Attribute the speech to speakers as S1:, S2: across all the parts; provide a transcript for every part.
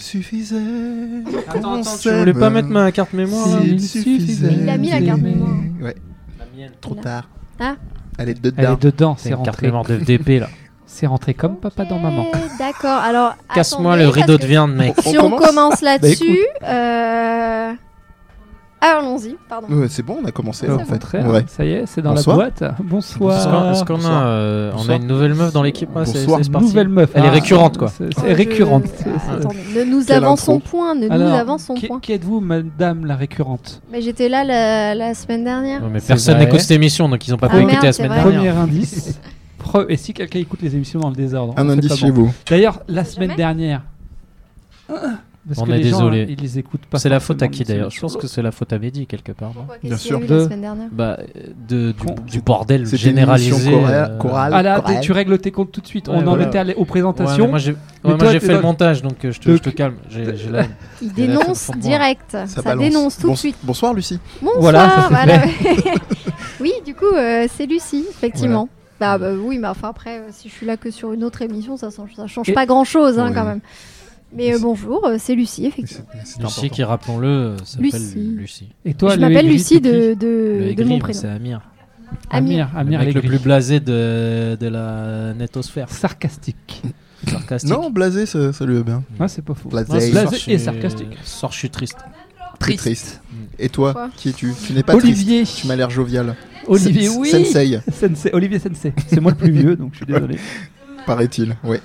S1: suffisait.
S2: Attends,
S1: qu'on
S2: attends, tu
S1: s'aime.
S2: voulais pas mettre ma carte mémoire là
S1: S'il
S3: Il
S1: suffisait.
S3: suffisait.
S4: Il a mis la carte
S1: d'aimer.
S4: mémoire.
S1: Ouais,
S2: La mienne.
S1: trop
S4: Là.
S1: tard.
S4: Ah.
S1: Elle est dedans.
S3: Elle est dedans,
S2: C'est
S3: c'est
S2: une carte
S3: rentré.
S2: mémoire de FDP là.
S3: C'est rentré comme papa dans maman.
S4: Eh, D'accord, alors.
S2: Casse-moi
S4: attendez,
S2: le
S4: parce
S2: rideau
S4: que
S2: de viande, mec.
S4: Si on, commence, là-dessus. euh, ah, Allons-y, pardon.
S1: Ouais, c'est bon, on a commencé là,
S3: Au
S1: en fait.
S3: contraire,
S1: Ouais.
S3: hein. ça y est, c'est dans
S1: Bonsoir.
S3: la boîte.
S2: Est-ce qu'on-
S3: Bonsoir.
S2: Est-ce qu'on
S1: Bonsoir.
S2: a, euh, on a
S1: Bonsoir.
S2: une nouvelle meuf dans l'équipe hein, C'est
S1: Bonsoir.
S2: c'est parti.
S3: Nouvelle meuf. Ah,
S2: Elle est récurrente, quoi.
S3: C'est
S4: Oh,
S3: c'est
S4: je-
S3: récurrente. C'est-
S4: Ah,
S3: c'est-
S4: attendez, ne nous
S1: Quelle
S4: avançons
S1: intro.
S4: point, ne nous
S3: Alors,
S4: avançons
S3: qui,
S4: point.
S3: qui êtes-vous, madame la récurrente
S4: Mais j'étais là la, la semaine dernière.
S2: Ouais, mais
S3: C'est
S2: personne
S3: vrai.
S2: n'écoute cette émission, donc ils ont pas
S4: Ah
S2: pu écouter
S4: merde,
S2: la
S4: c'est
S2: semaine
S4: vrai.
S2: dernière.
S3: Premier indice. Pre- Et si quelqu'un écoute les émissions dans le désordre
S1: Un
S3: c'est
S1: indice
S3: pas
S1: chez
S3: bon.
S1: vous.
S3: D'ailleurs, la
S4: sait
S3: semaine
S4: jamais.
S3: dernière. Parce
S2: On
S3: que
S2: est
S3: les gens,
S2: désolé.
S3: hein, ils les écoutent pas.
S2: C'est la faute à
S3: forcément
S2: qui d'ailleurs Je
S3: l'émission.
S2: pense que c'est la faute à Mehdi quelque part. non
S4: Pourquoi,
S1: Bien
S4: qu'est-ce qu'il y
S1: sûr.
S4: a eu
S3: De-
S4: la semaine dernière
S2: bah, euh, de, du,
S3: Con-
S2: du bordel
S1: C'était une
S2: généralisé.
S1: émission chorale-
S2: euh,
S1: chorale.
S3: Ah là,
S1: Correct.
S3: tu règles tes comptes tout de suite.
S2: Ouais,
S3: On en
S2: voilà.
S3: était allé aux
S2: Ouais, mais
S3: présentations.
S2: moi j'ai ouais,
S3: Mais
S2: moi,
S3: toi,
S2: j'ai
S3: t'es
S2: fait le
S3: dans-
S2: montage, donc euh, je te,
S3: Le-
S2: je te calme. j'ai- j'ai la-
S4: Il
S2: Il y a la faute
S4: dénonce
S2: pour moi.
S4: direct. Ça,
S1: balance.
S4: dénonce tout
S1: Bon-
S4: de suite.
S1: Bonsoir, Lucie.
S4: Bonsoir.
S3: Voilà, ça, c'est
S4: voilà. oui, du coup, euh, c'est Lucie, effectivement. Bah, bah, oui, mais enfin après, euh, si je suis là que sur une autre émission, ça change, ça change
S3: Et-
S4: pas grand-chose hein,
S1: Ouais.
S4: quand même. Mais euh, bonjour, euh, c'est Lucie, effectivement.
S2: Lucie, qui rappelons-le, euh, s'appelle
S4: Lucie.
S2: Lucie.
S3: Et toi,
S4: je
S3: le
S4: m'appelle
S3: Evie,
S4: Lucie
S3: t'es qui
S4: de,
S2: Le
S4: de, de
S2: aigri,
S4: mon
S2: mais
S4: prénom.
S2: c'est Amir.
S3: Amir,
S4: Amir.
S2: Amir
S3: Amir
S2: le mec le
S3: Legris.
S2: plus blasé de, de la netosphère.
S3: sarcastique.
S2: Sarcastique.
S1: Non, blasé, ça, ça lui va bien.
S3: Ouais, c'est pas faux.
S1: Blasé.
S2: Moi, ce soir,
S3: Blasé
S2: je
S3: et
S2: suis-
S3: sarcastique.
S1: euh,
S2: ce Soir, je suis triste.
S1: Très triste. Et toi,
S4: Quoi
S1: qui es-tu Tu n'es pas triste.
S3: Olivier,
S1: Tu m'as l'air jovial.
S3: Olivier,
S1: Sen-
S3: oui.
S1: Sensei,
S3: Sensei, Olivier Sensei. C'est moi le plus vieux, donc je suis désolé.
S1: paraît-il. Oui.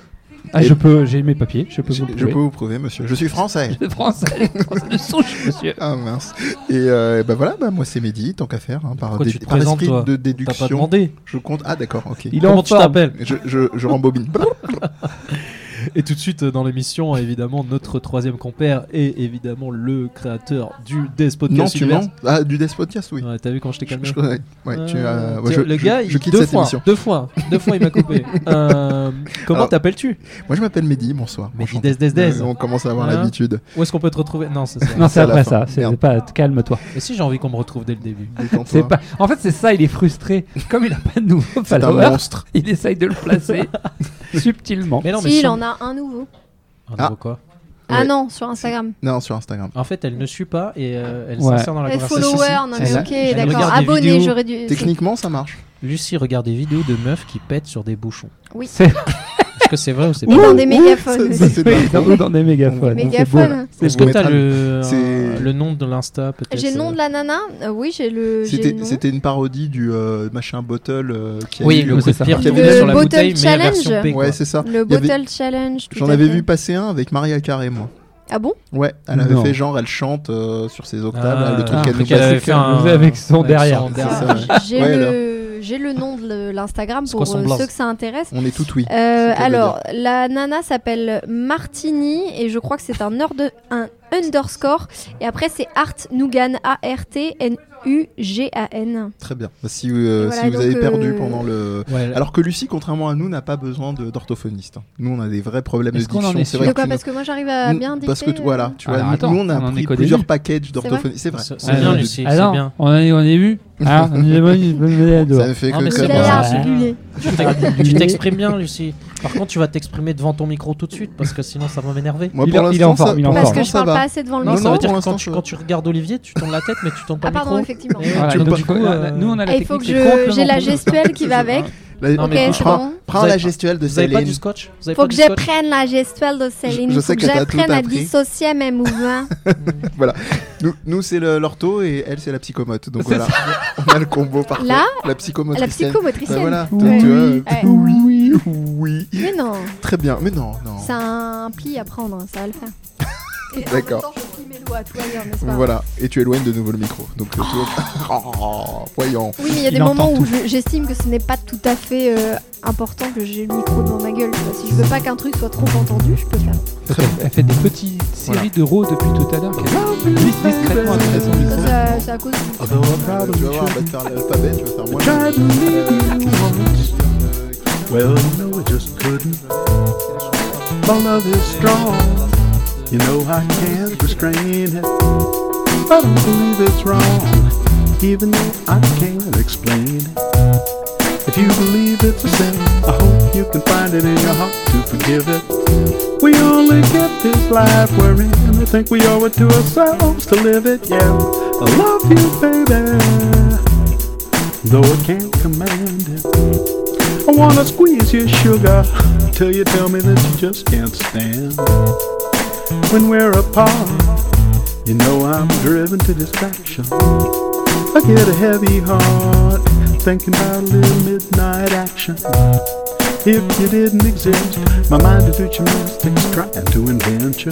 S3: Ah, je peux, j'ai mes papiers, je peux
S1: Je,
S3: vous
S1: je peux vous prouver, monsieur. Je suis français.
S3: Français, français de souche, monsieur.
S1: Ah mince. Et euh, bah voilà, bah, moi c'est Mehdi, tant qu'à faire. hein, par
S2: Pourquoi
S1: dé-
S2: tu te
S1: par
S2: présentes,
S1: esprit
S2: toi
S1: de
S2: T'as pas
S1: déduction.
S2: demandé
S1: Je compte. Ah d'accord, ok.
S3: Il est en
S2: Comment tu
S3: forme.
S2: t'appelles
S1: Je, je, je rembobine.
S2: Ah, Et tout de suite euh, dans l'émission, évidemment, notre troisième compère est évidemment le créateur du Death Podcast.
S1: non, tu
S2: Universe.
S1: mens. Ah, du Death Podcast, oui.
S2: Ouais, T'as vu quand je t'ai calmé
S1: Je- je- ouais, ouais, tu,
S2: Euh,
S1: as- ouais,
S2: tiens,
S1: je-
S2: le
S1: je-
S2: gars,
S1: je
S2: il-
S1: quitte
S2: deux
S1: cette
S2: fois,
S1: émission.
S2: deux fois, deux fois, il m'a coupé. Euh, comment
S1: Alors-
S2: t'appelles-tu
S1: Moi, je m'appelle Mehdi, bonsoir.
S2: Mehdi
S1: Enchanté.
S2: Dez Dez Dez.
S1: Euh, On commence à avoir
S2: Voilà.
S1: l'habitude.
S2: Où est-ce qu'on peut te retrouver Non, c'est ça.
S3: Non, c'est
S1: Ah, C'est à la
S3: après
S1: fin.
S3: ça. C'est
S1: Merde.
S3: pas. Calme-toi.
S2: Mais si j'ai envie qu'on me retrouve dès le début.
S1: Détends-toi.
S3: C'est pas. En fait, c'est ça. Il est frustré. Comme il a pas de nouveau
S1: C'est un
S3: follower,
S1: monstre.
S3: il essaye de le placer subtilement.
S2: Mais non, mais
S4: si, il
S2: sans-
S4: en a un nouveau.
S2: Ah,
S1: Ah.
S2: non, quoi
S4: Ah
S1: Ouais.
S4: non, sur Instagram.
S1: Non, sur Instagram.
S2: En fait, elle ne suit pas et euh, elle
S3: Ouais.
S2: s'insère dans la
S4: Eh,
S2: conversation.
S4: follower, non mais
S3: Elle a-
S4: ok,
S2: elle
S4: d'accord.
S2: regarde des
S4: Abonné,
S2: vidéos
S4: j'aurais dû.
S1: Techniquement, ça marche.
S2: Lucie regarde des vidéos de meufs qui pètent sur des bouchons.
S4: Oui.
S3: C'est-
S2: Est-ce que c'est vrai ou c'est
S4: Ou
S2: pas
S4: dans
S2: vrai
S4: des mégaphones.
S1: ça,
S4: aussi.
S1: ça, c'est de
S3: Oui,
S1: l'intro.
S3: dans, dans des mégaphones.
S1: Des
S3: C'est beau, là.
S4: Mégaphones.
S1: On
S2: Est-ce
S1: vous
S2: que t'as
S1: mettra-
S2: le, euh,
S1: C'est-
S2: le nom de l'Insta peut-être
S4: J'ai le nom de la nana. euh, oui, j'ai le. j'ai le
S1: C'était
S4: nom.
S1: c'était une parodie du euh, machin bottle euh, qui a
S2: Oui,
S1: eu
S2: le
S3: Oui,
S2: coup
S3: c'est
S2: de
S3: ça.
S2: pire qui
S1: Le
S2: venait sur la
S4: bottle
S2: bouteille, mais
S4: challenge.
S2: version P. quoi.
S1: Ouais, c'est ça.
S4: Le
S1: Il y avait-
S4: Bottle Challenge. tout
S1: J'en
S4: à
S1: avais
S4: fait.
S1: vu passer un avec Maria Carré, moi.
S4: Ah bon
S1: Ouais, elle avait
S3: Non.
S1: fait genre, elle chante euh, sur ses octaves,
S2: Ah,
S1: là, le truc
S3: ah,
S1: qu'elle
S3: le
S1: nous
S2: truc qu'elle
S1: passait.
S2: avait fait un-
S3: avec son
S2: euh, avec
S3: derrière.
S2: son
S1: C'est
S2: derrière.
S1: ça, ouais.
S4: Ah, J'ai
S1: Ouais,
S4: le... j'ai le nom de le- l'Instagram
S2: C'est
S4: pour
S2: quoi son Mmh.
S4: euh,
S2: blaze
S4: ceux que ça intéresse.
S1: On est tout oui.
S4: Euh,
S1: C'est quoi le
S4: alors, la nana s'appelle Martini et je crois que c'est un, orde- un underscore. Et après, c'est Art Nugan, A-R-T-N-U-G-A-N.
S1: Très bien. Bah, Si, euh,
S4: Voilà,
S1: si vous
S4: donc,
S1: avez
S4: euh,
S1: perdu pendant le.
S2: Ouais, elle-
S1: Alors que Lucie, contrairement à nous, n'a pas besoin de- d'orthophoniste. hein. Nous, on a des vrais problèmes de
S3: Est-ce qu'on en
S1: diction.
S3: est
S1: C'est
S3: sûr
S1: vrai
S4: De
S1: que
S4: quoi
S1: tu
S4: Parce que moi, j'arrive à
S1: Nous-
S4: bien dicter. euh,
S1: Parce que t- voilà, tu vois,
S3: Alors,
S1: nous-
S3: attends,
S1: nous on a
S3: on en est
S1: pris
S3: qu'au
S1: plusieurs
S3: début.
S1: packages d'orthophonie, c'est vrai.
S2: C'est
S1: On
S2: c'est
S1: a
S2: bien,
S1: des-
S2: Lucie, c'est
S3: Ah, Alors,
S2: bien.
S3: on a, on a vu Ah, on est venu- venu à deux.
S1: Ça fait
S2: Non,
S1: que
S2: mais
S4: Il
S2: c'est
S4: a
S1: comme
S2: bon,
S4: l'air
S1: ça.
S2: ça.
S4: cellulé.
S2: Tu t'ex- tu t'exprimes bien, Lucie. Par contre, tu vas t'exprimer devant ton micro tout de suite parce que sinon ça va m'énerver.
S1: Moi
S3: Il
S1: pour
S3: est- il est en
S1: l'instant, ça-
S3: forme, il est en
S1: pour
S3: forme.
S4: Parce
S1: l'instant,
S4: que je
S1: ça
S4: parle pas
S1: va.
S4: assez devant le
S2: Non,
S1: Non,
S4: micro.
S2: ça veut
S1: non, pour
S2: dire que quand
S1: l'instant,
S2: tu,
S1: ça
S2: quand tu regardes Olivier, tu tournes la tête mais tu tournes pas
S4: Ah,
S2: le micro.
S4: pardon, effectivement.
S2: Et
S3: Voilà,
S2: tu
S3: donc,
S2: peux-
S3: du coup, euh, nous on a la
S4: Ah, il faut que
S3: technique
S4: je-
S3: c'est complètement
S4: j'ai la
S3: contre-
S4: gestuelle qui va avec.
S1: Là,
S2: Non,
S1: ok,
S2: mais
S1: je
S4: c'est
S1: prends,
S4: bon.
S1: prends
S2: Vous
S1: la
S2: avez-
S1: gestuelle de
S2: Vous avez pas
S1: Céline.
S2: du scotch Vous avez
S4: Faut
S2: pas
S4: que
S2: du scotch
S4: j'apprenne la gestuelle de Céline.
S1: je
S4: Faut
S1: sais
S4: que
S1: que t'as
S4: j'apprenne
S1: tout
S4: à
S1: appris.
S4: dissocier mes mouvements.
S1: Nous, nous, c'est le- l'ortho et elle c'est la psychomote. Donc
S3: C'est
S1: voilà, on a le combo parfait.
S4: Là,
S1: la psychomote.
S4: la
S1: Christiane.
S4: psychomotricienne.
S1: Bah voilà,
S3: Ouais.
S1: tu vois,
S4: Ouais.
S1: oui, oui,
S4: Mais non,
S1: très bien. Mais non, non.
S4: c'est un pli à prendre, hein, ça va le faire. Et en même
S1: D'accord.
S4: temps, je plie mes doigts, tout ailleurs, n'est-ce pas
S1: Voilà, et tu éloignes de nouveau le micro. Donc euh, tu vois- Oh, voyons.
S4: Oui, mais il y a
S3: Il
S4: des moments
S3: entend
S4: où je- j'estime que ce n'est pas tout à fait euh, important que j'ai le micro devant ma gueule. tu vois. Si je veux pas qu'un truc soit trop entendu, je peux faire.
S3: Elle fait des petites séries de d'euros depuis tout à l'heure. qu'elle- Juste discrètement, elle fait son
S4: Ça,
S3: micro.
S4: c'est- c'est à cause
S1: Euh, Tu
S4: du.
S5: Ah,
S1: vas voir, on va te faire l'alphabet, tu vas faire moi.
S5: Well, no, I just couldn't. My love is strong. You know I can't restrain it. I don't believe it's wrong, even though I can't explain it. If you believe it's a sin, I hope you can find it in your heart to forgive it. We only get this life we're in, I think we owe it to ourselves to live it. Yeah, I love you, baby, though I can't command it. I wanna squeeze your sugar till you tell me that you just can't stand. When we're apart, you know I'm driven to distraction. I get a heavy heart thinking about a little midnight action. If you didn't exist, my mind is do gymnastics trying to invent you.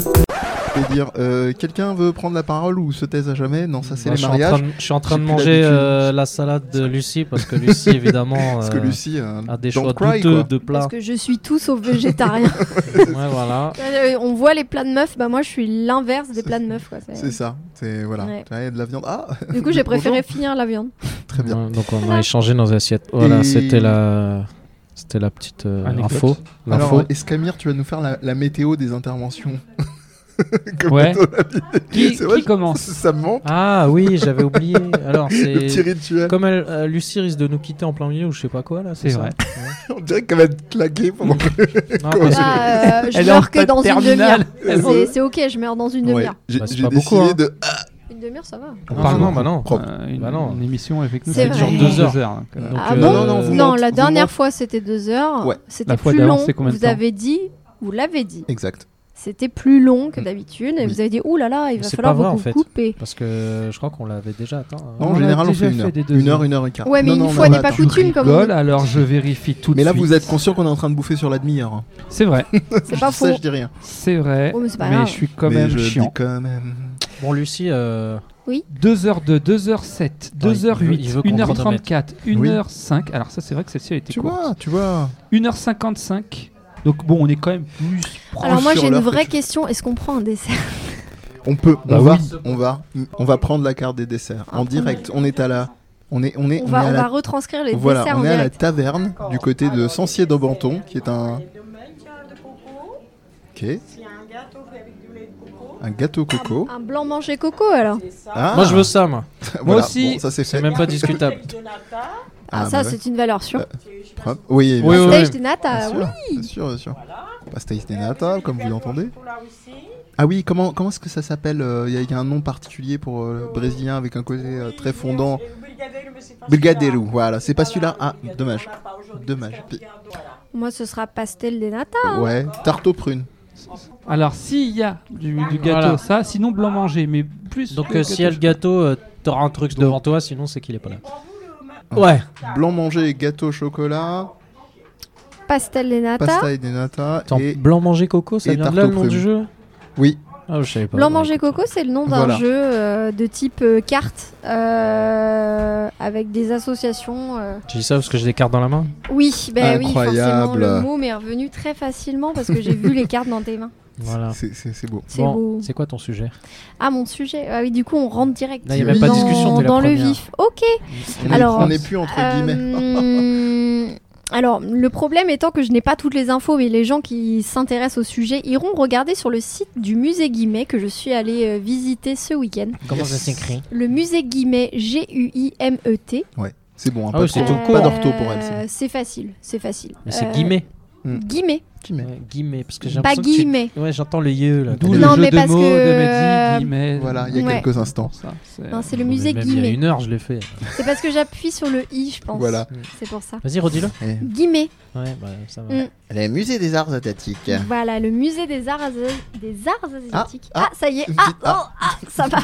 S1: Je vais dire, euh, quelqu'un veut prendre la parole ou se taise à jamais Non, ça c'est
S6: Moi,
S1: les
S6: je, suis en
S1: mariages.
S6: train de, je suis en train
S1: J'ai
S6: de
S1: plus
S6: manger
S1: l'habitude.
S6: euh, la salade de Lucie parce que Lucie, évidemment,
S1: Parce que
S6: euh,
S1: Lucie euh,
S6: a des
S1: don't
S6: choix
S1: cry,
S6: douteux
S1: quoi.
S6: de plats.
S4: Parce que je suis tout sauf végétarien.
S6: Ouais, voilà.
S4: Euh, On voit les plats de meufs, bah moi je suis l'inverse des plats de meufs. Quoi. C'est-
S1: C'est ça. C'est voilà.
S4: Ouais.
S1: Ah, il y a de la viande. Ah,
S4: Du coup j'ai préféré finir la viande.
S1: très bien.
S2: Ouais, donc on a échangé nos assiettes. Voilà,
S1: Et-
S2: c'était la, c'était la petite euh,
S3: Anecdote.
S2: info. L'info.
S1: Alors, euh, Escamir, tu vas nous faire la, la météo des interventions. Comme
S3: Ouais.
S1: Antoine l'a dit.
S3: Qui,
S1: C'est vrai,
S3: qui commence
S1: Ça me manque.
S2: Ah oui, j'avais oublié. Alors
S1: Le petit
S2: c'est
S1: rituel.
S2: comme elle, euh, Lucie risque de nous quitter en plein milieu ou je sais pas quoi là.
S3: C'est
S2: ça
S3: vrai.
S1: On dirait qu'elle va être claquée pendant que.
S2: Non, parce-
S4: Ah, euh, je
S3: Elle est en
S4: meurs que
S3: phase
S4: dans une demi-heure.
S3: terminale.
S4: C'est- C'est ok, je meurs dans une
S1: Euh, Ouais,
S4: demi-heure.
S1: J'ai
S2: Bah, c'est
S1: j'ai
S2: pas
S1: décidé
S2: beaucoup, hein.
S1: de.
S4: Une demi-heure ça va.
S2: non, non,
S3: parle beaucoup.
S2: bah non.
S1: Propre.
S3: Euh, une,
S2: Bah non.
S3: une émission avec nous,
S4: C'est
S3: ça
S4: vrai.
S3: dure deux heures. hein.
S2: Donc,
S4: Ah
S2: euh,
S4: bon
S1: Non, non, vous
S4: Non,
S1: mentez,
S4: la
S1: vous
S4: dernière
S1: mentez.
S4: fois c'était deux heures.
S1: Ouais.
S4: C'était
S3: La fois
S4: plus
S3: d'avant,
S4: long.
S3: c'est combien de
S4: vous
S3: temps
S4: avez dit, vous l'avez dit,
S1: Exact.
S4: c'était plus long que
S1: Mm.
S4: d'habitude. Et
S1: Oui.
S4: vous avez dit, ouh là là, il
S2: Mais
S4: va
S2: c'est
S4: falloir
S2: pas vrai, en
S4: beaucoup
S2: fait.
S4: couper.
S2: Parce que je crois qu'on l'avait déjà atteint. hein.
S1: Non,
S3: On
S1: en
S3: a
S1: général, on
S3: déjà
S1: fait une
S3: fait
S1: heure.
S3: des deux
S1: une heure,
S3: heures.
S1: une heure et quart.
S4: Ouais, mais
S1: Non,
S4: une
S1: non,
S4: fois
S1: on
S4: n'est
S1: a
S4: pas
S1: tout.
S4: coutume, comme on
S3: Rigole,
S4: dit.
S3: alors je vérifie tout de
S1: Mais là,
S3: suite.
S1: vous êtes conscient qu'on est en train de bouffer sur la demi-heure. hein.
S3: C'est vrai,
S4: C'est pas
S1: Ça,
S4: faux.
S1: je dis rien.
S3: c'est vrai,
S4: Oh, mais c'est pas
S3: mais
S4: grave.
S3: je suis quand
S1: Mais
S3: même
S1: je le
S3: chiant.
S1: dis quand même.
S2: Bon, Lucie, euh,
S3: 2h2, 2h7,
S2: il veut- il
S3: 2h08,
S2: veut qu'on
S3: 1h34,
S1: Oui.
S3: 1h05. Alors ça c'est vrai que celle-ci elle était
S1: Tu
S3: courte.
S1: vois, tu vois.
S3: 1h55. Donc bon, on est quand même plus proche.
S4: Alors moi
S1: sur
S4: j'ai une
S1: l'heure que
S4: vraie
S1: tu-
S4: question. Est-ce qu'on prend un dessert
S1: On peut,
S2: Bah
S1: on va,
S2: oui.
S1: on va, on va prendre la carte des desserts en direct. On est à la, on est, on est,
S4: Ah, On
S1: on est
S4: va
S1: à
S4: on
S1: la-
S4: va retranscrire les
S1: voilà,
S4: desserts en
S1: on est à la
S4: direct.
S1: taverne du côté de Sancier d'Aubenton, qui est un, ok, un gâteau coco.
S4: Un blanc mangé coco alors.
S1: Ah,
S2: moi je veux ça, moi.
S1: voilà.
S3: aussi.
S1: Bon, ça c'est fait.
S2: C'est même pas discutable.
S4: Ah,
S1: Ah,
S4: ça
S1: bah ouais.
S4: c'est une valeur sûre.
S1: Hop. Oui,
S2: Oui, oui,
S4: Stage
S2: oui.
S4: des nattes, ah,
S1: bien sûr,
S4: oui.
S1: bien sûr, bien sûr. Pastéis de nata, comme vous l'entendez. Ah oui, comment, comment est-ce que ça s'appelle euh, Il y, a- il y a un nom particulier pour euh, le brésilien avec un côté euh, très fondant. Brigadeiro, voilà, c'est pas celui-là. Ah, dommage. Dommage.
S4: Moi ce sera pastel des hein. natas.
S1: Ouais, tarte aux prunes.
S3: Alors s'il y a du, du gâteau,
S2: Voilà.
S3: ça, sinon blanc manger, mais plus.
S2: Donc
S3: que
S2: euh, si y a le gâteau, euh, t'auras un truc devant toi, sinon c'est qu'il est pas là.
S1: Ah.
S2: Ouais.
S1: Blanc manger, gâteau au chocolat,
S4: Pastel des natas.
S1: pasta et des nata.
S2: Attends,
S1: Et
S2: blanc manger coco, ça
S1: et
S2: vient
S1: tarte
S2: de là
S1: aux
S2: le nom
S1: prunes.
S2: du jeu
S1: oui,
S2: Ah, je savais pas.
S4: Blanc
S2: Bon,
S4: manger
S2: écoute.
S4: coco, c'est le nom d'un
S1: Voilà.
S4: jeu euh, de type euh, carte euh, avec des associations. euh.
S2: Tu dis ça parce que j'ai des cartes dans la main
S4: Oui, ben oui, forcément,
S1: Incroyable.
S4: le mot m'est revenu très facilement parce que j'ai vu les cartes dans tes mains.
S2: Voilà.
S1: c'est- c'est c'est beau.
S4: C'est
S2: Bon,
S4: beau.
S2: c'est quoi ton sujet
S4: Ah, mon sujet. Ah oui, du coup, on rentre direct
S2: Là, il y
S1: a même pas de
S4: dans-
S2: discussion, t'es la
S4: dans le
S2: première.
S4: vif. Ok.
S1: On est-
S4: Alors,
S1: on n'est plus entre guillemets.
S4: Euh, Alors, le problème étant que je n'ai pas toutes les infos, mais les gens qui s'intéressent au sujet iront regarder sur le site du musée Guimet que je suis allée euh, visiter ce week-end.
S2: Comment
S1: Yes.
S2: ça s'écrit
S4: Le musée Guimet, G-U-I-M-E-T.
S1: C'est bon, hein,
S2: Ah
S1: pas
S2: oui,
S1: de-
S2: c'est tout
S1: pas
S2: court.
S1: d'ortho pour elle. c'est
S4: E Euh, C'est facile, c'est facile.
S2: Mais c'est
S4: Euh,
S2: guillemets.
S4: Guimet,
S1: bon.
S2: Ouais, guillemets, parce que j'ai
S4: pas
S2: l'impression que tu-
S4: Guimet.
S2: Ouais, j'entends le yeux là.
S3: D'où
S1: Non,
S3: le jeu
S4: mais
S3: de
S4: parce
S3: mots
S4: que,
S3: de
S4: euh,
S3: Mehdi, guillemets.
S1: Voilà, il y a
S4: Ouais.
S1: quelques instants.
S3: Ça, c'est-
S4: Non, Hein, c'est le
S2: Mais
S4: musée
S2: même Il y a
S4: Guimet.
S2: une heure, je l'ai fait.
S4: C'est parce que j'appuie sur le i, je pense.
S1: Voilà. Mm.
S4: C'est pour ça.
S2: Vas-y, redis-le.
S1: Et-
S4: Guimet.
S2: Ouais, bah ça va.
S4: Mm.
S1: Le musée des arts asiatiques.
S4: Voilà, le musée des arts, as- des arts asiatiques. Ah,
S1: ah,
S4: ça y est.
S1: une
S4: Ah,
S1: petite- ah.
S4: oh, ah, ça va.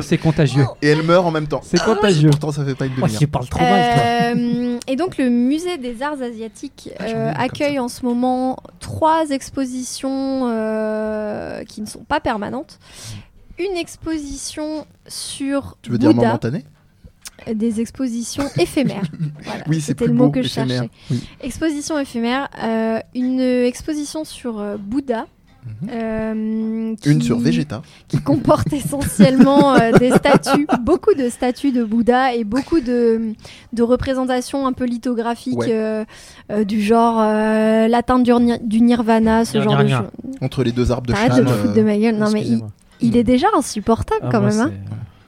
S3: C'est contagieux.
S1: Et elle meurt en même temps.
S3: C'est contagieux.
S1: Pourtant, ça fait pas une
S6: Oh,
S2: Ouais,
S1: demi-heure.
S2: tu parles trop mal, toi.
S4: Euh, et donc le musée des arts asiatiques
S1: Ah, j'en ai
S4: euh,
S1: une comme
S4: accueille en ce moment trois expositions euh, qui ne sont pas permanentes. Une exposition sur
S1: Mm. Tu veux dire
S4: Bouddha,
S1: momentané
S4: des expositions éphémères. Voilà,
S1: Oui, c'est
S4: c'était
S1: plus
S4: le mot
S1: beau,
S4: que je
S1: éphémère.
S4: cherchais. Exposition éphémère, euh, une exposition sur euh, Bouddha.
S1: Mhm.
S4: euh, qui-
S1: Une sur Vegeta.
S4: qui comporte essentiellement euh, des statues, beaucoup de statues de Bouddha et beaucoup de, de représentations un peu lithographiques
S1: Ouais.
S4: euh, euh, du genre euh, l'atteinte du, nir- du nirvana, ce
S2: Gna,
S4: genre
S2: gna,
S4: de
S2: gna.
S4: choses.
S1: Entre les deux arbres de euh,
S4: T'arrêtes
S1: chêne.
S4: de te foutre de ma gueule. Non mais il,
S2: Excusez-moi.
S4: il est déjà insupportable
S2: Ah,
S4: quand
S2: moi,
S6: euh,
S4: même. hein.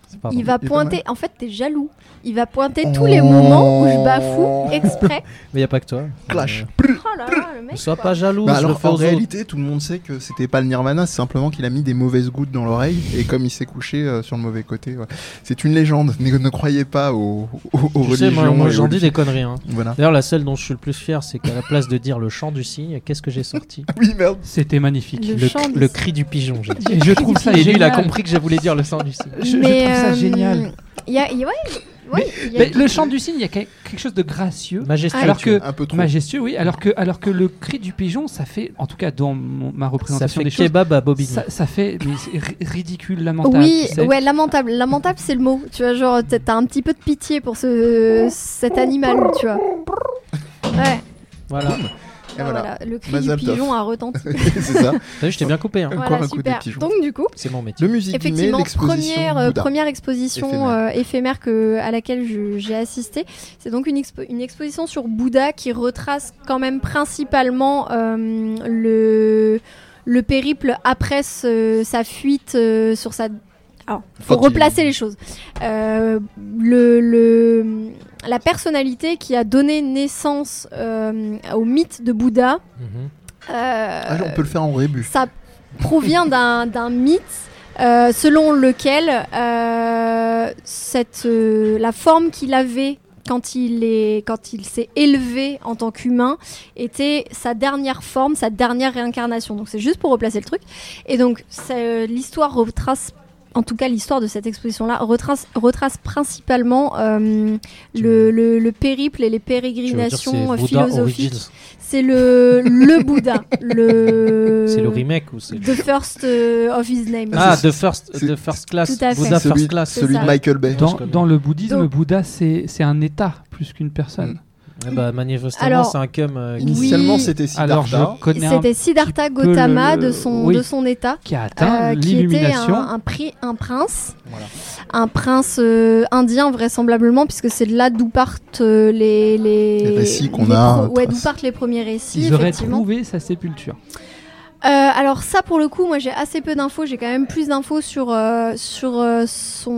S2: c'est- c'est
S6: pardon.
S4: Il va
S1: Il est pas
S4: pointer. En fait, t'es jaloux. Il va pointer tous les moments où je bafoue exprès.
S6: Mais y a pas que toi.
S1: Clash.
S4: Oh là là, le
S6: Euh,
S4: mec.
S6: sois
S4: quoi.
S6: pas jaloux.
S1: Bah
S6: je le
S1: alors
S6: fais
S1: en
S6: aux autres.
S1: réalité, tout le monde sait que c'était pas le Nirvana, c'est simplement qu'il a mis des mauvaises gouttes dans l'oreille et comme il s'est couché euh, sur le mauvais côté, ouais. c'est une légende. Ne, ne croyez pas aux, aux- aux
S6: Tu sais,
S1: religions.
S6: moi, moi,
S1: et
S6: j'en
S1: aux-
S6: dis des conneries. hein.
S1: Voilà.
S6: D'ailleurs, la seule dont je suis le plus fier, c'est qu'à la place de dire le chant du cygne, qu'est-ce que j'ai sorti
S1: Oui merde.
S3: C'était magnifique.
S4: Le
S6: le,
S4: chant
S6: cri-
S4: du
S6: le
S4: cygne.
S6: cri du pigeon. j'ai dit.
S3: Et je trouve ça
S6: Et lui,
S3: génial.
S6: il a compris que je voulais dire le sang du cygne.
S3: Je, je
S4: Mais,
S3: trouve ça
S4: euh,
S3: génial.
S4: y a- y- ouais, ouais, y a-
S3: Mais le chant du cygne, il y a que- quelque chose de gracieux.
S6: Majestueux.
S3: Alors que
S1: Un peu trop.
S3: majestueux, oui. Alors que, alors que le cri du pigeon, ça fait, en tout cas dans mon- ma
S6: ça
S3: représentation
S6: fait
S3: des choses,
S6: kebab à Bobby.
S3: ça, ça fait mais c'est ri- ridicule, lamentable.
S4: Oui,
S3: tu sais.
S4: ouais, lamentable. Lamentable, c'est le mot. Tu vois, genre, t'as t'as un petit peu de pitié pour ce, cet animal, tu vois. Ouais,
S6: Voilà.
S1: Et
S4: ah,
S1: voilà.
S4: voilà, le cri
S1: Mazel
S4: du
S1: tov.
S4: pigeon a retenti.
S1: c'est ça.
S6: T'as vu, je t'ai bien coupé. hein.
S1: Encore
S4: voilà,
S1: un coup des
S4: super.
S1: pigeons.
S4: Donc, du coup,
S6: C'est mon métier.
S1: Le musique guillemets,
S4: effectivement,
S1: l'exposition
S4: première, euh,
S1: Bouddha.
S4: première exposition
S1: Éphémère.
S4: euh, éphémère que, à laquelle je- j'ai assisté. C'est donc une, expo- une exposition sur Bouddha qui retrace quand même principalement euh, le, le périple après ce- sa fuite euh, sur sa. Alors, faut
S1: Quand il-
S4: replacer les choses. Euh, le, le- la personnalité qui a donné naissance euh, au mythe de Bouddha.
S6: Mhm.
S4: euh,
S1: Ah, on peut le faire en rébus.
S4: ça provient d'un d'un mythe euh, selon lequel euh, cette, euh, la forme qu'il avait quand il est- quand il s'est élevé en tant qu'humain était sa dernière forme, sa dernière réincarnation. Donc c'est juste pour replacer le truc. Et donc c'est, euh, l'histoire retrace, en tout cas l'histoire de cette exposition-là, retrace, retrace principalement euh,
S6: Tu-
S4: le, le- le périple et les
S6: Tu veux dire, c'est
S4: pérégrinations euh,
S6: Buddha
S4: philosophiques.
S6: Origins.
S4: C'est le, le Bouddha.
S1: euh,
S4: Le...
S6: C'est le remake ou c'est.
S4: The first euh, of his name.
S6: Ah,
S1: C'est-
S6: The First,
S1: c'est-
S6: the first Class.
S4: Tout à fait.
S6: Buddha
S1: celui
S6: First Class.
S4: c'est
S1: celui
S4: ça.
S1: de Michael Bay.
S3: Dans,
S6: Parce que-
S3: dans le bouddhisme,
S4: Donc-
S3: Bouddha, c'est c'est un état plus qu'une personne.
S6: Eh bah, manifestement,
S4: Alors-
S6: c'est un cum. euh, qui-
S4: Oui.
S1: Initialement, c'était
S3: Alors je
S1: Siddhartha.
S3: connais un
S4: C'était Siddhartha
S3: petit peu
S4: Gautama
S3: le-
S4: de, son,
S3: oui.
S4: de son état.
S3: qui a atteint
S4: euh, qui était un,
S3: l'illumination.
S4: un, pri- un prince, un prince euh, indien vraisemblablement, puisque c'est de là d'où partent euh, les, les,
S1: Les récits qu'on
S4: les
S1: a,
S4: pro- ouais, d'où
S1: trace.
S4: partent les premiers récits.
S3: Ils auraient
S4: effectivement.
S3: trouvé sa sépulture.
S4: Euh, alors ça pour le coup, moi j'ai assez peu d'infos, j'ai quand même plus d'infos sur, euh, sur euh,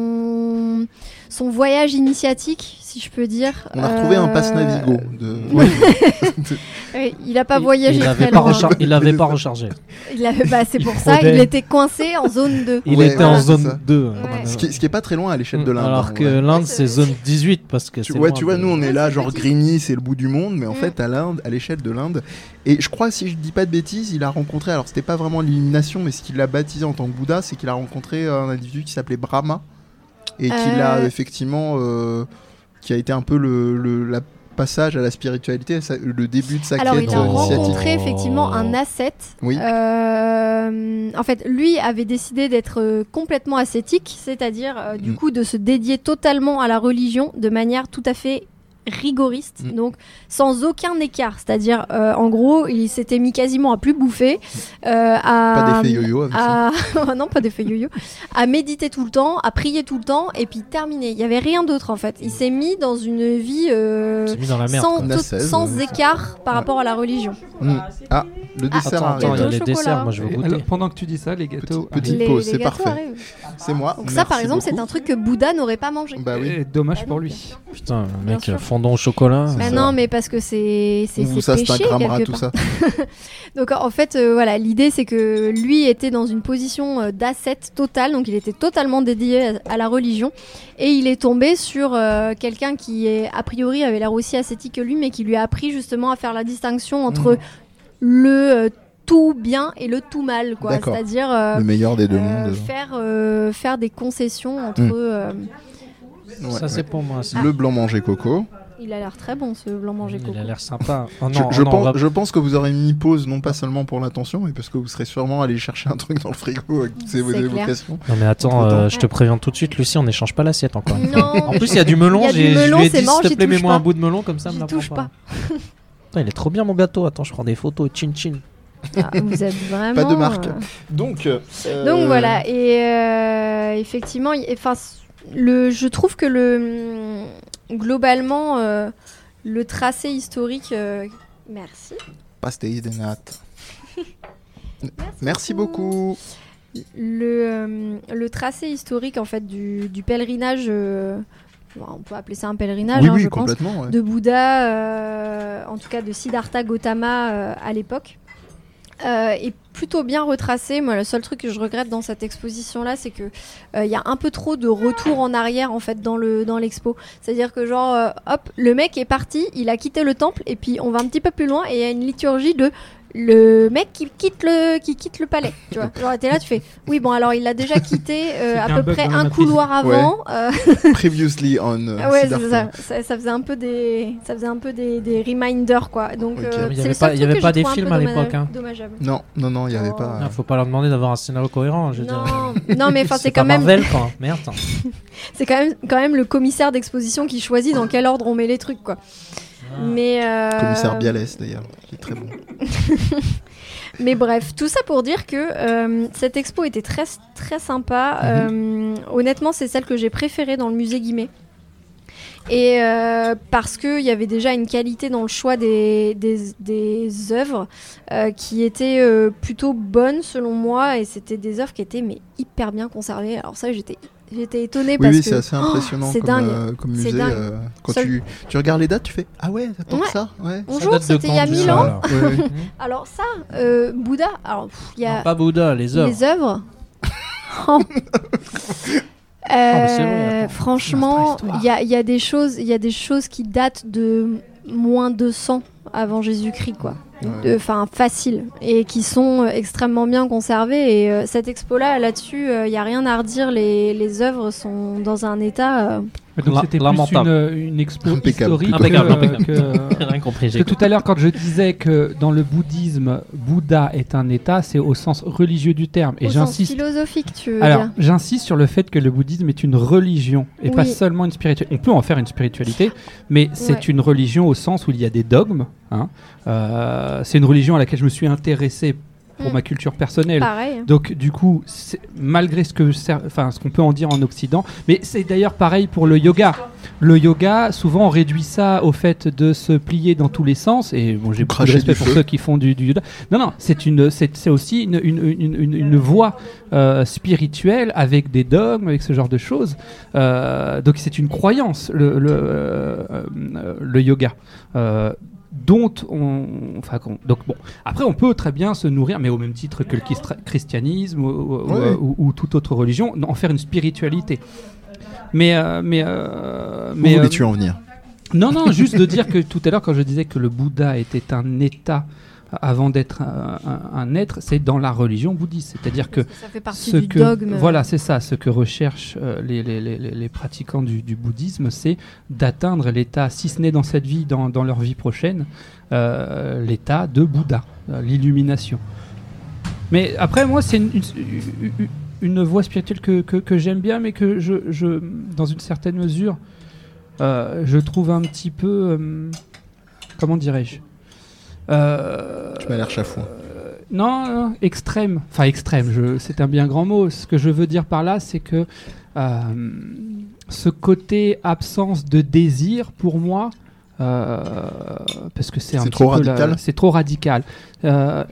S4: son, son voyage initiatique, si je peux dire.
S1: On a retrouvé un
S4: Euh,
S1: passe Navigo. De...
S4: ouais, il a pas
S6: il-
S4: voyagé
S6: il
S4: très
S6: l'avait pas,
S4: loin.
S6: rechargé- il l'avait pas rechargé.
S4: Il avait, bah, c'est pour
S6: Il
S4: ça,
S6: fraudait.
S4: il était coincé en zone 2.
S6: Il
S1: Ouais,
S6: était
S1: voilà,
S6: en
S1: c'est
S6: zone
S1: ça.
S6: 2.
S4: Ouais.
S6: euh,
S1: Ce, qui, ce qui est pas très loin à l'échelle de l'Inde. hein,
S6: Mm, Alors que
S1: ouais.
S6: l'Inde,
S4: c'est-
S6: c'est zone 18 parce que
S1: Tu,
S6: c'est.
S1: ouais,
S6: loin
S1: tu vois,
S6: de-
S1: nous on est là,
S4: Ouais, c'est
S1: genre
S4: petit.
S1: Grigny, c'est le bout du monde, mais en
S4: Mm.
S1: fait à l'Inde, à l'échelle de l'Inde, et je crois, si je dis pas de bêtises, il a rencontré, alors c'était pas vraiment l'illumination, mais ce qu'il a baptisé en tant que Bouddha, c'est qu'il a rencontré euh, un individu qui s'appelait Brahma, et qu'il a
S4: Euh.
S1: effectivement, euh, qui a été un peu le, le- la passage à la spiritualité, sa- le début de sa
S4: Alors
S1: quête
S4: il a
S6: Oh.
S1: initiatique.
S4: rencontré effectivement un ascète.
S1: Oui.
S4: Euh, en fait, lui avait décidé d'être euh, complètement ascétique, c'est-à-dire euh, du
S1: Mm.
S4: coup de se dédier totalement à la religion de manière tout à fait rigoriste,
S1: Mm.
S4: donc sans aucun écart. C'est-à-dire, euh, en gros, il s'était mis quasiment à plus bouffer, euh, à
S1: Pas d'effet yo-yo avec ça.
S4: à... non, pas d'effet yo-yo. à méditer tout le temps, à prier tout le temps, et puis terminer. Il n'y avait rien d'autre en fait. Il s'est mis dans une vie euh,
S6: C'est mis
S2: Ah,
S6: dans la merde.
S4: sans,
S6: quoi.
S1: quoi.
S4: tout-
S1: Nassaise,
S4: sans
S1: euh,
S4: écart par rapport à la religion.
S1: Mm. Ah, le
S6: Attends,
S1: dessert
S4: Ah,
S1: arrive.
S6: attends, il y a
S4: Gâteau au
S6: les
S4: chocolat.
S6: desserts, moi je veux
S3: Et
S6: goûter.
S3: alors, pendant que tu dis ça, les gâteaux.
S1: Petit- Petite
S4: Les-
S1: pause,
S4: les
S1: c'est
S4: gâteaux
S1: parfait.
S4: arrivent.
S1: C'est moi.
S4: Donc ça, par
S1: Merci
S4: exemple, c'est
S1: beaucoup.
S4: un truc que Bouddha n'aurait pas mangé.
S1: Bah oui.
S3: Eh, Dommage pour lui.
S6: Putain, le
S4: Bien
S6: mec,
S4: sûr.
S6: euh, fondant au chocolat.
S1: C'est
S4: Bah
S1: ça.
S4: non, mais parce que c'est c'est
S1: Ou
S4: c'est
S1: ça, c'est un
S4: péché
S1: Gramra, tout
S4: quelque part.
S1: ça.
S4: Donc en fait, euh, voilà, l'idée c'est que lui était dans une position euh, d'ascète totale, donc il était totalement dédié à, à la religion, et il est tombé sur euh, quelqu'un qui est a priori avait l'air aussi ascétique que lui, mais qui lui a appris justement à faire la distinction entre
S1: Mmh.
S4: le euh, tout bien et le tout mal, quoi.
S1: D'accord.
S4: C'est-à-dire euh,
S1: Le meilleur des deux
S4: euh,
S1: mondes.
S4: faire euh, faire des concessions entre.
S1: Mm.
S4: euh,
S1: Ouais,
S6: Ça, c'est pour moi. ça.
S1: Le blanc manger coco.
S4: il a l'air très bon ce blanc manger coco.
S6: Il a l'air sympa. Oh
S1: Je-
S6: non,
S1: je,
S6: oh non,
S1: pense,
S6: on va-
S1: je pense que vous aurez mis pause non pas seulement pour l'attention, mais parce que vous serez sûrement allé chercher un truc dans le frigo avec toutes ces- vos
S4: C'est clair.
S1: évocations.
S6: Non mais attends,
S1: Entre-temps.
S6: euh, je te préviens tout de suite, Lucie, on n'échange pas l'assiette encore.
S4: Non.
S6: En plus, il y a du melon.
S4: Il y a du
S6: j'ai-
S4: melon,
S6: je lui ai
S4: c'est
S6: dit,
S4: mort,
S6: s'il
S4: j'y
S6: te plaît,
S4: touche
S6: mets-moi
S4: pas.
S6: un bout de melon comme ça. me
S4: J'y
S6: l'apprends
S4: touche pas.
S6: Putain, il est trop bien mon gâteau. Attends, je prends des photos. Chin chin.
S4: Ah, vous êtes vraiment.
S1: Pas de marque.
S4: euh,
S1: Donc, euh,
S4: Donc voilà, et euh, effectivement, y- enfin, c- le, je trouve que le mm, globalement euh, le tracé historique. euh, merci.
S1: euh, Pastéis des nattes. Merci beaucoup.
S4: le, euh, le tracé historique en fait du, du pèlerinage. euh, bon, on peut appeler ça un pèlerinage,
S1: oui,
S4: hein,
S1: oui,
S4: je pense,
S1: complètement. ouais.
S4: de Bouddha, euh, en tout cas de Siddhartha Gautama euh, à l'époque, euh, est plutôt bien retracé. Moi, le seul truc que je regrette dans cette exposition-là, c'est que euh, il y a un peu trop de retour en arrière en fait dans le dans l'expo. C'est-à-dire que genre, euh, hop, le mec est parti, il a quitté le temple, et puis on va un petit peu plus loin et il y a une liturgie de le mec qui quitte le qui quitte le palais. Tu vois, genre t'es là, tu fais, oui bon alors il a déjà quitté euh,
S2: C'était
S4: à
S2: un
S4: peu
S2: bug
S4: près
S2: dans la
S4: un
S2: matrice.
S4: couloir avant. euh,
S1: Previously on. euh,
S4: ah ouais,
S1: Siddhartha.
S4: c'est ça. ça. ça faisait un peu des, ça faisait un peu des, des reminders quoi. Donc
S1: Ok.
S4: euh,
S1: Mais il y
S4: c'est le
S2: avait
S4: seul
S2: pas- il y
S4: truc
S2: avait
S4: que
S2: pas
S4: je
S2: des
S4: trouve un
S2: films
S4: peu
S2: à l'époque,
S4: dommage-
S2: hein.
S4: Dommageable.
S1: Non, non, non, il n'y avait
S4: Oh.
S1: pas.
S2: Ah, faut pas leur demander d'avoir un scénario cohérent. Je veux dire.
S4: Non, non mais enfin c'est
S2: pas
S4: quand même,
S2: Marvel, quoi. Merde.
S4: c'est quand même, quand même le commissaire d'exposition qui choisit dans quel ordre on met les trucs quoi.
S2: Ah.
S4: Mais euh,
S1: Commissaire Bialès d'ailleurs, qui est très bon.
S4: Mais bref, tout ça pour dire que euh, cette expo était très, très sympa.
S1: Mhm.
S4: Euh, honnêtement, c'est celle que j'ai préférée dans le musée Guimet. Et euh, parce qu'il y avait déjà une qualité dans le choix des, des, des œuvres euh, qui était euh, plutôt bonne selon moi. Et c'était des œuvres qui étaient mais hyper bien conservées. Alors ça, j'étais j'étais étonnée
S1: Oui,
S4: parce
S1: oui,
S4: que
S1: c'est assez
S4: oh,
S1: impressionnant
S4: c'est
S1: comme,
S4: dingue.
S1: euh, comme
S4: C'est
S1: musée.
S4: dingue.
S1: euh, quand
S4: Seul-
S1: tu, tu regardes les dates, tu fais Ah ouais, t'attends
S4: Ouais.
S1: que ça Ouais.
S4: Bonjour,
S2: Ça date de
S4: c'était il y a
S2: quand,
S4: mille
S2: ça,
S4: ans.
S2: alors
S1: Ouais, ouais.
S4: Alors ça, euh, Bouddha. Alors pff, il y a
S2: Non, Pas Bouddha, les œuvres.
S4: Les œuvres Oh.
S3: Ah, bah,
S2: mais c'est vrai,
S4: Euh,
S2: attends.
S4: Franchement, il y a, il y a des choses, il y a des choses qui datent de moins de 100 avant Jésus-Christ, quoi.
S1: Ouais.
S4: Enfin, facile et qui sont euh, extrêmement bien conservées. Et euh, cette expo-là, là-dessus, euh, il y a rien à redire. Les, les œuvres sont dans un état. euh,
S3: Mais Ah, Donc
S2: La-
S3: c'était plus une,
S2: lamentable.
S3: euh, une expo
S1: Impeccable,
S3: historique.
S2: impeccable,
S3: que-
S2: impeccable.
S3: que-
S2: J'ai rien compris.
S3: Parce
S2: J'ai
S3: que tout à l'heure, quand je disais que dans le bouddhisme, Bouddha est un état, c'est au sens religieux du terme. Et
S4: au sens
S3: j'insiste.
S4: philosophique, tu veux
S3: Alors,
S4: dire.
S3: j'insiste sur le fait que le bouddhisme est une religion et
S4: Oui.
S3: pas seulement une spiritualité. On peut en faire une spiritualité, mais c'est une religion au sens où il y a des dogmes. hein. Euh, c'est une religion à laquelle je me suis intéressé pour
S4: Mm.
S3: ma culture personnelle.
S4: Pareil.
S3: Donc du coup, c'est- malgré ce que, cer- enfin ce qu'on peut en dire en Occident, mais c'est d'ailleurs pareil pour le yoga. Le yoga, souvent on réduit ça au fait de se plier dans tous les sens. Et bon, j'ai beaucoup de
S1: Cracher
S3: respect
S1: du
S3: pour
S1: feu.
S3: ceux qui font du, du yoga. Non, non, c'est une, c'est c'est aussi une, une, une, une- une voie euh, spirituelle avec des dogmes, avec ce genre de choses. Euh, donc c'est une croyance le le, euh, euh, le yoga. Euh, dont on, enfin, qu'on- donc bon, après, on peut très bien se nourrir, mais au même titre que le christra- christianisme ou, ou-
S1: Ouais.
S3: ou- ou toute autre religion, en faire une spiritualité. Mais, euh, mais, euh,
S1: Où
S3: mais euh,
S1: voulais-tu en venir
S3: non, non, juste de dire que tout à l'heure, quand je disais que le Bouddha était un état avant d'être un, un- un être, c'est dans la religion bouddhiste. C'est-à-dire que
S4: Ça fait partie
S3: ce
S4: du
S3: que
S4: dogme.
S3: voilà, c'est ça, ce que recherchent euh, les, les- les- les- les pratiquants du, du bouddhisme, c'est d'atteindre l'état, si ce n'est dans cette vie, dans, dans leur vie prochaine, euh, l'état de Bouddha, euh, l'illumination. Mais après, moi, c'est une, une- une- une voie spirituelle que, que- que j'aime bien, mais que je, je- dans une certaine mesure, euh, je trouve un petit peu, euh, comment dirais-je, Euh,
S1: Tu m'as l'air chafouin.
S3: non, non, extrême. Enfin, extrême, je- c'est un bien grand mot. Ce que je veux dire par là, c'est que euh, ce côté absence de désir, pour moi, euh, parce que c'est un
S1: C'est
S3: petit
S1: trop
S3: peu la-
S1: radical
S3: C'est trop radical. Euh,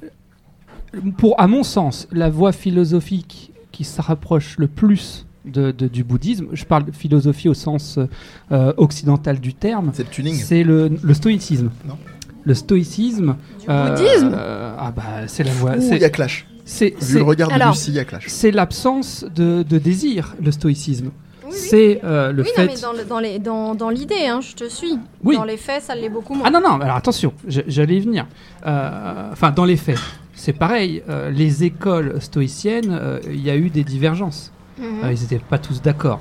S3: pour, à mon sens, la voie philosophique qui se rapproche le plus de- de- du bouddhisme, je parle de philosophie au sens euh, occidental du terme,
S1: C'est le tuning
S3: c'est le, le stoïcisme.
S1: Non.
S3: Le stoïcisme. euh,
S4: bouddhisme
S3: euh, Ah bah c'est la voie.
S1: Ouh,
S3: c'est-
S1: il y a clash.
S3: c'est-
S1: Vu
S3: c'est-
S1: le regard de
S4: Alors-
S1: Lucie, il y a clash.
S3: C'est l'absence de, de désir, le stoïcisme.
S4: Oui, oui.
S3: C'est euh, le
S4: Oui, non,
S3: fait.
S4: mais dans le- dans les- dans- dans l'idée, hein, je te suis.
S3: Oui.
S4: Dans les faits, ça l'est beaucoup moins.
S3: Ah non, non, alors attention, je- j'allais y venir. Euh, Enfin, dans les faits, c'est pareil. euh, les écoles stoïciennes, euh, il y a eu des divergences.
S4: Mhm.
S3: Euh, ils n'étaient pas tous d'accord.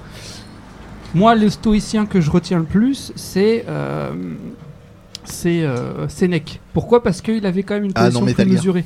S3: Moi, le stoïcien que je retiens le plus, c'est euh, c'est euh, Sénèque. Pourquoi Parce qu'il avait quand même une
S1: Ah non,
S3: position
S1: mais
S3: plus
S1: Italien.
S3: mesurée.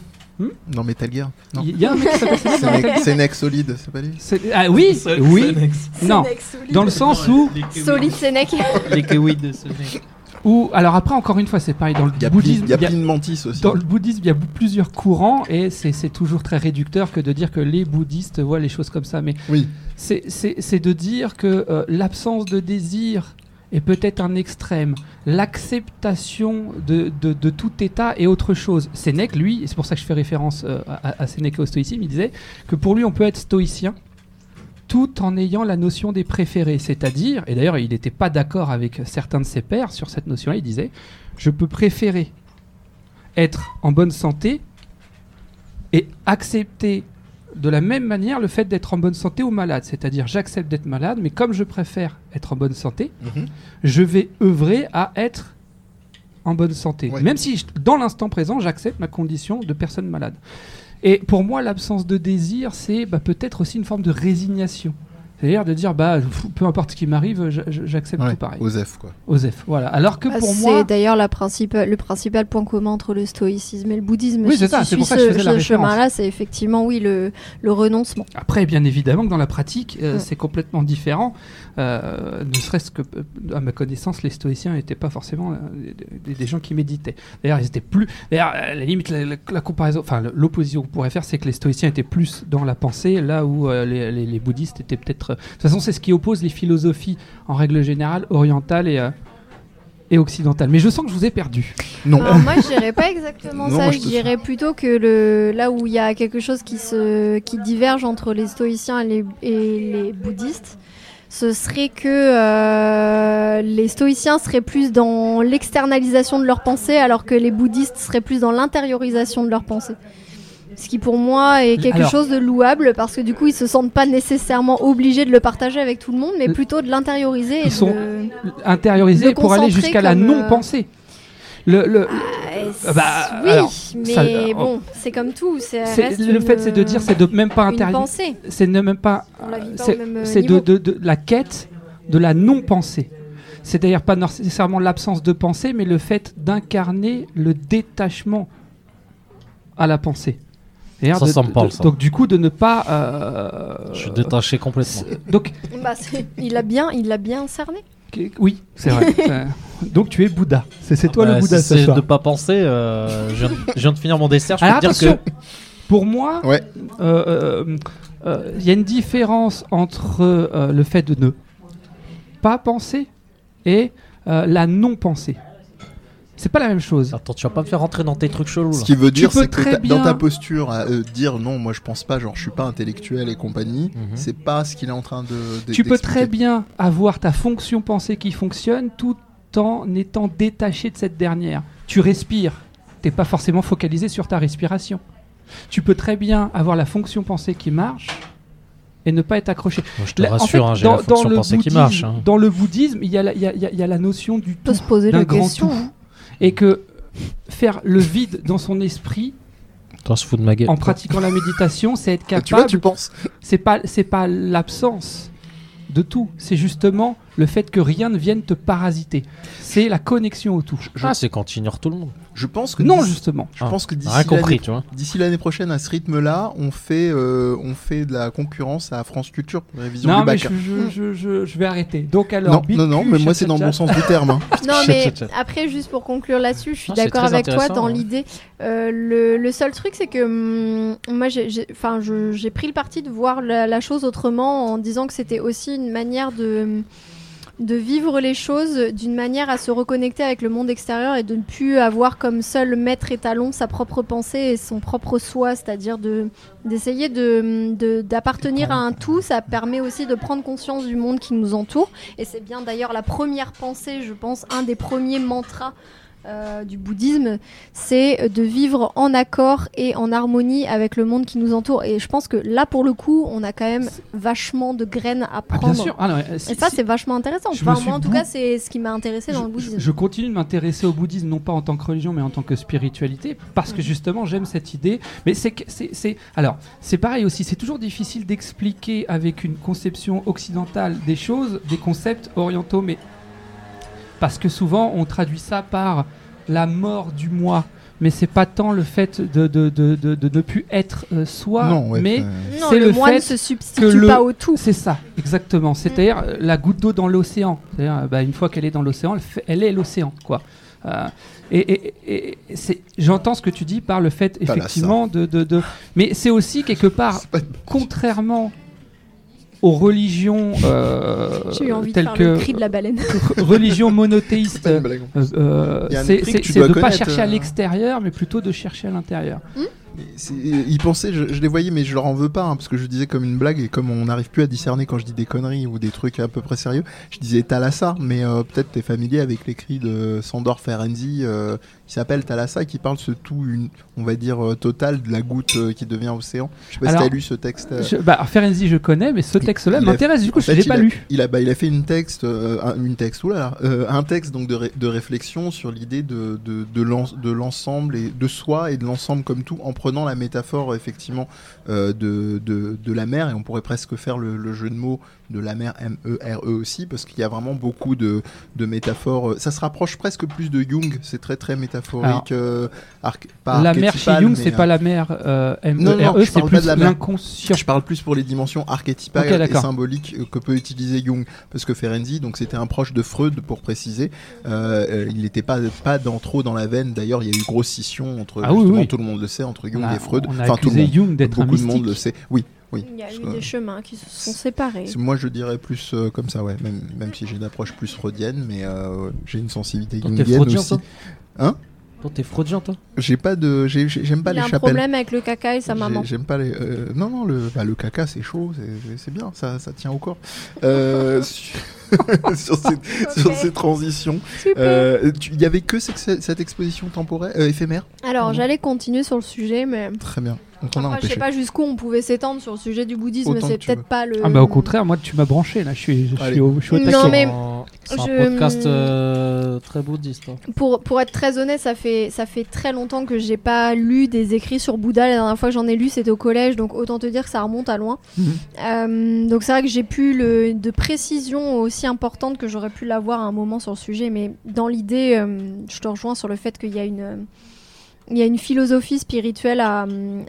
S1: Non, Metal Gear. Non.
S3: Il y a un mec qui s'appelle Sénèque.
S1: C'est Nex- C'est Nex solide, c'est pas lui
S3: C'est- Ah oui, oui, non.
S4: Sénèque, solide.
S3: Dans le sens où
S4: Solide Sénèque.
S2: Les kiwis de ce mec.
S3: Ou alors après encore une fois c'est pareil dans le
S1: Il y a Pli-
S3: bouddhisme.
S1: il y a
S3: il y a-
S1: Pline Mantis aussi.
S3: dans le bouddhisme, il y a bou- plusieurs courants et c'est c'est toujours très réducteur que de dire que les bouddhistes voient les choses comme ça. Mais
S1: Oui.
S3: c'est- c'est c'est de dire que euh, l'absence de désir et peut-être un extrême. L'acceptation de, de, de, tout état est autre chose. Sénèque, lui, et c'est pour ça que je fais référence euh, à, à, Sénèque et au stoïcisme, il disait que pour lui, on peut être stoïcien tout en ayant la notion des préférés. C'est-à-dire, et d'ailleurs, il n'était pas d'accord avec certains de ses pairs sur cette notion-là, il disait Je peux préférer être en bonne santé et accepter de la même manière le fait d'être en bonne santé ou malade. C'est-à-dire, j'accepte d'être malade, mais comme je préfère être en bonne santé,
S1: Mhm.
S3: mmh. je vais œuvrer à être en bonne santé. Ouais. Même si, je, dans l'instant présent, j'accepte ma condition de personne malade. Et pour moi, l'absence de désir, c'est bah, peut-être aussi une forme de résignation. C'est-à-dire de dire, bah, peu importe ce qui m'arrive, j'accepte ouais, tout pareil.
S1: Osef, quoi.
S3: Osef, voilà. Alors que bah, pour
S4: moi. Ah, C'est d'ailleurs le principal point commun entre le stoïcisme et le bouddhisme.
S3: Oui, c'est si ça, c'est pour ça que je faisais
S4: ce,
S3: la
S4: ce chemin-là, c'est effectivement, oui, le, le, renoncement.
S3: Après, bien évidemment que dans la pratique, euh, ouais. c'est complètement différent. Euh, ne serait-ce que, euh, à ma connaissance, les stoïciens n'étaient pas forcément euh, des, des, gens qui méditaient. D'ailleurs, ils étaient plus. D'ailleurs, à la limite, la, la, la comparaison, enfin, l'opposition qu'on pourrait faire, c'est que les stoïciens étaient plus dans la pensée, là où euh, les, les, les bouddhistes étaient peut-être euh, de toute façon, c'est ce qui oppose les philosophies en règle générale orientale et, euh, et occidentale. Mais je sens que je vous ai perdu.
S1: Non.
S4: Alors moi, je dirais pas exactement non, ça. Je dirais plutôt que le, là où il y a quelque chose qui, se, qui diverge entre les stoïciens et les, et les bouddhistes, ce serait que euh, les stoïciens seraient plus dans l'externalisation de leurs pensées, alors que les bouddhistes seraient plus dans l'intériorisation de leurs pensées. Ce qui pour moi est quelque Alors, chose de louable parce que du coup ils se sentent pas nécessairement obligés de le partager avec tout le monde, mais plutôt de l'intérioriser.
S3: Ils sont intériorisés pour aller jusqu'à la non-pensée. Le, le, Euh,
S4: ah, bah, oui, alors, mais ça, bon, c'est comme tout. Ah, Reste
S3: le fait, euh, oh. c'est de dire, c'est de même pas intérioriser. C'est ne même pas.
S4: euh,
S3: C'est de, de, de, la quête de la non-pensée. C'est d'ailleurs pas nécessairement l'absence de pensée, mais le fait d'incarner le détachement à la pensée.
S6: Ça,
S3: de,
S6: ça me parle,
S3: de,
S6: ça.
S3: Donc du coup de ne pas. Euh,
S6: je suis détaché complètement.
S3: Donc.
S4: Bah, il a bien, il a bien cerné.
S3: Oui, c'est vrai. Euh, donc tu es Bouddha. C'est toi bah, le Bouddha.
S6: Si c'est de pas penser. Euh, je, viens, je, viens, de finir mon dessert. Je
S3: Alors,
S6: peux te
S3: attention,
S6: dire que.
S3: Pour moi,
S1: il ouais.
S3: euh, y a une différence entre euh, le fait de ne pas penser et euh, la non-pensée. C'est pas la même chose.
S6: Attends, tu vas pas me faire rentrer dans tes trucs chelous. Là.
S1: Ce qui veut dire, c'est que ta, bien... dans ta posture à euh, dire non, moi je pense pas, genre je suis pas intellectuel et compagnie, mm -hmm. c'est pas ce qu'il est en train de. de
S3: Mhm. tu peux très bien avoir ta fonction pensée qui fonctionne tout en étant détaché de cette dernière. Tu respires, t'es pas forcément focalisé sur ta respiration. Tu peux très bien avoir la fonction pensée qui marche et ne pas être accroché.
S6: Moi, je te la, rassure, en fait, hein, dans, la dans, le bouddhisme, qui marche, hein.
S3: dans le bouddhisme, il y, y, y, a la notion du
S4: tout, d'un
S3: grand question, tout, hein. et que faire le vide dans son esprit.
S6: Toi, se fout de ma gueule,
S3: en pratiquant la méditation, c'est être capable.
S1: tu vois, tu penses.
S3: C'est pas, c'est pas l'absence de tout. C'est justement le fait que rien ne vienne te parasiter. C'est la connexion aux touches.
S6: Je... Ah, c'est quand tu ignores tout le monde.
S1: Je pense que
S3: non justement.
S1: Je ah, pense que d'ici l'année prochaine, à ce rythme-là, on fait euh, on fait de la concurrence à France Culture pour la révision
S3: non,
S1: du
S3: mais
S1: bac. hein.
S3: Je, je, je, je, vais arrêter. Donc alors.
S1: Non non, non mais moi c'est dans le bon sens du terme. Hein.
S4: non mais après juste pour conclure là-dessus, je suis d'accord avec toi dans ouais. l'idée. Euh, le, le, seul truc c'est que hum, moi j'ai enfin j'ai pris le parti de voir la, la chose autrement en disant que c'était aussi une manière de mm, de vivre les choses d'une manière à se reconnecter avec le monde extérieur et de ne plus avoir comme seul maître étalon sa propre pensée et son propre soi, c'est-à-dire de d'essayer de d'appartenir de, à un tout. Ça permet aussi de prendre conscience du monde qui nous entoure et c'est bien d'ailleurs la première pensée, je pense, un des premiers mantras. Euh, du bouddhisme, c'est de vivre en accord et en harmonie avec le monde qui nous entoure. Et je pense que là, pour le coup, on a quand même vachement de graines à prendre. Ah,
S3: bien sûr. Ah, non, euh,
S4: si, et ça, si... c'est vachement intéressant. Enfin, moi, en tout bou... cas, c'est ce qui m'a intéressé
S3: je,
S4: dans le bouddhisme.
S3: Je, je continue de m'intéresser au bouddhisme, non pas en tant que religion, mais en tant que spiritualité, parce que justement, j'aime cette idée. Mais c'est, c'est, alors, c'est pareil aussi. C'est toujours difficile d'expliquer avec une conception occidentale des choses, des concepts orientaux, mais parce que souvent on traduit ça par la mort du moi. Mais c'est pas tant le fait de, de, de, de ne plus être euh, soi, non, ouais, mais
S4: non, le, le
S3: moi
S4: ne se substitue pas au tout.
S3: C'est ça, exactement. C'est-à-dire mm. la goutte d'eau dans l'océan. Bah, une fois qu'elle est dans l'océan, elle, elle, est l'océan, quoi. Euh, et, et, et j'entends ce que tu dis par le fait effectivement de, Mais c'est aussi quelque part, contrairement aux religions euh,
S4: J'ai eu envie de
S3: telles
S4: faire le
S3: que
S4: cri de la baleine.
S3: religions monothéistes,
S1: C'est pas une blague. hein.
S3: euh,
S1: Il y a un
S3: c'est
S1: truc que tu
S3: c'est
S1: dois
S3: de pas
S1: connaître,
S3: chercher à
S1: euh.
S3: l'extérieur, mais plutôt de chercher à l'intérieur.
S1: C'est- Ils pensaient, je, je les voyais, mais je leur en veux pas, hein, parce que je disais comme une blague, et comme on n'arrive plus à discerner quand je dis des conneries ou des trucs à peu près sérieux, je disais Thalassa, mais euh, peut-être t'es familier avec les cris de Sandor Ferenzi, euh, qui s'appelle Thalassa, et qui parle ce tout, une, on va dire, euh, total de la goutte euh, qui devient océan. Je sais pas si
S3: Alors,
S1: t'as lu ce texte. euh,
S3: Je- bah, Ferenzi, je connais, mais ce texte-là
S1: il a-
S3: m'intéresse. Du coup,
S1: en
S3: je
S1: fait,
S3: l'ai
S1: il
S3: pas
S1: a-
S3: lu.
S1: Il a, bah, il a fait une texte, euh, un- une texte, oulala, euh, un texte donc de, ré- de réflexion sur l'idée de, de, de l'en- de l'ensemble et de soi et de l'ensemble comme tout, en prenant la métaphore effectivement euh, de, de, de la mer et on pourrait presque faire le, le jeu de mots de la mer M E R E aussi parce qu'il y a vraiment beaucoup de, de métaphores. euh, Ça se rapproche presque plus de Jung, c'est très très
S3: Alors,
S1: métaphorique. euh, arc- pas
S3: la mer chez
S1: archétypal,
S3: Jung,
S1: mais,
S3: c'est
S1: euh,
S3: pas la mer euh,
S1: Non, non,
S3: M-E-R-E,
S1: je
S3: c'est
S1: parle pas
S3: plus
S1: de la mer.
S3: l'inconscient.
S1: Je parle plus pour les dimensions archétypales
S3: Ok,
S1: et
S3: d'accord.
S1: symboliques euh, que peut utiliser Jung, parce que Ferenzi, donc c'était un proche de Freud pour préciser. Euh, euh, il n'était pas pas dans, trop dans la veine. D'ailleurs, il y a eu grosse scission entre
S3: Ah oui,
S1: justement,
S3: oui.
S1: tout le monde le sait entre Jung
S3: on a,
S1: et Freud.
S3: Ah, on a
S1: enfin, tout le
S3: accusé
S1: monde.
S3: Jung d'être un
S1: Beaucoup de
S3: mystique.
S1: monde le sait. Oui, oui.
S4: Il y a eu
S1: Euh,
S4: des chemins qui se sont séparés.
S1: c'est- Moi, je dirais plus euh, comme ça, ouais. Même, même si j'ai une approche plus freudienne, mais euh, j'ai une sensibilité
S6: Donc, t'es
S1: jungienne
S6: fraudulent,
S1: aussi.
S6: toi
S1: Hein
S6: Donc, t'es fraudulent, toi
S1: J'ai pas de, j'ai- j'ai- j'aime pas
S4: il
S1: les
S4: a un
S1: chapelles.
S4: problème avec le caca et sa
S1: J'ai-
S4: maman.
S1: J'aime pas les. euh, non, non, le, bah, le caca, c'est chaud, c'est- c'est bien, ça, ça tient au corps. Euh, sur, sur ces, sur ces transitions,
S4: Super.
S1: euh, tu- il y avait que cette, cette exposition temporaire, euh, éphémère
S4: Alors j'allais continuer sur le sujet, mais
S1: Très bien, donc on a
S4: Après, je
S1: empêché.
S4: sais pas jusqu'où on pouvait s'étendre sur le sujet du bouddhisme.
S1: Autant
S4: C'est
S1: que tu
S4: peut-être
S1: veux.
S4: pas le.
S3: Ah bah au contraire, moi tu m'as branché là, je suis, je
S1: Allez.
S3: suis au, je suis au
S4: Non,
S3: taquet.
S4: mais-
S6: C'est un
S4: je-
S6: podcast euh, très bouddhiste. hein.
S4: Pour, pour être très honnête, ça fait, ça fait très longtemps que j'ai pas lu des écrits sur Bouddha. La dernière fois que j'en ai lu, c'était au collège, donc autant te dire que ça remonte à loin. Euh, donc c'est vrai que j'ai pu le, de précision aussi importante que j'aurais pu l'avoir à un moment sur le sujet, mais dans l'idée, euh, je te rejoins sur le fait qu'il y a une. euh, il y a une philosophie spirituelle à,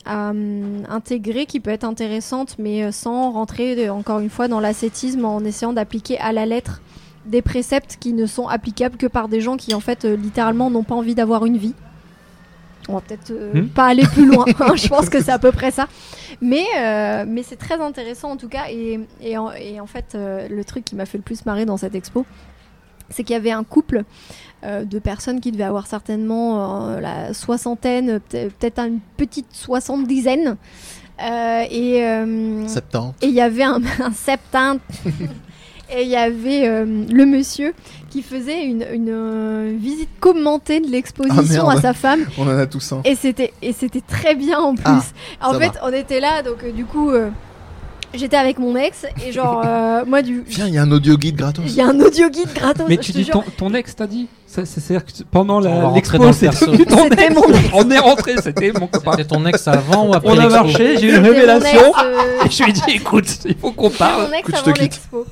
S4: à, euh, intégrer qui peut être intéressante, mais euh, sans rentrer euh, encore une fois dans l'ascétisme en essayant d'appliquer à la lettre des préceptes qui ne sont applicables que par des gens qui en fait euh, littéralement n'ont pas envie d'avoir une vie. On va peut-être euh,
S3: Hmm.
S4: pas aller plus loin. hein, je pense que c'est à peu près ça. Mais, euh, mais c'est très intéressant en tout cas. Et, et, en, et en fait, euh, le truc qui m'a fait le plus marrer dans cette expo, c'est qu'il y avait un couple euh, de personnes qui devaient avoir certainement euh, la soixantaine, peut- peut-être une petite soixante-dizaine. Euh, et, euh,
S1: Septembre.
S4: et il y avait un, un septembre. Et il y avait euh, le monsieur qui faisait une, une, euh, visite commentée de l'exposition
S1: Ah, merde.
S4: à sa femme.
S1: On en a tous un.
S4: Et c'était et c'était très bien en plus.
S1: Ah,
S4: en
S1: ça
S4: fait, on était là, donc euh, du coup, euh, j'étais avec mon ex et genre, euh, moi, du.
S1: Viens, il y a un audio guide
S4: Il
S1: gratos.
S4: y a un audio guide gratos.
S3: Mais
S4: je
S3: tu
S4: te
S3: dis
S4: jure.
S3: ton, ton ex t'as dit Ça- ça- C'est-à-dire que pendant
S6: On va
S3: la-
S6: rentrer dans
S3: l'expo
S6: le
S3: c'était
S6: perso.
S3: devenu ton
S4: C'était
S3: ex.
S4: mon ex.
S3: On est rentré, c'était mon
S4: Bah.
S3: copain.
S6: C'était ton ex avant ou après
S3: On a
S6: l'expo
S3: marché, j'ai eu
S4: C'était
S3: une
S4: mon
S3: révélation
S4: ex, euh,
S3: et je lui ai dit écoute, il faut qu'on
S4: c'était
S3: parle.
S4: mon ex
S1: Écoute, je te
S4: avant
S1: quitte.
S4: l'expo.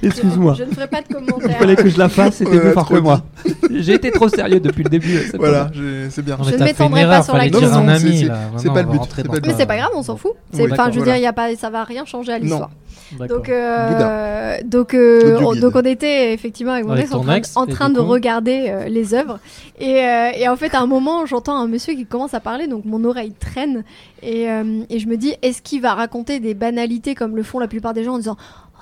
S3: Excuse-moi.
S4: Je ne ferai pas de
S3: Il
S4: commentaires.
S3: fallait que je la fasse, c'était
S1: Ouais,
S3: plus fort
S1: trop
S3: que moi. J'ai été trop sérieux depuis le début. euh, c'est pour
S1: Voilà,
S3: ça.
S1: j'ai- c'est bien.
S6: Non, mais
S4: Je ne
S6: t'as fait
S4: m'étendrai
S6: une
S4: pas
S6: erreur,
S4: sur la
S6: fallait
S1: question.
S6: dire un
S1: Non, non,
S6: ami, là.
S1: c'est- c'est-
S6: Maintenant,
S1: c'est pas
S6: on
S1: le
S6: va
S1: but,
S6: rentrer
S1: c'est
S6: dans
S1: pas le
S6: le-
S1: but.
S4: Mais c'est pas grave, on s'en fout. C'est-
S1: Oui,
S4: Enfin, je veux
S1: d'accord.
S4: dire, il y a pas, ça va rien changer à
S1: Non.
S4: l'histoire.
S6: D'accord.
S4: Donc, euh,
S1: Bouddha.
S4: donc, euh,
S1: L'audio
S4: on,
S1: guide.
S4: donc on était effectivement avec mon
S6: Avec
S4: ex en
S6: ton
S4: train,
S6: ex,
S4: en
S6: et
S4: train
S6: du
S4: de
S6: coup
S4: regarder euh, les œuvres. Et, euh, et en fait, à un moment, j'entends un monsieur qui commence à parler, donc mon oreille traîne. Et, euh, et je me dis, est-ce qu'il va raconter des banalités comme le font la plupart des gens en disant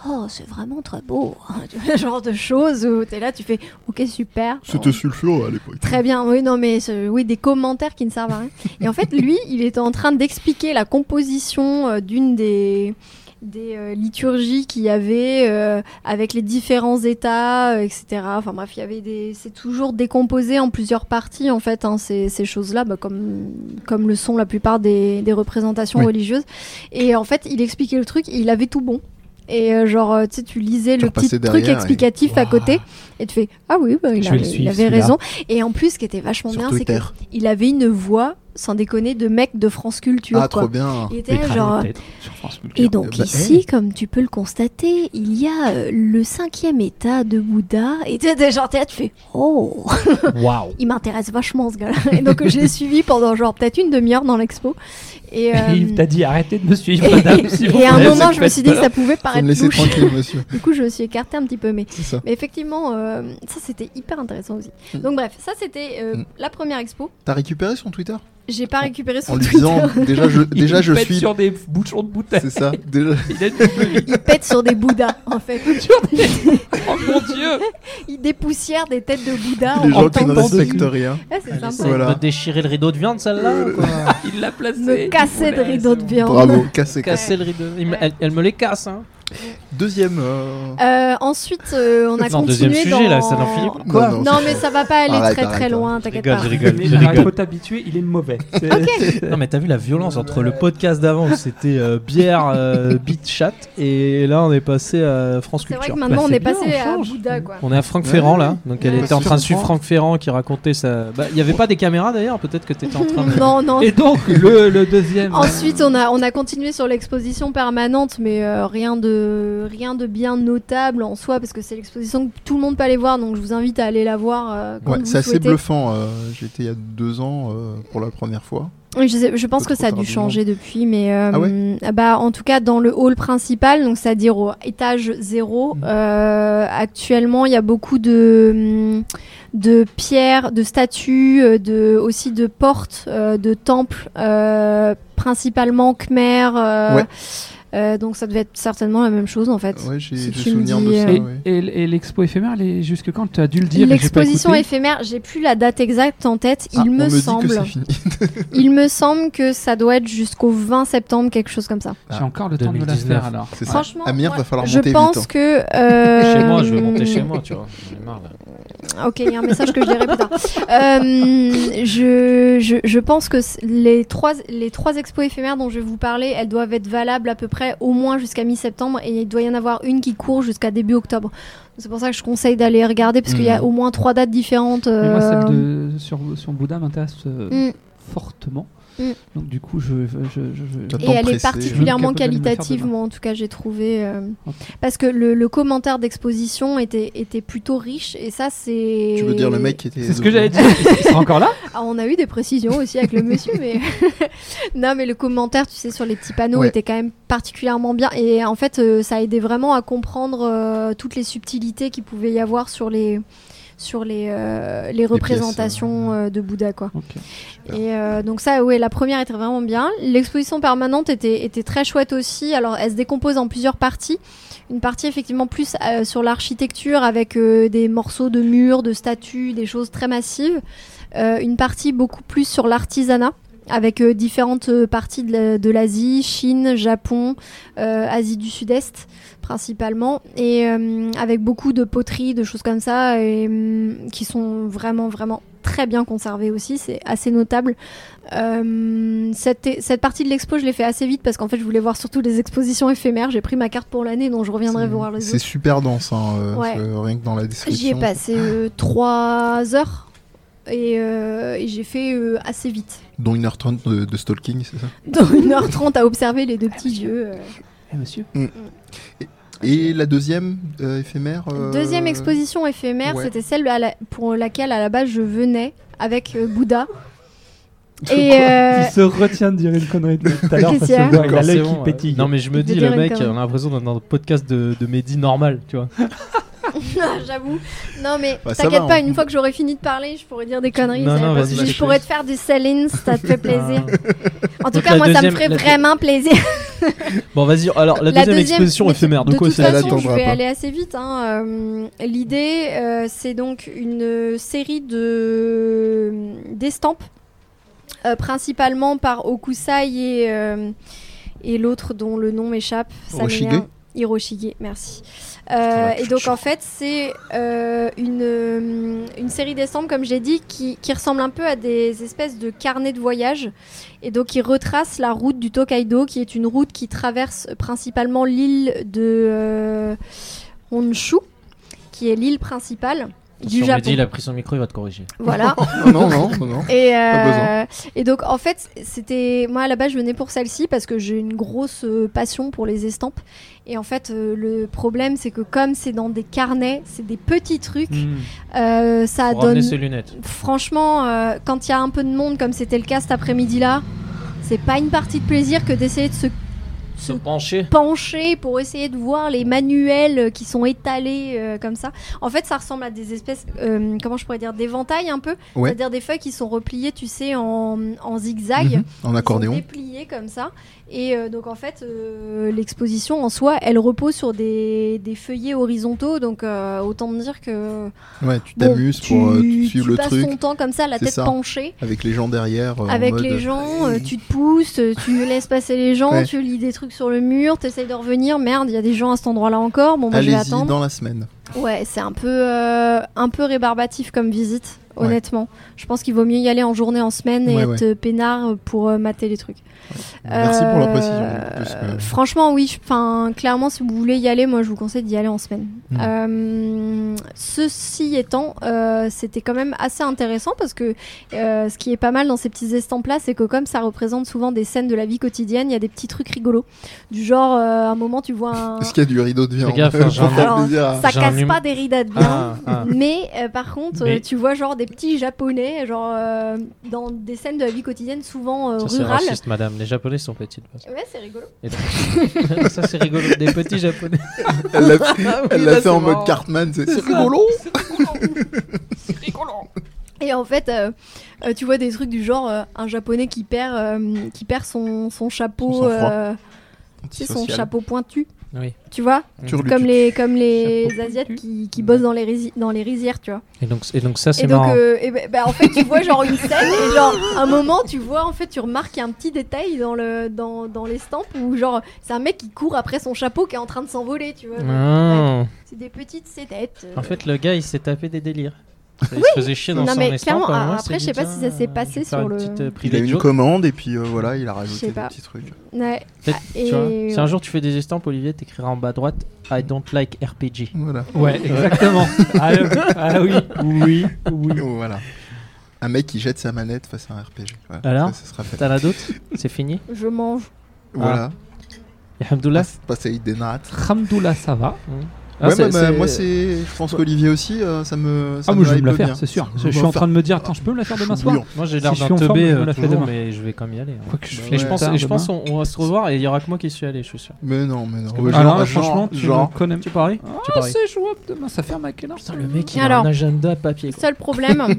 S4: Oh, c'est vraiment très beau Tu vois, Ce genre de choses où t'es là, tu fais Ok, super.
S1: C'était sulfureux à l'époque.
S4: Très bien, oui, non, mais ce- oui, des commentaires qui ne servent à rien. Et en fait, lui, il était en train d'expliquer la composition euh, d'une des, des euh, liturgies qu'il y avait euh, avec les différents états, euh, etc. Enfin bref, il y avait des, c'est toujours décomposé en plusieurs parties en fait hein, ces, ces choses-là, bah, comme comme le sont la plupart des, des représentations
S1: Oui.
S4: religieuses. Et en fait, il expliquait le truc, il avait tout bon. Et euh, genre, euh, tu sais, tu lisais
S1: Tu
S4: le petit
S1: repassais
S4: truc
S1: derrière et-
S4: explicatif à côté et tu fais Ah oui, bah, il,
S3: Je
S4: avait-
S3: vais le
S4: il
S3: suivre,
S4: avait
S3: celui-là.
S4: raison. Et en plus, ce qui était vachement
S1: Sur
S4: bien, c'est
S1: Twitter.
S4: qu'il avait une voix, sans déconner, de mec de France Culture.
S1: Ah,
S4: quoi.
S1: trop bien.
S4: Il était
S3: Les
S4: là,
S3: crânes,
S4: genre.
S3: peut-être, sur France Culture.
S4: Et donc
S1: bah,
S4: ici, comme tu peux le constater, il y a euh, le cinquième état de Bouddha. Et tu sais, genre, t'es là, tu fais Oh
S6: Waouh.
S4: Il m'intéresse vachement ce gars-là. Et donc je l'ai suivi pendant genre peut-être une demi-heure dans l'expo. Et, euh,
S3: Et il t'a dit arrêtez de me suivre, madame. s'il vous
S4: et à un
S3: plaît,
S4: moment,
S3: vous
S4: je me suis dit
S3: faites
S4: que ça pouvait
S1: Faut me
S4: paraître
S1: laisser
S4: louche.
S1: tranquille, monsieur.
S4: Du coup, je me suis écartée un petit peu, mais
S1: C'est ça.
S4: mais effectivement, euh, ça c'était hyper intéressant aussi.
S1: Mm.
S4: Donc bref, ça c'était euh,
S1: Mm.
S4: la première expo.
S1: T'as récupéré son Twitter
S4: J'ai pas récupéré son
S1: en lui
S4: Twitter.
S1: disant déjà je,
S3: Il
S1: déjà je
S3: pète
S1: suis.
S3: sur des bouchons de bouteille.
S1: C'est ça. Déjà...
S3: Il a une-
S4: Il pète sur des bouddhas, en fait.
S3: sur des- Oh mon dieu
S4: Il dépoussière des têtes de bouddhas
S1: Les
S4: Ah, en
S1: gens qui ne
S4: tombant dessus.
S1: respectent rien.
S4: Ah, c'est sympa.
S1: essaie Voilà. de
S2: déchirer le rideau de viande, celle-là
S3: Il l'a placé.
S4: Me casser de
S3: Voilà,
S4: rideaux
S3: c'est
S4: de
S3: bon.
S4: viande.
S1: Bravo, cassé. cassé.
S2: Casser le rideau. Il me- elle, elle me les casse, hein.
S1: Deuxième. euh,
S4: Euh, ensuite, euh, on a
S2: Non,
S4: continué
S2: deuxième sujet,
S4: dans...
S2: là, ça n'en finit pas.
S1: Quoi
S4: non,
S1: Non,
S4: mais ça va pas aller
S1: Arrête,
S4: très
S1: arrête,
S4: très
S1: arrête.
S4: loin,
S2: Je
S4: t'inquiète
S2: rigole,
S4: pas.
S2: je rigole, je
S7: Il faut
S2: rigole.
S7: t'habituer, il est mauvais. C'est-
S6: Non mais t'as vu la violence entre le podcast d'avant où c'était euh, bière, euh, beat chat et là on est passé à France
S4: C'est vrai
S6: Culture.
S4: que maintenant
S3: Bah,
S4: on
S3: c'est
S4: est
S3: bien,
S4: passé
S3: on
S4: à
S3: change.
S4: Bouddha, quoi.
S6: On est à Franck
S1: Ouais,
S6: Ferrand
S1: ouais.
S6: là, donc elle
S4: Ouais.
S6: était en train de
S1: Sur
S6: suivre
S1: Franck.
S6: Franck Ferrand qui racontait sa. Bah, Il y avait pas des caméras d'ailleurs, peut-être que t'étais en train de.
S4: Non, non.
S3: Et donc, le, le deuxième.
S4: Ensuite, on a, on a continué sur l'exposition permanente, mais euh, rien, de, rien de bien notable en soi, parce que c'est l'exposition que tout le monde peut aller voir, donc je vous invite à aller la voir euh, quand
S1: Ouais,
S4: vous
S1: c'est assez
S4: souhaitez.
S1: bluffant. euh, J'étais il y a deux ans euh, pour la première fois.
S4: Oui, Je, sais- je pense que
S1: Peut-être
S4: ça a
S1: trop
S4: dû
S1: tardivement.
S4: changer depuis, mais euh,
S1: Ah
S4: bah, en tout cas dans le hall principal, donc c'est-à-dire au étage zéro,
S1: Mhm.
S4: euh, actuellement il y a beaucoup de, hum, de pierres, de statues, euh, de, aussi de portes, euh, de temples, euh, principalement khmer. euh,
S1: Ouais.
S4: euh, donc ça devait être certainement la même chose en fait.
S1: Ouais, j'ai
S4: Si
S1: j'ai
S4: tu me
S1: souvenir
S4: dis,
S1: de ça.
S4: euh,
S3: Et,
S1: ouais.
S3: et- et l'expo éphémère, elle est jusque quand Tu as dû le dire. mais j'ai pas
S4: L'exposition
S3: écouté.
S4: éphémère, j'ai plus la date exacte en tête,
S1: Ah,
S4: il
S1: on
S4: me,
S1: dit que
S4: semble.
S1: c'est fini.
S4: Il me semble que ça doit être jusqu'au 20 septembre, quelque chose comme ça.
S3: J'ai encore le temps de me la
S2: 2019.
S3: faire alors.
S1: C'est ça.
S4: Franchement,
S1: Amir,
S4: moi,
S1: Ah, va falloir
S4: je
S1: monter vite.
S4: pense
S1: hein.
S4: que. euh,
S2: Chez moi, je vais monter chez moi, tu vois. J'en ai marre, là.
S4: Ok, il y a un message que je dirai plus tard. Euh, je, je, je pense que c- les trois, les trois expos éphémères dont je vais vous parler, elles doivent être valables à peu près au moins jusqu'à mi-septembre et il doit y en avoir une qui court jusqu'à début octobre. C'est pour ça que je conseille d'aller regarder parce qu'il y a
S1: Mhm.
S4: au moins trois dates différentes.
S3: Mais moi,
S4: euh,
S3: celle de, sur, sur Bouddha m'intéresse euh,
S4: mm.
S3: fortement.
S4: Mm.
S3: Donc, du coup, je. je, je- je-
S1: T'attends.
S4: Et elle
S1: pressé,
S4: est particulièrement
S3: je me capote, je vais me la faire
S4: qualitative,
S3: demain.
S4: moi en tout cas j'ai trouvé. euh,
S3: Ok.
S4: Parce que le, le commentaire d'exposition était, était plutôt riche et ça c'est.
S1: Tu veux dire le mec qui était.
S3: C'est ce que j'allais dire. Il sera encore là
S4: Ah, on a eu des précisions aussi avec le monsieur, mais non, mais le commentaire, tu sais, sur les petits panneaux
S1: Ouais.
S4: était quand même particulièrement bien. Et en fait, euh, ça a aidé vraiment à comprendre euh, toutes les subtilités qu'il pouvait y avoir sur les sur les, euh, les représentations
S1: pièces,
S4: euh, de Bouddha quoi.
S3: Ok.
S4: Et euh, donc ça ouais la première était vraiment bien. L'exposition permanente était, était très chouette aussi. Alors elle se décompose en plusieurs parties. Une partie effectivement plus euh, sur l'architecture avec euh, des morceaux de murs, de statues, des choses très massives. Euh, une partie beaucoup plus sur l'artisanat avec euh, différentes euh, parties de la- de l'Asie, Chine, Japon, euh, Asie du Sud-Est principalement, et euh, avec beaucoup de poteries, de choses comme ça, et, hum, qui sont vraiment, vraiment très bien conservées aussi, c'est assez notable. Euh, cette, cette partie de l'expo, je l'ai fait assez vite parce qu'en fait, je voulais voir surtout les expositions éphémères, j'ai pris ma carte pour l'année, donc je reviendrai voir les
S1: C'est
S4: autres.
S1: super dense, hein, euh,
S4: Ouais.
S1: c'est- rien que dans la
S4: J'y ai
S1: description.
S4: passé euh, trois heures. Et, euh, et j'ai fait euh, assez vite.
S1: Dont une heure trente de, de stalking, c'est ça
S4: Dans 1h30 à observer les deux petits yeux. euh.
S3: Eh, monsieur.
S1: Et la deuxième euh, éphémère euh,
S4: Deuxième exposition éphémère,
S1: ouais.
S4: c'était celle à la- pour laquelle à la base je venais avec euh, Bouddha. Et euh,
S7: Il se retient de dire une connerie de tout à l'heure
S4: Qu'est-ce
S7: parce
S4: qu'il y a
S7: que bon, il a
S1: Bah,
S2: D'accord,
S7: l'œil
S2: c'est
S7: qui
S2: bon, ouais.
S7: pétille.
S6: euh, Non mais je me
S4: Il
S6: dis
S4: veut
S6: le
S4: dire
S6: mec,
S4: une
S6: on a l'impression d'être dans un podcast de, de Mehdi normal, tu vois.
S4: euh, j'avoue. Non mais
S1: Bah, ça
S4: t'inquiète
S1: va,
S4: pas,
S1: on-
S4: une fois que j'aurais fini de parler, je pourrais dire des conneries.
S6: hein. Non,
S4: ça va
S6: non,
S4: pas de
S6: vas-y,
S4: souci.
S6: vas-y,
S4: je pourrais
S6: vas-y.
S4: te faire des salines, si ça te fait plaisir. En tout
S6: Ah. Donc
S4: cas,
S6: la
S4: moi ça me
S6: deuxième-
S4: ferait
S6: la-
S4: vraiment plaisir.
S6: Bon vas-y, alors la deuxième, exposition
S4: mais
S6: éphémère, de,
S4: de
S6: quoi
S4: toute
S6: c'est
S1: Elle
S4: façon, je
S1: attendra
S4: vais
S1: pas.
S4: aller assez vite. hein. Euh, L'idée, euh, c'est donc une euh, série de d'estampes, euh, principalement par Okusai et, euh, et l'autre dont le nom m'échappe. ça
S1: Hiroshige
S4: m'énerve. Hiroshige, merci. Euh,
S1: la
S4: et donc en fait, c'est euh, une, euh, une série d'estampes, comme j'ai dit, qui, qui ressemble un peu à des espèces de carnets de voyage. Et donc, il retrace la route du Tokaido, qui est une route qui traverse principalement l'île de euh, Honshu, qui est l'île principale du
S2: Attention, Mehdi,
S4: Japon.
S2: il a pris son micro, il va te corriger.
S4: Voilà.
S1: Non, non, non, non.
S4: Et,
S1: Pas
S4: euh, et donc, en fait, c'était moi à la base, je venais pour celle-ci parce que j'ai une grosse euh, passion pour les estampes. Et en fait, euh, le problème, c'est que comme c'est dans des carnets, c'est des petits trucs,
S3: Hmm.
S4: euh, ça
S2: Hmm. Faut ramener
S4: donne
S2: ses lunettes.
S4: franchement, euh, quand il y a un peu de monde, comme c'était le cas cet après-midi là, c'est pas une partie de plaisir que d'essayer de se,
S2: se pencher.
S4: pencher pour essayer de voir les manuels qui sont étalés euh, comme ça. En fait, ça ressemble à des espèces, euh, comment je pourrais dire, d'éventail un peu.
S1: Ouais.
S4: C'est-à-dire des feuilles qui sont repliées, tu sais, en, en zigzag.
S1: Mhm, en
S4: Qui sont
S1: accordéon.
S4: dépliées comme ça. Et euh, donc, en fait, euh, l'exposition en soi, elle repose sur des, des feuillets horizontaux. Donc, euh, autant me dire que.
S1: Ouais, tu
S4: Bon,
S1: t'amuses pour euh,
S4: tu-
S1: tu suivre
S4: tu
S1: le
S4: passes
S1: truc
S4: ton temps comme ça, la
S1: C'est
S4: tête
S1: ça.
S4: penchée.
S1: avec les gens derrière. euh, en
S4: Avec
S1: mode,
S4: les gens, euh, tu te pousses, euh, tu laisses passer les gens,
S1: Ouais.
S4: tu lis des trucs sur le mur, t'essayes de revenir. Merde, il y a des gens à cet endroit-là encore. Bon, bah, je vais
S1: Allez-y
S4: attendre.
S1: dans la semaine.
S4: Ouais, c'est un peu, euh, un peu rébarbatif comme visite,
S1: Ouais.
S4: honnêtement. Je pense qu'il vaut mieux y aller en journée, en semaine et
S1: Ouais,
S4: être peinard pour euh, mater les trucs.
S1: Merci pour la précision,
S4: Euh,
S1: parce que-
S4: Franchement, oui. je- 'fin, clairement, si vous voulez y aller, moi, je vous conseille d'y aller en semaine.
S1: Mm.
S4: Euh, ceci étant, euh, c'était quand même assez intéressant parce que euh, ce qui est pas mal dans ces petits estampes-là, c'est que comme ça représente souvent des scènes de la vie quotidienne, il y a des petits trucs rigolos. Du genre, euh, à un moment, tu vois un...
S1: Est-ce qu'il y a du rideau de viande
S2: Fais gaffe, hein,
S1: Pour
S2: j'ai un-
S1: faire
S4: Alors,
S1: plaisir à-
S4: ça
S2: J'ai un
S4: casse
S2: hum-
S4: pas des rides à de viande.
S2: Ah, ah.
S4: Mais euh, par contre,
S2: Mais-
S4: euh, tu vois genre des petits japonais, genre euh, dans des scènes de la vie quotidienne souvent euh,
S2: Ça, c'est
S4: rurales.
S2: raciste, madame. Les japonais sont petits. de base.
S4: Ouais, c'est rigolo.
S2: Et donc- ça, c'est rigolo. Des petits japonais.
S1: Elle l'a fait, elle l'a
S2: là,
S4: bah,
S1: fait en
S2: c'est
S1: mode
S2: marrant.
S1: Cartman, c'est c'est rigolo.
S4: Et en fait, euh, euh, tu vois des trucs du genre euh, un japonais qui perd, euh, qui perd son, son chapeau,
S1: Son sang-froid.
S4: euh, tu sais, son
S1: Antisocial.
S4: chapeau pointu.
S2: Oui.
S4: Tu vois,
S1: Turlutu.
S4: comme les, comme les
S2: Chapeau
S4: asiates
S2: pointu.
S4: qui, qui bossent dans les, rési- dans les rizières, tu vois.
S2: Et donc, et donc ça, c'est
S4: Et donc,
S2: marrant.
S4: euh, et ben- ben, en fait, tu vois genre une scène et genre un moment, tu vois, en fait, tu remarques qu'il y a un petit détail dans le dans, dans l'estampe où genre c'est un mec qui court après son chapeau qui est en train de s'envoler, tu vois. Donc, euh, ouais,
S2: Ah.
S4: c'est des petites cédettes. euh.
S2: En fait, le gars, il s'est tapé des délires. Il se faisait chier dans
S4: Non,
S2: son
S4: mais
S2: estampe,
S4: clairement,
S2: à un moment,
S4: ah, après,
S2: il s'est
S4: je sais
S2: dit,
S4: pas si ça s'est
S2: tiens,
S4: passé
S2: je vais faire
S4: sur
S2: une
S4: le-
S2: petite, euh,
S1: Il a
S2: privée
S1: eu
S2: de
S1: une
S2: joke.
S1: commande et puis euh, voilà, il a
S4: Je sais
S1: rajouté des
S4: pas.
S1: petits trucs.
S4: Ouais.
S2: Peut-être,
S4: Ah, Et-
S2: tu vois, Si un jour tu fais des estampes, Olivier, t'écriras en bas à droite I don't like RPG.
S1: Voilà.
S3: Ouais, exactement. ah, euh, ah oui, oui, oui.
S1: Oh, voilà. Un mec qui jette sa manette face à un RPG. Voilà,
S3: Ah
S2: Alors
S1: ça, ça se rappelle.
S2: T'as la d'autres C'est fini
S4: je mange.
S3: Ah.
S1: Voilà.
S2: Et Hamdoullah
S1: Passer des nattes.
S3: Ramdoula, ça va.
S2: Ah,
S1: ouais,
S2: c'est-
S1: bah, bah,
S2: c'est-
S1: moi c'est. Je pense qu'Olivier aussi, euh, ça me. Ça
S3: Ah,
S1: me
S3: moi je vais
S1: hype
S3: me la
S1: bien.
S3: faire, c'est sûr. Je,
S1: vais
S3: je suis
S1: me
S3: en train
S1: faire-
S3: de me dire, attends, je peux me la faire demain soir
S1: bouillant.
S2: Moi j'ai
S3: Si
S2: l'air
S3: je suis
S2: d'un
S3: en forme,
S2: teubé
S3: on
S2: euh,
S3: la fait
S2: toujours,
S3: demain.
S2: mais je vais quand même y aller. hein.
S3: Quoi que je
S1: Bah
S2: Et
S3: fais
S2: je
S1: ouais.
S2: pense,
S3: tard
S2: et je
S3: demain.
S2: pense on, on va se revoir et il y aura que moi qui suis allé, je suis sûr.
S1: Mais non, mais non.
S2: que-
S1: Genre-
S3: Alors là,
S1: genre-
S3: franchement, tu
S1: genre.
S3: me connais.
S2: Tu paries Tu
S3: Ah,
S2: paries.
S3: c'est jouable demain, ça ferme à quelle heure
S2: Putain, le mec il a
S4: Alors.
S2: un agenda papier. quoi.
S4: Seul problème,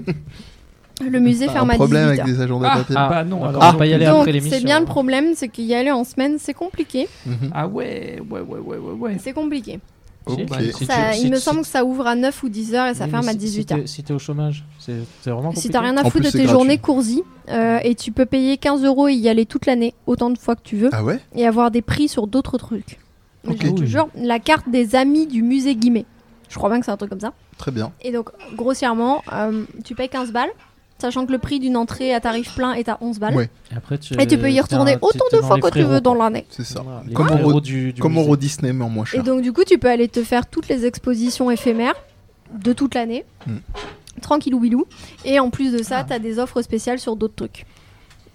S4: le musée
S1: Pas
S4: ferme
S1: un
S4: à 18
S1: problème
S4: h
S1: avec des agendas
S3: Ah,
S1: papier.
S3: ah, bah non,
S2: D'accord,
S3: alors.
S2: on va pas y aller hein.
S4: Donc
S2: après l'émission.
S4: c'est bien le problème, c'est qu'y aller en semaine, c'est compliqué.
S1: Mhm.
S3: Ah ouais, ouais, ouais, ouais, ouais, ouais.
S4: C'est compliqué.
S2: Si,
S1: Ok.
S2: bah, si
S4: Ça-
S2: tu-
S4: il
S2: si-
S4: me
S2: si-
S4: semble que ça ouvre à 9 ou 10 heures et ça
S2: oui,
S4: ferme
S2: mais
S4: à
S2: si-
S4: 18
S2: si
S4: h
S2: t'es- Si t'es au chômage, c'est c'est vraiment
S4: Si
S2: compliqué.
S4: t'as rien à
S1: En
S4: foutre
S1: plus,
S4: de
S1: c'est
S4: tes
S1: gratuit.
S4: journées, cours-y. euh, et tu peux payer 15 euros et y aller toute l'année, autant de fois que tu veux,
S1: Ah ouais
S4: et avoir des prix sur d'autres trucs.
S1: Ok.
S4: J'ai toujours la carte des amis du musée Guimet. Je crois bien que c'est un truc comme ça.
S1: Très bien.
S4: Et donc, grossièrement, euh, tu payes 15 balles, sachant que le prix d'une entrée à tarif plein est à 11 balles.
S1: Ouais.
S2: Après, tu,
S4: Et tu peux y retourner autant de fois que tu veux dans l'année.
S1: C'est ça. Comme
S2: Comme
S1: au-
S2: au du, du
S1: Comme au
S2: musée.
S1: Euro Disney, mais en moins
S4: Et
S1: cher.
S4: donc, du coup, tu peux aller te faire toutes les expositions éphémères de toute l'année,
S1: Mm.
S4: tranquillou bilou. Et en plus de ça,
S1: Ah.
S4: t'as des offres spéciales sur d'autres trucs.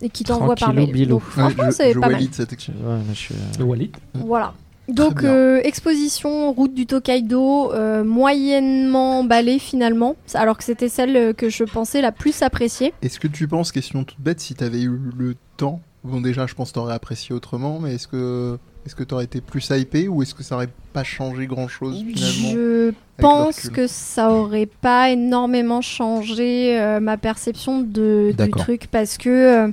S4: Et qui t'envoient par
S2: Tranquillou
S4: mail.
S2: bilou.
S4: Donc, franchement,
S1: Ouais, je-
S4: c'est
S1: je
S4: pas mal.
S1: valide cette
S2: Tu- ouais, mais je suis, euh,
S3: Le Walid.
S4: Voilà. Donc,
S1: bien.
S4: euh, exposition, route du Tokaido, euh, moyennement emballée finalement, alors que c'était celle que je pensais la plus appréciée.
S1: Est-ce que tu penses, question toute bête, si t'avais eu le temps, bon déjà je pense t'aurais apprécié autrement, mais est-ce que est-ce que t'aurais été plus hypé ou est-ce que ça aurait pas changé grand-chose finalement
S4: Je
S1: le
S4: pense
S1: recul.
S4: que ça aurait pas énormément changé euh, ma perception de, du
S1: D'accord.
S4: truc parce que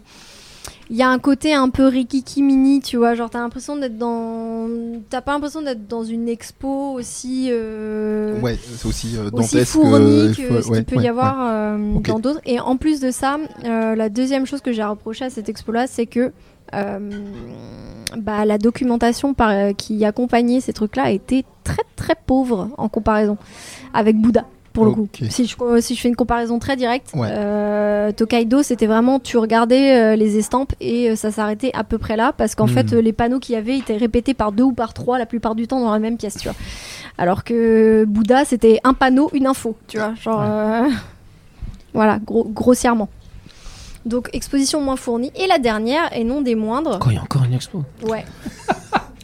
S4: il y a un côté un peu rikiki mini, tu vois, genre t'as l'impression d'être dans, t'as pas l'impression d'être dans une expo aussi. euh,
S1: Ouais, c'est aussi euh, dantesque.
S4: aussi fourni
S1: euh,
S4: que
S1: faut-
S4: ce
S1: ouais,
S4: qu'il peut
S1: ouais,
S4: y
S1: ouais.
S4: avoir euh,
S1: Ok.
S4: dans d'autres. Et en plus de ça, euh, la deuxième chose que j'ai reproché à cette expo-là, c'est que euh, bah, la documentation par- euh, qui accompagnait ces trucs-là était très très pauvre en comparaison avec Bouddha. Pour le
S1: Ok.
S4: coup, si je, euh, si je fais une comparaison très directe,
S1: Ouais.
S4: euh, Tokaido, c'était vraiment tu regardais euh, les estampes et euh, ça s'arrêtait à peu près là parce qu'en
S1: Hmm.
S4: fait euh, les panneaux qu'il y avait étaient répétés par deux ou par trois la plupart du temps dans la même pièce, tu vois. Alors que Bouddha, c'était un panneau, une info, tu vois. Genre, euh, voilà, gro- grossièrement. Donc, exposition moins fournie. Et la dernière, et non des moindres.
S2: Quand il y a encore une expo.
S4: Ouais.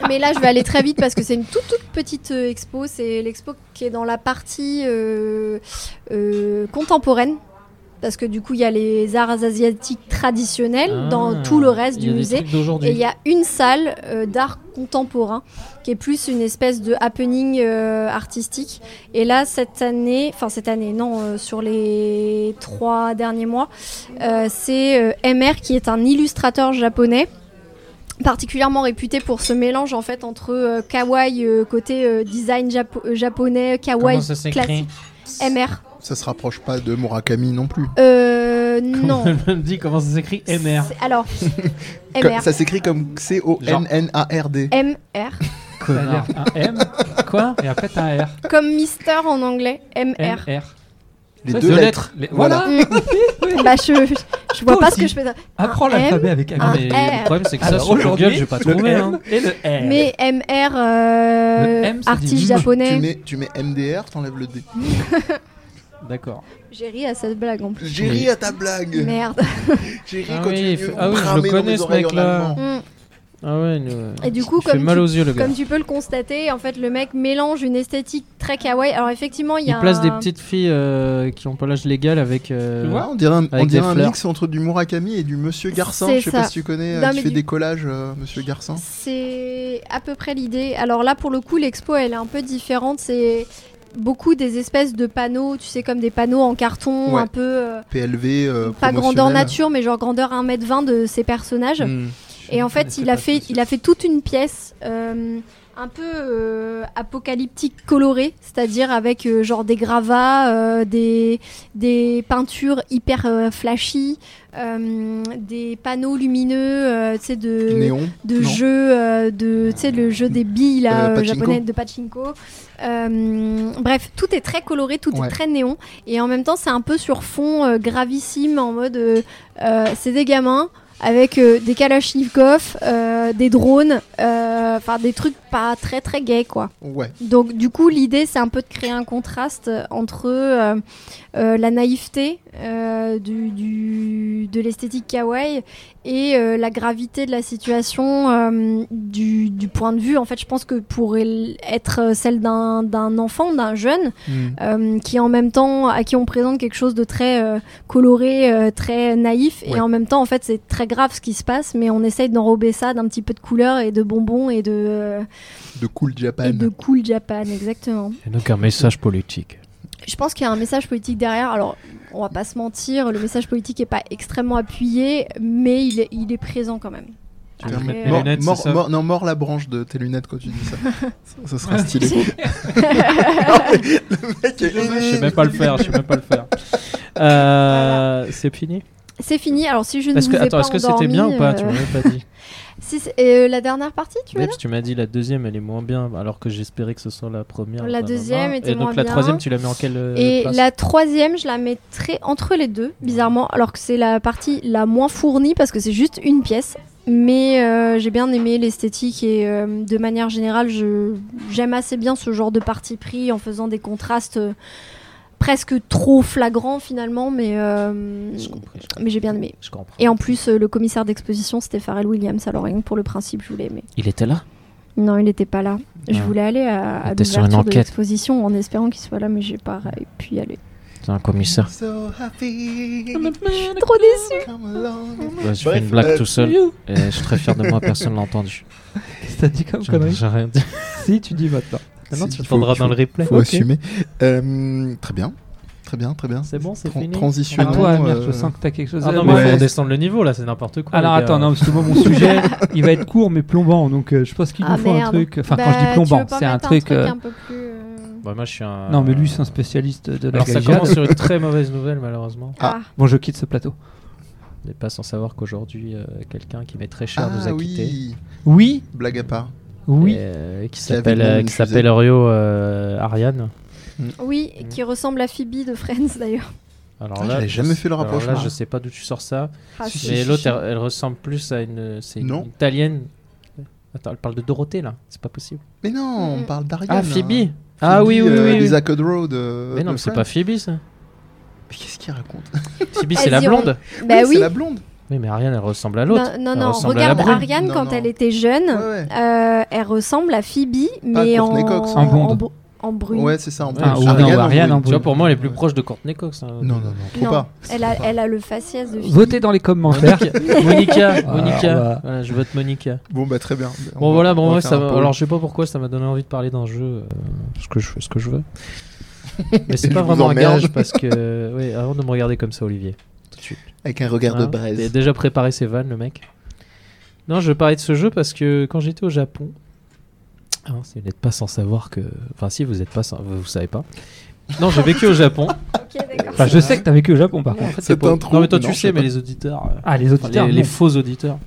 S4: Mais là, je vais aller très vite parce que c'est une toute, toute petite euh, expo. C'est l'expo qui est dans la partie euh, euh, contemporaine. parce que du coup il y a les arts asiatiques traditionnels
S2: Ah,
S4: dans tout le reste du musée et il y a une salle euh, d'art contemporain qui est plus une espèce de happening euh, artistique et là cette année enfin cette année non euh, sur les trois derniers mois euh, c'est MR qui est un illustrateur japonais particulièrement réputé pour ce mélange en fait entre euh, kawaii côté euh, design japo japonais kawaii classique MR
S1: ça se rapproche pas de Murakami non plus.
S4: Euh, non.
S2: Elle me dit comment ça s'écrit MR.
S4: Alors, Eh
S1: MR. ça s'écrit comme C-O-N-N-A-R-D.
S4: MR.
S3: Connard. Un M, quoi Et après t'as un R.
S4: Comme Mister en anglais, MR.
S3: MR.
S4: Eh,
S1: Les deux, lettres.
S3: Voilà.
S4: bah, je, je, vois pas ce que je Ah, fais.
S3: Apprends l'alphabet avec
S4: un
S2: Le problème, c'est que ça, sur Google, je vais pas trouver. hein.
S3: Et le R.
S4: Mais MR, artiste japonais.
S1: Tu mets, tu mets MDR, t'enlèves le D.
S2: D'accord.
S4: J'ai ri à cette blague en plus.
S1: J'ai ri à ta blague.
S4: Merde.
S1: J'ai ri ah quand oui, tu f...
S2: Ah oui, je le connais ce mec là. Mm. Ah ouais, nous...
S4: Et du coup,
S2: je
S4: comme,
S2: mal
S4: tu,
S2: aux yeux, le gars.
S4: comme tu peux le constater, en fait, le mec mélange une esthétique très kawaii. Alors effectivement, il y a.
S2: Il place
S4: un...
S2: des petites filles euh, qui ont pas l'âge légal avec. Euh,
S1: tu vois, on dirait un, on dirait un mix entre du Murakami et du Monsieur Garcin. Je sais ça. pas si tu connais. Non, tu fais du... des collages, euh, Monsieur Garcin.
S4: C'est à peu près l'idée. Alors là, pour le coup, l'expo, elle est un peu différente. C'est beaucoup des espèces de panneaux, tu sais, comme des panneaux en carton,
S1: ouais.
S4: un peu. Euh,
S1: PLV. Euh,
S4: pas grandeur nature, mais genre grandeur 1m20 de ces
S2: Mm.
S4: personnages. Mmh,
S2: Hmm.
S4: Et en fait, il a fait, il a fait toute une pièce. Euh, un peu euh, apocalyptique colorée, c'est-à-dire avec euh, genre des gravats, euh, des, des peintures hyper flashy, euh, des panneaux lumineux, euh, tu sais, de,
S1: Néon,
S4: de
S1: non.
S4: jeu, euh, de, tu sais, le jeu des billes là, japonais de Euh, pachinko. Euh, bref, tout est très coloré, tout ouais. est très néon, et en même temps, c'est un peu sur fond euh, gravissime en mode euh, c'est des gamins avec euh, des kalachnikov, euh, des drones, enfin euh, des trucs pas très très gays quoi.
S1: Ouais.
S4: Donc du coup l'idée c'est un peu de créer un contraste euh, entre euh, la naïveté euh, du, du, de l'esthétique kawaii et euh, la gravité de la situation euh, du, du, point de vue. En fait je pense que pour être euh, celle d'un enfant, d'un jeune, mmh. qui en même temps à qui on présente quelque chose de très euh, coloré, euh, très naïf ouais. et en même temps en fait c'est très grave ce qui se passe, mais on essaye d'enrober ça d'un petit peu de couleur et de bonbons et de. euh,
S1: De cool Japan.
S4: Et de cool Japan, exactement.
S2: Et donc un message politique.
S4: Je pense qu'il y a un message politique derrière. Alors, on va pas se mentir, le message politique est pas extrêmement appuyé, mais il est, il est présent quand même.
S1: Après, euh... mort, lunettes, mort, mort, non, mort la branche de tes lunettes quand tu dis ça. ça, sera stylé. non,
S2: le mec est... Je sais même pas le faire. Je sais même pas le faire. Euh, voilà. C'est fini.
S4: C'est fini. Alors si je ne vous
S2: que,
S4: ai
S2: attends,
S4: pas
S2: est-ce que c'était bien
S4: euh...
S2: ou pas Tu m'avais pas dit.
S4: si euh, la dernière partie, tu veux
S2: Debs, tu m'as dit la deuxième, elle est moins bien, alors que j'espérais que ce soit la première.
S4: La deuxième était
S2: Et donc
S4: moins
S2: la
S4: bien.
S2: troisième, tu la mets en quelle euh,
S4: Et
S2: place
S4: la troisième, je la mettrais entre les deux, bizarrement, alors que c'est la partie la moins fournie parce que c'est juste une pièce. Mais euh, j'ai bien aimé l'esthétique et euh, de manière générale, j'aime assez bien ce genre de parti pris en faisant des contrastes euh, presque trop flagrant finalement, mais, euh,
S2: je compris, je compris.
S4: mais j'ai bien aimé.
S2: Je comprends.
S4: Et en plus, euh, le commissaire d'exposition, c'était Pharrell Williams, alors rien que pour le principe, je voulais. Mais...
S2: Il était là
S4: Non, il n'était pas là. Ah. Je voulais aller à, à l'ouverture de l'exposition en espérant qu'il soit là, mais j'ai pas pu y aller.
S2: C'est un commissaire.
S4: So happy. Je suis trop
S2: Ouais,
S4: déçue.
S2: je Bref, fais une blague euh, tout seul et je suis très fier de moi, personne l'a entendu.
S3: Qu'est-ce que t'as dit comme connerie
S2: J'ai rien dit.
S3: si, tu dis maintenant.
S2: Maintenant, tu entendras dans le replay.
S1: Faut okay. assumer. Euh, très bien. Très bien, très bien.
S2: C'est bon, c'est fini.
S1: Transition.
S3: Ah, toi, Amir, euh... je sens que t'as quelque chose
S2: ah,
S3: à
S2: non,
S3: mais
S2: ouais. faut descendre le niveau là, c'est n'importe quoi.
S3: Alors attends, non, parce que moi, mon sujet, il va être court mais plombant. Donc euh, je pense qu'il nous
S4: ah,
S3: faut un truc. Enfin,
S4: bah,
S3: quand je dis plombant,
S4: c'est
S3: un euh,
S4: truc.
S3: Un
S4: peu plus, euh,
S2: bah, moi, je suis un...
S3: Non, mais lui, c'est un spécialiste de la
S2: Alors, ça commence sur une très mauvaise nouvelle, malheureusement.
S4: Ah.
S3: Bon, je quitte ce plateau.
S2: On n'est pas sans savoir qu'aujourd'hui, euh, quelqu'un qui m'est très
S3: Ah
S2: cher nous a
S1: quittés.
S3: Oui.
S1: Ah Blague à part.
S3: Oui.
S2: Euh, qui s'appelle euh, qui s'appelle Rio euh, Ariane.
S4: Oui, mm. qui ressemble à Phoebe de Friends d'ailleurs.
S2: Alors là,
S1: j'ai jamais fait le rapport.
S2: Là, je sais pas d'où tu sors ça.
S4: Ah,
S2: mais
S4: si,
S2: l'autre, elle, elle, ressemble plus à une, c'est
S1: une
S2: italienne. Attends, elle parle de Dorothée là, c'est pas possible.
S1: Mais non, mm. on parle d'Ariane.
S2: Ah Phoebe. Hein. Ah oui, oui, oui. oui.
S1: euh, Lisa Kudrow de.
S2: Mais non,
S1: de
S2: c'est pas Phoebe ça.
S1: Mais qu'est-ce qu'il raconte
S2: Phoebe, c'est la blonde.
S4: Bah oui.
S1: C'est la blonde.
S2: Oui, mais Ariane, elle ressemble à l'autre.
S4: Non,
S2: elle
S4: non, regarde Ariane non, quand non. elle était jeune,
S1: ouais, ouais.
S4: Euh, elle ressemble à Phoebe, mais
S1: ah,
S4: en...
S1: Cox,
S3: en... blonde.
S4: en brune.
S1: Ouais, c'est ça, en
S3: Ouais,
S1: brune.
S3: Ah, ou non,
S1: Ariane
S3: ou Ariane en
S1: brune.
S3: brune.
S2: Tu vois, pour moi, elle est plus proche de Courtney Cox. hein.
S1: Non, non, non, faut
S4: non,
S1: pas.
S4: Elle a, elle a le faciès de.
S3: Votez dans les commentaires.
S2: Monica,
S3: Ah,
S2: Monica.
S3: bah.
S2: Voilà, je vote Monica.
S1: Bon, bah très bien. On
S2: Bon
S1: va-
S2: voilà, bon
S1: on va
S2: ouais,
S1: faire
S2: ça
S1: un
S2: m'a-
S1: poll.
S2: alors je sais pas pourquoi ça m'a donné envie de parler d'un jeu, euh, ce que je ce que je veux. Mais c'est
S1: Je
S2: pas
S1: vous
S2: vraiment un
S1: emmerde.
S2: gage parce que euh, ouais, avant de me regarder comme ça Olivier, tout de suite.
S1: Avec un regard de
S2: Hein, Il a
S1: braise.
S2: déjà préparé ses vannes le mec. Non, je veux parler de ce jeu parce que quand j'étais au Japon, alors, si vous n'êtes pas sans savoir que enfin si vous n'êtes pas sans- vous, vous savez pas. Non, j'ai vécu au Japon.
S4: Ok, d'accord.
S3: Enfin, je sais que t'as vécu au Japon, par
S2: En
S3: contre.
S2: fait,
S1: Cette
S2: c'est pas-
S1: intro-
S2: Non mais toi
S1: non,
S2: tu
S1: je
S2: sais
S1: sais
S2: mais
S1: pas.
S2: les auditeurs euh,
S3: Ah, les
S2: enfin,
S3: auditeurs.
S2: les,
S3: non.
S2: les faux auditeurs.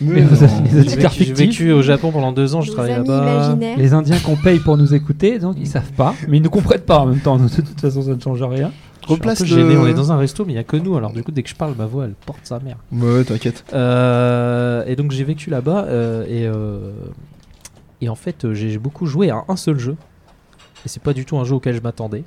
S3: Mais
S1: non.
S3: vous avez- les
S2: J'ai
S3: auditeurs
S2: vécu- j'ai
S3: fictifs.
S2: vécu au Japon pendant deux ans, je
S4: Nos
S2: travaillais
S4: amis
S2: là-bas.
S4: imaginaires.
S3: Les Indiens qu'on paye pour nous écouter, donc ils savent pas, mais ils ne comprennent pas en même temps. donc De toute façon, ça ne change rien.
S1: Replace
S2: je suis un peu gêné,
S1: le-
S2: on est dans un resto, mais il n'y a que nous. Alors, du coup, dès que je parle, ma voix, elle porte sa mère.
S1: Ouais, t'inquiète.
S2: Euh, et donc, j'ai vécu là-bas. euh, et, euh, et en fait, euh, j'ai j'ai beaucoup joué à un seul jeu. Et c'est pas du tout un jeu auquel je m'attendais.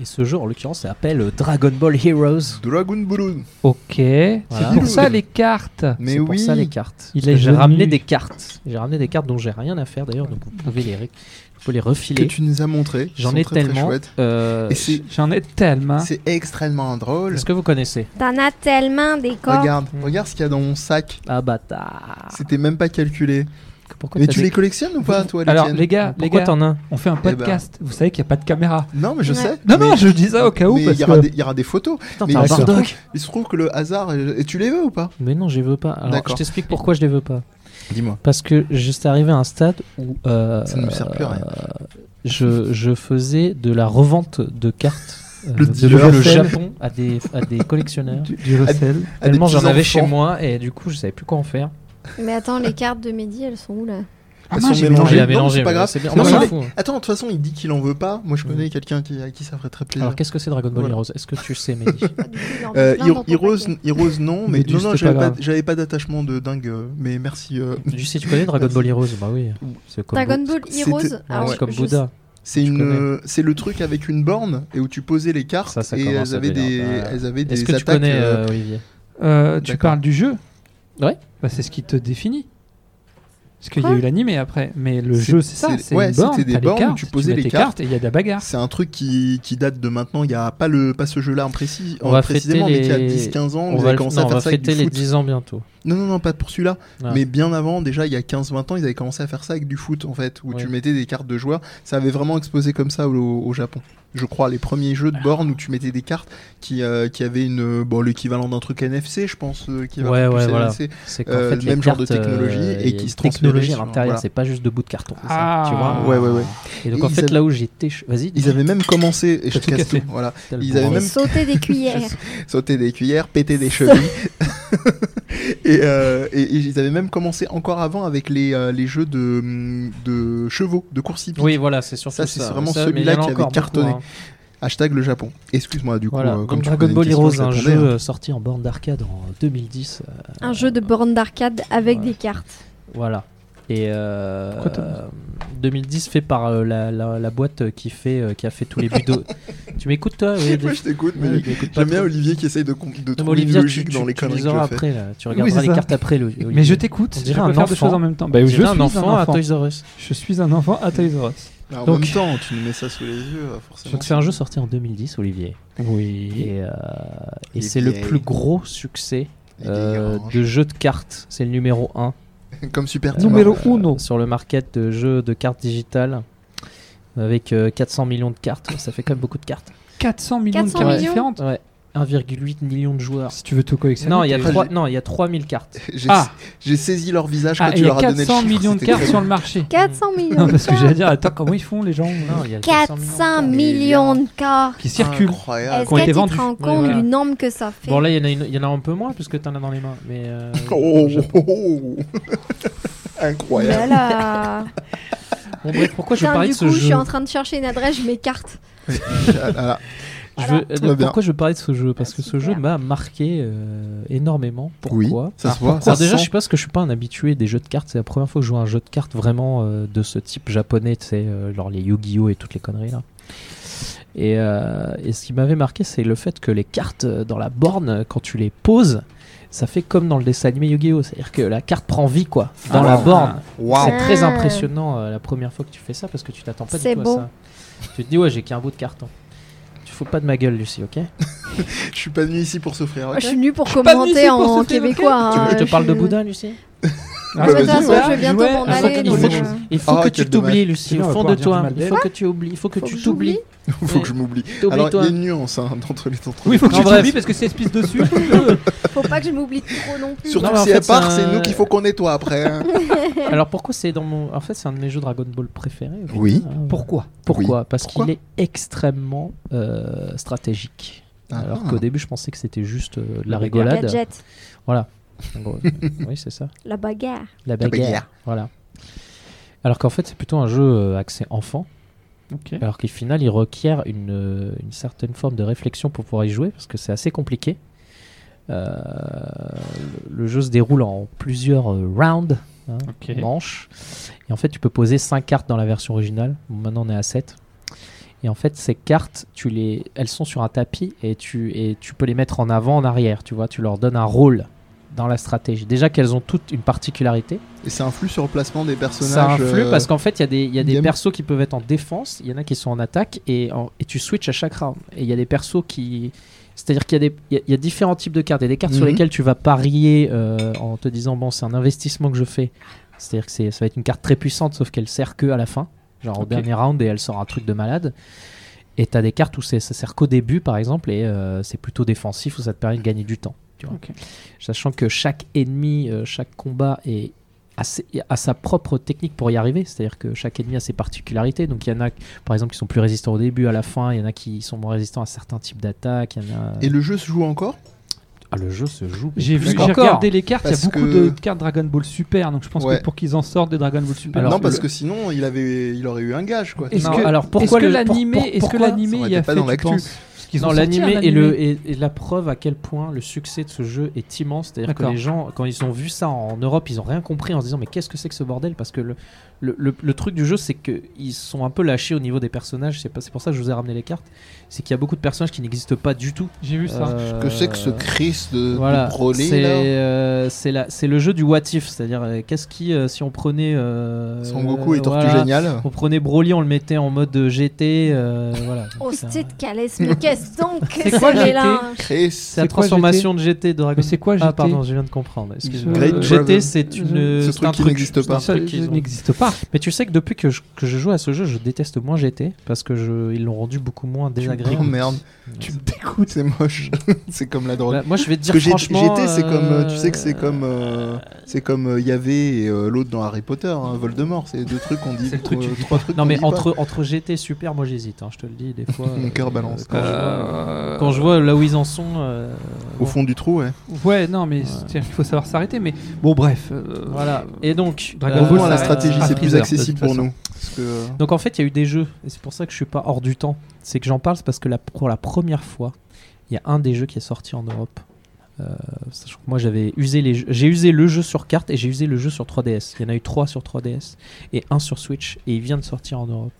S2: Et ce jeu, en l'occurrence, s'appelle euh, Dragon Ball Heroes.
S1: Dragon Ball.
S3: Ok.
S2: Voilà.
S3: C'est pour ça les cartes.
S1: Mais
S2: c'est
S1: oui.
S2: pour ça les cartes.
S3: Il
S2: Parce
S3: est
S2: que J'ai
S3: venu.
S2: ramené des cartes. J'ai ramené des cartes dont j'ai rien à faire d'ailleurs, donc vous pouvez les, ré- vous pouvez les
S1: que
S2: refiler.
S1: tu nous as montré. qui
S2: J'en
S1: sont
S2: ai
S1: très, très
S2: tellement.
S1: chouettes.
S2: euh,
S1: Et c'est
S3: J'en ai tellement.
S1: c'est extrêmement drôle.
S2: Est-ce que vous connaissez
S4: T'en as tellement des corps.
S1: Regarde,
S2: Hmm.
S1: regarde ce qu'il y a dans mon sac.
S2: Ah bâtard
S1: C'était même pas calculé.
S2: Pourquoi
S1: mais
S2: t'as
S1: tu
S2: des-
S1: les collectionnes ou pas, toi, les
S3: Alors,
S1: tiennes
S3: les gars, les
S2: Pourquoi
S3: gars,
S2: t'en as un
S3: on fait un
S1: ben.
S3: podcast. Vous savez qu'il n'y a pas de caméra.
S1: Non, mais je
S4: Ouais.
S1: sais.
S3: Non,
S1: mais...
S3: non, je dis ça au cas où.
S1: mais
S3: parce
S1: il y, aura
S3: que-
S1: des- il y aura des photos.
S2: Putain,
S1: Mais
S2: t'as un
S1: il se trouve-
S2: bardock
S1: Il se trouve que le hasard. est- Et tu les veux ou pas
S2: Mais non, je les veux pas. Alors,
S1: D'accord.
S2: je t'explique pourquoi je les veux pas.
S1: Dis-moi.
S2: Parce que j'étais arrivé à un stade où euh,
S1: Ça ne me sert plus à rien.
S2: je, je faisais de la revente de cartes euh,
S1: Le
S2: de
S1: dealer.
S2: le Japon à des, à des collectionneurs.
S3: Du,
S1: Ah,
S3: du recel.
S1: À des
S2: Tellement
S1: petits
S2: j'en avais
S1: enfants.
S2: chez moi et du coup je savais plus quoi en faire.
S4: Mais attends, les cartes de Mehdi, elles sont où là
S3: Ah,
S1: Elles
S3: mince,
S1: sont
S3: j'ai
S1: mélangées.
S2: Il
S3: mélangé.
S2: a
S1: non, c'est
S2: mélangé,
S1: pas
S2: mais
S1: grave.
S2: c'est hein. bien.
S1: Non,
S2: on
S1: mais
S2: s'en
S1: les-
S2: fout.
S1: Attends, de toute façon, il dit qu'il en veut pas. Moi, je connais quelqu'un qui, à qui ça ferait très plaisir.
S2: Alors qu'est-ce que c'est Dragon Ball
S1: Voilà.
S2: Heroes Est-ce que tu sais, Mehdi
S4: Ah,
S1: Euh, Hero- Heroes, Heroes, non, mais,
S3: Mais du-
S1: non, non,
S3: c'est
S1: j'avais
S3: pas
S1: pas,
S3: grave.
S1: j'avais pas d'attachement de dingue, euh, mais merci. euh,
S2: Tu sais, tu connais Dragon Ball Heroes Bah oui. C'est comme,
S4: Dragon
S2: Bou-
S4: Ball
S1: c'était-
S4: Heroes.
S1: ouais,
S2: Ouais,
S4: alors,
S2: c'est comme
S4: je-
S2: Bouddha.
S1: c'est une,
S2: connais.
S1: euh, c'est le truc avec une borne et où tu posais les cartes
S2: Ça, ça
S1: et
S2: commence
S1: elles
S2: à
S1: avaient des,
S2: devenir pas-
S1: elles avaient
S2: Est-ce
S1: des
S2: que tu
S1: attaques.
S2: connais
S1: euh,
S2: euh, Olivier
S3: Euh, tu
S1: D'accord.
S3: parles du jeu
S2: Ouais.
S3: Bah, c'est ce qui te définit. Parce qu'il y a
S4: Quoi
S3: eu l'animé après. Mais le
S1: C'est-
S3: jeu, c'est ça.
S1: c'est-
S3: C'est
S1: ouais,
S3: une borne,
S1: c'était des
S3: t'as les
S1: bornes où
S3: cartes,
S1: tu posais
S3: mets
S1: les
S3: tes
S1: cartes.
S3: cartes et il y a de la bagarre.
S1: C'est un truc qui, qui date de maintenant. Il n'y a pas le pas ce jeu-là en précis,
S2: On
S1: en
S2: va
S1: précisément,
S2: fêter
S1: mais qui a
S2: les-
S1: 10-15 ans.
S2: On
S1: Vous
S2: va,
S1: avez
S2: le-
S1: commencé
S2: non,
S1: à
S2: on
S1: faire
S2: va
S1: ça avec du
S2: fêter les
S1: foot.
S2: 10 ans bientôt.
S1: Non, non, non, pas pour celui-là.
S2: Ah.
S1: Mais bien avant, déjà, il y a 15-20 ans, ils avaient commencé à faire ça avec du foot, en fait, où tu
S2: Ouais.
S1: mettais des cartes de joueurs. Ça avait vraiment explosé comme ça au, au Japon. Je crois, les premiers jeux de
S2: Ah.
S1: borne où tu mettais des cartes qui, euh, qui avaient une, bon, l'équivalent d'un truc NFC, je pense, euh, qui va
S2: Ouais,
S1: plus
S2: ouais, voilà.
S1: NFC.
S2: C'est qu'en
S1: Euh,
S2: fait,
S1: le
S2: les
S1: même genre de
S2: cartes,
S1: technologie
S2: euh,
S1: et
S2: il y a
S1: qui
S2: une
S1: se transférait
S2: technologie à
S1: sur-
S2: l'intérieur,
S1: voilà.
S2: c'est pas juste de bout de carton. c'est ça,
S3: Ah.
S2: tu vois
S1: Ouais, ouais, ouais.
S2: Et donc
S1: Et
S2: en
S1: ils
S2: fait,
S1: avaient-
S2: là où j'étais, ch- vas-y. dis-
S1: Ils avaient même commencé, et je te
S3: tout
S1: casse
S3: cassé.
S1: tout, voilà,
S2: t'as le
S1: ils
S2: bon
S1: avaient
S4: J'ai
S1: même-
S2: rôle.
S4: sauté des cuillères.
S1: sauter des cuillères, péter des chevilles. et, euh, et- et ils avaient même commencé encore avant avec les, euh, les jeux de, de chevaux, de course hippique.
S2: Oui, voilà, c'est surtout
S1: Ça,
S2: ça.
S1: c'est vraiment
S2: Ça, mais il y
S1: celui-là
S2: en a
S1: qui avait
S2: encore
S1: cartonné.
S2: beaucoup, hein.
S1: Hashtag le Japon. Excuse-moi, du coup,
S2: Voilà.
S1: euh,
S2: Donc,
S1: comme tu
S2: Dragon
S1: posais
S2: Ball
S1: une question,
S2: Heroes,
S1: je
S2: un
S1: répondais,
S2: jeu
S1: hein.
S2: euh, sorti en borne d'arcade en 2010. euh,
S4: Un jeu de borne d'arcade avec
S2: Voilà.
S4: des cartes.
S2: Voilà. Et euh,
S3: Pourquoi t'as-
S2: 2010 fait par euh, la, la, la boîte qui fait euh, qui a fait tous les budos. tu m'écoutes toi Oui,
S1: Moi, je t'écoute, mais
S2: Ouais, tu m'écoutes euh, pas
S1: j'aime bien
S2: trop.
S1: Olivier qui essaye de, com- de
S2: Non, mais
S1: trouver
S2: Olivia,
S1: une
S2: tu-
S1: logique
S2: tu-
S1: dans les
S2: tu
S1: conneries
S2: les
S1: que je
S2: auras
S1: fais.
S2: après. là. Tu
S3: Oui,
S2: regarderas
S3: c'est
S2: les
S3: ça.
S2: cartes après. le- Olivier.
S3: Mais je t'écoute.
S2: On
S3: Je
S2: dirait
S3: peux
S2: un
S3: faire deux
S2: enfant.
S3: choses en même temps. Bah,
S2: On
S3: je suis
S2: dirait
S3: un enfant.
S2: à Toys R Us.
S3: Je suis un enfant à Toys R Us.
S1: Alors, En
S3: Donc-
S1: même temps, tu nous mets ça sous les yeux, euh, forcément.
S2: Donc c'est un jeu sorti en 2010, Olivier.
S3: Oui.
S2: Et, euh, et
S1: Il est
S2: c'est le
S1: vieil.
S2: plus gros succès
S1: Il est
S2: euh,
S1: orange.
S2: de jeu de cartes. C'est le numéro 1
S1: Comme Super Team
S3: Numéro 1.
S2: sur le market de jeux de cartes digitales. Avec euh, 400 millions de cartes, ça fait quand même beaucoup de cartes.
S3: 400 millions de
S4: 400
S3: cartes
S4: millions.
S3: différentes.
S2: Ouais, 1,8 million de joueurs.
S3: Si tu veux tout collectionner.
S2: Non, il y a
S1: t'es-
S2: trois- non, il y a 3000 cartes.
S1: J'ai
S3: Ah.
S1: j'ai saisi leur visage quand
S3: Ah, et
S1: tu
S3: il y
S1: leur
S3: a
S1: as donné le
S3: 400
S1: chiffre,
S3: millions de
S1: c'était
S3: cartes
S1: très
S3: sur
S1: bien.
S3: le marché.
S4: 400 millions
S3: Non,
S4: de
S3: parce que
S4: cartes.
S3: j'allais dire, attends, comment ils font les gens là,
S2: Non, il y a
S4: 400 millions de cartes.
S3: qui circulent
S1: Incroyable.
S4: Est-ce
S3: Qui ont
S4: que
S3: été
S4: tu te
S3: vendus.
S4: rends
S2: Ouais,
S4: compte
S2: voilà.
S4: du nombre que ça fait
S2: Bon, là, il y, en a une- il y en a un peu moins, puisque t'en as dans les mains. Mais. euh,
S1: Oh,
S2: je-
S1: oh, oh, oh.
S4: Oh
S1: Incroyable.
S4: là là.
S2: Bon, bref, pourquoi je
S4: Putain,
S2: parlais
S4: du
S2: de ce
S4: coup, je
S2: jeu
S4: suis en train de chercher une adresse, je m'écarte.
S1: Voilà.
S2: Je veux- euh,
S1: Tout va bien.
S2: pourquoi je parlais de ce jeu Parce
S4: Ah,
S2: que ce
S4: super.
S2: jeu m'a marqué euh, énormément. Pourquoi
S1: Oui, ça se voit.
S2: Alors
S1: Ça se
S2: déjà, je
S1: sent.
S2: sais pas parce que je suis pas un habitué des jeux de cartes. C'est la première fois que je joue à un jeu de cartes vraiment euh, de ce type japonais, tu sais, euh, genre les Yu-Gi-Oh et toutes les conneries là. Et, euh, et ce qui m'avait marqué, c'est le fait que les cartes euh, dans la borne, quand tu les poses, ça fait comme dans le dessin animé Yu-Gi-Oh! C'est-à-dire que la carte prend vie, quoi,
S1: Ah
S2: dans la borne.
S1: Waouh
S2: C'est très
S4: Ah.
S2: impressionnant euh, la première fois que tu fais ça parce que tu t'attends pas du
S4: C'est
S2: tout
S4: beau.
S2: à ça. Tu te dis, ouais, j'ai qu'un bout de carton. Tu fous pas de ma gueule, Lucie, ok
S1: Je suis pas venu ici pour souffrir.
S2: Ah,
S4: Moi, je suis nulle pour
S2: pas venu ici
S4: commenter
S2: pour souffrir,
S4: en
S2: ok
S4: québécois.
S2: Tu veux
S4: hein,
S2: que je te parle de
S4: suis-
S2: Bouddha, Lucie
S3: Ah,
S1: Bah,
S4: De toute
S1: vas-y,
S4: façon,
S1: ouais.
S4: je vais bientôt
S7: ouais.
S4: m'en
S7: Ah,
S4: aller.
S7: il
S4: donc,
S7: faut-
S4: euh,
S2: Il faut
S1: Ah,
S2: que tu
S1: quel dommage.
S2: t'oublies, Lucie,
S7: Sinon,
S2: au
S7: on va
S2: fond
S7: pouvoir
S2: de
S7: dire du
S2: toi.
S7: mal
S2: Il
S7: des
S2: faut que tu oublies, il faut que
S4: Faut que
S2: tu
S4: j'oublie.
S2: t'oublies.
S1: Faut
S2: Ouais.
S1: que je m'oublie. Alors, il y
S2: T'oublies-toi.
S1: a une nuance hein, entre les autres.
S7: Oui, faut que
S2: Non,
S7: tu
S2: bref.
S7: t'oublies parce que c'est espèce dessus.
S4: faut pas que je m'oublie trop non plus.
S1: Surtout
S2: mais en
S1: si elle
S2: fait,
S1: part,
S2: c'est un-
S1: c'est nous qu'il faut qu'on nettoie après. hein.
S2: Alors pourquoi c'est dans mon. En fait, c'est un de mes jeux Dragon Ball préférés. au final,
S1: Oui.
S2: hein.
S7: Pourquoi
S2: Pourquoi Parce
S1: Pourquoi
S2: qu'il est extrêmement euh, stratégique. Alors
S1: Ah.
S2: qu'au début, je pensais que c'était juste euh, de la
S4: Le
S2: rigolade.
S4: gadget,
S2: En gros, oui, c'est ça.
S4: la bagarre.
S2: La bagarre.
S1: bagarre.
S2: Voilà. Alors qu'en fait, c'est plutôt un jeu euh, axé enfant.
S3: Ok.
S2: Alors qu'au final, il requiert une, euh, une certaine forme de réflexion pour pouvoir y jouer, parce que c'est assez compliqué. Euh, le, le jeu se déroule en plusieurs euh, rounds, hein,
S3: Ok.
S2: manches. Et en fait, tu peux poser 5 cartes dans la version originale. Bon, maintenant, on est à 7. Et en fait, ces cartes, tu les, elles sont sur un tapis et tu, et tu peux les mettre en avant, en arrière. Tu vois, tu leur donnes un rôle dans la stratégie. Déjà qu'elles ont toutes une particularité.
S1: Et ça influe sur le placement des personnages.
S2: Ça influe
S1: euh,
S2: parce qu'en fait, il y a des, il y a des
S1: game.
S2: persos qui peuvent être en défense, il y en a qui sont en attaque, et, en- et tu switches à chaque round. Et il y a des persos qui. C'est-à-dire qu'il y, a des- il y a- il y a différents types de cartes. Il y a des cartes sur
S1: Mhm.
S2: lesquelles tu vas parier euh, en te disant bon, c'est un investissement que je fais. C'est-à-dire que c'est- ça va être une carte très puissante, sauf qu'elle sert que à la fin, genre au
S3: Ok.
S2: dernier round, et elle sort un truc de malade. Et t'as des cartes où c'est- ça sert qu'au début, par exemple, et euh, c'est plutôt défensif, où ça te permet de gagner du temps. tu vois.
S3: Ok.
S2: Sachant que chaque ennemi, euh, chaque combat est assez- a sa propre technique pour y arriver, c'est-à-dire que chaque ennemi a ses particularités. Donc il y en a, par exemple, qui sont plus résistants au début, à la fin, il y en a qui sont moins résistants à certains types d'attaques. il y en a-
S1: Et le jeu se joue encore
S2: Ah, le jeu se joue.
S3: J'ai vu,
S1: D'accord.
S3: j'ai regardé les cartes, il y a
S1: Parce
S3: beaucoup
S1: que-
S3: de cartes Dragon Ball Super, donc je pense
S1: Ouais.
S3: que pour qu'ils en sortent des Dragon Ball Super.
S2: Alors,
S1: Non, parce
S2: le-
S1: que sinon, il, avait... il aurait eu un gage. quoi.
S3: Est-ce
S2: Non,
S3: que-
S2: alors pourquoi
S3: est-ce que
S2: le- pour-
S3: l'animé,
S2: pour-
S3: est-ce que
S2: pourquoi-
S3: l'animé
S1: Ça aurait
S3: y a
S1: été pas
S3: fait
S1: dans
S3: tu
S1: l'actu.
S3: penses Parce qu'ils ont
S2: Non,
S3: sorti
S2: l'animé
S3: un
S2: est, le,
S3: animé.
S2: est, est la preuve à quel point le succès de ce jeu est immense. C'est-à-dire que
S3: D'accord.
S2: les gens, quand ils ont vu ça en Europe, ils ont rien compris en se disant mais qu'est-ce que c'est que ce bordel Parce que le, le, le- le truc du jeu, c'est qu'ils sont un peu lâchés au niveau des personnages. C'est pas- c'est pour ça que je vous ai ramené les cartes. C'est qu'il y a beaucoup de personnages qui n'existent pas du tout.
S3: J'ai vu ça.
S2: Euh,
S1: Que c'est que ce Chris de,
S2: voilà,
S1: de Broly,
S2: c'est
S1: là
S2: euh, c'est la- c'est le jeu du what if, c'est-à-dire euh, qu'est-ce qui euh, si on prenait euh,
S1: Son Goku est
S2: euh,
S1: tortue
S2: voilà,
S1: géniale.
S2: on prenait Broly, on le mettait en mode GT, euh, voilà.
S4: Oh,
S2: Donc, c'est un-
S4: c'est de calesse, mais qu'est-ce donc
S3: C'est quoi,
S4: ce
S3: j'étais-
S4: mélange
S1: Chris.
S2: C'est la
S3: C'est quoi,
S2: transformation de GT de Dragon
S3: Mais c'est quoi
S2: Ah
S3: GT
S2: pardon, je viens de comprendre. Excuse-moi.
S1: Great
S2: GT
S1: Dragon.
S2: c'est
S1: Ce
S2: une c'est
S1: truc
S2: un
S1: qui n'existe
S2: c'est
S1: pas.
S2: un
S3: Ça
S2: truc qu'ils
S3: je-
S2: ont.
S3: n'existe pas.
S2: Mais tu sais que depuis que je, que je joue à ce jeu, je déteste moins GT parce que je, ils l'ont rendu beaucoup moins
S1: Oh
S2: désagréable.
S1: merde, tu me dégoûtes, c'est moche. c'est comme la drogue.
S2: Bah, moi je vais te dire
S1: Parce que G-
S2: franchement
S1: GT, c'est comme, euh, tu sais que c'est
S2: euh,
S1: comme, euh, c'est comme euh, Yavé et euh, l'autre dans Harry Potter, hein, Voldemort. C'est deux trucs qu'on dit. euh,
S2: C'est le truc que tu dis
S1: trois trucs
S2: Non
S1: qu'on
S2: mais
S1: dit
S2: entre entre GT et super, moi j'hésite. hein, je te le dis des fois.
S1: Mon
S2: euh,
S1: cœur balance.
S2: Quand,
S3: Euh,
S2: je vois, quand je vois là où ils en sont. euh,
S1: pas.
S2: bon.
S1: au fond du trou, ouais.
S3: Ouais, non, mais c'est- il faut savoir s'arrêter. Mais bon, bref. euh,
S2: Voilà. Et donc euh,
S3: Dragon
S1: Au
S3: Ball,
S1: moins
S3: ça
S1: la
S3: reste
S1: stratégie,
S3: à
S1: c'est plus
S3: freezer, de
S1: accessible
S3: toute
S1: pour
S3: façon.
S1: nous. Parce que
S2: Donc en fait, il y a eu des jeux, et c'est pour ça que je suis pas hors du temps. C'est que j'en parle, c'est parce que la- pour la première fois, il y a un des jeux qui est sorti en Europe. Euh, sachant que moi j'avais usé les jeux- j'ai usé le jeu sur carte et j'ai usé le jeu sur 3DS. Il y en a eu trois sur 3DS et un sur Switch et il vient de sortir en Europe.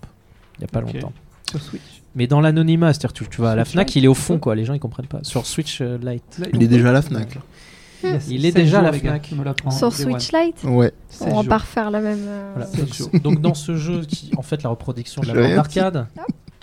S2: Il y a pas
S3: Ok.
S2: longtemps.
S3: Sur Switch.
S2: Mais dans l'anonymat, c'est-à-dire tu, tu vas à la
S3: Switch
S2: Fnac,
S3: Lite.
S2: il est au fond quoi, les gens ils comprennent pas. Sur Switch euh, Lite.
S3: Là,
S1: il est déjà à la Fnac. là.
S3: y a
S2: Il est
S3: sept
S2: déjà à
S3: jours,
S2: la
S3: les gars,
S2: Fnac.
S3: on me l'apprend.
S4: Sur
S3: Day
S4: Switch Lite
S1: Ouais.
S3: One. Sept
S4: On va
S3: jours.
S4: pas refaire la même. euh,
S2: Voilà.
S3: Sept jours.
S2: Donc, donc dans ce jeu qui en fait la reproduction de la
S1: J'ai
S2: borne
S1: rien dit.
S2: d'arcade.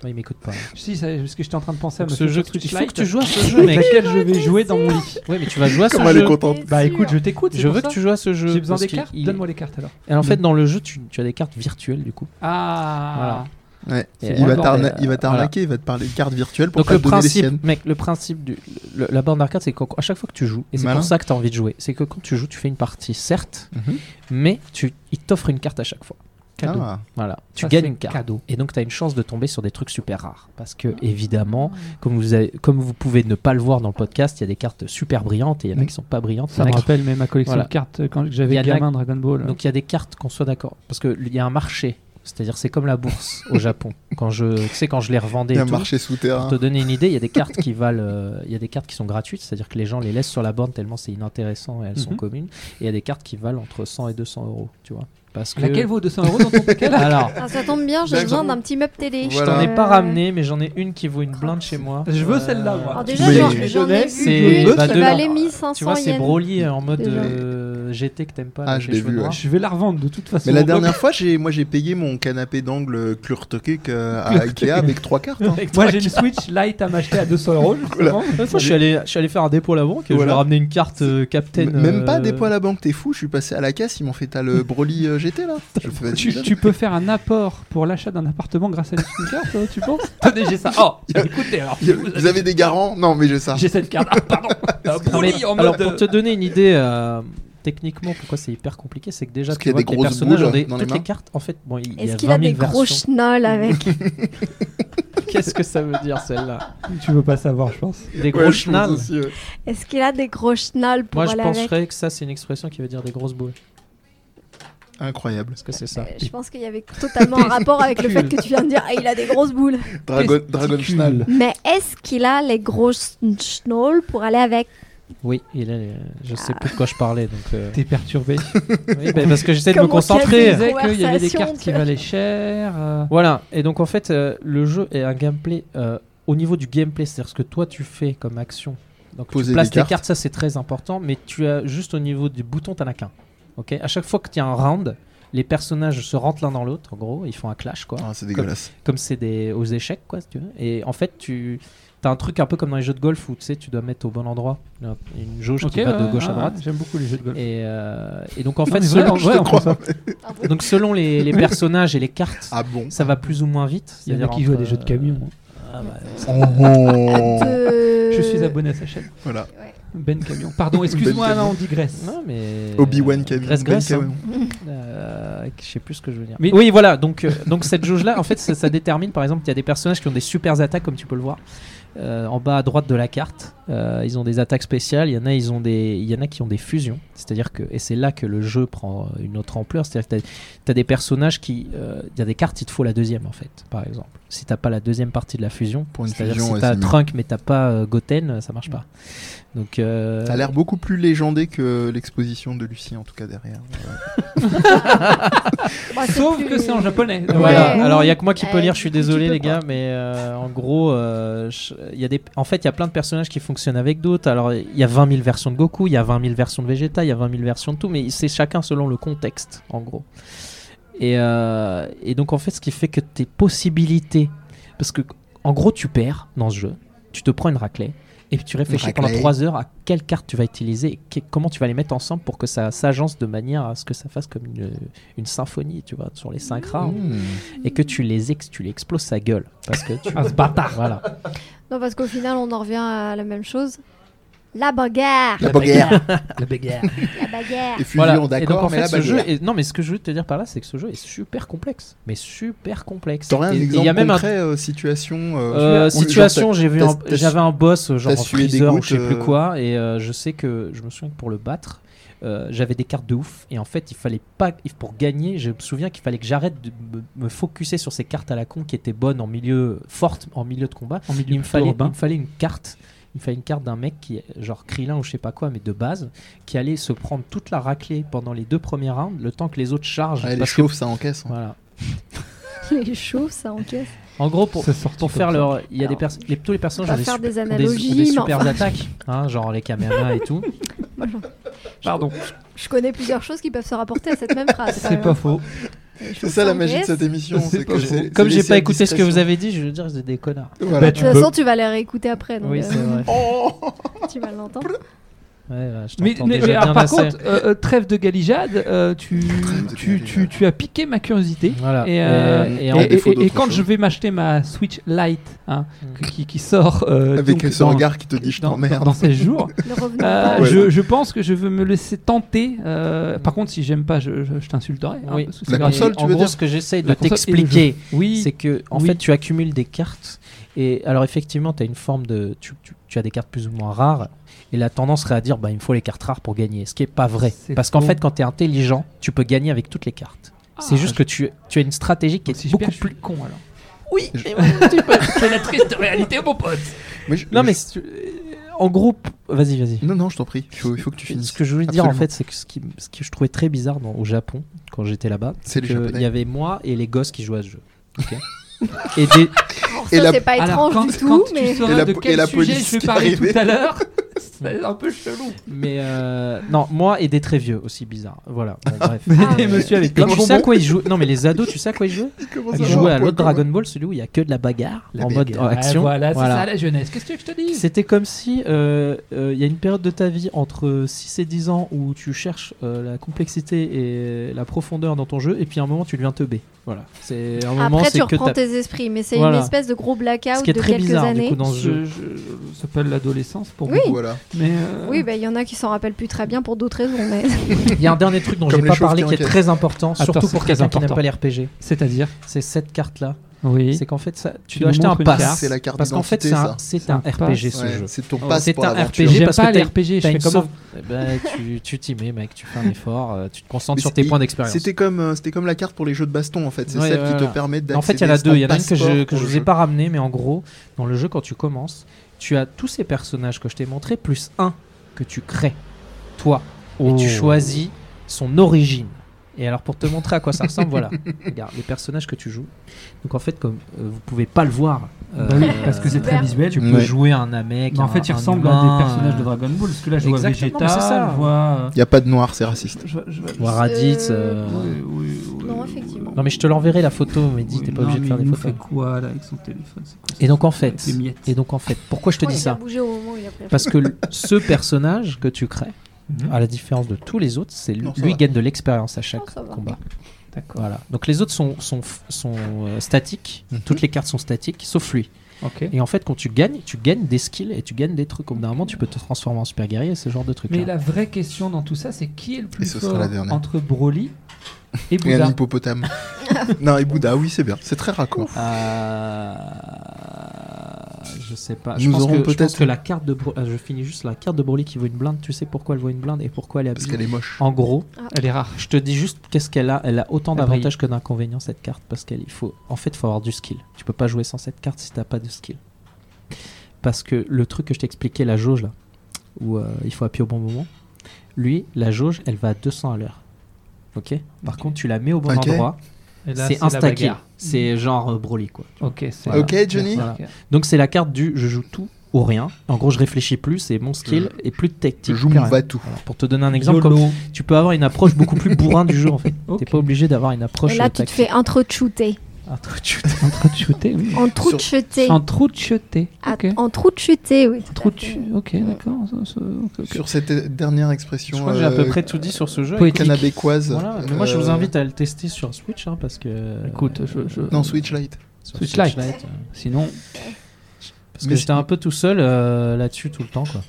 S2: Non, il m'écoute pas.
S3: Si, ça, parce que j'étais en train de penser à
S2: Donc
S3: me
S2: ce
S3: faire
S2: jeu,
S3: sur Switch
S2: il faut que
S3: Lite,
S2: tu joues à ce jeu,
S3: avec
S2: mec.
S3: laquelle je vais jouer dans mon lit.
S2: Ouais, mais tu vas jouer à ce
S1: Comme elle
S2: jeu.
S1: est contente.
S4: T'es
S3: Bah
S4: sûr
S3: écoute, je t'écoute.
S2: Je veux que tu joues à ce jeu.
S3: J'ai besoin
S2: parce
S3: des
S2: qu'il-
S3: cartes.
S2: il-
S3: Donne-moi les cartes alors.
S2: Et en fait, dans le jeu, tu, tu as des cartes virtuelles du coup.
S3: Ah.
S1: Ouais.
S2: C'est
S1: Il
S2: bon,
S1: va
S2: bon,
S1: t'arna-
S2: euh,
S1: il va t'arnaquer, il va te parler de cartes virtuelles pour
S2: Donc
S1: pas
S2: le
S1: te donner les
S2: principe,
S1: siennes.
S2: mec, le principe du le- la borne d'arcade, c'est qu'à à chaque fois que tu joues, et c'est
S1: Malin.
S2: pour ça que tu as envie de jouer, c'est que quand tu joues, tu fais une partie certes,
S1: Mhm.
S2: mais tu il t'offre une carte à chaque fois. Cadeau.
S1: Ah.
S2: Voilà, tu
S3: Ça,
S2: gagnes
S3: c'est
S2: une carte.
S3: cadeau.
S2: Et donc tu as une chance de tomber sur des trucs super rares parce que évidemment, comme vous avez- comme vous pouvez ne pas le voir dans le podcast, il y a des cartes super brillantes et il y en a
S1: Mhm.
S2: qui sont pas brillantes.
S3: Ça me rappelle même ma collection
S2: Voilà.
S3: de cartes euh, quand
S2: Il y
S3: j'avais
S2: en a-
S3: gamin Dragon Ball.
S2: Donc il y a des cartes qu'on soit d'accord. Parce qu'il y a un marché. C'est-à-dire c'est comme la bourse au Japon. quand je, tu sais, quand je les revendais.
S1: Il y a
S2: et
S1: un
S2: tout,
S1: marché hein.
S2: pour
S1: souterrain.
S2: te donner une idée, il y a des cartes qui valent, euh, il y a des cartes qui sont gratuites, c'est-à-dire que les gens les laissent sur la borne tellement c'est inintéressant et elles sont
S6: Mhm.
S2: communes. Et il y a des cartes qui valent entre 100 et 200 euros, tu vois. Parce que
S3: Laquelle vaut 200 euros dans ton paquet là
S2: alors,
S4: Ah, ça tombe bien, j'ai
S1: D'accord.
S4: besoin d'un petit meuble télé.
S1: Je t'en
S2: j'en ai
S4: Euh,
S2: pas ramené, mais j'en ai une qui vaut une blinde chez moi.
S3: Oh, Je veux
S2: Euh,
S3: celle-là, moi.
S4: Alors déjà,
S1: Mais-
S4: j'en-
S1: Mais
S4: j'en ai
S2: c'est-
S4: vu une
S2: bah,
S4: qui
S2: de-
S4: valait
S2: Tu
S4: 1500
S2: vois, c'est
S4: yens.
S2: Broly euh, en mode
S4: Déjà.
S2: euh, GT que t'aimes pas.
S1: Ah,
S2: là,
S1: je
S2: chez
S1: l'ai
S2: Cheveux
S1: vu,
S2: Noirs.
S1: ouais.
S3: Je vais la revendre de toute façon.
S1: Mais la
S3: Donc,
S1: dernière fois, j'ai, moi j'ai payé mon canapé d'angle Klurtekuk euh, à Ikea avec trois cartes. hein.
S3: Moi j'ai une Switch Lite à m'acheter à 200 euros. justement.
S2: Une fois, je, suis allé, je suis allé faire un dépôt à la banque et
S1: Voilà.
S2: je vais ramener une carte euh, Captain.
S1: M- Même pas
S2: euh,
S1: des poids à la banque, t'es fou, je suis passé à la caisse, ils m'ont fait t'as le Broly euh, GT là. Je fais, vas-y,
S3: Tu,
S1: donne.
S3: tu peux faire un apport pour l'achat d'un appartement grâce à une Switch carte, toi, tu penses Tenez, j'ai ça. Oh,
S1: Il y a-
S3: écoutez, alors,
S1: Il y a- Vous avez des garants Non, mais j'ai ça.
S3: j'ai cette carte. Ah, pardon. Ah,
S2: Non, mais-
S3: Broly en mode.
S2: alors pour te donner une idée euh, techniquement pourquoi c'est hyper compliqué c'est que déjà
S1: Parce
S2: tu
S1: qu'il y a
S2: vois
S1: des
S2: que les
S1: grosses
S2: personnages
S1: boules
S2: ont des-
S1: dans les
S2: toutes
S1: mains.
S2: les cartes en fait bon il il y a
S4: Est-ce qu'il a
S2: 20
S4: des
S2: 000
S4: gros
S2: versions.
S4: schnolls avec
S2: qu'est-ce que ça veut dire celle-là
S7: Tu veux pas savoir, je pense.
S2: des
S1: Ouais,
S2: gros
S1: je pense
S2: schnalls
S1: aussi, ouais.
S4: Est-ce qu'il a des gros schnolls pour
S2: moi je
S4: aller avec
S2: penserais que ça c'est une expression qui veut dire des grosses boules
S1: Incroyable.
S2: parce que c'est
S4: Euh,
S2: ça
S4: Je pense qu'il y avait totalement un rapport avec le fait que tu viens de dire Ah, il a des grosses boules.
S1: Dragon, Dragon Schnall.
S4: Mais est-ce qu'il a les grosses schnolls pour aller avec
S2: oui il est- je sais
S4: Ah.
S2: plus de quoi je parlais donc euh,
S3: T'es perturbé.
S2: oui, bah, parce que j'essaie de me
S4: Comment
S3: Tu
S2: concentrer
S4: calmer
S3: disais qu'il y avait des
S4: Conversation
S3: cartes qui
S4: que-
S3: valaient cher. euh,
S2: Voilà, et donc en fait, euh, le jeu est un gameplay euh, au niveau du gameplay, c'est-à-dire ce que toi tu fais comme action. Donc
S1: Poser
S2: tu places
S1: des
S2: tes
S1: cartes.
S2: cartes, ça c'est très important, mais tu as juste au niveau du bouton, t'en as qu'un. Ok à chaque fois que tu as un round, les personnages se rentrent l'un dans l'autre, en gros, ils font un clash quoi
S1: Ah, c'est dégueulasse.
S2: comme c'est des aux échecs quoi si tu veux et en fait tu t'as un truc un peu comme dans les jeux de golf où tu sais tu dois mettre au bon endroit un- une jauge
S3: ok,
S2: qui va de
S3: ouais,
S2: gauche à
S3: ouais,
S2: droite
S3: J'aime beaucoup les jeux de golf.
S2: et, euh, et donc en
S3: Non,
S2: fait
S3: mais
S2: selon,
S3: vraiment, ouais, en
S1: crois.
S3: fait, ça-
S2: donc selon les, les personnages et les cartes
S1: Ah bon
S2: ça va plus ou moins vite
S3: Il y en a
S2: C'est-à-dire
S3: qui jouent à
S2: entre,
S3: des jeux de camion.
S2: euh,
S3: hein.
S2: ah bah,
S1: Oh.
S4: de-
S3: Je suis abonné à sa chaîne.
S1: Voilà.
S3: Euh, Ben Camion. Pardon, excuse-moi,
S1: Ben
S3: non,
S1: Camion.
S3: on digresse.
S2: non mais
S1: Obi-Wan Kenobi.
S2: Grèce,
S1: Ben
S2: Grèce, euh, hein.
S1: Kenobi.
S2: Euh, je sais plus ce que je veux dire.
S3: Mais-
S2: oui, voilà. Donc, euh, donc cette jauge là, en fait, ça, ça détermine. Par exemple, il y a des personnages qui ont des super attaques, comme tu peux le voir, euh, en bas à droite de la carte. Euh, ils ont des attaques spéciales. Il y en a, ils ont des, il y en a qui ont des fusions. C'est-à-dire que, et c'est là que le jeu prend une autre ampleur. C'est-à-dire que tu as des personnages qui, euh, il y a des cartes, il te faut la deuxième en fait. Par exemple, si t'as pas la deuxième partie de la fusion,
S1: Pour une
S2: c'est-à-dire
S1: fusion,
S2: si
S1: ouais,
S2: t'as
S1: c'est mieux.
S2: Trunk mais t'as pas euh, Goten, ça marche pas.
S1: Mm.
S2: Donc, euh,
S1: Ça a l'air beaucoup plus légendé que l'exposition de Lucie, en tout cas derrière.
S4: Bah, c'est
S3: Sauf
S4: plus-
S3: que c'est en japonais.
S1: Ouais.
S2: Voilà.
S4: Ouais.
S2: Alors il y a que moi qui
S4: Ouais,
S2: peux lire. Je suis
S4: tu peux
S2: désolé les
S4: pas.
S2: gars, mais euh, en gros, euh, je- il y a des. En fait, il y a plein de personnages qui fonctionnent avec d'autres. Alors il y a 20 000 versions de Goku, il y a 20 000 versions de Vegeta, il y a 20 000 versions de tout, mais c'est chacun selon le contexte, en gros. Et, euh, et donc en fait, ce qui fait que tes possibilités, parce que en gros, tu perds dans ce jeu, tu te prends une raclée. Et puis tu réfléchis
S1: Une
S2: pendant
S1: raclée.
S2: 3 heures à quelle carte tu vas utiliser et que- comment tu vas les mettre ensemble pour que ça s'agence de manière à ce que ça fasse comme une, une symphonie, tu vois, sur les 5
S1: Mmh.
S2: rounds et que tu les ex, tu les exploses sa gueule parce que tu
S3: Ah, ce bâtard.
S2: voilà.
S4: Non, parce qu'au final, on en revient à la même chose. La bagarre
S1: La bagarre.
S3: Le béguerre.
S4: La bagarre
S1: Les fusions,
S2: voilà. Et donc,
S1: d'accord,
S2: en
S1: mais
S2: fait,
S1: la
S2: ce jeu
S1: bagarre.
S2: est- non mais ce que je veux te dire par là c'est que ce jeu est super complexe, mais super complexe.
S1: T'aurais un
S2: Et- et
S1: exemple
S2: il y a même un-
S1: concret, euh, situation euh,
S2: euh,
S1: où- genre,
S2: situation, j'ai vu
S1: t'as-
S2: un-
S1: t'as su-
S2: j'avais un boss euh, genre
S1: t'as
S2: en
S1: sué des
S2: freezer ou
S1: gouttes,
S2: je sais plus
S1: euh.
S2: quoi et euh, je sais que je me souviens que pour le battre euh, j'avais des cartes de ouf et en fait il fallait pas il- pour gagner je me souviens qu'il fallait que j'arrête de me, me focuser sur ces cartes à la con qui étaient bonnes en milieu forte en milieu de combat
S3: En milieu
S2: il me fallait, il
S3: urbain.
S2: me fallait une carte. Il me fallait une carte d'un mec qui, genre Krillin ou je sais pas quoi, mais de base, qui allait se prendre toute la raclée pendant les deux premiers rounds, le temps que les autres chargent.
S1: Ouais, les
S2: parce que-
S1: chauves, ça encaisse. hein.
S2: voilà.
S4: Les chauds, ça encaisse.
S2: En gros, pour,
S3: Ça sort
S2: pour faire leur. Il y a des
S4: Alors,
S2: personnes. les- Tous les
S4: On
S2: personnages
S4: va
S2: ont des,
S4: faire des
S2: super- ont des- ont
S4: analogies,
S2: des
S4: mais
S2: super
S4: enfin,
S2: attaques, hein, genre les caméras et tout.
S3: Pardon.
S4: je connais plusieurs choses qui peuvent se rapporter à cette même phrase.
S3: C'est pas faux.
S1: C'est ça la magie de cette émission.
S3: C'est
S1: c'est
S3: pas
S1: que
S3: faux.
S1: c'est- c'est
S2: Comme j'ai
S1: laissé
S2: pas
S1: à
S2: écouté ce que vous
S1: discrétion.
S2: avez dit, je veux dire, vous êtes des connards.
S1: Voilà.
S7: Bah,
S4: De
S7: tu
S4: toute
S7: peux.
S4: façon, tu vas les réécouter après, donc
S2: Oui,
S4: euh,
S2: c'est vrai.
S4: tu vas l'entendre.
S1: Oh.
S2: Ouais, ouais, je
S3: Mais,
S2: t'entends
S3: mais-
S2: déjà
S3: mais alors,
S2: bien
S3: par
S2: assez.
S3: contre, euh, euh, trêve de galijade, euh, tu,
S1: de
S3: tu, tu,
S1: galijade.
S3: tu as piqué ma curiosité.
S2: Voilà.
S3: Et, euh,
S2: Et-
S3: et,
S2: et en
S3: et-
S1: défaut
S3: et-
S1: d'autre
S3: et quand
S1: chose.
S3: je vais m'acheter ma Switch Lite, hein,
S2: Mm.
S3: qui, qui sort euh,
S1: Avec
S3: donc
S1: ce
S3: dans-
S1: regard qui te dit je
S3: dans, dans,
S1: t'emmerde.
S3: dans 16 jours,
S4: Ne revenons
S3: euh,
S4: pas.
S1: Ouais.
S3: je, je pense que je veux me laisser tenter. euh, par contre, si j'aime pas, je, je- je t'insulterai. hein,
S2: Oui.
S3: parce que c'est
S1: La
S3: grave.
S1: console,
S2: Et
S1: tu
S2: en
S1: veux
S2: gros,
S1: dire
S2: ce que j'essaye de
S3: La console et le
S2: t'expliquer,
S3: Oui.
S2: c'est que en
S3: Oui.
S2: fait tu accumules des cartes et alors effectivement tu as une forme de tu, tu- tu as des cartes plus ou moins rares et la tendance serait à dire bah il me faut les cartes rares pour gagner ce qui est pas vrai
S3: C'est
S2: parce qu'en
S3: faux.
S2: fait quand tu es intelligent tu peux gagner avec toutes les cartes
S3: Ah,
S2: c'est juste que tu, tu as une stratégie qui est
S3: si je
S2: beaucoup
S3: perds, je suis
S2: plus
S3: con alors.
S2: Oui,
S1: Je-
S2: mais oui, tu peux. C'est la triste réalité, mon pote.
S1: Moi, je-
S2: Non,
S1: je-
S2: mais si tu- euh, en groupe, vas-y, vas-y.
S1: Non, non, je t'en prie, il faut, il faut que tu
S2: Ce
S1: finisses.
S2: que je voulais dire en
S1: Absolument.
S2: fait, c'est que ce, qui, ce que je trouvais très bizarre dans- au Japon quand j'étais là-bas,
S1: C'est les
S2: que
S1: Japonais.
S2: il y avait moi et les gosses qui jouaient à ce jeu. Ok. et des,
S4: Bon,
S1: Et
S4: ça,
S1: la-
S4: c'est pas
S3: Alors,
S4: étrange
S3: quand,
S4: du tout,
S3: quand
S4: mais.
S3: tu sauras
S1: Et la
S3: de
S1: po-
S3: quel
S1: et la
S3: sujet
S1: police
S3: je vais
S1: qui
S3: parler
S1: arrivait.
S3: tout à l'heure, c'est un peu chelou.
S2: mais euh, non, moi et des très vieux aussi bizarre. Voilà. Bon, bref.
S4: Ah.
S2: Et monsieur avec
S1: Comme
S2: non, mais tu sais à quoi ils jouent Non, mais les ados, tu sais à quoi ils jouent
S1: Comment
S2: Ils
S1: ça va,
S2: jouaient à
S1: point
S2: l'autre
S1: commun
S2: Dragon Ball, celui où il y a que de la bagarre
S1: La
S2: en mode
S1: bagarre.
S2: euh, action.
S3: Ouais, voilà, c'est
S2: Voilà.
S3: ça la jeunesse. Qu'est-ce que je te dis
S2: C'était comme si euh, euh, il y a une période de ta vie entre 6 et 10 ans où tu cherches euh, la complexité et la profondeur dans ton jeu, et puis à un moment tu deviens teubé. Voilà. C'est un moment
S4: Après,
S2: c'est
S4: tu
S2: que
S4: reprends
S2: t'as-
S4: tes esprits, mais c'est
S2: Voilà.
S4: une espèce de gros blackout
S2: ce qui est
S4: de
S2: très
S4: quelques
S2: bizarre
S4: années.
S2: du coup dans ce jeu.
S3: Je- je- je- Ça s'appelle l'adolescence pour
S4: Oui.
S1: Voilà.
S3: moi. Mais euh,
S4: Oui, bah, il y en a qui s'en rappellent plus très bien pour d'autres raisons. Mais...
S2: Il y a un dernier truc dont
S1: Comme
S2: j'ai
S1: les
S2: pas
S1: choses
S2: parlé
S1: qui
S2: qui est
S1: inquiètent.
S2: très important, surtout
S3: c'est
S2: pour
S3: très
S2: quelqu'un qui n'aime
S3: important.
S2: pas les RPG.
S3: c'est-à-dire
S2: C'est cette carte là.
S3: Oui.
S2: C'est qu'en fait ça, tu,
S3: Tu
S2: dois
S3: nous
S2: acheter un
S3: montres une
S2: pass.
S3: carte.
S1: C'est la carte
S2: Parce qu'en fait c'est
S1: d'identité, ça.
S2: un, c'est
S3: C'est
S2: un
S3: un
S2: RPG
S3: pass.
S2: ce
S1: Ouais,
S2: jeu.
S1: C'est ton
S3: Oh,
S1: passe
S2: C'est
S1: pour
S2: un
S1: l'aventure.
S2: RPG.
S3: J'aime
S2: parce
S3: pas
S2: que
S3: les
S2: t'as-
S3: RPG, je
S2: T'as
S3: fais
S2: une
S3: comme
S2: sauve-
S3: ça.
S2: Eh ben, tu tu t'y mets mec, tu fais un effort, euh, tu te concentres
S1: Mais
S2: sur
S1: c'est-
S2: tes points d'expérience.
S1: C'était comme, euh, c'était comme la carte pour les jeux de baston en fait. C'est
S2: Ouais,
S1: celle qui
S2: voilà.
S1: te permet d'accéder.
S2: En fait, il y en a deux. Il y en a une que
S1: ne
S2: je ne vous ai pas ramenée, mais en gros, dans le jeu, quand tu commences, tu as tous ces personnages que je t'ai montrés, plus un que tu crées, toi. Et tu choisis son origine. Et alors, pour te montrer à quoi ça ressemble, voilà. Regarde, les personnages que tu joues. Donc, en fait, comme euh, vous pouvez pas le voir. euh,
S3: Bah oui, parce que c'est
S4: Super.
S3: très visuel.
S2: Tu peux
S1: Ouais.
S2: jouer un Namek.
S3: Mais en
S2: un-
S3: fait, il
S2: un
S3: ressemble à
S2: humain,
S3: des personnages de
S2: euh,
S3: Dragon Ball. Parce que là, je vois
S2: Exactement,
S3: Vegeta,
S2: mais c'est ça.
S3: je vois.
S1: Il y a pas de noir, c'est raciste.
S3: je vois- je vois-
S2: ou un Raditz. euh,
S3: Oui, oui, oui,
S4: Non,
S3: oui,
S4: effectivement.
S2: Non, mais je te l'enverrai la photo, mais dis,
S3: oui,
S2: t'es pas
S3: non,
S2: obligé de
S3: mais
S2: faire des
S3: il nous
S2: photos.
S3: fait quoi là avec son téléphone C'est quoi,
S2: Et donc, en
S3: avec
S2: fait,
S3: des miettes
S2: et donc, en fait, pourquoi je te
S4: Oh,
S2: dis
S4: il a
S2: ça
S4: bougé au moment où il a pris la
S2: Parce que le- ce personnage que tu crées,
S3: Mhm.
S2: à la différence de tous les autres, c'est lui,
S1: Non, ça
S2: lui
S1: va.
S2: gagne de l'expérience à chaque
S4: Non, ça va.
S2: combat. Voilà. Donc les autres sont, sont, sont, euh, statiques, toutes les cartes sont statiques, sauf lui.
S3: Ok.
S2: Et en fait, quand tu gagnes, tu gagnes des skills et tu gagnes des trucs. Au bout d'un moment, tu peux te transformer en super guerrier, ce genre de truc.
S3: Mais la vraie question dans tout ça, c'est qui est le plus
S1: Et ce sera
S3: fort
S1: la dernière.
S3: entre Broly et
S1: Et
S3: Bouddha
S1: un hippopotame. non, et Bouddha, oui, c'est bien. C'est très raccord.
S2: Euh, je sais pas.
S1: Je
S2: Je
S1: Nous pense
S2: pense,
S1: aurons que-
S2: que,
S1: je peut-être- pense que
S2: la carte de euh, je finis juste la carte de Broly qui vaut une blinde. Tu sais pourquoi elle vaut une blinde et pourquoi elle est
S1: Parce qu'elle est moche.
S2: En gros,
S3: Elle est rare.
S2: Je te dis juste qu'est-ce qu'elle a. Elle a autant
S3: Elle
S2: d'avantages que d'inconvénients cette carte parce qu'elle il faut en fait faut avoir du skill. Tu peux pas jouer sans cette carte si t'as pas de skill. Parce que le truc que je t'expliquais la jauge là où euh, il faut appuyer au bon moment. Lui la jauge elle va à 200 à l'heure. Ok. Par contre tu la mets au bon
S1: Ok.
S2: endroit.
S3: Et là,
S2: C'est
S3: la
S2: insta kill.
S3: bagarre. Mmh.
S2: C'est genre euh, Broly quoi.
S3: Ok, c'est
S1: Ok, Johnny
S3: Voilà.
S2: Donc c'est la carte du je joue tout ou rien. En gros je réfléchis plus c'est mon skill et plus de
S1: Je
S2: tactique.
S1: joue
S2: plus
S1: mon
S2: rien.
S1: Vatou.
S2: Voilà, Pour te donner un exemple,
S3: YOLO.
S2: comme- tu peux avoir une approche beaucoup plus bourrin du jeu en fait.
S3: Ok.
S2: T'es pas obligé d'avoir une approche.
S4: Et là,
S2: euh,
S4: tu te
S2: tactique.
S4: fais introchuter.
S2: Ah, toi, tu-
S3: En trou de shooter, oui.
S4: En trouchuter.
S3: En trou de shooter.
S4: Ah,
S3: Ok.
S4: En trouchuter, oui. tout à
S3: Trou de
S4: fait.
S3: chu- Ok, d'accord. ça- ça- ok, ok.
S1: Sur cette euh, dernière
S2: Je
S1: expression
S2: crois que j'ai à peu
S1: euh,
S2: près tout dit sur ce jeu.
S3: Poétique.
S1: canabécoise.
S2: Voilà, mais moi je
S1: euh,
S2: vous invite à le tester sur Switch hein, parce que.
S3: Écoute, je- je-
S1: Non, Switch Lite.
S2: sur
S3: Switch Lite.
S2: euh,
S3: Sinon,
S2: Parce
S1: Mais
S2: que j'étais un peu tout seul euh, là-dessus tout le temps quoi.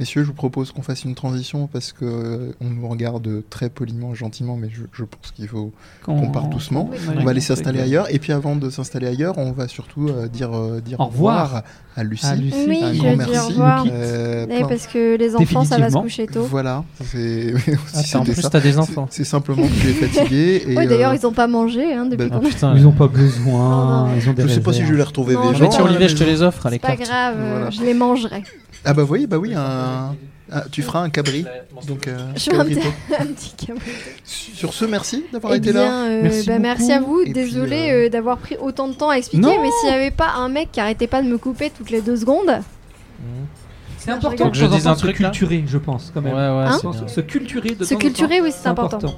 S1: Messieurs, je vous propose qu'on fasse une transition parce que euh, on nous regarde très poliment, gentiment, mais je, je pense qu'il faut qu'on parte doucement.
S4: Oui.
S1: On va aller
S3: laisser
S1: s'installer ailleurs. Et puis avant de s'installer ailleurs, on va surtout euh, dire, euh, dire
S3: Au revoir.
S1: à Lucie.
S3: Ah, Lucie,
S4: Oui,
S1: Un
S4: je
S1: grand
S4: dis
S1: merci.
S4: au revoir.
S1: Euh,
S4: Eh,
S1: plein-
S4: parce que les enfants, ça va se
S3: Définitivement.
S4: coucher tôt.
S1: Voilà. C'est
S2: Ah,
S1: si
S2: t'as- en
S1: c'était
S2: plus
S1: ça.
S2: t'as des
S1: C'est-
S2: enfants.
S1: C'est simplement que tu es fatigué. et,
S4: Oui, d'ailleurs,
S1: euh,
S4: ils ont pas mangé hein, depuis
S1: bah,
S4: qu'on
S2: Ah, putain,
S3: Ils
S2: euh,
S3: n'ont pas besoin.
S4: Non, non.
S3: Ils ont des
S1: je sais pas si je
S3: réserves.
S1: vais les retrouver
S4: Non,
S1: les
S4: mais
S1: gens.
S2: Mets sur Olivier, je te les offre à
S4: Oh. C'est pas
S2: l'écart.
S4: grave, euh,
S1: Voilà.
S4: je les mangerai.
S1: Ah bah oui, bah oui, un- ah, tu feras un cabri. Donc, euh,
S4: Je vais un
S1: cabrito.
S4: petit, un petit câble.
S1: Sur ce, merci d'avoir
S4: Eh
S1: été là.
S4: bien, euh, bah,
S3: Merci
S4: merci,
S3: beaucoup.
S4: à vous.
S1: Et puis,
S4: Désolé
S1: euh,
S4: euh, d'avoir pris autant de temps à expliquer,
S3: Non.
S4: mais s'il n'y avait pas un mec qui arrêtait pas de me couper toutes les deux secondes,
S3: C'est
S4: Non, je
S3: important
S4: rigole.
S3: que
S2: Je
S3: je
S2: dise un
S3: se
S2: truc, là.
S3: culturer, je pense, quand
S2: Ouais,
S3: même.
S2: ouais,
S4: Hein
S2: c'est bien.
S3: Se culturer de
S4: se
S3: temps en temps,
S4: culturer, oui, c'est
S3: c'est
S4: important.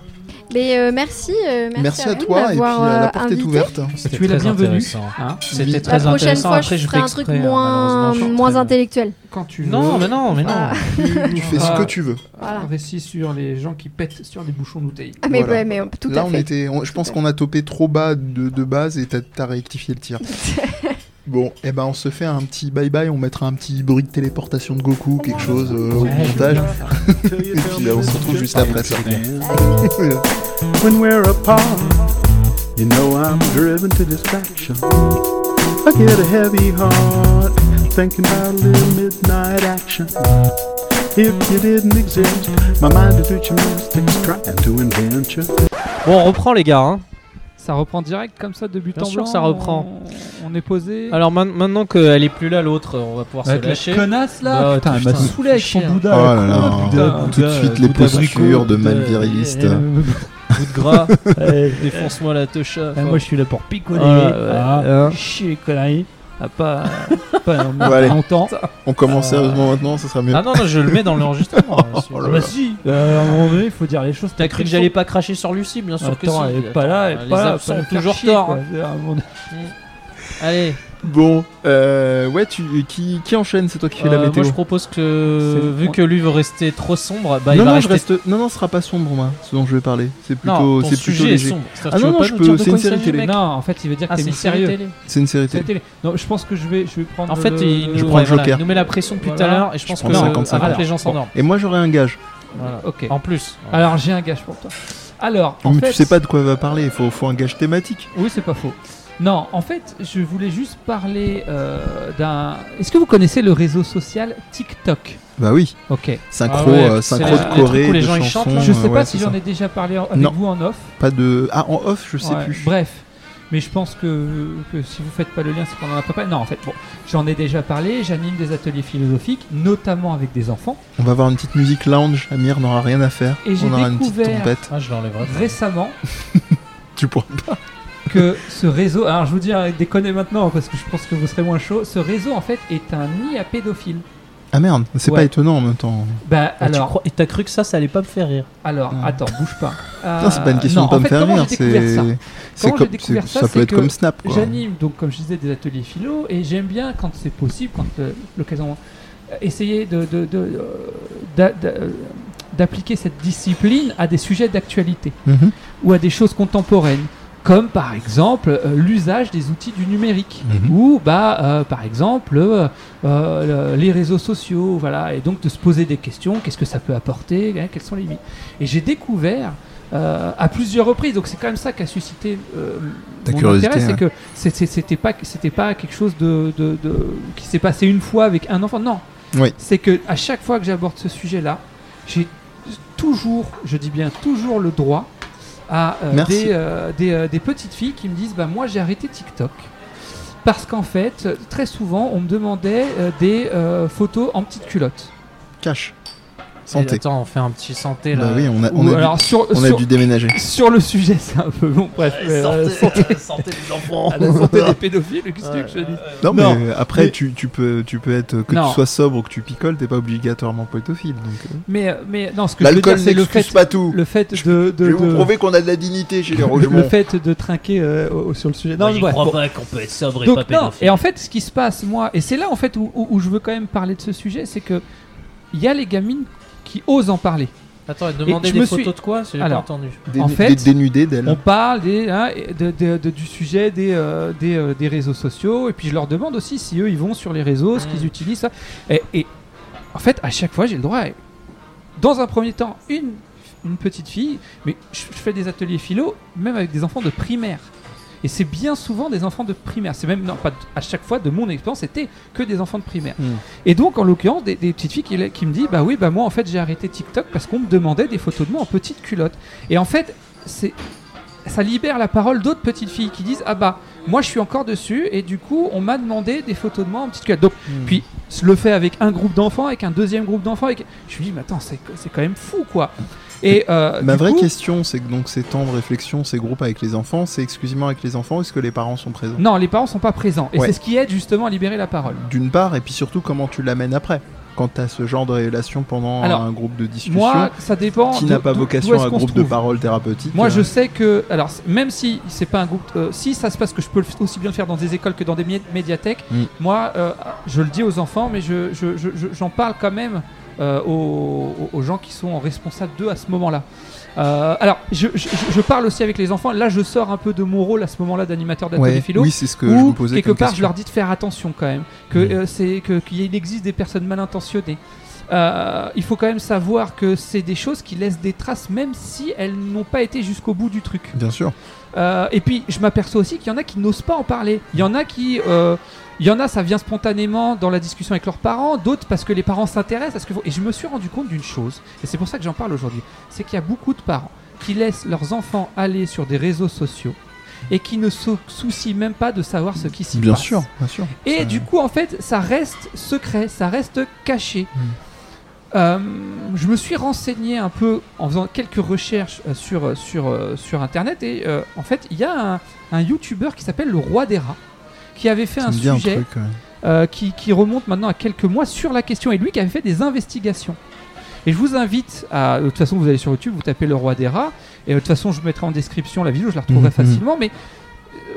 S4: Mais euh, merci, euh, merci,
S1: Merci à
S4: vous de
S1: toi et puis
S4: m'avoir,
S1: euh,
S4: euh,
S1: la porte est
S4: invité.
S1: ouverte.
S2: C'était
S3: Tu es la
S2: très
S3: bienvenue.
S2: intéressant.
S3: Hein
S2: C'était
S1: Oui.
S2: très
S4: La prochaine
S2: intéressant.
S4: fois,
S2: Après,
S4: je
S2: je
S4: ferai
S2: fais
S4: un truc
S2: exprès, hein,
S4: moins,
S2: malheureusement, je
S4: moins
S2: fais-
S4: intellectuel.
S3: Quand tu veux.
S2: Non, mais non, mais non.
S4: Ah.
S1: Tu fais ce que tu veux.
S4: Voilà.
S3: Récit sur les gens qui pètent sur des bouchons d'outeilles.
S4: Ah, mais
S1: Voilà.
S4: ouais, mais euh, tout
S1: Là,
S4: à
S1: on
S4: fait.
S1: était, on- je pense qu'on a topé trop bas de, de base et t'as t'as rectifié le tir. Bon, eh ben on se fait un petit bye bye, on mettra un petit bruit de téléportation de Goku, quelque chose euh, au montage. Et puis euh, on se retrouve juste après ça.
S5: when we're apart. You know I'm driven to distraction. I get a heavy heart thinking about a little midnight action. If you didn't exist, my mind would do gymnastics trying to invent you.
S2: Bon, on reprend les gars. hein.
S3: Ça reprend direct comme ça de but
S2: Bien
S3: en
S2: sûr
S3: blanc.
S2: que ça reprend.
S3: On, on est posé.
S2: Alors man- maintenant qu'elle est plus là, l'autre, on va pouvoir
S7: Avec
S2: se
S7: la
S2: lâcher.
S7: connasse là
S2: Ah,
S7: Putain, elle m'a
S2: putain.
S7: saoulé avec son
S2: Cher.
S7: Bouddha.
S1: Oh
S7: quoi.
S1: là là.
S7: Bouddha,
S1: Tout de
S7: Bouddha,
S1: suite, les
S7: Bouddha
S1: postures de
S2: Bouddha,
S1: manvirilliste.
S2: et- et le- Coup de gras. Allez, Défonce-moi la techa.
S3: Ah, moi je suis là pour picoler,
S2: Voilà, ouais. hein.
S3: ah, chier les conneries, à pas, pas en-
S1: Bon, allez.
S3: longtemps.
S1: On commence
S2: Euh,
S1: sérieusement maintenant, ça sera mieux.
S2: Ah non, non, je le mets dans l'enregistrement. hein, celui-là.
S1: Oh là là.
S3: si, euh, à un moment donné, il faut dire les choses.
S2: T'as cru que j'allais pas cracher sur Lucie, bien sûr que si.
S3: Attends, elle est pas là, elle est
S2: Les
S3: pas là.
S2: absents
S3: faut la
S2: ont
S3: faire
S2: toujours
S3: chier,
S2: tort,
S3: quoi.
S2: hein.
S3: C'est un moment donné.
S2: Allez,
S1: Bon, euh, ouais, tu, qui, qui enchaîne C'est toi qui fais
S2: euh,
S1: la météo
S2: moi je propose
S3: hein.
S2: que
S3: C'est-
S2: Euh, vu que lui veut rester trop sombre, bah il
S1: non,
S2: va
S1: non, je
S2: rester.
S1: reste. Non, non, ce sera pas sombre, moi. Ce dont je vais parler, c'est plutôt,
S2: Non, ton
S1: c'est plutôt
S2: sujet est
S1: léger.
S2: sombre. C'est-à-dire
S1: Ah
S2: que tu
S1: non,
S2: veux
S1: non,
S2: pas
S1: je
S2: nous
S1: peux-
S2: dire de
S1: c'est
S2: quoi
S1: une
S2: il
S1: série
S2: s'agit,
S1: télé.
S2: mec
S3: Non, en fait, il veut dire
S2: Ah,
S3: que t'es
S2: c'est une série
S3: mystérieux.
S2: télé.
S1: C'est une série
S3: C'est
S1: télé.
S3: télé. Non, je pense que je vais, je vais prendre.
S2: En fait,
S3: le-
S2: il
S1: Je
S2: nous,
S1: prends
S2: ouais,
S1: le
S2: voilà,
S1: Joker.
S2: il nous met la pression depuis tout à
S3: Voilà.
S2: l'heure et je pense
S1: prends
S2: que
S1: 55.
S2: avant que les gens s'endorment.
S1: Et moi j'aurai un gage.
S2: Voilà.
S3: Ok.
S2: En plus.
S3: Alors j'ai un gage pour toi. Alors, en
S1: mais
S3: fait,
S1: tu sais pas de quoi va parler. Il faut, faut un gage thématique.
S3: Oui, c'est pas faux. Non, en fait, je voulais juste parler euh, d'un. Est-ce que vous connaissez le réseau social TikTok
S1: Bah oui.
S3: Ok.
S1: Synchro,
S2: Ah ouais,
S1: euh,
S2: c'est
S1: synchro
S2: les- les
S1: de
S2: trucs où
S1: Corée,
S2: les
S1: de
S2: gens, ils chantent,
S1: chansons.
S2: là.
S3: Je sais
S1: euh,
S3: pas
S1: ouais,
S3: si
S1: c'est
S3: j'en
S1: ça.
S3: ai déjà parlé en- avec
S1: Non.
S3: vous en off.
S1: Pas de. Ah en off, je sais
S3: Ouais,
S1: plus.
S3: Bref, mais je pense que, que si vous faites pas le lien, c'est qu'on en a pas parlé. Non, en fait, bon, j'en ai déjà parlé. J'anime des ateliers philosophiques, notamment avec des enfants.
S1: On va avoir une petite musique lounge. Amir n'aura rien à faire.
S3: Et j'ai
S1: On aura une petite
S3: découvert-
S1: trompette.
S2: Ah, je l'enlèverai.
S3: Récemment,
S1: Tu pourras.
S3: que ce réseau, alors je vous dis, euh, déconnez maintenant parce que je pense que vous serez moins chaud. Ce réseau, en fait, est un nid à pédophiles.
S1: Ah merde, c'est pas
S3: Ouais.
S1: étonnant en même temps.
S3: Bah
S2: Ah, tu
S3: alors,
S2: crois- Et t'as cru que ça, ça allait pas me faire rire
S3: alors,
S1: Non.
S3: attends, bouge pas. Euh,
S1: Putain, Ah. c'est pas une question
S3: non,
S1: de pas
S3: en
S1: me
S3: fait,
S1: faire
S3: comment
S1: rire.
S3: j'ai découvert ça
S1: C'est. c'est
S3: Comment j'ai
S1: comme-
S3: découvert
S1: c'est-
S3: ça,
S1: Ça
S3: c'est
S1: peut être
S3: que
S1: comme Snap quoi.
S3: J'anime donc, comme je disais, des ateliers philo et j'aime bien, quand c'est possible, quand euh, l'occasion, euh, essayer de, de- de, euh, d'a- d'a- euh, d'appliquer cette discipline à des sujets d'actualité
S1: Mhm.
S3: ou à des choses contemporaines, comme par exemple euh, l'usage des outils du numérique
S1: Mhm.
S3: ou bah euh, par exemple euh, euh, les réseaux sociaux, voilà, et donc de se poser des questions, qu'est-ce que ça peut apporter, hein, quelles sont les limites. Et j'ai découvert euh, à plusieurs reprises, donc c'est quand même ça qui a suscité euh,
S1: Ta
S3: mon
S1: curiosité,
S3: intérêt, c'est
S1: ouais.
S3: que c'est- c'est- c'était pas c'était pas quelque chose de, de- de- qui s'est passé une fois avec un enfant, non.
S1: Oui.
S3: C'est que à chaque fois que j'aborde ce sujet-là, j'ai toujours, je dis bien toujours le droit à euh,
S1: Merci.
S3: des, euh, des, euh, des petites filles qui me disent bah moi j'ai arrêté TikTok parce qu'en fait euh, très souvent on me demandait euh, des euh, photos en petite culotte.
S1: Cash.
S2: Et
S1: Santé.
S2: Attends, on fait un petit santé là.
S1: Bah oui, on a,
S3: Ou
S1: on a, dû,
S3: alors sur,
S1: on a
S3: sur,
S1: dû déménager.
S3: sur le sujet c'est un peu long bref mais, euh, santé,
S2: des enfants.
S3: à la santé des pédophiles qu'est-ce que tu veux que je te dise
S1: Non,
S3: Non,
S1: mais après,
S3: mais-
S1: Tu, tu peux, tu peux être que
S3: Non.
S1: tu sois sobre ou que tu picoles, t'es pas obligatoirement pédophile. Donc... euh.
S3: mais mais non ce que je veux dire
S1: L'alcool
S3: c'est le
S1: n'excuse
S3: fait
S1: pas tout.
S3: le fait de, de,
S1: Je vais vous
S3: de-
S1: prouver qu'on a de la dignité chez les
S3: le
S1: Rougemont.
S3: fait de trinquer euh, au- sur le sujet non
S2: Non,
S3: mais
S2: je
S3: bref,
S2: crois
S3: bon.
S2: pas qu'on peut être sobre et
S3: Donc,
S2: pas
S3: non,
S2: pédophile.
S3: et en fait, ce qui se passe, moi, et c'est là en fait où, où- où je veux quand même parler de ce sujet, c'est que il y a les gamines qui osent en parler.
S2: Attends, elle
S3: et
S2: demandait
S3: je me
S2: des
S3: suis-
S2: photos de quoi J'ai pas
S3: Alors.
S2: entendu.
S1: Dénu-
S3: en fait,
S1: dé- dénudé
S3: On
S1: d'elle.
S3: parle des, hein, et de- de- de- du sujet des, euh, des, euh, des réseaux sociaux, et puis je leur demande aussi si eux ils vont sur les réseaux, ce qu'ils
S2: Mm.
S3: utilisent. ça. Et, et en fait, à chaque fois, j'ai le droit, à- dans un premier temps, une, une petite fille, mais je, je fais des ateliers philo, même avec des enfants de primaire. Et c'est bien souvent des enfants de primaire. C'est même, non, pas de- à chaque fois, de mon expérience, c'était que des enfants de primaire.
S1: Mm.
S3: Et donc, en l'occurrence, des, des petites filles qui, qui me disent Bah oui, bah moi, en fait, j'ai arrêté TikTok parce qu'on me demandait des photos de moi en petite culotte. Et en fait, c'est ça libère la parole d'autres petites filles qui disent ah bah moi je suis encore dessus et du coup on m'a demandé des photos de moi en petite culotte donc
S1: Hmm.
S3: puis je le fais avec un groupe d'enfants avec un deuxième groupe d'enfants avec... je me dis mais attends c'est c'est quand même fou quoi et euh,
S1: Ma
S3: du
S1: vraie
S3: coup-
S1: question, c'est que donc ces temps de réflexion, ces groupes avec les enfants, c'est exclusivement avec les enfants, est-ce que les parents sont présents
S3: non les parents sont pas présents et
S1: Ouais.
S3: c'est ce qui aide justement à libérer la parole
S1: D'une part, et puis surtout, comment tu l'amènes après Quand t'as ce genre de relation pendant
S3: Alors,
S1: un groupe de discussion
S3: moi ça dépend
S1: qui
S3: d'o-
S1: n'a pas
S3: d'o- d'où
S1: vocation
S3: est-ce
S1: à un
S3: qu'on se
S1: groupe de
S3: trouve.
S1: parole thérapeutique.
S3: Moi, je
S1: euh,
S3: sais que, alors c- même si c'est pas un groupe, euh, si ça se passe que je peux le f- aussi bien le faire dans des écoles que dans des mi- médiathèques,
S1: Mm.
S3: moi, euh, je le dis aux enfants, mais je, je- je- je- j'en parle quand même euh, aux, aux- aux gens qui sont responsables d'eux à ce moment-là. Euh, alors, je, je- je- je parle aussi avec les enfants. Là, je sors un peu de mon rôle à ce moment-là d'animateur d'atelier
S1: ouais,
S3: philo.
S1: oui, c'est ce que je
S3: Ou
S1: me posais
S3: quelque
S1: comme
S3: part, je
S1: question.
S3: leur dis de faire attention quand même, que
S1: Mm.
S3: euh, c'est que qu'il existe des personnes mal intentionnées. Euh, il faut quand même savoir que c'est des choses qui laissent des traces, même si elles n'ont pas été jusqu'au bout du truc.
S1: Bien sûr.
S3: Euh, et puis, je m'aperçois aussi qu'il y en a qui n'osent pas en parler. Il y en a qui, euh, il y en a, ça vient spontanément dans la discussion avec leurs parents. D'autres parce que les parents s'intéressent. à ce que vous- Et je me suis rendu compte d'une chose, et c'est pour ça que j'en parle aujourd'hui, c'est qu'il y a beaucoup de parents qui laissent leurs enfants aller sur des réseaux sociaux et qui ne se soucie même pas de savoir ce qui s'y passe.
S1: Bien sûr, bien sûr.
S3: Et
S1: Ça-
S3: du coup, en fait, ça reste secret, ça reste caché. Euh, je me suis renseigné un peu en faisant quelques recherches euh, sur, euh, sur, euh, sur internet et euh, en fait, il y a un, un youtubeur qui s'appelle le roi des rats qui avait fait
S1: Ça
S3: un
S1: me dit un
S3: sujet
S1: truc, ouais.
S3: euh, qui, qui remonte maintenant à quelques mois sur la question et lui qui avait fait des investigations. Et je vous invite à. De toute façon, vous allez sur YouTube, vous tapez le roi des rats. Et euh, de toute façon, je vous mettrai en description la vidéo, je la retrouverai
S6: Mhm.
S3: facilement. Mais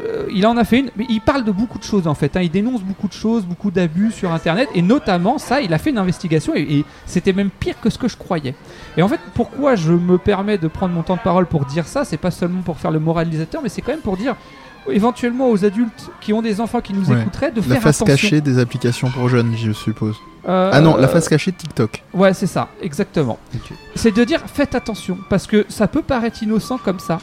S3: euh, il en a fait une. Mais il parle de beaucoup de choses en fait. hein. Il dénonce beaucoup de choses, beaucoup d'abus sur Internet. Et notamment, ça, il a fait une investigation. Et, et c'était même pire que ce que je croyais. Et en fait, pourquoi je me permets de prendre mon temps de parole pour dire ça C'est pas seulement pour faire le moralisateur, mais c'est quand même pour dire éventuellement aux adultes qui ont des enfants qui nous
S1: Ouais.
S3: écouteraient de
S1: La
S3: faire
S1: face
S3: attention.
S1: cachée des applications pour jeunes, je suppose.
S3: Euh,
S1: Ah non, la face cachée de TikTok.
S3: Ouais, c'est ça, exactement.
S1: Ok.
S3: C'est de dire faites attention, parce que ça peut paraître innocent comme ça,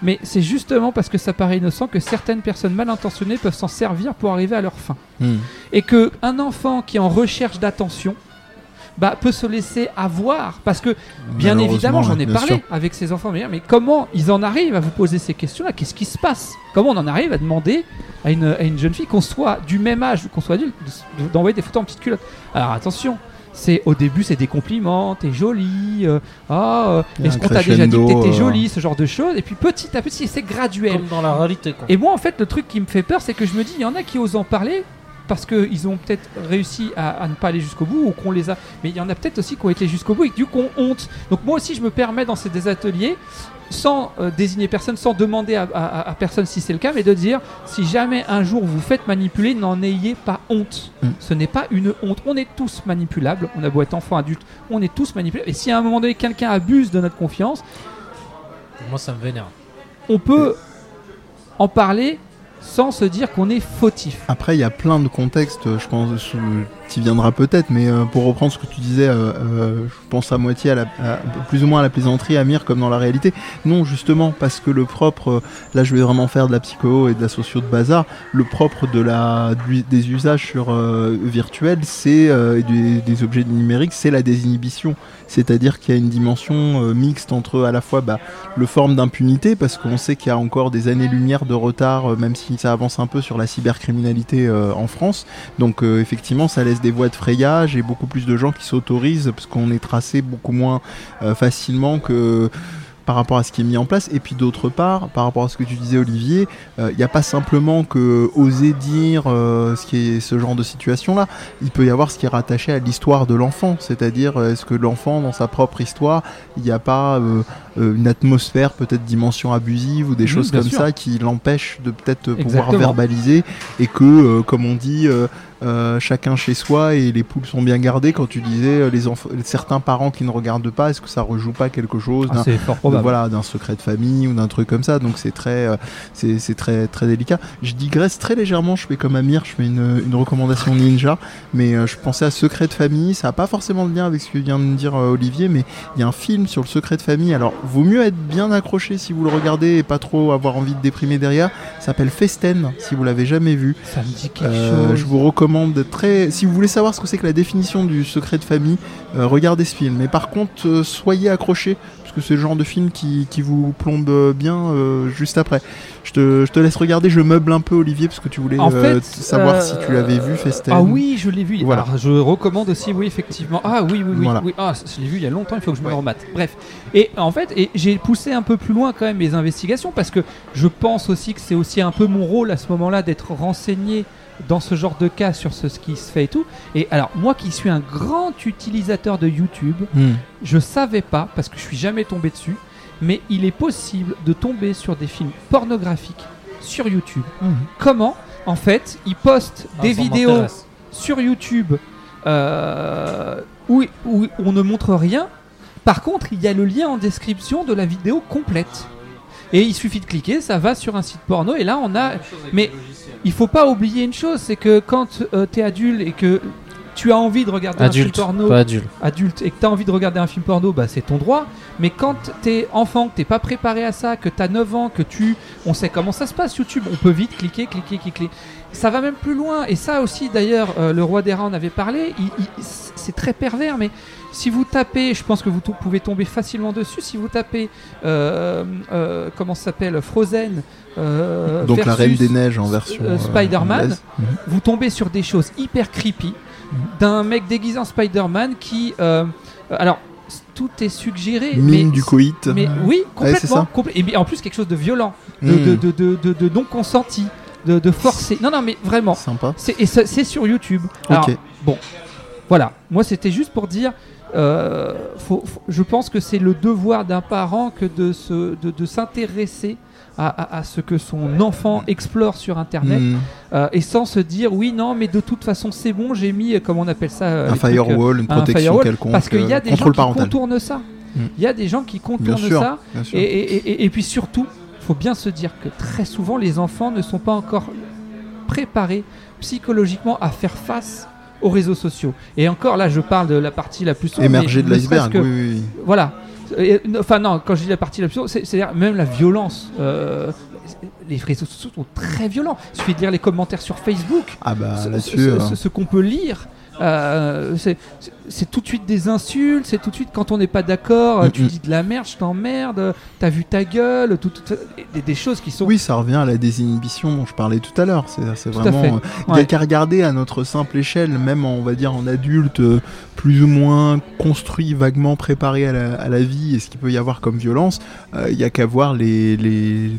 S3: mais c'est justement parce que ça paraît innocent que certaines personnes mal intentionnées peuvent s'en servir pour arriver à leur fin.
S1: Hmm.
S3: Et que un enfant qui est en recherche d'attention bah, peut se laisser avoir, parce que bien
S1: Malheureusement,
S3: évidemment, j'en
S1: ouais,
S3: ai
S1: bien
S3: parlé
S1: sûr.
S3: avec ces enfants, mais, mais comment ils en arrivent à vous poser ces questions-là Qu'est-ce qui se passe Comment on en arrive à demander à une, à une jeune fille qu'on soit du même âge, ou qu'on soit adulte, de- de- d'envoyer des photos en petite culotte Alors attention, c'est au début, c'est des compliments, t'es jolie, euh, ah, euh,
S1: Il y a
S3: est-ce
S1: un
S3: qu'on t'a déjà dit que
S1: crescendo,
S3: t'étais
S1: euh.
S3: jolie, ce genre de choses, et puis petit à petit, c'est graduel.
S2: Comme dans la réalité, quoi.
S3: Et moi, en fait, le truc qui me fait peur, c'est que je me dis, il y en a qui osent en parler parce qu'ils ont peut-être réussi à, à ne pas aller jusqu'au bout ou qu'on les a. Mais il y en a peut-être aussi qui ont été jusqu'au bout et qui, du coup ont honte. Donc moi aussi, je me permets dans ces des ateliers, sans euh, désigner personne, sans demander à, à- à personne si c'est le cas, mais de dire, si jamais un jour vous faites manipuler, n'en ayez pas honte.
S1: Mm.
S3: Ce n'est pas une honte. On est tous manipulables. On a beau être enfant, adulte, on est tous manipulables. Et si à un moment donné, quelqu'un abuse de notre confiance,
S2: Moi, ça me vénère.
S3: on peut en parler sans se dire qu'on est fautif.
S1: Après, il y a plein de contextes, je pense, tu viendras peut-être, mais euh, pour reprendre ce que tu disais, euh, euh, je pense à moitié, à la, à- plus ou moins à la plaisanterie, à Mire comme dans la réalité. Non, justement, parce que le propre, euh, là je vais vraiment faire de la psycho et de la socio de bazar, le propre de la, du- des usages sur euh, virtuels, c'est, euh, et des, des objets numériques, c'est la désinhibition. C'est-à-dire qu'il y a une dimension euh, mixte entre à la fois bah, le forme d'impunité, parce qu'on sait qu'il y a encore des années-lumière de retard, euh, même si ça avance un peu sur la cybercriminalité euh, en France. Donc euh, effectivement, ça laisse des voies de frayage et beaucoup plus de gens qui s'autorisent, parce qu'on est tracé beaucoup moins euh, facilement que par rapport à ce qui est mis en place. Et puis d'autre part, par rapport à ce que tu disais Olivier, euh, il n'y a pas simplement que oser dire euh, ce qui est ce genre de situation-là. Il peut y avoir ce qui est rattaché à l'histoire de l'enfant, c'est-à-dire euh, est-ce que l'enfant, dans sa propre histoire, il n'y a pas... euh, euh, une atmosphère, peut-être dimension abusive ou des
S3: Mhm,
S1: choses
S3: bien
S1: comme
S3: sûr.
S1: ça qui l'empêchent de peut-être pouvoir
S3: Exactement.
S1: verbaliser et que, euh, comme on dit, euh, euh, chacun chez soi et les poules sont bien gardées. Quand tu disais euh, les enf- certains parents qui ne regardent pas, est-ce que ça rejoue pas quelque chose d'un-
S3: Ah, c'est fort
S1: de- voilà d'un secret de famille ou d'un truc comme ça donc c'est très euh, c'est c'est très très délicat je digresse très légèrement je fais comme Amir je fais une, une recommandation ninja mais euh, je pensais à secret de famille ça a pas forcément de lien avec ce que vient de me dire euh, Olivier mais il y a un film sur le secret de famille alors vaut mieux être bien accroché si vous le regardez et pas trop avoir envie de déprimer derrière ça s'appelle Festen si vous l'avez jamais vu
S3: Ça me dit quelque
S1: euh,
S3: chose.
S1: je vous recommande d'être très. Si vous voulez savoir ce que c'est que la définition du secret de famille, euh, regardez ce film. Mais par contre, euh, soyez accrochés, parce que c'est le genre de film qui, qui vous plombe euh, bien euh, juste après. Je te, je te laisse regarder, je meuble un peu, Olivier, parce que tu voulais
S3: En
S1: euh,
S3: fait,
S1: t- savoir
S3: euh,
S1: si tu l'avais vu, Festen.
S3: Ah oui, je l'ai vu.
S1: Voilà.
S3: Alors, je recommande aussi, oui, effectivement. Ah oui, oui, oui.
S1: Voilà.
S3: oui. Ah, je l'ai vu il y a longtemps, il faut que je me
S1: Ouais.
S3: remate. Bref. Et en fait, et j'ai poussé un peu plus loin quand même mes investigations parce que je pense aussi que c'est aussi un peu mon rôle à ce moment-là d'être renseigné dans ce genre de cas sur ce, ce qui se fait et tout. Et alors, moi qui suis un grand utilisateur de YouTube,
S1: Hmm.
S3: Je savais pas parce que je suis jamais tombé dessus, mais il est possible de tomber sur des films pornographiques sur YouTube.
S2: Mhm.
S3: Comment En fait, ils postent
S2: Ah,
S3: des vidéos sur YouTube euh, où, où on ne montre rien. Par contre, il y a le lien en description de la vidéo complète. Et il suffit de cliquer, ça va sur un site porno et là on a. Mais il faut pas oublier une chose, c'est que quand tu t'es adulte et que tu as envie de regarder un
S2: Adulte,
S3: film porno,
S2: pas adulte.
S3: adulte et que t'as envie de regarder un film porno, bah c'est ton droit. Mais quand t'es enfant, que t'es pas préparé à ça, que t'as 9 ans, que tu. On sait comment ça se passe, YouTube. On peut vite cliquer, cliquer, cliquer. Ça va même plus loin. Et ça aussi, d'ailleurs, euh, le roi des rats en avait parlé. il- il- c'est très pervers, mais Si vous tapez, je pense que vous to- pouvez tomber facilement dessus. Si vous tapez, euh, euh, comment ça s'appelle, Frozen. euh,
S1: Donc la Reine
S3: versus-
S1: des Neiges en version
S3: euh,
S1: euh,
S3: Spider-Man.
S1: anglaise. Mhm.
S3: vous tombez sur des choses hyper creepy d'un mec déguisé en Spider-Man qui. euh, alors, s- tout est suggéré.
S1: Mine
S3: mais,
S1: du coït.
S3: Mais oui,
S1: Ouais, c'est
S3: complètement.
S1: ça.
S3: compl- et bien, en plus, quelque chose de violent, de,
S1: Mhm.
S3: de, de, de, de- de non consenti, de, de forcé. Non, non, mais vraiment.
S1: Sympa.
S3: C'est, et ça- c'est sur YouTube. Alors,
S1: Ok.
S3: voilà. Moi, c'était juste pour dire. euh, faut- faut- je pense que c'est le devoir d'un parent que de, se, de, de s'intéresser à, à- à ce que son enfant explore sur Internet.
S1: Mhm.
S3: Euh, et sans se dire oui non mais de toute façon c'est bon j'ai mis euh, comment on appelle ça euh,
S1: Un
S3: les trucs, euh,
S1: firewall, une
S3: un
S1: protection
S3: firewall,
S1: quelconque.
S3: parce qu'il y a
S1: euh,
S3: des gens
S1: contrôle
S3: qui
S1: parental.
S3: contournent ça
S1: Mm.
S3: il y a des gens qui contournent
S1: sûr,
S3: ça
S1: Bien sûr.
S3: et, et, et- et puis surtout faut bien se dire que très souvent les enfants ne sont pas encore préparés psychologiquement à faire face aux réseaux sociaux et encore là je parle de la partie la plus sombre, mais
S1: Émergé de
S3: ne serait-ce
S1: l'iceberg.
S3: que-
S1: Oui, oui, oui.
S3: voilà. Et, n- Enfin non, quand je dis la partie la plus sombre, c'est- c'est-à-dire même la violence. euh, les réseaux sociaux sont très violents. Il suffit de lire les commentaires sur Facebook.
S1: Ah bah
S3: ce,
S1: là-dessus.
S3: ce-
S1: euh,
S3: ce- ce qu'on peut lire, euh, c'est- c'est c'est tout de suite des insultes, c'est tout de suite quand on n'est pas d'accord,
S1: Mm,
S3: tu
S1: mm.
S3: dis de la merde, je t'emmerde, t'as vu ta gueule, tout, tout- tout- des, des choses qui sont...
S1: Oui, ça revient à la désinhibition dont je parlais tout à l'heure. C'est c'est
S3: Tout à
S1: vraiment.
S3: fait.
S1: euh, Il n'y a
S3: Ouais.
S1: qu'à regarder à notre simple échelle, même en- on va dire en adulte, euh, plus ou moins construit, vaguement préparé à la, à la vie et ce qu'il peut y avoir comme violence. euh, Il n'y a qu'à voir les. les-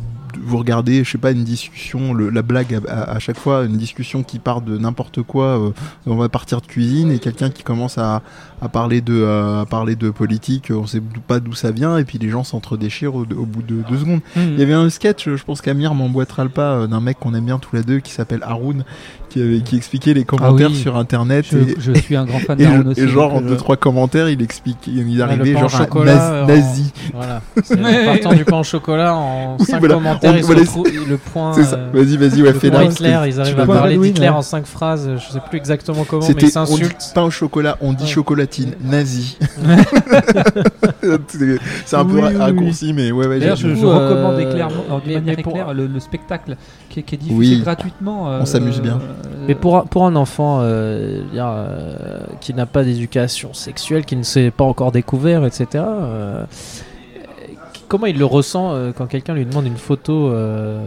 S1: vous regardez, je sais pas, une discussion, le- la blague à, à- à chaque fois, une discussion qui part de n'importe quoi, euh, on va partir de cuisine et quelqu'un qui commence à, à parler de euh, à parler de politique, on sait pas d'où ça vient et puis les gens s'entre-déchirent au, au bout de deux secondes.
S3: Mm.
S1: Il y avait un sketch, je pense qu'Amir m'emboîtera le pas, euh, d'un mec qu'on aime bien tous les deux qui s'appelle Haroun, qui, avait- qui expliquait les commentaires
S2: Ah
S3: oui.
S1: sur internet.
S3: Je,
S1: et-
S3: je suis un grand fan
S1: et,
S3: d'Aaron
S1: je-
S3: aussi.
S1: et genre en
S3: donc, euh,
S1: deux trois commentaires, il expliquait, il arrivait
S2: pain au
S1: genre à
S2: chocolat,
S1: naz-
S2: euh, en-
S1: nazi.
S2: Voilà. C'est en partant du pain au chocolat en
S1: Oui,
S2: 5
S1: voilà.
S2: commentaires,
S1: On-
S2: ils se
S1: voilà,
S2: retrouvent- et le point.
S1: C'est ça.
S2: euh,
S1: Vas-y, vas-y, ouais,
S2: le
S1: fais
S2: point
S1: la
S2: Hitler, ils arrivent à
S7: peux
S2: parler
S7: Halloween,
S2: d'Hitler
S7: ouais.
S2: en 5 phrases, je sais plus exactement comment, mais ils
S1: C'était on dit
S2: s'insultent.
S1: pain au chocolat, on dit
S2: Ouais.
S1: chocolatine, nazi. C'est- C'est un peu
S2: Oui,
S1: ra-
S2: oui, oui.
S1: raccourci, mais ouais, ouais.
S3: D'ailleurs,
S1: j'ai-
S3: je,
S2: du
S3: je
S2: coup, euh,
S3: recommande éclairement, alors, de
S2: mais-
S3: manière
S2: mais pour-
S3: éclaire, le, le spectacle qui, est- qui est diffusé
S1: Oui.
S3: gratuitement. euh,
S1: On s'amuse bien.
S2: Mais pour, un- pour un enfant euh, je veux dire, euh, qui n'a pas d'éducation sexuelle, qui ne s'est pas encore découvert, etc., euh, qui- comment il le ressent euh, quand quelqu'un lui demande une photo euh,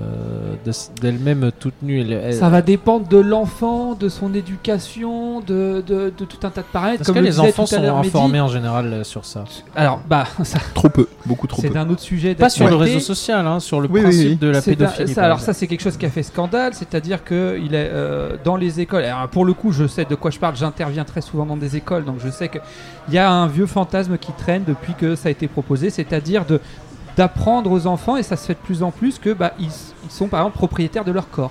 S2: de s- d'elle-même toute nue elle- elle-
S3: Ça va dépendre de l'enfant, de son éducation, de, de, de tout un tas de paramètres.
S2: Est-ce
S3: Comme
S2: que
S3: le
S2: les
S3: disait
S2: enfants
S3: tout à
S2: sont
S3: l'heure Mehdi.
S2: informés en général euh, sur ça
S3: Alors, bah, ça,
S1: Trop peu, beaucoup trop
S3: c'est
S1: peu.
S3: un autre sujet.
S2: Pas sur le
S3: d'actualité.
S2: réseau social, hein, sur le
S1: Oui, oui,
S2: principe
S1: oui.
S2: de la
S3: C'est un-
S2: pédophilie.
S3: ça,
S2: par
S3: alors
S2: exemple.
S3: ça c'est quelque chose qui a fait scandale, c'est-à-dire que il est euh, dans les écoles. Alors, pour le coup, je sais de quoi je parle. J'interviens très souvent dans des écoles, donc je sais que il y a un vieux fantasme qui traîne depuis que ça a été proposé, c'est-à-dire de d'apprendre aux enfants et ça se fait de plus en plus que bah ils, ils sont par exemple propriétaires de leur corps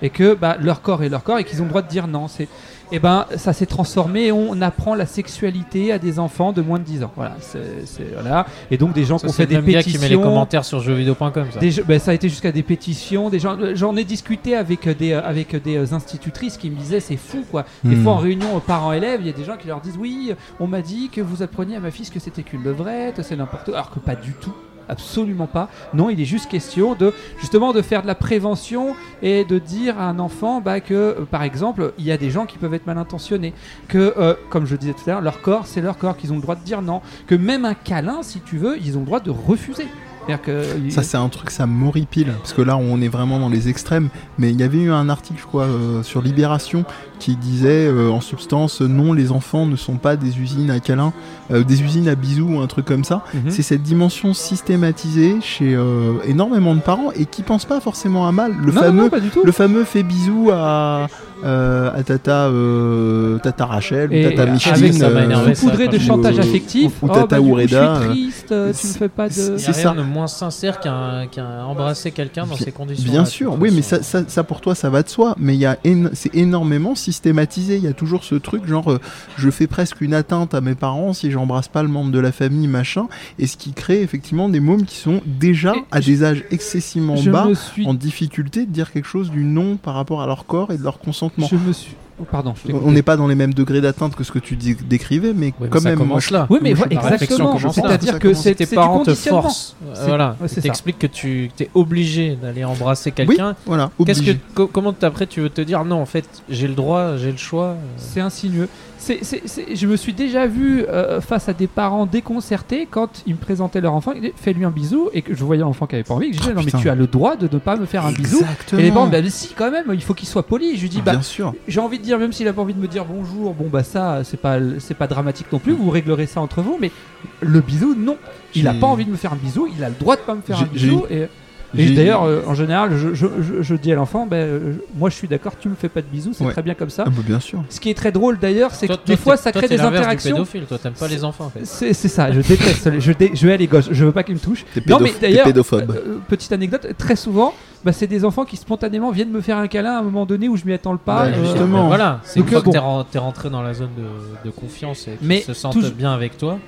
S3: et que bah leur corps est leur corps et qu'ils ont le droit de dire non. C'est et ben ça s'est transformé. et On apprend la sexualité à des enfants de moins de 10 ans. Voilà, c'est c'est- voilà. Et donc des gens qui
S2: Ça,
S3: ont
S2: c'est
S3: fait
S2: le
S3: des
S2: même gars qui met les
S3: pétitions.
S2: commentaires sur jeuxvideo.com. ça.
S3: Des gens- ben, ça a été jusqu'à des pétitions, des gens. euh, J'en ai discuté avec euh, des euh, avec euh, des euh, institutrices qui me disaient c'est fou quoi. Des
S1: Hmm.
S3: fois en réunion euh, parents-élèves, il y a des gens qui leur disent oui, euh, on m'a dit que vous appreniez à ma fille ce que c'était qu'une levrette, c'est n'importe quoi, alors que pas du tout. Absolument pas. Non, il est juste question de justement de faire de la prévention et de dire à un enfant bah, que, euh, par exemple, il y a des gens qui peuvent être mal intentionnés, que, euh, comme je disais tout à l'heure, leur corps, c'est leur corps, qu'ils ont le droit de dire non, que même un câlin, si tu veux, ils ont le droit de refuser. C'est-à-dire que
S1: Ça, c'est un truc, ça m'horripile. Parce que là, on est vraiment dans les extrêmes. Mais il y avait eu un article, je crois, euh, sur Libération qui disait euh, en substance euh, non, les enfants ne sont pas des usines à câlins, euh, des usines à bisous ou un truc comme ça.
S3: Mhm.
S1: C'est cette dimension systématisée chez euh, énormément de parents et qui pensent pas forcément à mal. Le
S3: non, non,
S1: fameux.
S3: non, pas du tout.
S1: le fameux fait bisous à, euh, à Tata, euh, tata Rachel
S3: Et
S1: ou Tata
S3: avec
S1: Micheline.
S2: ça m'a énervé.
S1: euh,
S3: saupoudré de
S2: ça,
S3: chantage
S1: ou-
S3: affectif.
S1: ou
S3: Oh,
S1: Tata
S3: bah, du coup,
S1: Ouréda,
S3: Je suis triste, euh, tu me
S1: c'est-
S3: fais pas de.
S2: Il n'y a
S1: c'est
S2: rien
S1: ça.
S2: de moins sincère qu'un qu'un embrasser quelqu'un dans
S1: Bien-
S2: ces conditions.
S1: Bien sûr, oui, mais ça, ça, ça, pour toi, ça va de soi. Mais il y a éno- c'est énormément systématisé. Il y a toujours ce truc genre, euh, je fais presque une atteinte à mes parents si j'embrasse pas le membre de la famille, machin. Et ce qui crée effectivement des mômes qui sont déjà
S3: Et
S1: à des âges excessivement
S3: Je
S1: bas,
S3: me suis.
S1: en difficulté de dire quelque chose du non par rapport à leur corps et de leur consentement.
S3: Je me suis. Oh, pardon, je t'ai
S8: On
S3: coupé.
S8: n'est pas dans les mêmes degrés d'atteinte que ce que tu dis- décrivais, mais
S2: Ouais, mais
S8: quand
S2: ça
S8: même.
S2: commence là.
S3: Oui, mais
S2: Moi,
S3: voilà,
S2: je- la réflexion
S3: exactement.
S2: commence là.
S3: C'est-à-dire
S8: Ça
S3: que
S8: commence.
S3: c'est
S2: tes
S3: c'est du
S2: parents te
S3: conditionnement.
S2: forcent. Euh,
S3: C'est-
S2: Voilà,
S3: ouais, c'est
S2: ils
S3: ça.
S2: t'expliquent que tu es obligé d'aller embrasser quelqu'un.
S8: Voilà,
S2: Qu'est-ce que
S8: obligé.
S2: co- comment t- après tu veux te dire non en fait j'ai le droit j'ai le choix.
S3: C'est insinueux. C'est- c'est- c'est- je me suis déjà vu euh, face à des parents déconcertés quand ils me présentaient leur enfant. ils disaient, Fais-lui un bisou et que je voyais l'enfant qui avait pas envie. Que je disais
S8: Ah,
S3: non
S8: putain.
S3: mais tu as le droit de ne pas me faire un bisou.
S8: Exactement.
S3: Et les parents, bah mais si quand même, il faut qu'il soit poli. Je lui dis bah
S8: Bien sûr.
S3: j'ai envie de dire même s'il a pas envie de me dire bonjour. Bon bah ça c'est pas c'est pas dramatique non plus. Vous réglerez ça entre vous. Mais le bisou non. Il a
S8: J'ai-
S3: pas envie de me faire un bisou. Il a le droit de pas me faire un
S8: J'ai-
S3: bisou. Et, et
S8: J'ai-
S3: d'ailleurs, euh, en général, je, je- je- je dis à l'enfant, bah, euh, je- moi je suis d'accord, tu me fais pas de bisous, c'est
S8: Ouais.
S3: très bien comme ça.
S8: Ah, bah, bien sûr.
S3: Ce qui est très drôle d'ailleurs, c'est que
S2: Toi-
S3: des
S2: toi,
S3: fois
S2: t'es-
S3: ça
S2: toi,
S3: crée
S2: t'es
S3: des
S2: l'inverse du
S3: interactions.
S2: pédophile, toi t'aimes pas les enfants en fait.
S3: C'est c'est ça, je déteste, les- je, dé- je vais aller gauche, je veux pas qu'ils me touchent.
S8: T'es
S3: Non,
S8: pédoph-
S3: mais
S8: t'es
S3: d'ailleurs,
S8: pédophobe.
S3: euh, petite anecdote, très souvent, bah, c'est des enfants qui spontanément viennent me faire un câlin à un moment donné où je m'y attends le pas.
S8: Bah,
S3: euh,
S8: justement.
S2: Ben Voilà, c'est une
S3: Donc,
S2: fois
S3: bon.
S2: que t'es ren- t'es rentré dans la zone de, de confiance et qu'ils
S3: Mais
S2: se sentent
S3: touj-
S2: bien avec toi.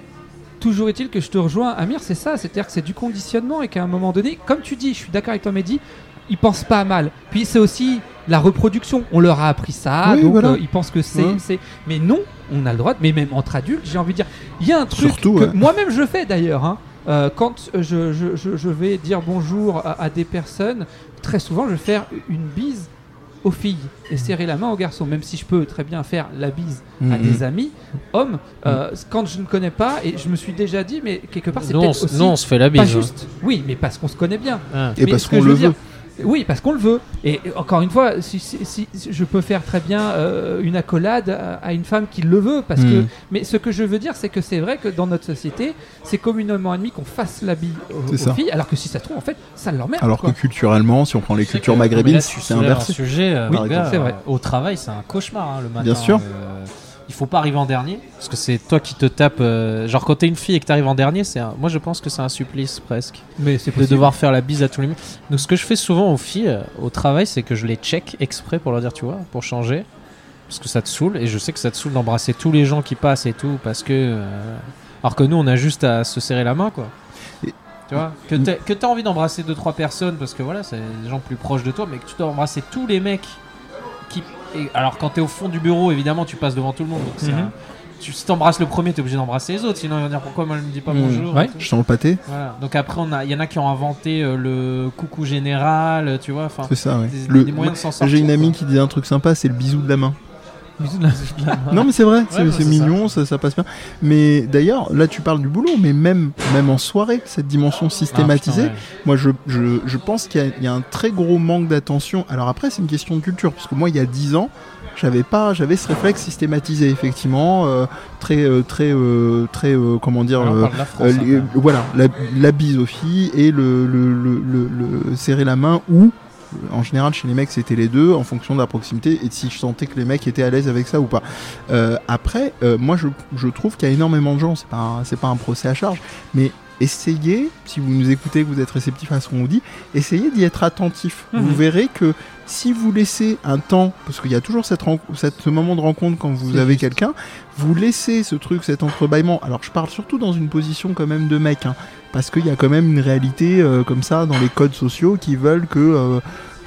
S3: Toujours est-il que je te rejoins, Amir, c'est ça, c'est-à-dire que c'est du conditionnement et qu'à un moment donné, comme tu dis, je suis d'accord avec toi, Mehdi, ils pensent pas à mal. Puis c'est aussi la reproduction, on leur a appris ça,
S8: Oui,
S3: donc
S8: voilà. Hein.
S3: euh, ils pensent que c'est,
S8: Ouais.
S3: c'est. Mais non, on a le droit, de- mais même entre adultes, j'ai envie de dire, il y a un truc
S8: Surtout,
S3: que
S8: ouais.
S3: moi-même je fais d'ailleurs, hein. Euh, quand euh, je, je- je- je vais dire bonjour à, à des personnes, très souvent je vais faire une bise aux filles et serrer la main aux garçons, même si je peux très bien faire la bise à
S8: Mhm.
S3: des amis hommes euh, quand je ne connais pas et je me suis déjà dit mais quelque part c'est
S2: Nous, on,
S3: peut-être
S2: s-
S3: aussi
S2: nous, on se fait la bise.
S3: pas
S2: hein.
S3: juste oui mais parce qu'on se connaît bien
S2: Ah.
S8: Et
S3: Mais
S8: parce
S3: ce que
S8: qu'on
S3: je
S8: le
S3: veux
S8: veut.
S3: oui parce qu'on le veut et et encore une fois si, si- si- si- je peux faire très bien euh, une accolade à, à une femme qui le veut parce que
S8: Mm.
S3: mais ce que je veux dire c'est que c'est vrai que dans notre société c'est communément admis qu'on fasse la bille aux,
S8: C'est
S3: aux
S8: ça.
S3: filles alors que si ça se trouve en fait ça l'emmerde
S8: Alors que
S3: quoi.
S8: culturellement, si on prend les
S2: Tu sais
S8: cultures
S2: que-
S8: maghrébines,
S2: mais là, tu
S8: c'est
S2: soulèves
S8: inversé.
S2: un sujet, euh,
S8: Oui,
S2: les gars,
S3: c'est vrai.
S2: euh, au travail, c'est un cauchemar hein, le matin.
S8: Bien sûr.
S2: euh, il faut pas arriver en dernier, parce que c'est toi qui te tapes. euh, genre, quand t'es une fille et que t'arrives en dernier, c'est un- moi je pense que c'est un supplice presque.
S3: mais c'est
S2: De
S3: possible.
S2: devoir faire la bise à tous les mecs. Donc, ce que je fais souvent aux filles euh, au travail, c'est que je les check exprès pour leur dire, tu vois, pour changer. Parce que ça te saoule, et je sais que ça te saoule d'embrasser tous les gens qui passent et tout, parce que. euh, alors que nous, on a juste à se serrer la main, quoi.
S8: Et-
S2: Tu vois Que t'as que t'as envie d'embrasser deux trois personnes, parce que voilà, c'est des gens plus proches de toi, mais que tu dois embrasser tous les mecs. Qui... et- alors, quand t'es au fond du bureau, évidemment, tu passes devant tout le monde. Donc c'est
S3: Mhm.
S2: un- tu, si t'embrasses le premier, t'es obligé d'embrasser les autres, sinon ils vont dire pourquoi moi je me dis pas
S8: Mhm.
S2: bonjour.
S3: Ouais.
S2: et tout.
S8: Je sens le pâté,
S2: Voilà. Donc après, on a, il y en a qui ont inventé euh, le coucou général, euh, tu vois. Enfin,
S8: c'est ça, ouais.
S2: des,
S8: Le-
S2: des moyens de s'en sortir. Ah,
S8: J'ai une amie
S2: quoi.
S8: qui disait un truc sympa, c'est le bisou de la main.
S2: Bisous de la- bisous de la main.
S8: Non, mais c'est vrai, c'est
S2: ouais,
S8: c'est
S2: c'est ça.
S8: mignon, ça. Ça, passe bien. Mais d'ailleurs, là, tu parles du boulot, mais même, même en soirée, cette dimension
S2: Ah, putain,
S8: systématisée,
S2: ouais.
S8: Moi, je, je, je pense qu'il y, a- il y a un très gros manque d'attention. Alors après, c'est une question de culture, parce que moi, il y a 10 ans, j'avais pas, j'avais ce réflexe systématisé, effectivement, euh, très, euh, très, euh, très, euh, comment dire,
S2: Ouais, on
S8: euh,
S2: parle de la France,
S8: euh,
S2: hein, quand
S8: euh,
S2: même.
S8: voilà, la, la bise aux filles et le, le, le, le- le serrer la main ou euh, en général chez les mecs c'était les deux en fonction de la proximité et de si je sentais que les mecs étaient à l'aise avec ça ou pas. Euh, après, euh, moi je, je trouve qu'il y a énormément de gens, c'est pas un- c'est pas un procès à charge, mais essayez, si vous nous écoutez, que vous êtes réceptif à ce qu'on vous dit, essayez d'y être attentif.
S3: Mhm.
S8: Vous verrez que si vous laissez un temps, parce qu'il y a toujours cette, ren- cette- ce moment de rencontre quand vous
S3: C'est
S8: avez
S3: juste.
S8: quelqu'un, vous laissez ce truc, cet entrebâillement. Alors je parle surtout dans une position quand même de mec, hein, parce qu'il y a quand même une réalité euh, comme ça dans les codes sociaux qui veulent que, euh,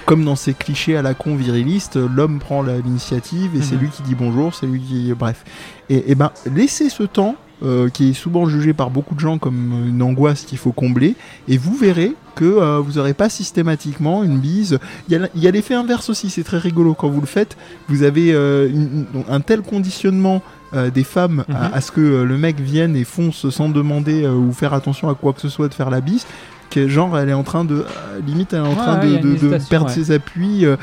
S8: comme dans ces clichés à la con virilistes, euh, l'homme prend la- l'initiative et c'est
S3: Mhm.
S8: lui qui dit bonjour, c'est lui qui... Bref. Et, et ben laissez ce temps. euh, qui est souvent jugé par beaucoup de gens comme une angoisse qu'il faut combler, et vous verrez que euh, vous n'aurez pas systématiquement une bise. Il y a la- il y a l'effet inverse aussi, c'est très rigolo. Quand vous le faites, vous avez euh, une- une- un tel conditionnement euh, des femmes à-
S3: Mhm.
S8: à, ce que euh, le mec vienne et fonce sans demander euh, ou faire attention à quoi que ce soit de faire la bise, que genre elle est en train de. euh, limite, elle est en
S3: Ouais,
S8: train
S3: ouais,
S8: de-
S3: il y a une
S8: de, de
S3: hésitation,
S8: perdre
S3: ouais.
S8: ses appuis. euh,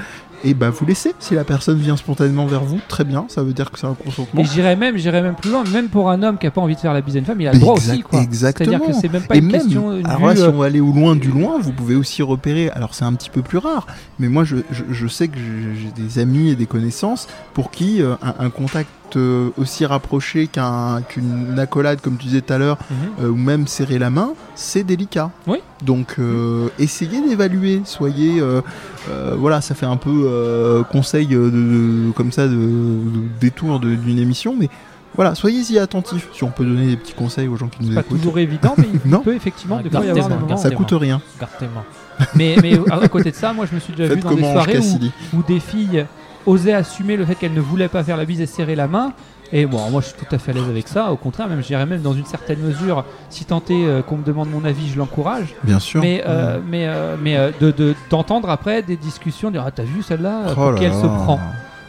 S8: et bah vous laissez, si la personne vient spontanément vers vous, très bien, ça veut dire que c'est un consentement.
S3: Mais j'irais même, j'irais même plus loin, même pour un homme qui a pas envie de faire la bise à une femme, il a le droit
S8: Exact-
S3: aussi quoi.
S8: exactement.
S3: C'est-à-dire que c'est même pas
S8: et
S3: une
S8: même,
S3: question une
S8: alors
S3: vue,
S8: là, si
S3: euh,
S8: on va aller au loin du loin, vous pouvez aussi repérer. Alors, c'est un petit peu plus rare, mais moi, je, je- je sais que j'ai j'ai des amis et des connaissances pour qui euh, un, un contact euh, aussi rapproché qu'un- qu'une accolade, comme tu disais tout à l'heure,
S3: Mhm.
S8: euh, ou même serrer la main, c'est délicat.
S3: Oui.
S8: Donc, euh, essayez d'évaluer. Soyez, euh, euh, voilà, ça fait un peu euh, conseil euh, de, de- comme ça, de, de- détour de- d'une émission, mais. Voilà, soyez-y attentifs. Si on peut donner des petits conseils aux gens qui nous
S3: pas
S8: écoutent.
S3: toujours évident, mais il
S8: Non.
S3: peut effectivement des fois y
S2: Gardez
S3: avoir
S2: ça,
S3: des moments.
S8: Ça
S2: Forcément.
S8: coûte rien.
S2: Garde tes mains.
S3: Mais, mais à côté de ça, moi je me suis déjà vu
S8: Faites
S3: dans des
S8: comment Ange
S3: soirées où,
S8: Cassidy.
S3: où des filles osait assumer le fait qu'elle ne voulait pas faire la bise et serrer la main. Et bon, moi je suis tout à fait à l'aise avec ça. Au contraire, même je dirais même dans une certaine mesure, si tant est euh, qu'on me demande mon avis, je l'encourage.
S1: Bien sûr.
S3: Mais, euh, mais, euh, mais euh, de- de- d'entendre après des discussions, dire ah t'as vu celle-là,
S1: Oh
S3: pour
S1: là
S3: qui elle se
S1: là.
S3: prend.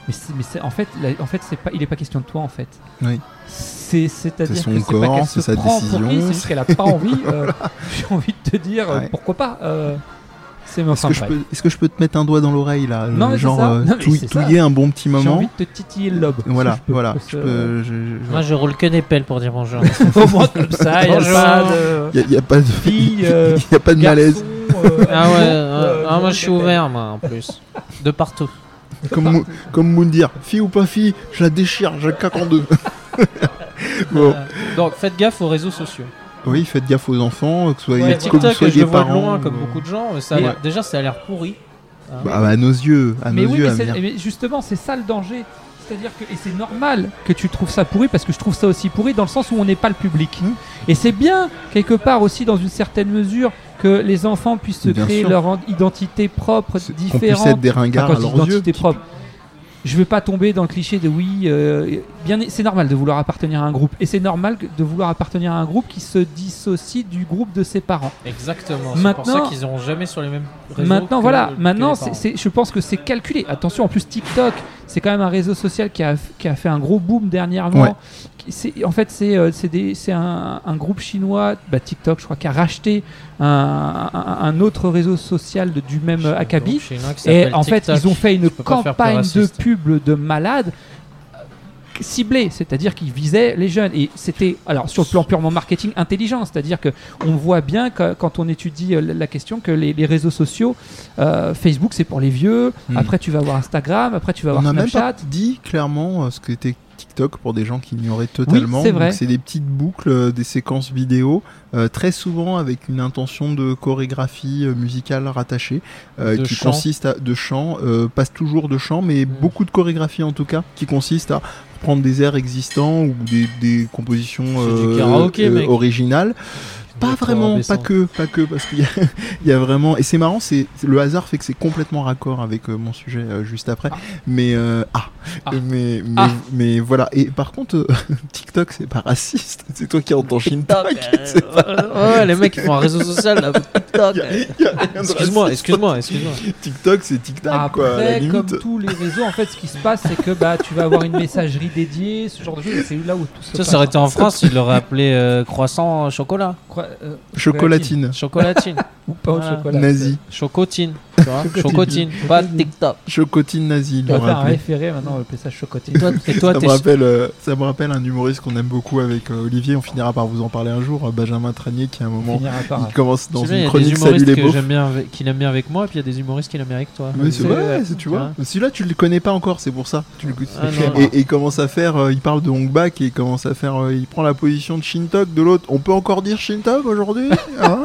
S3: Mais, c'est- mais c'est- en fait, la- en fait, c'est pas, il est pas question de toi en fait.
S1: Oui.
S3: C'est, c'est-à-dire
S1: C'est son
S3: que
S1: corps,
S3: pas qu'elle
S1: c'est
S3: se
S1: sa
S3: prend pour
S1: décision,
S3: qui, c'est juste
S1: c'est-
S3: qu'elle a pas envie. euh, j'ai envie de te dire euh,
S1: Ouais.
S3: pourquoi pas. euh, c'est mais
S1: Est-ce
S3: enfin,
S1: que, je
S3: bref.
S1: peux- est-ce que je peux te mettre un doigt dans l'oreille là
S3: Non, mais c'est
S1: Genre
S3: ça.
S1: euh,
S3: Non, mais
S1: touille-
S3: c'est ça.
S1: touiller un bon petit
S3: J'ai
S1: moment.
S3: envie de te titiller le lobe.
S1: Voilà,
S3: Parce que je peux euh,
S1: voilà.
S3: pas
S1: Je
S3: se-
S1: peux- je- je-
S2: Moi, je roule que des pelles pour dire bonjour. Au moins comme ça, il y a
S3: Bonjour.
S2: pas de.
S1: Il n'y a, pas de,
S3: Fille, euh,
S1: y a pas de malaise.
S3: garçon, euh,
S2: Ah ouais,
S3: non,
S2: euh,
S3: euh,
S2: ah, moi
S3: non,
S2: je suis
S3: non,
S2: ouvert, moi en plus. De partout.
S1: Comme, Mou- comme Moundir, fille ou pas fille, je la déchire, je la caque en deux. bon.
S2: Donc faites gaffe aux réseaux sociaux.
S1: Oui, faites gaffe aux enfants, que ce soit,
S2: Ouais,
S1: que vous
S2: TikTok,
S1: soyez
S2: je le vois de
S1: parents,
S2: loin
S1: ou-
S8: euh,
S2: comme beaucoup de gens. mais Ça a
S3: Mais-
S2: l'air- Déjà, ça a l'air pourri. hein.
S1: Bah, bah, à nos yeux, à
S3: mais
S1: nos
S3: oui,
S1: yeux,
S3: mais,
S1: à
S3: c'est-
S1: venir.
S3: mais justement, c'est ça le danger. C'est-à-dire que et c'est normal que tu trouves ça pourri parce que je trouve ça aussi pourri dans le sens où on n'est pas le public.
S1: Mm.
S3: Et c'est bien quelque part aussi dans une certaine mesure que les enfants puissent se
S1: Bien
S3: créer
S1: sûr.
S3: leur en- identité propre,
S1: C'est- Qu'on puisse être
S3: différente.
S1: des ringards
S3: Enfin,
S1: à
S3: quand je dis
S1: leurs yeux.
S3: identité propre. Je veux pas tomber dans le cliché de oui, euh, bien c'est normal de vouloir appartenir à un groupe et c'est normal que- de vouloir appartenir à un groupe qui se dissocie du groupe de ses parents.
S2: Exactement. C'est pour
S3: Maintenant-
S2: ça qu'ils n'iront jamais sur les mêmes réseaux.
S3: Maintenant,
S2: que-
S3: voilà.
S2: que
S3: Maintenant,
S2: les
S3: c'est-
S2: parents.
S3: c'est- je pense que c'est calculé. Attention, en plus, TikTok, c'est quand même un réseau social qui a, qui a fait un gros boom dernièrement.
S1: Ouais.
S3: Qui- c'est- En fait, c'est euh, c'est des- c'est un, un groupe chinois, bah, TikTok, je crois, qui a racheté un, un- un autre réseau social de- du même
S2: Chez
S3: euh,
S2: un
S3: acabit.
S2: groupe chinois qui
S3: Et
S2: s'appelle
S3: en fait,
S2: TikTok.
S3: ils ont fait une
S2: peux pas faire plus
S3: campagne de
S2: raciste.
S3: pub de malades euh, ciblée, c'est-à-dire qu'ils visaient les jeunes. Et c'était, alors sur le plan purement marketing, intelligent, c'est-à-dire que on voit bien que, quand on étudie euh, la question que les, les réseaux sociaux, euh, Facebook c'est pour les vieux,
S1: Hmm.
S3: après tu vas voir Instagram, après tu vas
S1: On
S3: voir
S1: n'a même pas
S3: Snapchat.
S1: dit clairement euh, ce que était TikTok pour des gens qui ignoraient totalement.
S3: Oui, c'est vrai.
S1: Donc, des petites boucles, euh, des séquences vidéo, euh, très souvent avec une intention de chorégraphie euh, musicale rattachée, euh,
S2: De
S1: qui
S2: chant.
S1: consiste à de chant, euh, passe toujours de chant, mais beaucoup de chorégraphie en tout cas, qui consiste à prendre des airs existants ou des, des compositions
S2: C'est du
S1: euh,
S2: karaoké,
S1: euh,
S2: mec.
S1: originales. Pas
S2: Des
S1: vraiment,
S2: trois
S1: pas que, pas que, parce qu'il y, a- il y a vraiment. Et c'est marrant, c'est c'est- le hasard fait que c'est complètement raccord avec euh, mon sujet euh, juste après. Mais euh, ah,
S3: Ah.
S1: mais mais,
S3: Ah.
S1: mais voilà. Et par contre, euh, TikTok c'est pas raciste. C'est toi qui entends
S2: TikTok,
S1: Shintok.
S2: euh, ouais, ouais, les mecs ils font un réseau social là, TikTok.
S1: Y a- y a rien de
S2: Excuse-moi,
S1: raciste.
S2: excuse-moi, excuse-moi.
S1: TikTok c'est TikTok quoi. À la
S3: Ah, Après, comme
S1: limite.
S3: tous les réseaux, en fait, ce qui se passe, c'est que bah, tu vas avoir une messagerie dédiée, ce genre de choses, et c'est là où tout se
S2: Ça,
S3: passe.
S2: ça aurait été en France, ils l'auraient appelé euh, croissant chocolat,
S3: Crois- euh,
S1: Chocolatine,
S2: chocolatine,
S3: ou pas au
S2: Voilà.
S3: chocolat.
S1: nazi,
S2: chocotine, tu vois, chocotine, pas TikTok.
S1: chocotine nazi. il
S3: On va
S1: l'aurait
S3: faire un
S1: appelé.
S3: référé maintenant, on va appeler ça chocotine.
S2: Et toi, et toi,
S1: ça,
S2: t'es
S1: me rappelle, euh, ça me rappelle un humoriste qu'on aime beaucoup avec euh, Olivier. On finira par vous en parler un jour. euh, Benjamin Tranier qui à un moment
S3: Finir à part.
S1: il commence dans
S2: Tu sais,
S1: une
S2: il y a des
S1: chronique Salut
S2: humoristes
S1: les
S2: que
S1: beaufs.
S2: j'aime bien, avec- qu'il aime bien avec moi, et puis il y a des humoristes qu'il aime bien avec toi.
S1: Oui, c'est
S3: C'est-
S1: vrai, c'est- tu vois. Celui-là, tu le connais pas encore, c'est pour ça. Tu le-
S2: Ah, non, non.
S1: et, et il commence à faire, euh, il parle de Hongbak et il commence à faire, euh, il prend la position de Shintok de l'autre. On peut encore dire Shintok aujourd'hui Hein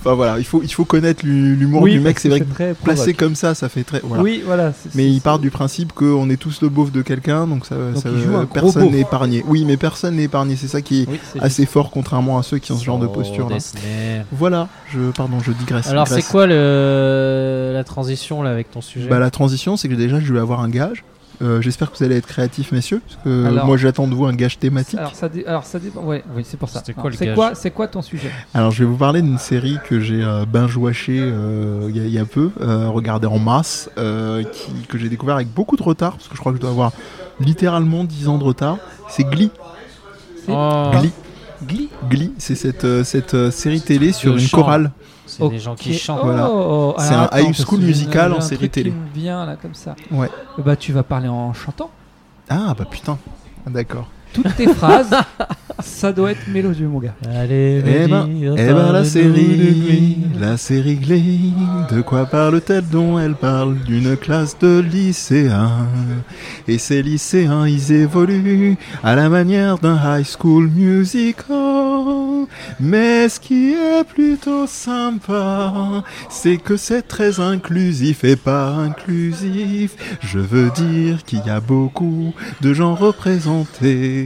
S1: Enfin voilà, il faut, il faut connaître l'hu- l'humour
S3: Oui,
S1: du mec.
S3: parce
S1: C'est
S3: que
S1: vrai que
S3: très
S1: placé
S3: provoque.
S1: comme ça, ça fait très. Voilà.
S3: Oui, voilà. c'est-
S1: Mais
S3: c'est-
S1: il part du principe qu'on est tous le beauf de quelqu'un, donc ça,
S3: Donc
S1: ça-
S3: il joue un gros
S1: personne
S3: beauf.
S1: n'est épargné. Oui, mais personne n'est épargné. Ah, C'est ça qui est
S3: Oui, c'est
S1: assez fort, contrairement à ceux qui ont ce genre de
S2: Oh,
S1: posture. là.
S2: Dessner.
S1: Voilà. Je, pardon, je digresse.
S2: Alors, c'est
S1: digresse.
S2: quoi le... la transition là avec ton sujet
S1: Bah, la transition, c'est que déjà, je vais avoir un gage. Euh, J'espère que vous allez être créatifs, messieurs, parce que
S3: Alors-
S1: moi, j'attends de vous un gage thématique.
S3: Alors ça, dé- alors ça dépend. Ouais, oui, c'est pour ça.
S2: C'était quoi
S3: Alors,
S2: le
S3: C'est
S2: gage
S3: quoi, c'est quoi ton sujet
S1: Alors, je vais vous parler d'une série que j'ai euh, binge-watchée euh, il y, a- il y a peu, euh, regardée en masse, euh, qui- que j'ai découvert avec beaucoup de retard, parce que je crois que je dois avoir littéralement 10 ans de retard. C'est Glee.
S2: Oh,
S1: Glee.
S3: Glee.
S1: Glee, c'est cette, euh, cette euh, série télé sur
S2: Le
S1: une
S2: chant.
S1: chorale.
S2: c'est des gens qui
S3: Ok.
S2: chantent.
S3: Oh,
S1: Voilà.
S3: oh,
S1: C'est
S3: alors
S1: un
S3: attends,
S1: high
S3: parce
S1: school
S3: que
S1: musical
S3: j'ai
S1: en
S3: un
S1: série
S3: truc
S1: télé.
S3: Qui me vient là comme ça.
S1: Ouais.
S3: Bah tu vas parler en chantant.
S1: Ah, bah putain. Ah, D'accord.
S3: Toutes tes phrases, ça doit être mélodieux mon gars.
S2: Allez,
S1: Eh ben,
S2: vas-y,
S1: Eh ben, la
S2: parle-nous de
S1: série,
S2: Glee.
S1: la série Glee, de quoi parle-t-elle dont elle parle d'une classe de lycéens. Et ces lycéens, ils évoluent à la manière d'un high school musical.
S8: tout. Mais ce qui est plutôt sympa, c'est que c'est très inclusif et pas inclusif. Je veux dire qu'il y a beaucoup de gens représentés.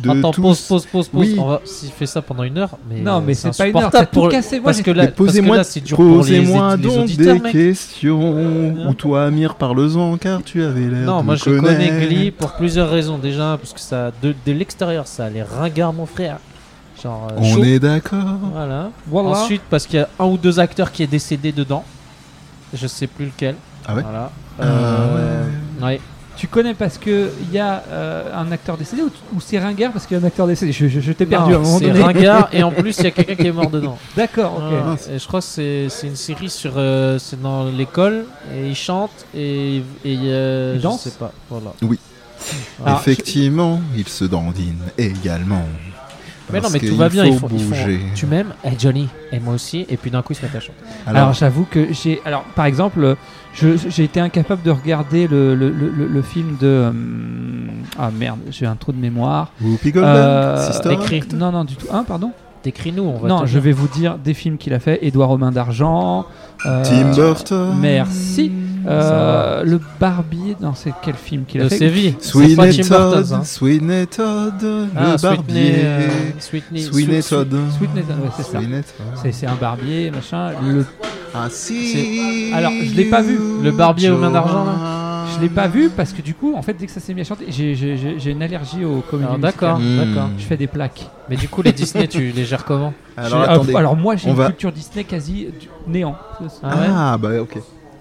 S8: De
S2: Attends,
S8: tous-
S2: pause, pause, pause, pause.
S8: Oui.
S2: On va... S'il fait ça pendant une heure, mais euh,
S3: Non, mais c'est pas une heure,
S2: insupportable
S3: t'as tout
S2: pour...
S3: cassé, moi,
S2: Parce
S3: j'ai-
S2: que là,
S8: Mais
S2: parce que
S8: posez-moi
S2: là, c'est dur pour les,
S8: Posez-moi
S2: les
S8: donc
S2: auditeurs,
S8: des
S2: mec.
S8: questions. Ou toi, Amir, parle-en car tu avais l'air
S2: Non,
S8: de
S2: moi je connais
S8: connaître.
S2: Glee pour plusieurs raisons. Déjà, parce que ça, de, de l'extérieur, ça a les ringards, mon frère. Genre, euh,
S8: On
S2: chaud.
S8: est d'accord.
S2: Voilà.
S3: Voilà.
S2: Ensuite, parce qu'il y a un ou deux acteurs qui est décédé dedans. Je sais plus lequel.
S8: Ah ouais
S2: Voilà.
S8: Ah
S2: Euh, ouais.
S3: Tu connais parce que il y a euh, un acteur décédé ou, t- ou c'est ringard parce qu'il y a un acteur décédé. Je, je- je t'ai perdu à un
S2: Non,
S3: moment
S2: C'est
S3: donné.
S2: ringard et en plus, il y a quelqu'un qui est mort dedans.
S3: D'accord, ok.
S2: Ah, et je crois que c'est c'est une série sur. euh, c'est dans l'école et ils chantent et. et euh,
S3: Ils
S2: je
S3: dansent
S2: sais pas. Voilà. Ah,
S3: Alors,
S8: Effectivement, ils se dandinent également.
S2: Mais non,
S8: Parce
S2: mais tout
S8: qu'il
S2: va bien.
S8: faut
S2: Ils font, ils font,
S8: bouger.
S2: tu m'aimes Eh, Johnny. Et moi aussi. Et puis d'un coup, ils se mettent à chanter.
S3: Alors,
S8: Alors,
S3: j'avoue que j'ai. Alors par exemple, je- j'ai été incapable de regarder le, le- le- le- le film de. hum, ah merde, j'ai un trou de mémoire.
S8: Whoopi Goldberg,
S3: Euh,
S8: Sister
S2: écrit.
S8: Act.
S3: Non, non, du tout. Un, pardon
S2: Décris-nous, on va.
S3: Non,
S2: te
S3: je
S2: dire.
S3: vais vous dire des films qu'il a fait Édouard Romain d'Argent. euh,
S8: Tim Burton.
S3: Merci. Euh, le Barbier. Non, c'est quel film qu'il a
S2: De
S3: fait
S2: Séville. C'est pas
S8: Sweeney
S2: Tim Burton.
S8: Todd,
S2: hein.
S8: Sweeney Todd,
S2: Ah,
S8: le
S2: Sweetney,
S8: barbier.
S2: euh, Sweetney-
S8: Sweeney
S2: Sweet-
S8: Todd.
S3: Sweet Nathan, ouais, c'est ça.
S8: Sweeney Todd.
S3: C'est- C'est un barbier, machin. Le
S8: Ah si.
S3: Alors, je l'ai pas vu,
S2: le barbier aux mains d'argent,
S8: là.
S3: Je l'ai pas vu parce que du coup, en fait, dès que ça s'est mis à chanter, j'ai- j'ai j'ai- j'ai une allergie aux comédies
S2: Alors, d'accord,
S8: Hmm.
S2: d'accord.
S3: musicales. Je fais des plaques.
S2: Mais du coup, les Disney, tu les gères comment
S8: Alors
S3: J'ai-
S8: attendez.
S3: ah, alors moi, j'ai
S8: on
S3: une
S8: va-
S3: culture Disney quasi du- néant.
S2: Ah ouais
S8: Ah bah ok.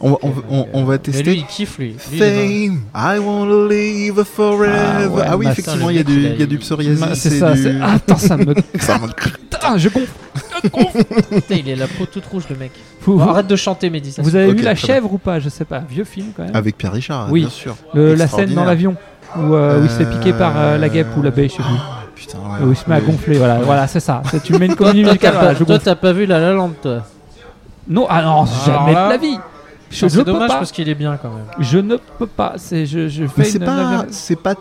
S8: On va, on va, on, on va
S2: Mais lui,
S8: tester.
S2: il kiffe, lui. Lui, il est
S8: Fame, I wanna live
S3: Ah
S8: forever.
S3: ouais,
S8: Ah oui,
S3: bah,
S8: effectivement,
S2: ça,
S8: il y a
S2: le mec,
S8: du,
S2: il a-
S8: il y a du psoriasis.
S3: Ma- C'est ça.
S8: Du...
S3: c'est- Ah, Attends, ça me.
S8: Ça me-
S3: Putain, je gonfle.
S2: dans- Putain, il est la peau toute rouge, le mec.
S3: Vous,
S2: Bon,
S3: vous-
S2: arrête de chanter, Mehdi. ça
S3: vous
S2: suffit.
S3: avez
S8: Ah. Ok,
S3: vu La
S8: très bien.
S3: chèvre ou pas Je sais pas. Vieux film quand même.
S8: Avec Pierre Richard,
S3: Oui.
S8: bien sûr.
S3: Le- la scène dans
S8: extraordinaire.
S3: l'avion où, euh, où il se fait piquer par euh, la guêpe ou l'abeille, je sais plus.
S8: Ah, putain, ouais.
S3: Et Où il se met à
S8: Le-
S3: gonfler. Voilà, voilà c'est ça. C'est- Tu mets une comédie
S2: Toi,
S3: musicale.
S2: t'as
S3: voilà,
S2: pas-
S3: je
S2: toi,
S3: gonfle.
S2: t'as pas vu La La Land, toi.
S3: Non, ah non, jamais
S2: là-
S3: de la vie. Je, je
S2: C'est
S3: peux
S2: dommage
S3: pas.
S2: parce qu'il est bien quand même.
S3: Je ne peux pas. C'est je, je
S8: Mais
S3: fais
S8: c'est
S3: une-
S8: pas.
S3: une-
S8: C'est pas.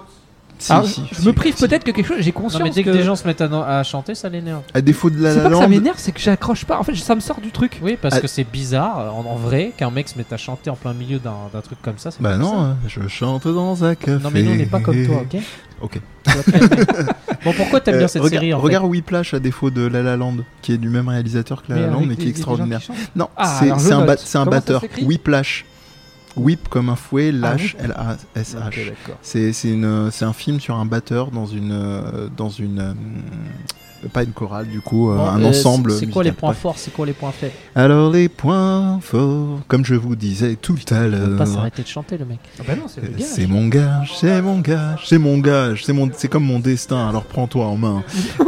S8: Si,
S3: Alors,
S8: si,
S3: je
S8: si,
S3: me prive
S8: si.
S3: peut-être que quelque chose. J'ai conscience
S2: Non, mais dès que,
S3: que
S2: des gens se mettent à, à chanter, ça l'énerve.
S8: À défaut de la
S3: c'est
S8: la
S3: pas que ça
S8: Land,
S3: m'énerve, c'est que j'accroche pas. En fait, ça me sort du truc.
S2: Oui, parce
S8: Ah.
S2: que c'est bizarre, en, en vrai, qu'un mec se mette à chanter en plein milieu d'un d'un truc comme ça. c'est
S8: Bah
S2: pas
S8: non,
S2: ça.
S8: hein, je chante dans un café. Euh,
S2: Non, mais nous, on n'est pas comme toi, ok
S8: Ok.
S2: Tu vas te calmer. Bon, pourquoi t'aimes
S8: Euh,
S2: bien cette
S8: regarde,
S2: série en fait
S8: regarde Whiplash à défaut de La La Land, qui est du même réalisateur que La La Land,
S3: euh, avec
S8: mais
S3: des-
S8: qui
S3: des
S8: est
S3: gens
S8: extraordinaire.
S3: qui chantent.
S8: Non,
S3: Ah,
S8: c'est
S3: alors je
S8: c'est un,
S3: note.
S8: ba- c'est un
S3: Comment ça
S8: batteur.
S3: s'écrit
S8: Whiplash. Whip comme un fouet, lash,
S2: Ah, Ok,
S8: L-A-S-H.
S2: d'accord.
S8: C'est c'est une- c'est un film sur un batteur dans une. euh, Dans une euh, pas une chorale, du coup, euh,
S2: Bon,
S8: un
S2: euh,
S8: ensemble.
S2: c'est- C'est quoi les
S8: musical.
S2: points
S8: Bref.
S2: forts C'est quoi les points faibles
S8: Alors, les points forts, comme je vous disais tout à
S2: peut pas
S8: l'heure.
S2: s'arrêter de chanter, le mec.
S3: Ah bah non, c'est le gars.
S8: Euh, C'est mon gage, c'est mon gage, c'est mon gage, c'est mon, c'est comme mon destin. Alors prends-toi en main.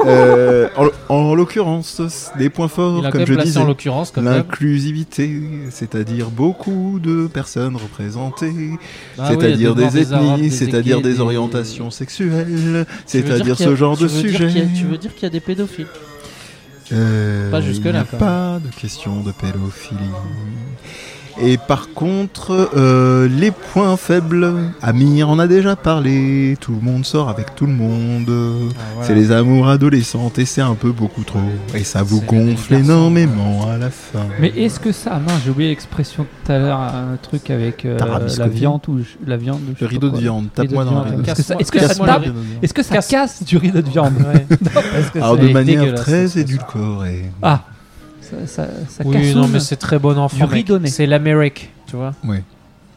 S8: Euh, en en l'occurrence, c'est des points
S2: Il
S8: forts,
S2: a quand
S8: comme
S2: même
S8: je
S2: placé
S8: disais,
S2: en l'occurrence, comme d'hab.
S8: l'inclusivité, c'est-à-dire beaucoup de personnes représentées,
S2: Ah oui, il y a
S8: c'est-à-dire
S2: noirs,
S8: des
S2: arabes,
S8: ethnies, c'est-à-dire
S2: gays,
S8: des orientations sexuelles,
S2: Tu veux
S8: c'est-à-dire
S2: qu'il y a-
S8: ce genre
S2: tu
S8: de
S2: veux dire qu'il y a-
S8: sujet.
S2: Tu veux dire qu'il y a des pédophiles
S8: Euh,
S2: Pas jusque-là,
S8: Il n'y a
S2: quand
S8: pas de question de pédophilie. Et par contre, euh, les points faibles, Amir en a déjà parlé, tout le monde sort avec tout le monde.
S2: Ah,
S8: C'est les amours adolescentes et c'est un peu beaucoup trop. Et ça vous
S2: C'est
S8: gonfle
S2: les garçons.
S8: énormément
S3: hein.
S8: hein. à la fin.
S3: Mais est-ce que ça. Ah non, j'ai oublié l'expression de tout à l'heure, un truc avec euh,
S8: T'as rabiscoté.
S3: la viande ou je- la viande. ou je sais
S8: Le
S3: pas
S8: rideau de
S3: quoi.
S8: viande,
S3: Rideau
S8: tape-moi
S3: de
S8: dans le
S3: viande.
S8: rideau.
S3: Est-ce que ça- est-ce que ça
S2: Casse-moi
S8: Tape-moi
S3: tape
S8: le rideau de viande.
S3: Est-ce que ça
S2: Casse-
S3: casse Ah, du rideau de viande
S2: Ouais.
S8: Alors
S2: Elle
S8: de
S2: est
S8: manière
S2: dégueulasse,
S8: très
S2: cette
S8: édulcorée.
S3: Ah, ça, ça, ça
S2: Oui,
S3: casse.
S2: non, mais c'est très bon enfant.
S3: Du
S2: mec.
S3: ridonné.
S2: C'est l'Amérique, tu
S8: Mm.
S2: vois.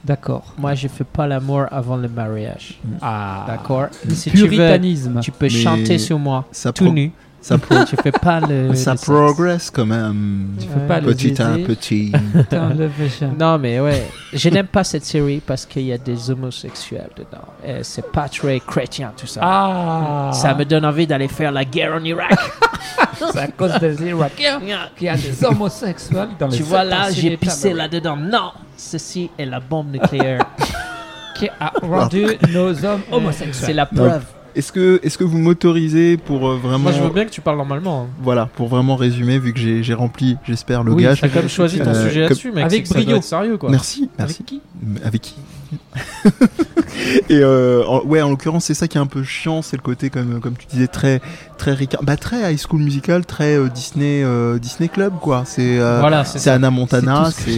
S3: D'accord.
S2: Moi, je fais pas l'amour avant le mariage.
S3: Ah,
S2: D'accord Si tu veux,
S3: Puritanisme.
S2: tu peux
S8: Mais-
S2: chanter sur moi,
S8: Ça,
S2: tout
S8: pro-
S2: nu.
S8: ça, pro-
S2: tu fais pas le.
S8: ça
S2: le sexe.
S8: progresse quand même.
S3: Tu fais pas le
S8: Petit à
S3: baiser.
S8: petit.
S3: Putain, le vagin.
S2: Non, mais ouais. je n'aime pas cette série parce qu'il y a des homosexuels dedans. Et c'est pas très chrétien, tout ça.
S3: Ah
S2: Ça me donne envie d'aller faire la guerre en Irak.
S3: C'est à cause des Irakiens qu'il y a des homosexuels dans les
S2: tu vois
S3: secteurs
S2: là, j'ai
S3: sud-américains.
S2: pissé là-dedans. Non, ceci est la bombe nucléaire.
S3: Qui a rendu nos hommes homosexuels.
S2: c'est la preuve.
S8: Est-ce que, est-ce que vous m'autorisez pour euh, vraiment,
S2: bien que tu parles normalement.
S8: voilà, pour vraiment résumer, vu que j'ai, j'ai rempli, j'espère le
S3: Oui,
S8: gage.
S2: T'as comme choisi ton
S8: Euh,
S2: sujet
S8: comme-
S2: là-dessus, mec. c'est que
S3: Avec
S2: ça doit
S3: brio.
S2: être sérieux, quoi.
S8: Merci, merci.
S2: Avec qui
S8: Mais Avec qui Et euh, en- ouais, en l'occurrence, c'est ça qui est un peu chiant, c'est le côté comme comme tu disais très très Ricard, bah très High School Musical, très euh, Disney euh, Disney Club quoi. C'est euh,
S2: Voilà, c'est
S8: c'est Anna Montana,
S2: C'est tout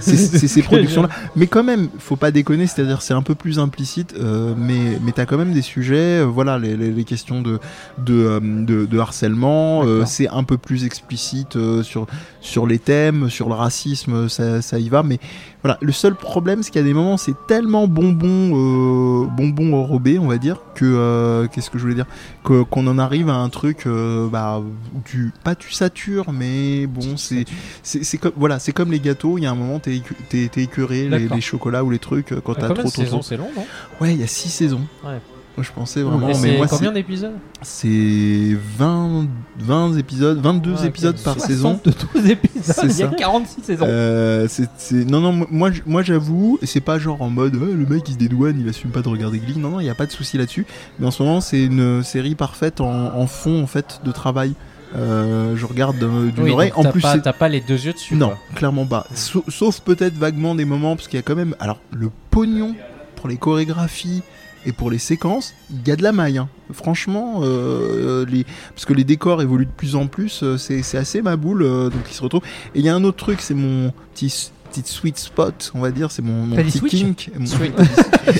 S8: c'est c'est- c'est ces productions-là. Mais quand même, faut pas déconner, c'est-à-dire c'est un peu plus implicite, euh, mais mais t'as quand même des sujets, euh, voilà, les, les, les questions de de, euh, de, de harcèlement, euh,
S2: D'accord.
S8: c'est un peu plus explicite euh, sur sur les thèmes, sur le racisme, ça, ça y va. Mais voilà, le seul problème, c'est qu'il y a des moments, c'est tellement bonbon euh, bonbon enrobé, on va dire, que euh, qu'est-ce que je voulais dire, que qu'on en arrive à un truc, euh, bah, où tu pas tu satures, mais bon, c'est c'est c'est comme voilà, c'est comme les gâteaux. Il y a un moment, t'es écu- t'es t'es écœuré les,
S2: D'accord.
S8: les chocolats ou les trucs euh, quand t'as trop trop.
S2: saison,
S8: trop-
S2: c'est long, non
S8: Ouais, il y a six saisons.
S2: Ouais.
S8: Moi, je pensais vraiment,
S2: Et
S8: mais
S2: c'est
S8: moi c'est-
S2: combien d'épisodes
S8: c'est 20 20 épisodes, 22
S2: Ah, ok.
S8: épisodes par saison.
S2: de 12 épisodes,
S8: C'est
S2: il y a
S8: ça.
S2: 46 saisons.
S8: Euh, c'est, c'est- Non, non, moi, je- moi j'avoue, c'est pas genre en mode Ouais, le mec il se dédouane, il assume pas de regarder Glee. Non, non, il n'y a pas de souci là-dessus. Mais en ce moment, c'est une série parfaite en, en fond en fait de travail. Euh, je regarde euh, d'une
S2: Oui,
S8: oreille.
S2: donc
S8: En
S2: t'as
S8: plus,
S2: pas-
S8: c'est-
S2: t'as pas les deux yeux dessus.
S8: non,
S2: quoi.
S8: clairement pas. Sau- Sauf peut-être vaguement des moments, parce qu'il y a quand même. Alors, le pognon pour les chorégraphies et pour les séquences, il y a de la maille. hein. Franchement, euh, les... parce que les décors évoluent de plus en plus, euh, c'est c'est assez ma boule, euh, donc ils se retrouvent. Et il y a un autre truc, c'est mon petit, petit sweet spot, on va dire, c'est mon, mon
S2: T'as dit
S8: petit
S2: switch Ah,
S8: kink. Mon...
S2: Switch,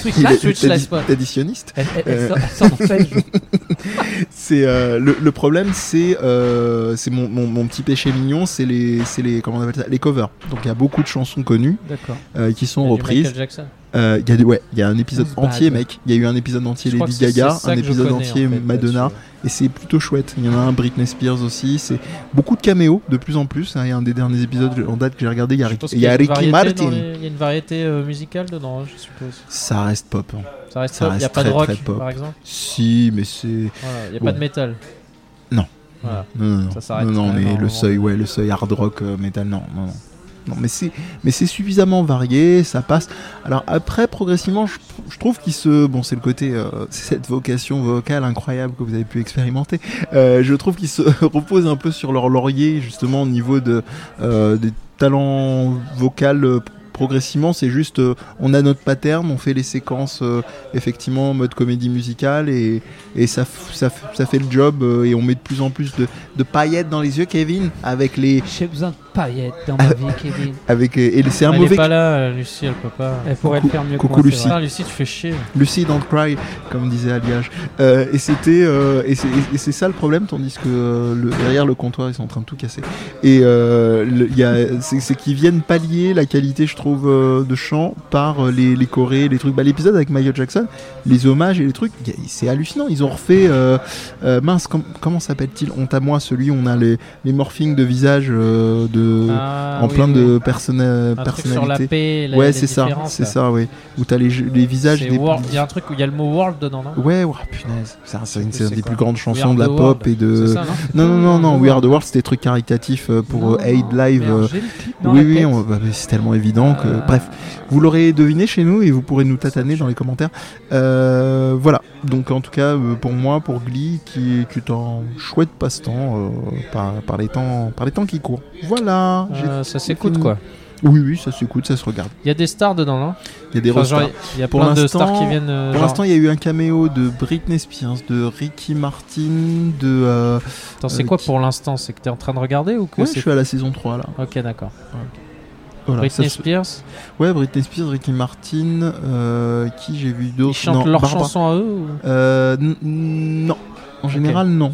S2: switch
S8: Il
S2: là,
S8: est
S2: switch là,
S8: tradi-
S2: spot.
S8: traditionniste.
S2: Elle, elle- elle
S8: Euh.
S2: sort- elle sort dans cinq jours.
S8: c'est euh, le, le problème c'est euh, c'est mon, mon, mon petit péché mignon c'est les c'est les comment on appelle ça les covers donc il y a beaucoup de chansons connues
S2: D'accord.
S8: euh, qui sont
S2: Il y a du
S8: reprises
S2: Michael Jackson.
S8: Euh, il y a des- ouais il y a un épisode
S2: Who's
S8: entier
S2: bad
S8: mec il y a eu un épisode entier
S2: Je crois
S8: Lady
S2: que c'est-
S8: Gaga
S2: c'est ça
S8: un
S2: que je
S8: épisode
S2: connais,
S8: entier
S2: en fait,
S8: Madonna
S2: là-dessus.
S8: et c'est plutôt chouette il y en a un Britney Spears aussi c'est beaucoup de caméos de plus en plus hein. il y a un des derniers épisodes en date que j'ai regardé il y a,
S2: Je
S8: Rick-
S2: pense
S8: il
S2: qu'il
S8: y a
S2: une
S8: Ricky
S2: variété
S8: Martin
S2: dans les- Il y a une variété euh, musicale dedans, je suppose.
S8: ça reste pop hein.
S2: Ça reste
S8: Ça
S2: pop, Il n'y a
S8: reste
S2: pas de
S8: très,
S2: rock,
S8: très pop.
S2: par exemple.
S8: si mais c'est
S2: Voilà, Il n'y a
S8: Bon.
S2: pas de métal.
S8: Non.
S2: Voilà.
S8: Non, non, non.
S2: Ça s'arrête
S8: Non, non,
S2: vraiment
S8: mais
S2: à un
S8: le
S2: moment.
S8: seuil, ouais, le seuil hard rock, euh, metal, non, non, non. Non, mais c'est, mais c'est suffisamment varié, ça passe. Alors après, progressivement, je, je trouve qu'il se, bon, c'est le côté, euh, c'est cette vocation vocale incroyable que vous avez pu expérimenter. Euh, je trouve qu'ils se reposent un peu sur leur laurier, justement, au niveau de euh, des talents vocaux. euh, Progressivement, c'est juste, euh, on a notre pattern, on fait les séquences euh, effectivement en mode comédie musicale et, et ça, f- ça, f- ça fait le job euh, et on met de plus en plus de, de paillettes dans les yeux, Kevin, avec les,
S3: J'ai besoin de paillettes dans ma vie, Kevin.
S8: avec euh, et c'est un
S2: Elle
S8: mauvais
S2: n'est pas là, euh, Lucie, elle peut pas.
S3: Elle pourrait
S8: Coucou-
S3: le faire mieux
S8: coucou
S3: que moi,
S8: Lucie.
S3: c'est vrai.
S2: Ah, Lucie, tu fais chier.
S8: Lucy Don't Cry, comme disait Alliage. Euh, et c'était euh, et c'est et- et c'est ça le problème, tandis que euh, le- derrière le comptoir ils sont en train de tout casser. Et euh, le- il y a- c'est c'est qu'ils viennent pallier la qualité, je trouve, euh, de chant par euh, les les chorés, les trucs. Bah, l'épisode avec Michael Jackson, les hommages et les trucs, y a- c'est hallucinant. Ils ont refait euh, euh, mince com- comment s'appelle-t-il Honte à moi, celui où on a les les morphings de visage euh, de
S2: Ah,
S8: en
S2: oui,
S8: plein
S2: oui.
S8: de personna-
S2: Un truc sur la
S8: personnalités.
S2: paix, la-
S8: Ouais,
S2: les
S8: c'est ça,
S2: différences,
S8: c'est
S2: là.
S8: ça, oui. Où t'as les, jeux- les visages
S2: C'est
S8: des,
S2: World- Il y a un truc où il y a le mot world dedans, non
S8: Ouais, ouais, punaise. Ça, C'est une,
S2: Je
S8: c'est une
S2: sais
S8: des
S2: quoi.
S8: plus grandes chansons
S2: We
S8: de la
S2: Are the World.
S8: pop et
S2: C'est
S8: de.
S2: ça, non
S8: Non, non, non, non,
S3: We
S8: We
S3: Are
S8: Are the World, c'était des trucs caritatifs euh, pour
S3: Non,
S8: euh, Aid Live. euh,
S3: Merde, j'ai le clip dans
S8: Oui,
S3: la
S8: oui,
S3: tête.
S8: on- bah, mais c'est tellement évident que.
S3: Euh,
S8: Bref, vous l'aurez deviné chez nous et vous pourrez nous tataner dans les commentaires. Euh, voilà. Donc, en tout cas, euh, pour moi, pour Glee, qui, qui est un chouette passe-temps euh, par, par les temps, par les temps qui courent. Voilà. j'ai-
S2: Euh, Ça s'écoute, quoi.
S8: Oui, oui, ça s'écoute, ça se regarde.
S2: Il y a des stars dedans, non
S8: Il y a des
S2: Enfin,
S8: rostars.
S2: genre, Il y a
S8: Pour
S2: plein de
S8: l'instant-
S2: stars qui viennent. euh,
S8: Pour
S2: genre-
S8: l'instant, il y a eu un caméo de Britney Spears, de Ricky Martin, de. euh,
S2: Attends, c'est
S8: euh,
S2: quoi
S8: qui-
S2: pour l'instant C'est que t'es en train de regarder ou que
S8: Ouais, je
S2: c'est
S8: suis à la saison 3 là.
S2: Ok, d'accord.
S8: Voilà,
S2: Britney
S8: ça se-
S2: Spears,
S8: Ouais, Britney Spears, Ricky Martin, euh, qui j'ai vu d'autres
S2: ils chantent
S8: Non,
S2: leurs
S8: Barbara.
S2: chansons à eux ou-
S8: Euh, n- n- non, en général, non.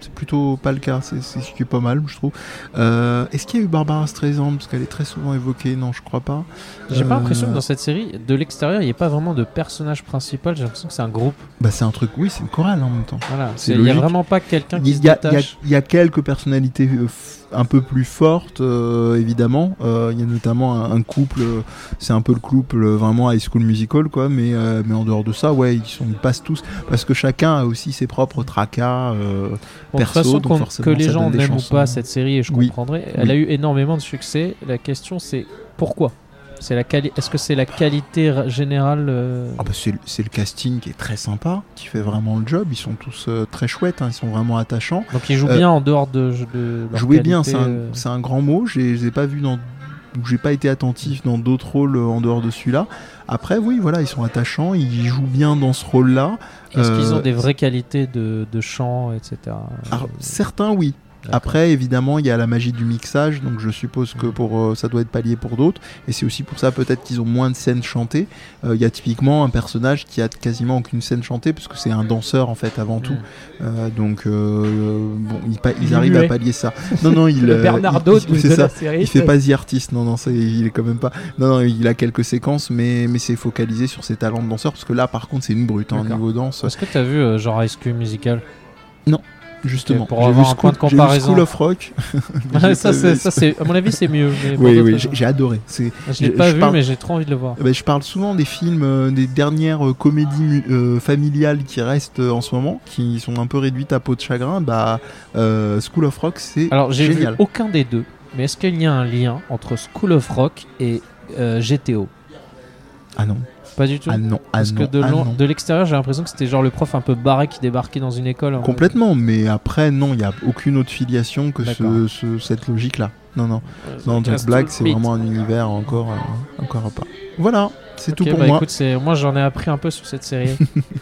S8: C'est plutôt pas le cas, c'est c'est ce qui est pas mal, je trouve. Euh, Est-ce qu'il y a eu Barbara Streisand Parce qu'elle est très souvent évoquée, non, je crois pas.
S2: J'ai pas
S8: Euh,
S2: l'impression que dans cette série, de l'extérieur, il n'y a pas vraiment de personnage principal. J'ai l'impression que c'est un groupe.
S8: Bah, c'est un truc, oui, c'est une chorale hein, en même temps.
S2: Voilà. C'est-
S8: C'est
S2: Il n'y a
S8: logique.
S2: vraiment pas quelqu'un qui
S8: Il
S2: se
S8: y, a- il y a-
S2: détache.
S8: il y a quelques personnalités euh, f- un peu plus fortes, euh, évidemment. Euh, Il y a notamment un, un couple, euh, c'est un peu le couple euh, vraiment high school musical, quoi. Mais, euh, mais en dehors de ça, ouais, ils, sont, ils passent tous. Parce que chacun a aussi ses propres tracas. euh,
S2: Bon, de toute
S8: perso,
S2: façon,
S8: donc
S2: qu'on-
S8: forcément,
S2: que les
S8: ça
S2: gens
S8: donne des
S2: n'aiment ou
S8: chansons.
S2: pas cette série, et je
S8: Oui.
S2: comprendrai, elle
S8: Oui.
S2: a eu énormément de succès. La question, c'est pourquoi C'est la quali- Est-ce que c'est la qualité ra- générale euh,
S8: Ah bah, c'est le- c'est le casting qui est très sympa, qui fait vraiment le job. Ils sont tous euh, très chouettes, hein, ils sont vraiment attachants.
S2: Donc ils jouent
S8: Euh,
S2: bien en dehors de. de leur
S8: Jouer bien,
S2: qualité,
S8: c'est un,
S2: euh,
S8: c'est un grand mot. Je les ai pas vus dans
S1: où j'ai pas été attentif dans d'autres rôles euh, en dehors de celui-là. Après, oui, voilà, ils sont attachants, ils jouent bien dans ce rôle-là.
S2: Est-ce qu'ils
S1: Euh,
S2: ont des vraies qualités de, de chant, etc.
S1: alors, certains, oui.
S2: D'accord.
S1: Ah,
S2: Mhm.
S1: Après, évidemment, il y a la magie du mixage, donc je suppose que pour euh, ça doit être pallié pour d'autres, et c'est aussi pour ça peut-être qu'ils ont moins de scènes chantées. Euh, Il y a typiquement un personnage qui a quasiment aucune scène chantée, parce que c'est un danseur en fait avant tout.
S2: Mm.
S1: Euh, donc euh, bon, ils, pa- ils
S7: Il est
S1: arrivent à
S7: muet.
S1: pallier ça. Non, non, il, euh,
S7: Le Bernardo
S1: il- il-
S7: de,
S1: c'est
S7: de
S1: ça.
S7: la série.
S1: Il fait pas The Artist, non, non, c'est- il est quand même pas. Non, non, il a quelques séquences, mais, mais c'est focalisé sur ses talents de danseur, parce que là, par contre, c'est une brute, hein,
S2: D'accord.
S1: niveau danse.
S2: Est-ce que t'as vu euh, genre High School Musical
S1: Justement,
S2: pour
S1: J'ai
S2: avoir
S1: vu
S2: un point de
S1: School- j'ai vu
S2: comparaison.
S1: School of Rock.
S2: ça,
S1: J'ai pas
S2: c'est-
S1: vu.
S2: ça, c'est- à mon avis, c'est mieux. mais pour
S1: Oui,
S2: d'autres,
S1: oui,
S2: non.
S1: j'ai j'ai adoré. C'est,
S2: je l'ai
S1: je-
S2: pas
S1: je
S2: vu,
S1: parle-
S2: mais j'ai trop envie de le voir.
S1: ben, je parle souvent des films, euh, des dernières euh, comédies mu- euh, familiales qui restent euh, en ce moment, qui sont un peu réduites à peau de chagrin. Bah, euh, School of Rock, c'est
S2: Alors, j'ai vu
S1: génial.
S2: aucun des deux, mais est-ce qu'il y a un lien entre School of Rock et euh, GTO
S1: Ah non,
S2: Pas du tout.
S1: ah non, ah
S2: Parce que
S1: non,
S2: de
S1: ah
S2: loin-
S1: non.
S2: de l'extérieur, j'ai l'impression que c'était genre le prof un peu barré qui débarquait dans une école. en mode-
S1: Complètement, mais après, non, il n'y a aucune autre filiation que ce,
S2: D'accord.
S1: ce- cette logique-là. Non, non.
S2: Euh,
S1: Dans Jack
S2: Castle
S1: Black, c'est
S2: Beat.
S1: vraiment un univers encore, euh, encore à part. Voilà, c'est
S2: Ok,
S1: tout pour
S2: bah
S1: moi.
S2: écoute, c'est- moi j'en ai appris un peu sur cette série.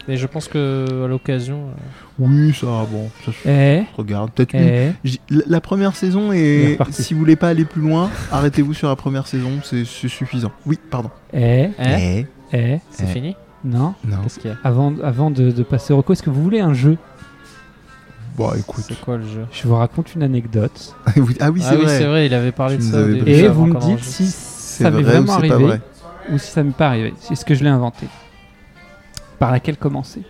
S2: et je pense que à l'occasion. euh,
S1: Oui, ça, bon, ça se
S3: Eh,
S1: regarde. Peut-être une-
S3: eh.
S1: J- La la première saison,
S3: Il est
S1: et
S3: reparti.
S1: si vous voulez pas aller plus loin, arrêtez-vous sur la première saison, c'est c'est suffisant. Oui, pardon.
S3: Eh,
S2: hein,
S1: Eh,
S3: eh,
S2: c'est
S1: Eh.
S2: fini
S3: non.
S1: non.
S2: Qu'est-ce qu'il y a
S3: Avant, avant de, de passer au reco, est-ce que vous voulez un jeu
S1: Bon, Bah, écoute.
S2: C'est quoi le jeu
S3: Je vous raconte une anecdote.
S1: Vous- ah oui,
S2: Ah
S1: c'est
S2: oui,
S1: vrai.
S2: c'est vrai, il avait parlé
S1: Tu
S2: de
S1: nous
S2: ça. au
S1: avais
S2: début,
S1: pris
S3: Et
S1: ça
S2: avant
S3: vous me
S2: qu'on
S3: dites
S2: enregistre.
S3: si
S1: C'est
S3: ça
S1: vrai
S3: m'est
S1: ou
S3: vraiment
S1: c'est pas
S3: arrivé
S1: vrai
S3: ou si ça m'est pas arrivé. Est-ce que je l'ai inventé Par laquelle commencer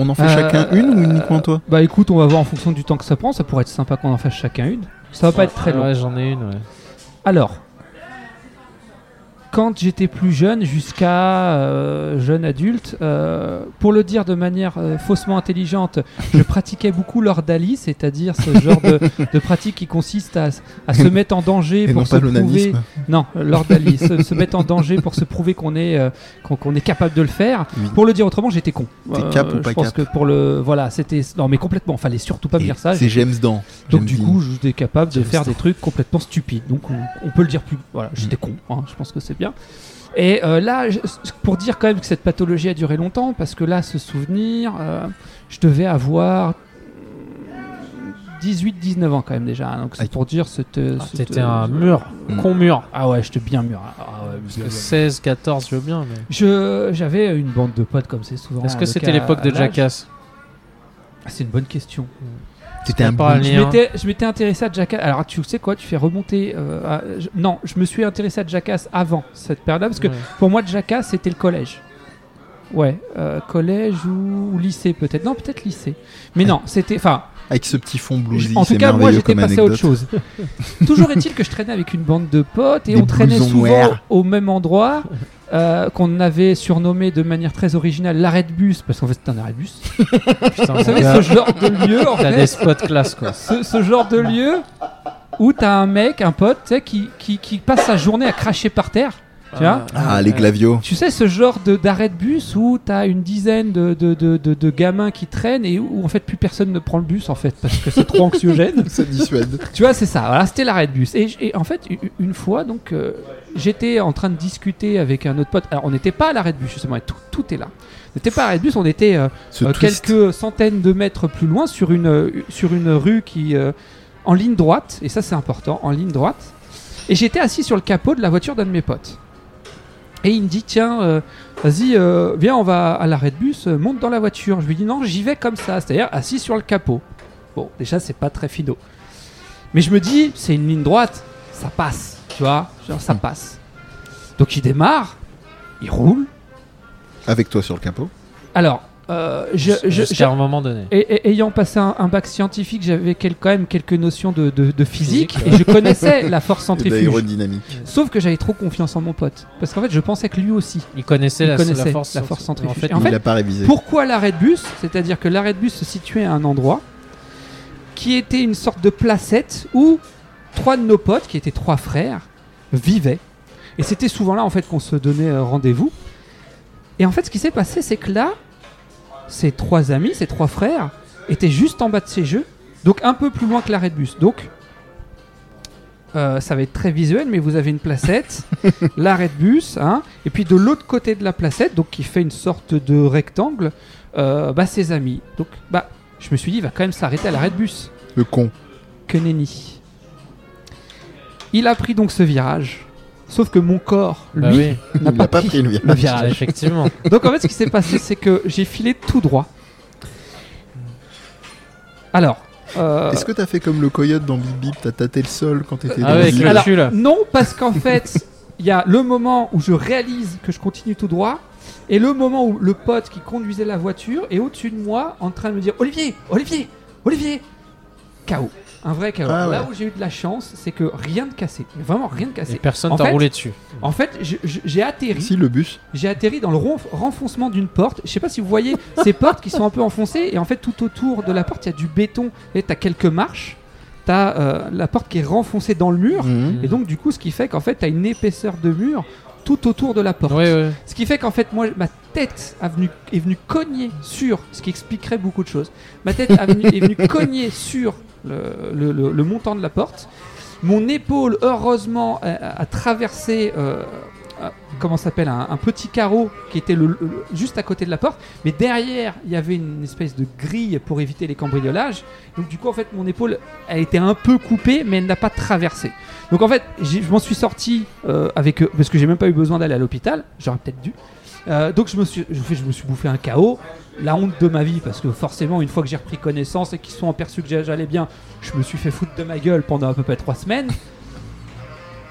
S1: On en fait
S3: Euh,
S1: chacun une ou uniquement toi
S3: Bah écoute, on va voir en fonction du temps que ça prend. Ça pourrait être sympa qu'on en fasse chacun une. Ça va pas être très long.
S2: Ah Ouais, j'en ai une, ouais.
S3: Alors, quand j'étais plus jeune, jusqu'à euh, jeune adulte, euh, pour le dire de manière euh, faussement intelligente, je pratiquais beaucoup l'ordalie, c'est-à-dire ce genre de, de pratique qui consiste à, à se mettre en danger
S1: Et
S3: pour
S1: non
S3: se
S1: pas
S3: prouver.
S1: l'onanisme.
S3: Non, l'ordalie, se, se mettre en danger pour se prouver qu'on est, euh, qu'on qu'on est capable de le faire.
S1: Oui.
S3: Pour le dire autrement, j'étais con. Euh,
S1: T'es cap ou pas
S3: Je pense
S1: cap
S3: que pour le. Voilà, c'était. Non, mais complètement, fallait surtout pas me
S1: Et
S3: dire ça.
S1: C'est James Dan.
S3: Donc
S1: James
S3: du
S1: Dean.
S3: coup, j'étais capable de
S1: James
S3: faire
S1: Dean.
S3: des trucs complètement stupides. Donc on, on peut le dire plus. Voilà,
S2: Mm.
S3: j'étais con. hein, je pense que c'est bien. Et euh, là, je- pour dire quand même que cette pathologie a duré longtemps, parce que là, ce souvenir, euh, je devais avoir 18-19 ans quand même déjà. hein. donc c'est
S1: Aïe.
S3: pour dire cette.
S2: Ah,
S3: cette- euh,
S2: T'étais un mur,
S1: Mm.
S2: con mur.
S3: Ah ouais, j'étais bien mûr. hein. Ah ouais,
S2: Parce
S3: bien,
S2: que
S3: bien.
S2: 16, 14, je veux bien, mais.
S3: Je j'avais une bande de potes comme c'est souvent.
S2: Est-ce que
S3: Ah, le
S2: c'était
S3: cas
S2: l'époque de
S3: à l'âge.
S2: Jackass
S3: Ah, C'est une bonne question.
S1: T'étais un
S2: pas un
S1: bouc.
S2: lien.
S3: Je m'étais, je m'étais intéressé à Jackass. Alors, tu sais quoi, tu fais remonter. euh, à- je- non, je me suis intéressé à Jackass avant cette période-là, parce que
S2: Ouais.
S3: pour moi, Jackass, c'était le collège. Ouais, euh, collège ou, ou lycée peut-être. Non, peut-être lycée. Mais non, c'était. Enfin,
S1: Avec ce petit fond bluesy.
S3: en tout
S1: c'est
S3: cas, moi,
S1: merveilleux
S3: j'étais
S1: comme
S3: passé à autre
S1: anecdote.
S3: chose. Toujours est-il que je traînais avec une bande de potes et
S1: Des
S3: on traînait
S1: blousons
S3: souvent
S1: noirs.
S3: au même endroit euh, qu'on avait surnommé de manière très originale l'arrêt de bus, parce qu'en fait, c'était un arrêt de bus.
S2: Putain,
S3: Vous savez, ce genre de lieu, en
S2: T'as
S3: fait,
S2: des spots classe, quoi.
S3: ce, ce genre de lieu où t'as un mec, un pote, tu sais, qui, qui, qui passe sa journée à cracher par terre. Tu vois
S1: Ah, les glavios.
S3: Tu sais, ce genre de- d'arrêt de bus où t'as une dizaine de, de, de, de- de gamins qui traînent et où en fait plus personne ne prend le bus en fait parce que c'est trop anxiogène.
S1: Ça dissuade.
S3: tu vois, c'est ça, voilà, c'était l'arrêt de bus. Et, j- et en fait, u- u- une fois, donc, euh, j'étais en train de discuter avec un autre pote. Alors, on n'était pas à l'arrêt de bus justement, et tout, tout est là. On n'était pas à l'arrêt de bus, on était. euh,
S1: Ce
S3: euh,
S1: twist.
S3: quelques centaines de mètres plus loin sur une, euh, sur une rue qui euh, en ligne droite, et ça c'est important, en ligne droite. Et j'étais assis sur le capot de la voiture d'un de mes potes. Et il me dit tiens, euh, vas-y, euh, viens, on va à l'arrêt de bus, euh, monte dans la voiture. Je lui dis non, j'y vais comme ça, c'est-à-dire assis sur le capot. Bon, déjà c'est pas très fido. Mais je me dis, c'est une ligne droite, ça passe, tu vois, genre,
S2: Hmm.
S3: ça passe. Donc il démarre, il roule.
S1: Avec toi sur le capot.
S3: Alors, euh, je,
S2: Jus-
S3: je-
S2: Jusqu'à un moment donné.
S3: et, et- ayant passé un, un bac scientifique, j'avais quel- quand même quelques notions de, de- de physique,
S2: Physique,
S3: et je connaissais la force centrifuge.
S1: L'aérodynamique.
S3: Sauf que j'avais trop confiance en mon pote. Parce qu'en fait, je pensais que lui aussi.
S2: Il connaissait,
S3: Il
S2: la,
S3: connaissait
S2: la force,
S3: la force centrifuge.
S2: En fait,
S3: Et en fait,
S1: Il a pas révisé.
S3: Pourquoi l'arrêt de bus C'est-à-dire que l'arrêt de bus se situait à un endroit qui était une sorte de placette où trois de nos potes, qui étaient trois frères, vivaient. Et c'était souvent là en fait qu'on se donnait euh, rendez-vous. Et en fait, ce qui s'est passé, c'est que là, ces trois amis, ces trois frères, étaient juste en bas de ces jeux, donc un peu plus loin que l'arrêt de bus. Donc, euh, ça va être très visuel, mais vous avez une placette, l'arrêt de bus, hein, et puis de l'autre côté de la placette, donc qui fait une sorte de rectangle, euh, bah, ses amis. Donc, bah, je me suis dit, il va quand même s'arrêter à l'arrêt de bus.
S1: Le con.
S3: Que nenni. Il a pris donc ce virage, sauf que mon corps, lui,
S2: Bah oui,
S1: Il n'a pas pris le virage.
S2: le virage, effectivement.
S3: Donc en fait, ce qui s'est passé, c'est que j'ai filé tout droit. Alors. euh,
S1: Est-ce que t'as fait comme le coyote dans Bip Bip T'as tâté le sol quand t'étais dans
S2: Ah ouais,
S1: le
S2: avec
S1: lieu
S2: le
S3: Alors-
S2: cul, là.
S3: non, parce qu'en fait, il y a le moment où je réalise que je continue tout droit et le moment où le pote qui conduisait la voiture est au-dessus de moi en train de me dire Olivier, Olivier, Olivier KO. Un vrai KO.
S1: Ah ouais.
S3: Là où j'ai eu de la chance, c'est que rien de cassé. Mais Vraiment rien de
S2: Et
S3: cassé.
S2: personne
S3: en
S2: t'a
S3: fait-
S2: roulé dessus.
S3: En fait, je- je- j'ai atterri.
S1: Si, le bus.
S3: J'ai atterri dans le ronf- renfoncement d'une porte. Je sais pas si vous voyez ces portes qui sont un peu enfoncées et en fait tout autour de la porte il y a du béton et t'as quelques marches. T'as euh, la porte qui est renfoncée dans le mur
S1: Mhm.
S3: Hmm.
S2: Hmm.
S3: et donc du coup ce qui fait qu'en fait t'as une épaisseur de mur tout autour de la porte.
S2: Ouais, ouais.
S3: Ce qui fait qu'en fait moi ma tête a venu, est venue cogner sur ce qui expliquerait beaucoup de choses. Ma tête a venu- est venue cogner sur le, le- le- le montant de la porte. Mon épaule heureusement a, a- a traversé euh, euh, comment ça s'appelle un, un petit carreau qui était le- le- juste à côté de la porte. Mais derrière il y avait une espèce de grille pour éviter les cambriolages. Donc du coup en fait mon épaule a été un peu coupée mais elle n'a pas traversé. Donc en fait, j'ai- je m'en suis sorti euh, avec eux parce que j'ai même pas eu besoin d'aller à l'hôpital. J'aurais peut-être dû. Euh, donc je me suis, je, fais- je me suis bouffé un chaos, la honte de ma vie parce que forcément une fois que j'ai repris connaissance et qu'ils sont aperçus que j'a- j'allais bien, je me suis fait foutre de ma gueule pendant à peu près trois semaines.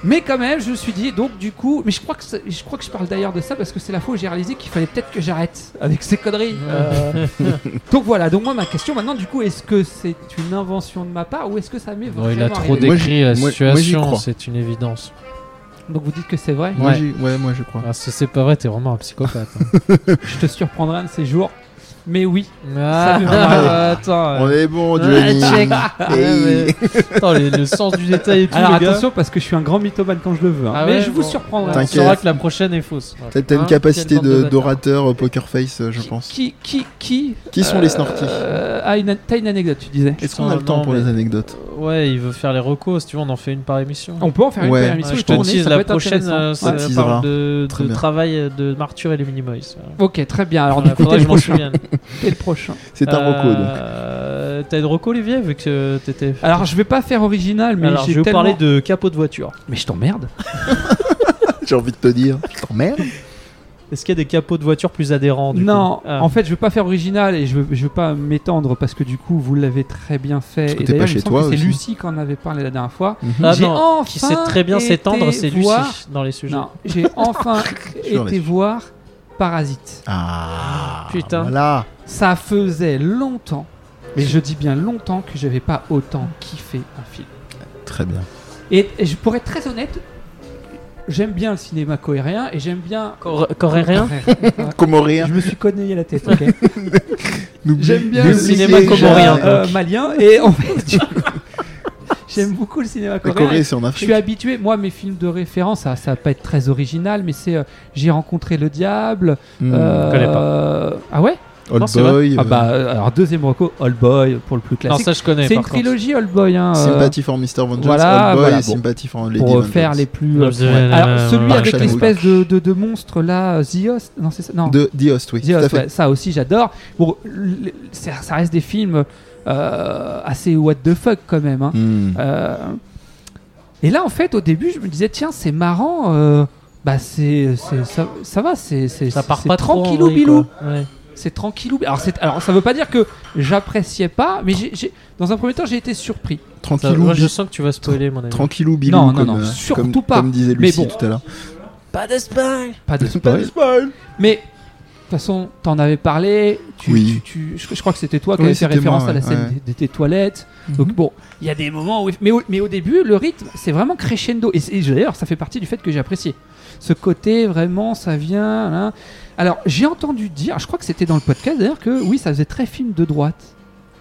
S3: Mais quand même, je me suis dit donc du coup, mais je crois que ça- je crois que je parle d'ailleurs de ça parce que c'est la fois où j'ai réalisé qu'il fallait peut-être que j'arrête avec ces conneries. Euh, donc voilà, donc moi ma question maintenant du coup, est-ce que c'est une invention de ma part ou est-ce que ça m'est
S2: Non,
S3: vraiment
S2: il a trop
S3: arrivé
S1: dé- Moi,
S2: décrit la
S1: moi- moi, j'y
S2: situation,
S1: crois.
S2: c'est une évidence.
S3: Donc vous dites que c'est vrai
S1: Moi,
S2: Ouais.
S1: j'y- ouais, moi je crois.
S2: Ah, si c'est pas vrai, t'es vraiment un psychopathe. hein.
S3: Je te surprendrai un de ces jours. Mais oui.
S2: Ah,
S3: Ça,
S2: ah, attends.
S1: On
S2: euh,
S1: est bon,
S2: ah,
S1: Johnny.
S2: check. Ah,
S1: Hey.
S2: Attends, le, le sens du détail et tout.
S3: Alors
S2: le gars.
S3: attention parce que je suis un grand mythomane quand je le veux. hein.
S2: Ah
S3: mais
S2: ouais,
S3: je vous
S2: bon.
S3: surprendrai.
S2: On
S1: T'inquiète.
S2: saura que la prochaine est fausse.
S1: T'as t'as une
S2: Hein,
S1: capacité
S2: quelle bande de
S1: de-
S2: bâtards.
S1: d'orateur euh, poker face, euh, je pense.
S3: Qui, qui, qui
S1: Qui sont les snorties
S3: euh, ah, une an- T'as une anecdote, tu disais.
S1: Est-ce qu'on a le
S2: Non,
S1: temps pour
S2: mais-
S1: les anecdotes
S2: Euh, Ouais, il veut faire les recos. Si tu veux, on en fait une par émission.
S3: On peut en faire une
S1: Ouais.
S3: première
S2: Ouais,
S3: émission.
S2: je
S3: une
S2: te
S3: tournée,
S2: tease
S3: ça
S2: la
S3: peut être
S2: prochaine,
S3: intéressant.
S2: euh,
S1: Ouais.
S2: ça
S1: Teasera.
S2: parle de,
S1: Très
S2: de
S1: bien.
S2: travail euh, de Martur et les Minimoys.
S3: Ok, très bien. Alors
S2: Voilà,
S3: du coup,
S2: faudrait
S3: t'es
S2: que
S3: le,
S2: je m'en
S3: prochain.
S2: souvienne.
S3: T'es le prochain.
S1: C'est un reco, donc.
S2: Euh, T'as une reco, Olivier, vu que t'étais.
S3: Alors je vais pas faire original, mais
S2: Alors, je
S3: j'ai
S2: vais vous
S3: tellement-
S2: parler de capot de voiture.
S3: Mais je t'emmerde.
S1: J'ai envie de te dire. Je t'emmerde.
S2: Est-ce qu'il y a des capots de voiture plus adhérents du
S3: Non,
S2: coup Ah.
S3: en fait, je veux pas faire original et je veux, je veux pas m'étendre parce que du coup, vous l'avez très bien fait.
S1: Parce que t'es
S3: et
S1: pas
S3: d'ailleurs, il
S1: chez
S3: me semble
S1: toi
S3: que c'est
S1: aussi.
S3: Lucie qui en avait parlé la dernière fois.
S2: Ah
S3: J'ai
S2: non,
S3: enfin
S2: qui sait très bien
S3: été
S2: s'étendre, c'est Lucie
S3: voir-
S2: dans les sujets.
S3: Non, j'ai enfin
S1: Sur les-
S3: été voir Parasite.
S1: Ah.
S2: Putain.
S1: Voilà.
S3: Ça faisait longtemps, mais je dis bien longtemps que j'avais pas autant kiffé un film.
S1: Très bien.
S3: Et, et je pourrais être très honnête, j'aime bien le cinéma coréen et j'aime bien.
S2: Cor- Corérien
S1: Comorien.
S3: Je me suis cogné la tête, ok
S1: N'oublie-
S3: J'aime bien
S1: n'oubliez
S2: le cinéma hein.
S1: jamais.
S2: comorien,
S1: Euh,
S3: euh, malien et en fait, tu- j'aime beaucoup le cinéma
S1: La
S3: coréen.
S1: Corée, c'est en
S3: Je suis
S1: Afrique.
S3: habitué, moi mes films de référence, ça, ça va pas être très original, mais c'est euh, J'ai rencontré le diable.
S1: Hmm.
S3: euh,
S2: connais
S3: Ah ouais
S2: non,
S1: Old
S2: c'est vrai.
S1: Boy.
S3: Ah
S1: euh,
S3: bah euh, alors deuxième reco, All Boy pour le plus
S2: Non,
S3: classique.
S2: ça je connais.
S3: c'est une
S2: par contre.
S3: trilogie All Boy hein, euh,
S1: Sympathy for Mr. Vengeance,
S3: voilà,
S1: Old Boy,
S3: voilà, bon.
S1: Sympathy for Lady
S3: pour euh,
S1: Vengeance.
S3: faire les plus.
S2: Non,
S3: euh,
S2: c'est-
S3: alors celui
S1: Marshall
S3: avec
S1: Moon.
S3: l'espèce de, de, de monstre là, euh, The Host, non c'est ça, non.
S1: De The Host, oui,
S3: The
S1: tout à
S3: Host,
S1: fait.
S3: ouais, ça aussi j'adore. Bon, l- l- ça ça reste des films euh, assez what the fuck quand même. hein.
S1: Hmm.
S3: Euh, et là, en fait, au début, je me disais, tiens, c'est marrant. euh, bah, c'est, c'est- ça, ça va, c'est, c'est,
S2: Ça part
S3: c'est
S2: pas trop. en
S3: tranquillou
S2: vrille,
S3: bilou.
S2: quoi. Ouais.
S3: C'est tranquillou. Alors, c'est, alors, ça veut pas dire que j'appréciais pas, mais j'ai, j'ai- dans un premier temps, j'ai été surpris.
S2: Ça-
S1: Tranquillou,
S2: moi, je
S1: bi-
S2: sens que tu vas spoiler, mon ami.
S1: tranquillou, Bilou,
S3: Non, non,
S1: comme,
S3: non,
S1: euh,
S3: surtout
S1: comme,
S3: pas.
S1: comme disait
S3: Mais
S1: Lucie
S3: bon.
S1: tout à l'heure.
S2: Pas de spoil
S3: Pas de spoil. Mais de toute façon, t'en avais parlé. Tu,
S1: Oui.
S3: tu- tu- je, je crois que c'était toi qui
S1: Oui,
S3: avais fait
S1: c'était
S3: référence
S1: moi,
S3: à la
S1: ouais, Mhm.
S3: scène
S1: ouais.
S3: des, des- des toilettes. Donc bon, il y a des moments où. Mais au, mais au début, le rythme, c'est vraiment crescendo. Et, c'est- d'ailleurs, ça fait partie du fait que j'ai apprécié. Ce côté, vraiment, ça vient. là. Alors, j'ai entendu dire, je crois que c'était dans le podcast d'ailleurs, que oui, ça faisait très film de droite.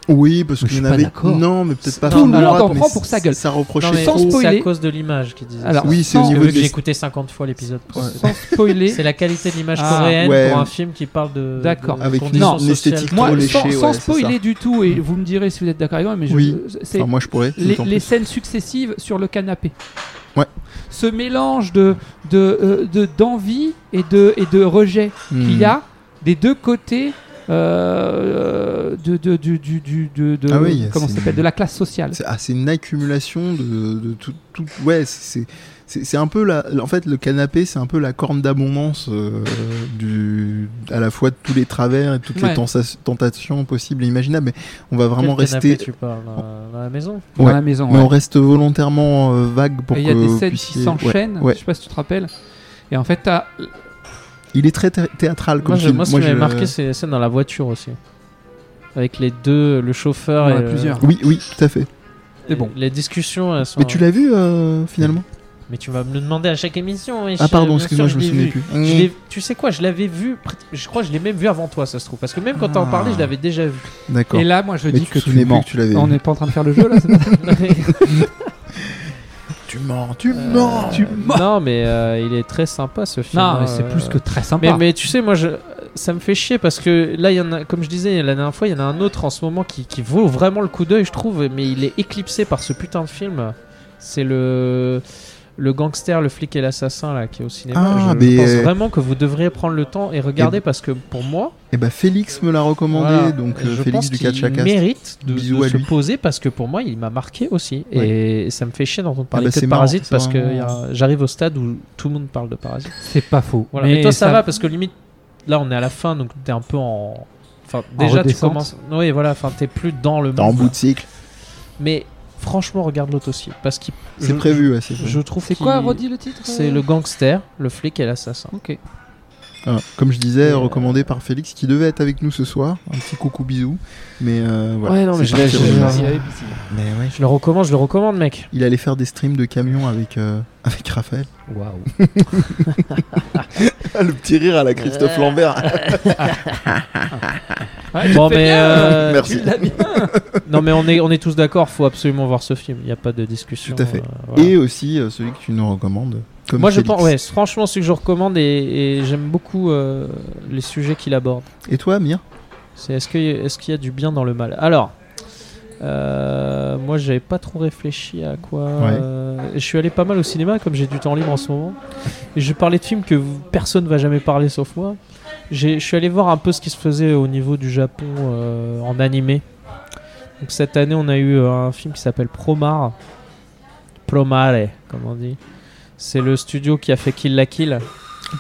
S1: Oui, parce
S2: Mais
S1: qu'il y en
S2: je suis pas
S1: avait.
S2: d'accord.
S1: Non, mais peut-être pas.
S2: Tout le
S1: tout
S2: monde
S1: droit,
S3: en
S1: mais
S3: prend
S1: c-
S3: pour sa gueule.
S1: Ça
S2: Non,
S1: reprochait
S2: mais
S3: Sans
S1: trop.
S2: c'est à
S3: spoiler.
S2: cause de l'image qu'ils disent.
S3: Alors,
S1: Oui, c'est au
S3: sans,
S1: niveau
S2: Vu que
S1: des-
S2: j'ai écouté 50 fois l'épisode.
S3: sans spoiler,
S2: C'est la qualité de l'image
S3: Ah,
S2: coréenne
S1: ouais.
S2: pour un film qui parle de.
S3: D'accord.
S2: de
S1: Avec une-
S2: conditions sociales.
S1: une esthétique
S3: moi,
S1: trop léchée,
S3: sans,
S1: ouais,
S3: sans
S1: c'est
S3: spoiler du tout, et vous me direz si vous êtes d'accord avec moi, mais je-
S1: Oui.
S3: c'est
S1: Enfin, moi, je pourrais.
S3: les,
S1: d'autant
S3: les
S1: plus.
S3: scènes successives sur le canapé.
S1: Ouais.
S3: Ce mélange de de euh, de- d'envie et de et de rejet
S1: euh, hmm.
S3: qu'il y a des deux côtés euh, de, de- du, du, du- de, de-
S1: Ah oui,
S3: comment ça
S1: c'est-
S3: s'appelle de la classe sociale.
S1: C'est- ah, c'est une accumulation de, de tout, tout- Ouais, c'est c'est c'est un peu la. En fait, le canapé, c'est un peu la corne d'abondance euh, du à la fois de tous les travers et de toutes
S3: Ouais.
S1: les tensa- tentations possibles et imaginables. Mais on va vraiment
S2: Quel canapé
S1: rester.
S2: tu parles euh, dans la maison.
S3: Dans
S1: Ouais.
S3: la maison.
S1: Mais
S3: ouais.
S1: on reste volontairement euh, vague pour
S3: Et
S1: que
S3: il y a des
S1: vous
S3: scènes
S1: puissiez-
S3: qui
S1: Ouais.
S3: s'enchaînent.
S1: ouais.
S3: Je sais pas si tu te rappelles. Et en fait, t'as-
S1: Il est très thé- théâtral comme
S2: Moi, je-
S1: film.
S2: moi, ce
S1: Moi,
S2: qui
S1: je-
S2: m'avait marqué, c'est les scènes dans la voiture aussi. Avec les deux, le chauffeur
S3: Il y en
S2: et
S3: a
S2: le-
S3: plusieurs.
S1: Oui, oui, tout à fait.
S3: C'est bon.
S2: Les discussions, elles sont.
S1: Mais tu l'as vu euh, finalement
S2: Mais tu vas me le demander à chaque émission. wesh.
S1: Ah pardon,
S2: Bien sûr,
S1: excuse-moi, je me
S2: l'ai
S1: souvenais
S2: vu.
S1: plus. Mm.
S2: Je l'ai- tu sais quoi, je l'avais vu. pr- Je crois que je l'ai même vu avant toi, ça se trouve. Parce que même quand t'en
S1: Ah.
S2: parlais, je l'avais déjà vu.
S1: D'accord.
S3: et là, moi, je
S1: Mais tu
S3: dis que
S1: te
S3: tu
S1: souvenais plus
S3: mens.
S1: que tu l'avais.
S3: On n'est pas en train de faire le jeu là. c'est pas-
S1: Tu mens, tu
S2: Euh,
S1: mens.
S3: tu mens.
S2: Non, mais euh, il est très sympa ce film.
S3: non,
S2: hein,
S3: mais c'est
S2: euh,
S3: plus que très
S2: Mais,
S3: sympa.
S2: mais tu sais, moi, je, ça me fait chier parce que là, il y en a, comme je disais la dernière fois, il y en a un autre en ce moment qui, qui vaut vraiment le coup d'œil, je trouve, mais il est éclipsé par ce putain de film. C'est le, le gangster, le flic et l'assassin là qui est au cinéma.
S1: Ah,
S2: je, je
S1: mais-
S2: pense vraiment que vous devriez prendre le temps et regarder parce que pour moi,
S1: Et bah Félix me l'a recommandé,
S2: voilà,
S1: donc euh,
S2: je
S1: Félix
S2: pense
S1: du
S2: qu'il
S1: Catchacast.
S2: mérite de,
S1: Bisous
S2: de
S1: à
S2: se
S1: lui.
S2: poser parce que pour moi, il m'a marqué aussi
S1: Ouais.
S2: et ça me fait chier d'entendre parler
S1: bah,
S2: que de
S1: c'est marrant,
S2: Parasite
S1: c'est
S2: parce que
S1: vraiment-
S2: y a- j'arrive au stade où tout le monde parle de Parasite.
S3: C'est pas faux.
S2: Voilà. Mais, toi, ça, va parce que limite, là, on est à la fin, donc t'es un peu en. Enfin, déjà, tu
S3: redescente.
S2: commences. Oui, voilà, enfin, t'es plus dans le
S1: T'es en
S2: monde.
S1: bout de cycle.
S2: Mais franchement, regarde l'autre aussi. Parce que
S3: Mhm.
S1: C'est prévu, ouais, c'est prévu.
S2: je trouve
S3: C'est
S2: qu'il-
S3: quoi, redit le titre euh,
S2: C'est le gangster, le flic et l'assassin.
S3: Ok.
S1: Ah, comme je disais,
S2: Et, euh,
S1: recommandé par Félix, qui devait être avec nous ce soir. Un petit coucou, bisous. Mais euh, voilà.
S2: Ouais, non, mais
S1: c'est
S2: je l'ai-
S1: parti,
S2: je l'ai-
S1: on y va.
S2: je l'ai-
S8: Ah,
S1: Mais ouais,
S2: Je le recommande, je le recommande, mec.
S1: Il allait faire des streams de camions avec, euh, avec Raphaël.
S2: Waouh.
S1: le petit rire à la Christophe Lambert.
S2: Bon, mais. euh,
S1: Merci.
S2: Non, mais on est, on est tous d'accord, faut absolument voir ce film, il n'y a pas de discussion.
S1: Tout à fait.
S2: euh, voilà.
S1: Et aussi euh, celui que tu nous recommandes. Comme
S2: Moi, je
S1: Félix.
S2: pense, ouais, franchement, celui que je recommande et, et j'aime beaucoup euh, les sujets qu'il aborde.
S1: Et toi, Amir
S2: C'est est-ce que est-ce qu'il y a du bien dans le mal Alors, euh, moi j'avais pas trop réfléchi à quoi. euh, je suis allé pas mal au cinéma comme j'ai du temps libre en ce moment. Et je parlais de films que vous- personne va jamais parler sauf moi. J'ai- Je suis allé voir un peu ce qui se faisait au niveau du Japon euh, en animé. Donc cette année on a eu euh, un film qui s'appelle Promare. Promare, comme on dit. C'est le studio qui a fait Kill la Kill.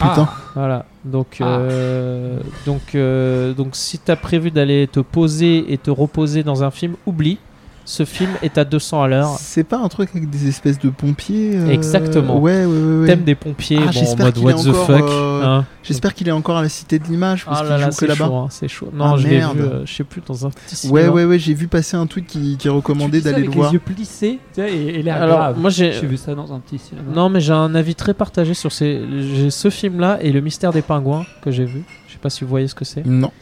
S2: Ah.
S1: Putain.
S2: Voilà. Donc,
S3: Ah.
S2: euh, donc, euh, donc, si t'as prévu d'aller te poser et te reposer dans un film, oublie. Ce film est à 200 à l'heure.
S1: C'est pas un truc avec des espèces de pompiers euh,
S2: Exactement.
S1: Ouais, ouais, ouais. ouais.
S2: Thème des pompiers,
S1: Ah,
S2: bon, en
S1: j'espère
S2: mode
S1: qu'il
S2: what
S1: est
S2: the
S1: encore,
S2: fuck.
S1: euh,
S2: hein.
S1: J'espère qu'il est encore à la Cité de l'Image parce
S2: Ah
S1: qu'il
S2: là là,
S1: joue que
S2: c'est
S1: là-bas.
S2: chaud, hein, c'est chaud.
S1: Ah,
S2: Non, je l'ai
S1: merde.
S2: vu, euh, je sais plus, dans un petit
S1: Ouais,
S2: cinéma.
S1: ouais, ouais, j'ai vu passer un tweet qui, qui recommandait d'aller le
S3: avec
S1: voir.
S3: les yeux plissés tu sais, et, et l'air
S2: Alors,
S3: grave.
S2: moi j'ai.
S3: J'ai vu ça dans un petit euh, cinéma.
S2: Non, mais j'ai un avis très partagé sur ces... j'ai ce film-là et Le mystère des pingouins que j'ai vu. Je sais pas si vous voyez ce que c'est.
S1: Non.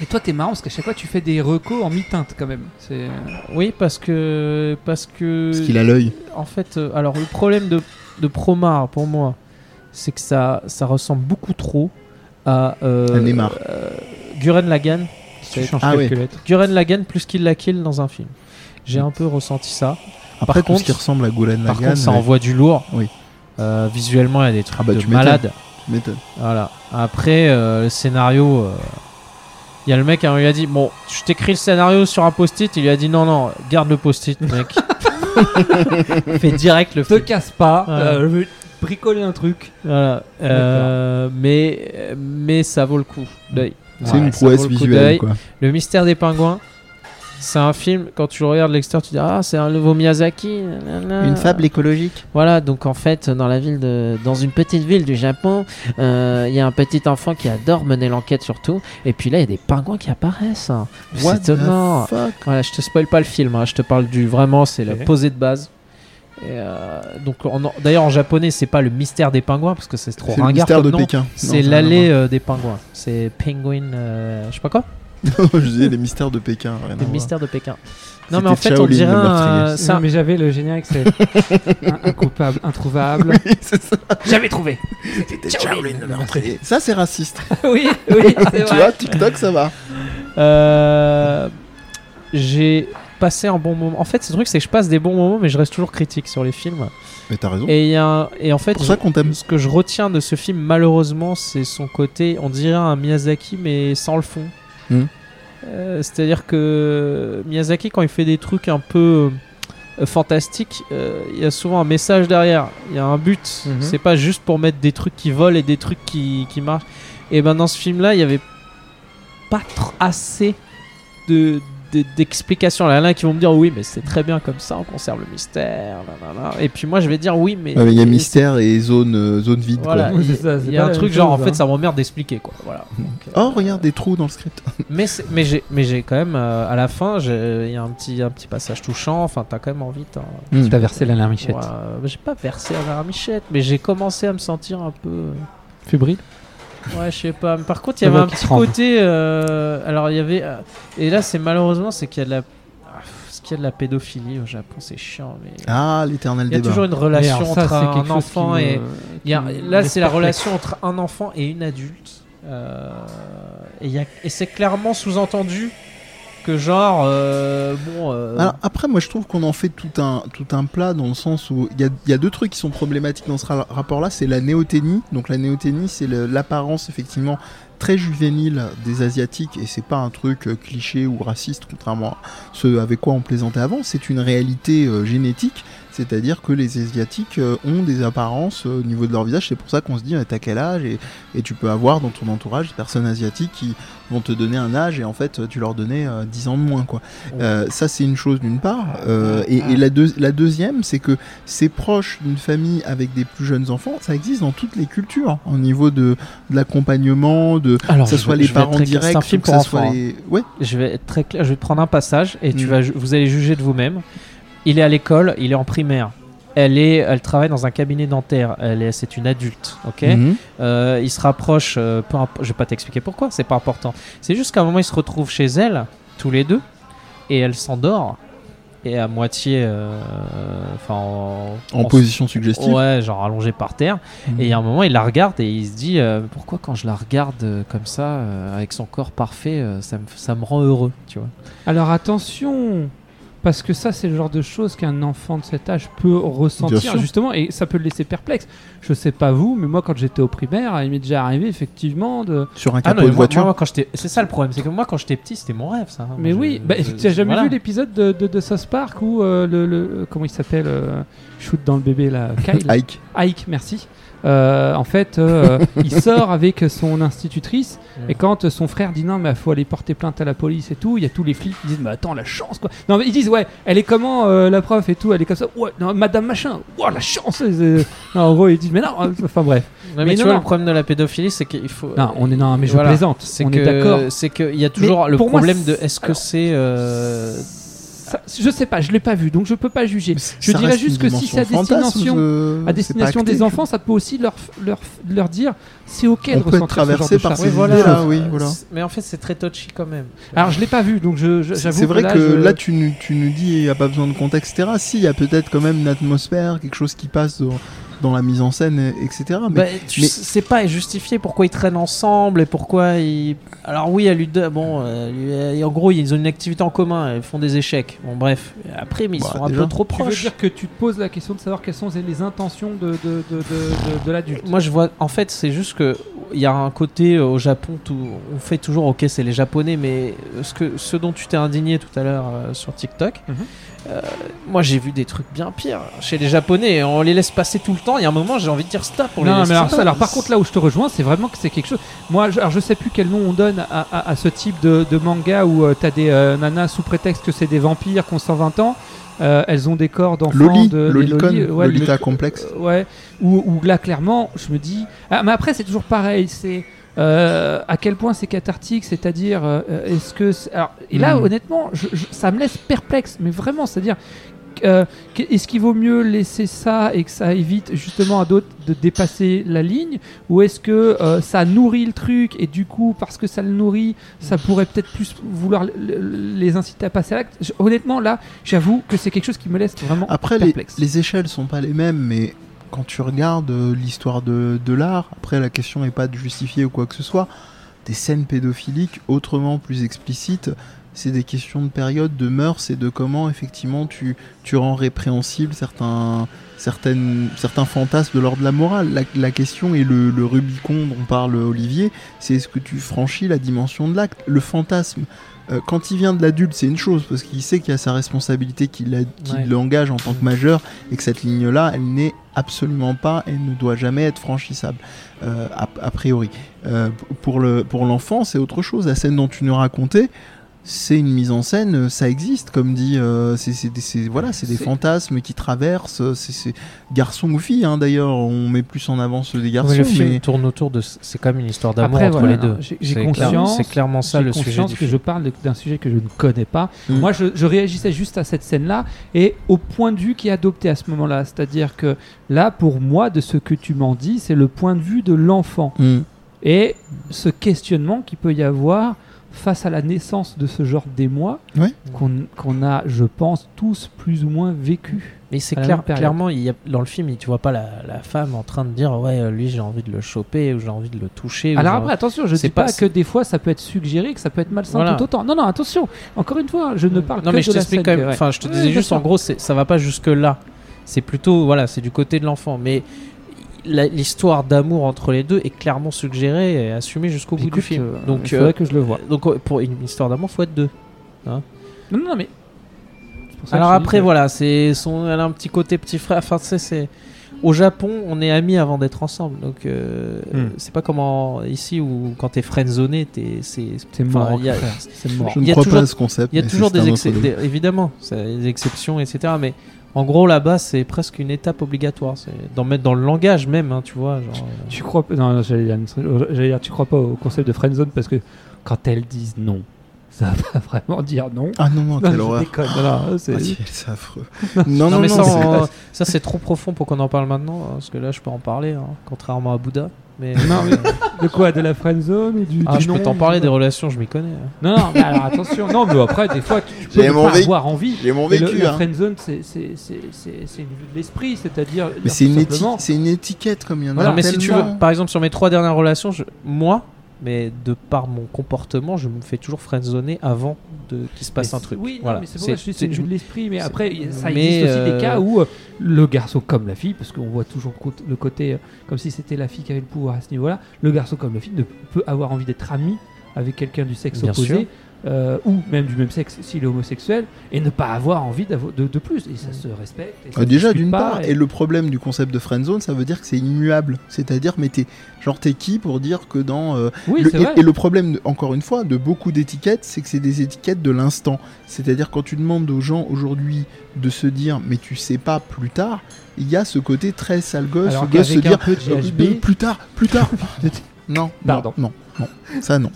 S3: Mais toi, t'es marrant parce qu'à chaque fois, tu fais des recos en mi-teinte quand même. C'est euh,
S2: Oui, parce que. Parce que.
S1: Parce qu'il a l'œil.
S2: En fait, euh, alors le problème de, de Promar pour moi, c'est que ça, ça ressemble beaucoup trop à
S1: À
S2: euh,
S1: Neymar.
S2: euh, Guren Lagan.
S3: tu changes
S1: Ah
S3: quelques
S1: ouais.
S3: lettres.
S2: Guren Lagan plus qu'il la kill dans un film. J'ai un peu ressenti ça.
S1: Après, tout
S2: contre-
S1: ce qui ressemble à Golan
S2: Par
S1: Lagan.
S2: contre, ça
S1: ouais,
S2: envoie du lourd.
S1: Oui.
S2: Euh, visuellement, il y a des trucs
S1: Ah bah,
S2: de
S1: tu m'étonnes.
S2: malades.
S1: tu m'étonnes.
S2: Voilà. Après, euh, le scénario. euh, Il y a le mec, hein, il a dit Bon, je t'écris le scénario sur un post-it. Il lui a dit Non, non, garde le post-it, mec. Fais direct le
S3: Te casse pas.
S2: Voilà.
S3: euh, je veux bricoler un truc.
S2: Voilà. euh, mais, mais ça vaut le coup d'œil.
S1: C'est
S2: Ouais,
S1: une
S2: ça
S1: prouesse
S2: vaut le coup
S1: visuelle,
S2: d'œil.
S1: quoi.
S2: Le mystère des pingouins, c'est un film, quand tu le regardes de l'extérieur, tu dis Ah, c'est un nouveau Miyazaki. nanana.
S1: écologique.
S2: Voilà, donc en fait, dans la ville de, dans une petite ville du Japon, euh, il y a un petit enfant qui adore mener l'enquête surtout. Et puis là, il y a des pingouins qui apparaissent. hein. C'est
S1: What the
S2: étonnant.
S1: fuck
S2: Voilà, je te spoil pas le film, hein, je te parle du vraiment, c'est la
S6: Ok.
S2: posée de base. Et, euh, donc en- d'ailleurs en japonais c'est pas le mystère des pingouins parce que c'est trop
S1: C'est le
S2: ringard
S1: mystère
S2: comme
S1: de
S2: nom.
S1: Pékin. Non,
S2: C'est
S1: ça n'a rien à
S2: l'allée
S1: voir.
S2: euh, des pingouins. C'est penguin, euh, je sais pas quoi.
S8: je disais les mystères de Pékin. rien à
S2: Les
S8: voir.
S2: mystères de Pékin.
S8: C'était
S2: Non, mais en fait, on
S8: Shaolin,
S2: dirait
S8: le
S2: un.
S8: meurtrier.
S2: c'est un-
S3: Non, mais j'avais le générique, c'est un, un coupable, introuvable.
S8: Oui, c'est ça.
S2: J'avais trouvé.
S8: C'était Shaolin, le meurtrier. Ça, c'est raciste.
S2: oui, oui, c'est
S8: tu vois, TikTok, ça va.
S2: Euh, j'ai passé un bon moment. En fait, ce truc, c'est que je passe des bons moments, mais je reste toujours critique sur les films.
S8: Mais t'as raison.
S2: Et, il y a un- et en fait,
S8: C'est pour ça qu'on t'aime.
S2: je- ce que je retiens de ce film, malheureusement, c'est son côté, on dirait un Miyazaki, mais sans le fond.
S8: Mhm.
S2: Euh, C'est-à-dire que Miyazaki, quand il fait des trucs un peu euh, fantastiques, euh, il y a souvent un message derrière, il y a un but.
S3: Mhm.
S2: C'est pas juste pour mettre des trucs qui volent et des trucs qui, qui marchent. Et ben dans ce film-là, il y avait pas tr- assez de de- d'explications. Là, là, qui vont me dire oui, mais c'est très bien comme ça, on conserve le mystère. nanana. Et puis moi, je vais dire oui, mais
S8: Ouais, mais Il y a mystère et zone, euh, zone vide.
S2: Voilà,
S8: quoi.
S2: il
S3: Oui,
S2: y a-
S3: c'est ça, c'est
S2: il y a
S3: pas
S2: un
S3: la
S2: truc
S3: même
S2: genre
S3: chose,
S2: en fait,
S3: hein.
S2: ça m'emmerde d'expliquer quoi. Voilà. euh,
S8: Oh, regarde des trous dans le script.
S2: Mais c'est- mais j'ai mais j'ai quand même euh, à la fin, j'ai- il y a un petit un petit passage touchant. Enfin, t'as quand même envie. t'as-
S8: Mm.
S3: T'as versé la larmichette.
S2: Ouais, euh, j'ai pas versé à la michette, mais j'ai commencé à me sentir un peu. euh,
S3: Fébrile.
S2: Ouais, je sais pas. Mais par contre, il y
S3: Le
S2: avait un
S3: mec qui
S2: petit
S3: tremble.
S2: côté. euh, alors, il y avait. euh, et là, c'est malheureusement, c'est qu'il y a de la. Ah, Ce qu'il y a de la pédophilie au Japon, c'est chiant. Mais
S8: Ah, l'éternel
S2: il y a
S8: débat.
S2: toujours une relation
S3: Mais alors, ça,
S2: entre
S3: c'est quelque
S2: un
S3: chose
S2: enfant
S3: qui me-
S2: et. il y a-
S3: qui me
S2: là,
S3: laisse
S2: c'est la
S3: perplexe.
S2: relation entre un enfant et une adulte. Euh, et il y a- et c'est clairement sous-entendu que genre euh, bon. euh,
S8: Alors, après, moi je trouve qu'on en fait tout un, tout un plat dans le sens où il y a, il y a deux trucs qui sont problématiques dans ce ra- rapport-là. C'est la néoténie. Donc, la néoténie, c'est le- l'apparence effectivement très juvénile des Asiatiques et c'est pas un truc euh, cliché ou raciste, contrairement à ce avec quoi on plaisantait avant. C'est une réalité euh, génétique. C'est-à-dire que les Asiatiques euh, ont des apparences euh, au niveau de leur visage. C'est pour ça qu'on se dit, mais t'as quel âge et, et tu peux avoir dans ton entourage des personnes asiatiques qui vont te donner un âge et en fait, tu leur donnais euh, 10 ans de moins. quoi. Euh, ça, c'est une chose d'une part. Euh, et et la, deux- la deuxième, c'est que c'est proche d'une famille avec des plus jeunes enfants. Ça existe dans toutes les cultures, hein, au niveau de, de l'accompagnement, de
S2: alors,
S8: que ce
S2: je-
S8: soit
S2: je
S8: les
S2: vais être
S8: parents
S2: très clair, c'est un
S8: directs,
S2: film
S8: ou que
S2: pour
S8: ce soit
S2: enfants, hein.
S8: les... Ouais,
S2: Je vais être très clair. Je vais prendre un passage et tu
S8: Mm.
S2: vas, ju- vous allez juger de vous-même. Il est à l'école, il est en primaire. Elle est, elle travaille dans un cabinet dentaire. Elle est, c'est une adulte, ok.
S8: Mhm.
S2: Euh, il se rapproche. euh, peu imp- je vais pas t'expliquer pourquoi. C'est pas important. C'est juste qu'à un moment ils se retrouvent chez elle, tous les deux, et elle s'endort et à moitié, euh, enfin,
S8: en position suggestive.
S2: Ouais, genre allongée par terre.
S8: Mhm.
S2: Et il y a un moment, il la regarde et il se dit euh, pourquoi quand je la regarde euh, comme ça, euh, avec son corps parfait, euh, ça, me, ça me rend heureux, tu vois.
S3: Alors attention, parce que ça, c'est le genre de choses qu'un enfant de cet âge peut
S8: Bien
S3: ressentir,
S8: sûr.
S3: justement, et ça peut le laisser perplexe. Je sais pas vous, mais moi, quand j'étais au primaire, il m'est déjà arrivé, effectivement, de.
S8: Sur un
S2: Ah
S8: capot
S2: non, mais
S8: de
S2: moi-
S8: voiture.
S2: moi, moi, quand j'étais, c'est ça le problème, c'est que moi quand j'étais petit, c'était mon rêve, ça. hein.
S3: Mais
S2: Je-
S3: oui, bah,
S2: je-
S3: tu as jamais
S2: voilà.
S3: vu l'épisode de, de, de South Park où euh, le, le- Comment il s'appelle euh, Shoot dans le bébé, là. Kyle.
S8: Ike.
S3: Ike, merci. Euh, en fait, euh, il sort avec son institutrice
S2: Ouais.
S3: et quand euh, son frère dit non, mais faut aller porter plainte à la police et tout, il y a tous les flics qui disent mais attends la chance quoi. Non mais ils disent ouais, elle est comment euh, la prof et tout, elle est comme ça. Ouais, non, Madame machin, ouah la chance. euh, euh. Non, en gros ils disent mais non, euh, enfin bref.
S2: Non, mais,
S3: Mais
S2: tu
S3: non,
S2: vois,
S3: non.
S2: le problème de la pédophilie, c'est qu'il faut.
S3: Non, on est non mais je
S2: Voilà.
S3: plaisante.
S2: C'est
S3: on
S2: que,
S3: est d'accord.
S2: C'est qu'il y a toujours le
S3: pour moi,
S2: problème de
S3: c'est-
S2: est-ce que
S3: alors-
S2: c'est. euh,
S3: Ça, Je sais pas, je l'ai pas vu donc je peux pas juger. Je
S8: Ça
S3: dirais
S8: reste
S3: juste
S8: une
S3: que si
S8: dimension
S3: c'est à
S8: fantasme,
S3: destination-
S8: euh,
S3: À
S8: c'est
S3: destination
S8: pas acté.
S3: des enfants, ça peut aussi leur f- leur f- leur dire c'est ok
S8: On
S3: de
S8: peut
S3: ressentir
S8: être
S3: ce genre de
S8: traversé par
S3: choses.
S8: ces
S2: Oui, voilà.
S8: idées-là, oui, voilà.
S2: c'est- Mais en fait, c'est très touchy quand même.
S3: Alors je l'ai pas vu donc je je-
S8: C'est
S3: j'avoue
S8: c'est vrai que
S3: je-
S8: là, tu, nous- tu nous dis, il n'y a pas besoin de contexte, etc. Si, il y a peut-être quand même une atmosphère, quelque chose qui passe dans, dans la mise en scène, et- etc. Mais
S2: Bah, tu
S8: mais-
S2: sais c'est pas justifié pourquoi ils traînent ensemble et pourquoi ils. Alors oui, elle lui donne. Bon, euh, lui- euh, en gros, ils ont une activité en commun. Ils font des échecs. Bon, bref. Après, mais ils
S8: Bah,
S2: sont un
S8: déjà.
S2: peu trop
S3: Tu veux
S2: proches.
S3: dire que tu te poses la question de savoir quelles sont les intentions de, de, de, de, de- de l'adulte
S2: Moi, je vois. En fait, c'est juste que il y a un côté euh, au Japon. Tout, on fait toujours. Ok, c'est les Japonais, mais euh, ce que ce dont tu t'es indigné tout à l'heure euh, sur TikTok.
S3: Mhm.
S2: euh, moi, j'ai vu des trucs bien pires chez les Japonais. On les laisse passer tout le temps. Il y a un moment, j'ai envie de dire stop. On les
S3: Non,
S2: laisse
S3: mais alors,
S2: stop.
S3: ça, alors, par contre, là où je te rejoins, c'est vraiment que c'est quelque chose. Moi, je, alors, je sais plus quel nom on donne à, à- à ce type de, de manga où tu t'as des euh, nanas sous prétexte que c'est des vampires qui ont 120 ans. euh, elles ont des corps d'enfants.
S8: Loli,
S3: de, des
S8: Lolicon,
S3: lolis, euh, ouais,
S8: Lolita
S3: le-
S8: complexe.
S3: euh, ouais, où, où là clairement, je me dis. Ah, mais après, c'est toujours pareil, c'est. euh, à quel point c'est cathartique, c'est-à-dire euh, est-ce que c'est- alors et là
S2: Mhm.
S3: honnêtement, je- je- ça me laisse perplexe, mais vraiment, c'est-à-dire euh, qu- est-ce qu'il vaut mieux laisser ça et que ça évite justement à d'autres de dépasser la ligne Ou est-ce que euh, ça nourrit le truc et du coup, parce que ça le nourrit, ça pourrait peut-être plus vouloir le- le- les inciter à passer à l'acte J- Honnêtement, là, j'avoue que c'est quelque chose qui me laisse vraiment
S1: Après, les,
S3: perplexe.
S1: les échelles sont pas les mêmes, mais quand tu regardes euh, l'histoire de, de l'art, après la question n'est pas de justifier ou quoi que ce soit, des scènes pédophiliques autrement plus explicites, c'est des questions de période, de mœurs et de comment effectivement tu, tu rends répréhensible certains, certaines, certains fantasmes de l'ordre de la morale. La, la question et le, le Rubicon dont parle Olivier, c'est est-ce que tu franchis la dimension de l'acte Le fantasme euh, quand il vient de l'adulte, c'est une chose, parce qu'il sait qu'il y a sa responsabilité qui l'a- qui
S2: Ouais.
S1: l'engage en tant que majeur, et que cette ligne-là, elle n'est absolument pas, elle ne doit jamais être franchissable, euh, a, a priori. Euh, p- pour le- pour l'enfant, c'est autre chose. La scène dont tu nous racontais, c'est une mise en scène, euh, ça existe, comme dit. euh, c'est- c'est des- c'est- voilà, c'est des
S3: C'est-
S1: fantasmes qui traversent, euh, c'est c'est- garçons ou filles, hein, d'ailleurs, on met plus en avant ceux des garçons,
S2: le film
S1: mais
S2: tourne autour de. C'est comme une histoire d'amour
S3: Après,
S2: entre
S3: voilà,
S2: les deux.
S3: j'ai-
S2: C'est
S3: j'ai
S2: clair-
S3: conscience-
S2: C'est clairement ça
S3: J'ai
S2: le sujet.
S3: conscience
S2: du
S3: que
S2: film.
S3: je parle de- d'un sujet que je ne connais pas.
S1: Mm.
S3: Moi, je, je réagissais juste à cette scène-là et au point de vue qui est adopté à ce moment-là. C'est-à-dire que là, pour moi, de ce que tu m'en dis, c'est le point de vue de l'enfant
S1: Hmm.
S3: et ce questionnement qu'il peut y avoir face à la naissance de ce genre d'émoi
S1: Ouais.
S3: qu'on qu'on a, je pense, tous plus ou moins vécu.
S2: Mais c'est
S3: à la
S2: clair,
S3: même période.
S2: clairement, il y a, dans le film, il- tu vois pas la, la femme en train de dire ouais, euh, lui j'ai envie de le choper ou j'ai envie de le toucher. ou
S3: Alors
S2: j'ai
S3: après, attention, je
S2: c'est
S3: dis pas,
S2: pas-
S3: que des fois ça peut être suggéré, que ça peut être malsain
S2: Voilà.
S3: tout autant. Non, non, attention. Encore une fois, je ne
S2: envie-
S3: parle
S2: Non
S3: que
S2: mais
S3: de
S2: je
S3: la
S2: t'explique
S3: scène.
S2: quand même.
S3: ouais.
S2: Enfin, je te
S3: Oui,
S2: disais
S3: bien
S2: juste
S3: sûr.
S2: en gros, c'est- ça va pas jusque là. C'est plutôt voilà, c'est du côté de l'enfant, mais la- l'histoire d'amour entre les deux est clairement suggérée et assumée jusqu'au bout
S3: Écoute,
S2: du film.
S3: euh,
S2: donc,
S3: il faudrait
S2: euh,
S3: que je le vois.
S2: donc euh, pour une histoire d'amour, faut être deux.
S3: Non, non, non, mais. C'est pour ça que
S2: Alors
S3: je dis
S2: après
S3: que-
S2: voilà, c'est son, elle a un petit côté petit frère. Enfin tu sais, c'est au Japon, on est amis avant d'être ensemble. Donc euh,
S6: Hmm.
S2: c'est pas comme en- ici où quand t'es friendzoné, t'es c'est
S3: C'est
S2: enfin,
S3: mort.
S2: il y a-
S3: frère, C'est mort.
S1: je ne
S2: y a
S1: crois
S2: toujours-
S1: pas à ce concept.
S2: Il y a
S1: mais
S2: toujours
S1: c'est un
S2: des,
S1: autre
S2: excès,
S1: débat.
S2: des- évidemment, c'est des exceptions, etc. Mais en gros, là-bas, c'est presque une étape obligatoire. C'est d'en mettre dans le langage même, hein, tu vois. Genre, euh,
S3: Tu crois pas. Non, non, j'allais dire, une truc- euh, j'allais dire, tu crois pas au concept de friendzone parce que quand elles disent non, ça va vraiment dire non.
S1: Ah non, non,
S3: Non,
S1: quelle
S3: je
S1: horreur.
S3: déconne. Non, non, c'est-
S1: Ah, si, c'est affreux. Non, non,
S2: non,
S1: non,
S2: mais ça,
S1: c'est-
S2: on- ça, c'est trop profond pour qu'on en parle maintenant, hein, parce que là, je peux en parler, hein, contrairement à Bouddha. Mais
S3: Non,
S2: euh,
S3: De quoi De la friendzone ou du.
S2: ah,
S3: du
S2: je peux
S3: non,
S2: t'en
S3: du-
S2: parler des relations, je m'y connais. hein.
S3: Non, non, mais alors attention. Non, mais après, des fois, tu, tu peux
S1: J'ai
S3: ne
S1: mon
S3: pas
S1: vécu-
S3: avoir envie.
S1: J'ai mon
S3: Mais le,
S1: vécu,
S3: la
S1: hein.
S3: friendzone, c'est c'est- c'est- c'est- c'est une vue de l'esprit, c'est-à-dire.
S1: Mais c'est une, éti-
S3: éthique.
S1: c'est une étiquette comme il y en a.
S2: Non, mais si tu
S1: tellement.
S2: veux, par exemple, sur mes trois dernières relations, je- moi, mais de par mon comportement, je me fais toujours friendzoner avant de qu'il se passe
S3: Mais
S2: un
S3: c'est-
S2: truc.
S3: Oui, non,
S2: voilà.
S3: mais c'est pour ça que je dis c'est une vue de l'esprit. Mais
S2: c'est-
S3: après, il y a- ça
S2: mais,
S3: existe aussi des
S2: euh,
S3: cas où euh, le garçon comme la fille, parce qu'on voit toujours cô- le côté euh, comme si c'était la fille qui avait le pouvoir à ce niveau-là, le garçon comme la fille ne peut avoir envie d'être ami avec quelqu'un du sexe
S2: Bien sûr.
S3: opposé. euh, ou même du même sexe s'il est homosexuel et ne pas avoir envie d'avo- de, de plus et ça
S2: Mm.
S3: se respecte et ça
S1: Ah,
S3: se
S1: déjà,
S3: discute
S1: d'une
S3: pas,
S1: part, et...
S3: et-
S1: le problème du concept de friendzone, ça veut dire que c'est immuable. C'est-à-dire, mais t'es, genre, t'es qui pour dire que dans. euh,
S3: oui
S1: le-
S3: c'est
S1: et-
S3: vrai
S1: et, le problème, de- encore une fois, de beaucoup d'étiquettes, c'est que c'est des étiquettes de l'instant. C'est-à-dire, quand tu demandes aux gens aujourd'hui de se dire, mais tu sais pas plus tard, il y a ce côté très sale gosse,
S3: alors
S1: où gosse se
S3: qu'avec un
S1: dire,
S3: peu de
S1: Euh,
S3: GHB
S1: plus tard, plus tard. non,
S3: Pardon.
S1: non, non, non, ça non.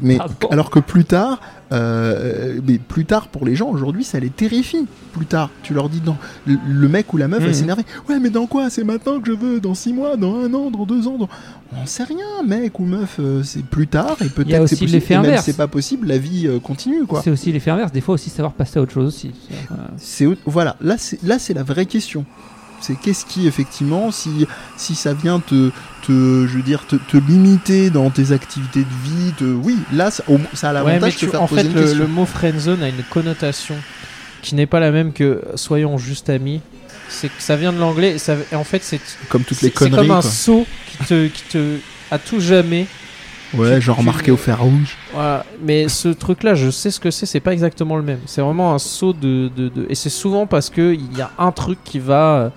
S1: Mais
S3: Pardon.
S1: alors que plus tard, euh, mais plus tard pour les gens aujourd'hui, ça les terrifie. Plus tard, tu leur dis non, le- le mec ou la meuf va
S2: Mhm.
S1: s'énerver. Ouais, mais dans quoi C'est maintenant que je veux, dans six mois, dans un an, dans deux ans. Dans... On sait rien, mec ou meuf. euh, c'est plus tard et
S3: Il y a
S1: peut-être
S3: aussi
S1: c'est possible.
S3: l'effet
S1: et même
S3: inverse.
S1: si c'est pas possible, la vie euh, continue quoi.
S3: c'est aussi l'effet inverse des fois aussi savoir passer à autre chose aussi Euh,
S1: C'est au- voilà, là c'est là c'est la vraie question. C'est qu'est-ce qui effectivement si si ça vient te te je veux dire te, te limiter dans tes activités de vie, te, oui, là ça, au moins, ça a
S2: Ouais,
S1: l'avantage
S2: mais
S1: de
S2: tu-
S1: te faire
S2: en
S1: poser
S2: fait,
S1: une
S2: le,
S1: question.
S2: le mot friendzone a une connotation qui n'est pas la même que soyons juste amis. C'est que ça vient de l'anglais. et ça- et en fait, c'est
S1: Comme toutes les
S2: c'est- c'est
S1: conneries
S2: comme un
S1: quoi.
S2: saut qui te, qui te à tout jamais.
S1: Ouais,
S2: tu-
S1: genre
S2: tu-
S1: marqué au fer rouge.
S2: Voilà. Mais ce truc-là, je sais ce que c'est. C'est pas exactement le même. C'est vraiment un saut de, de- de- et c'est souvent parce que il y a un truc qui va.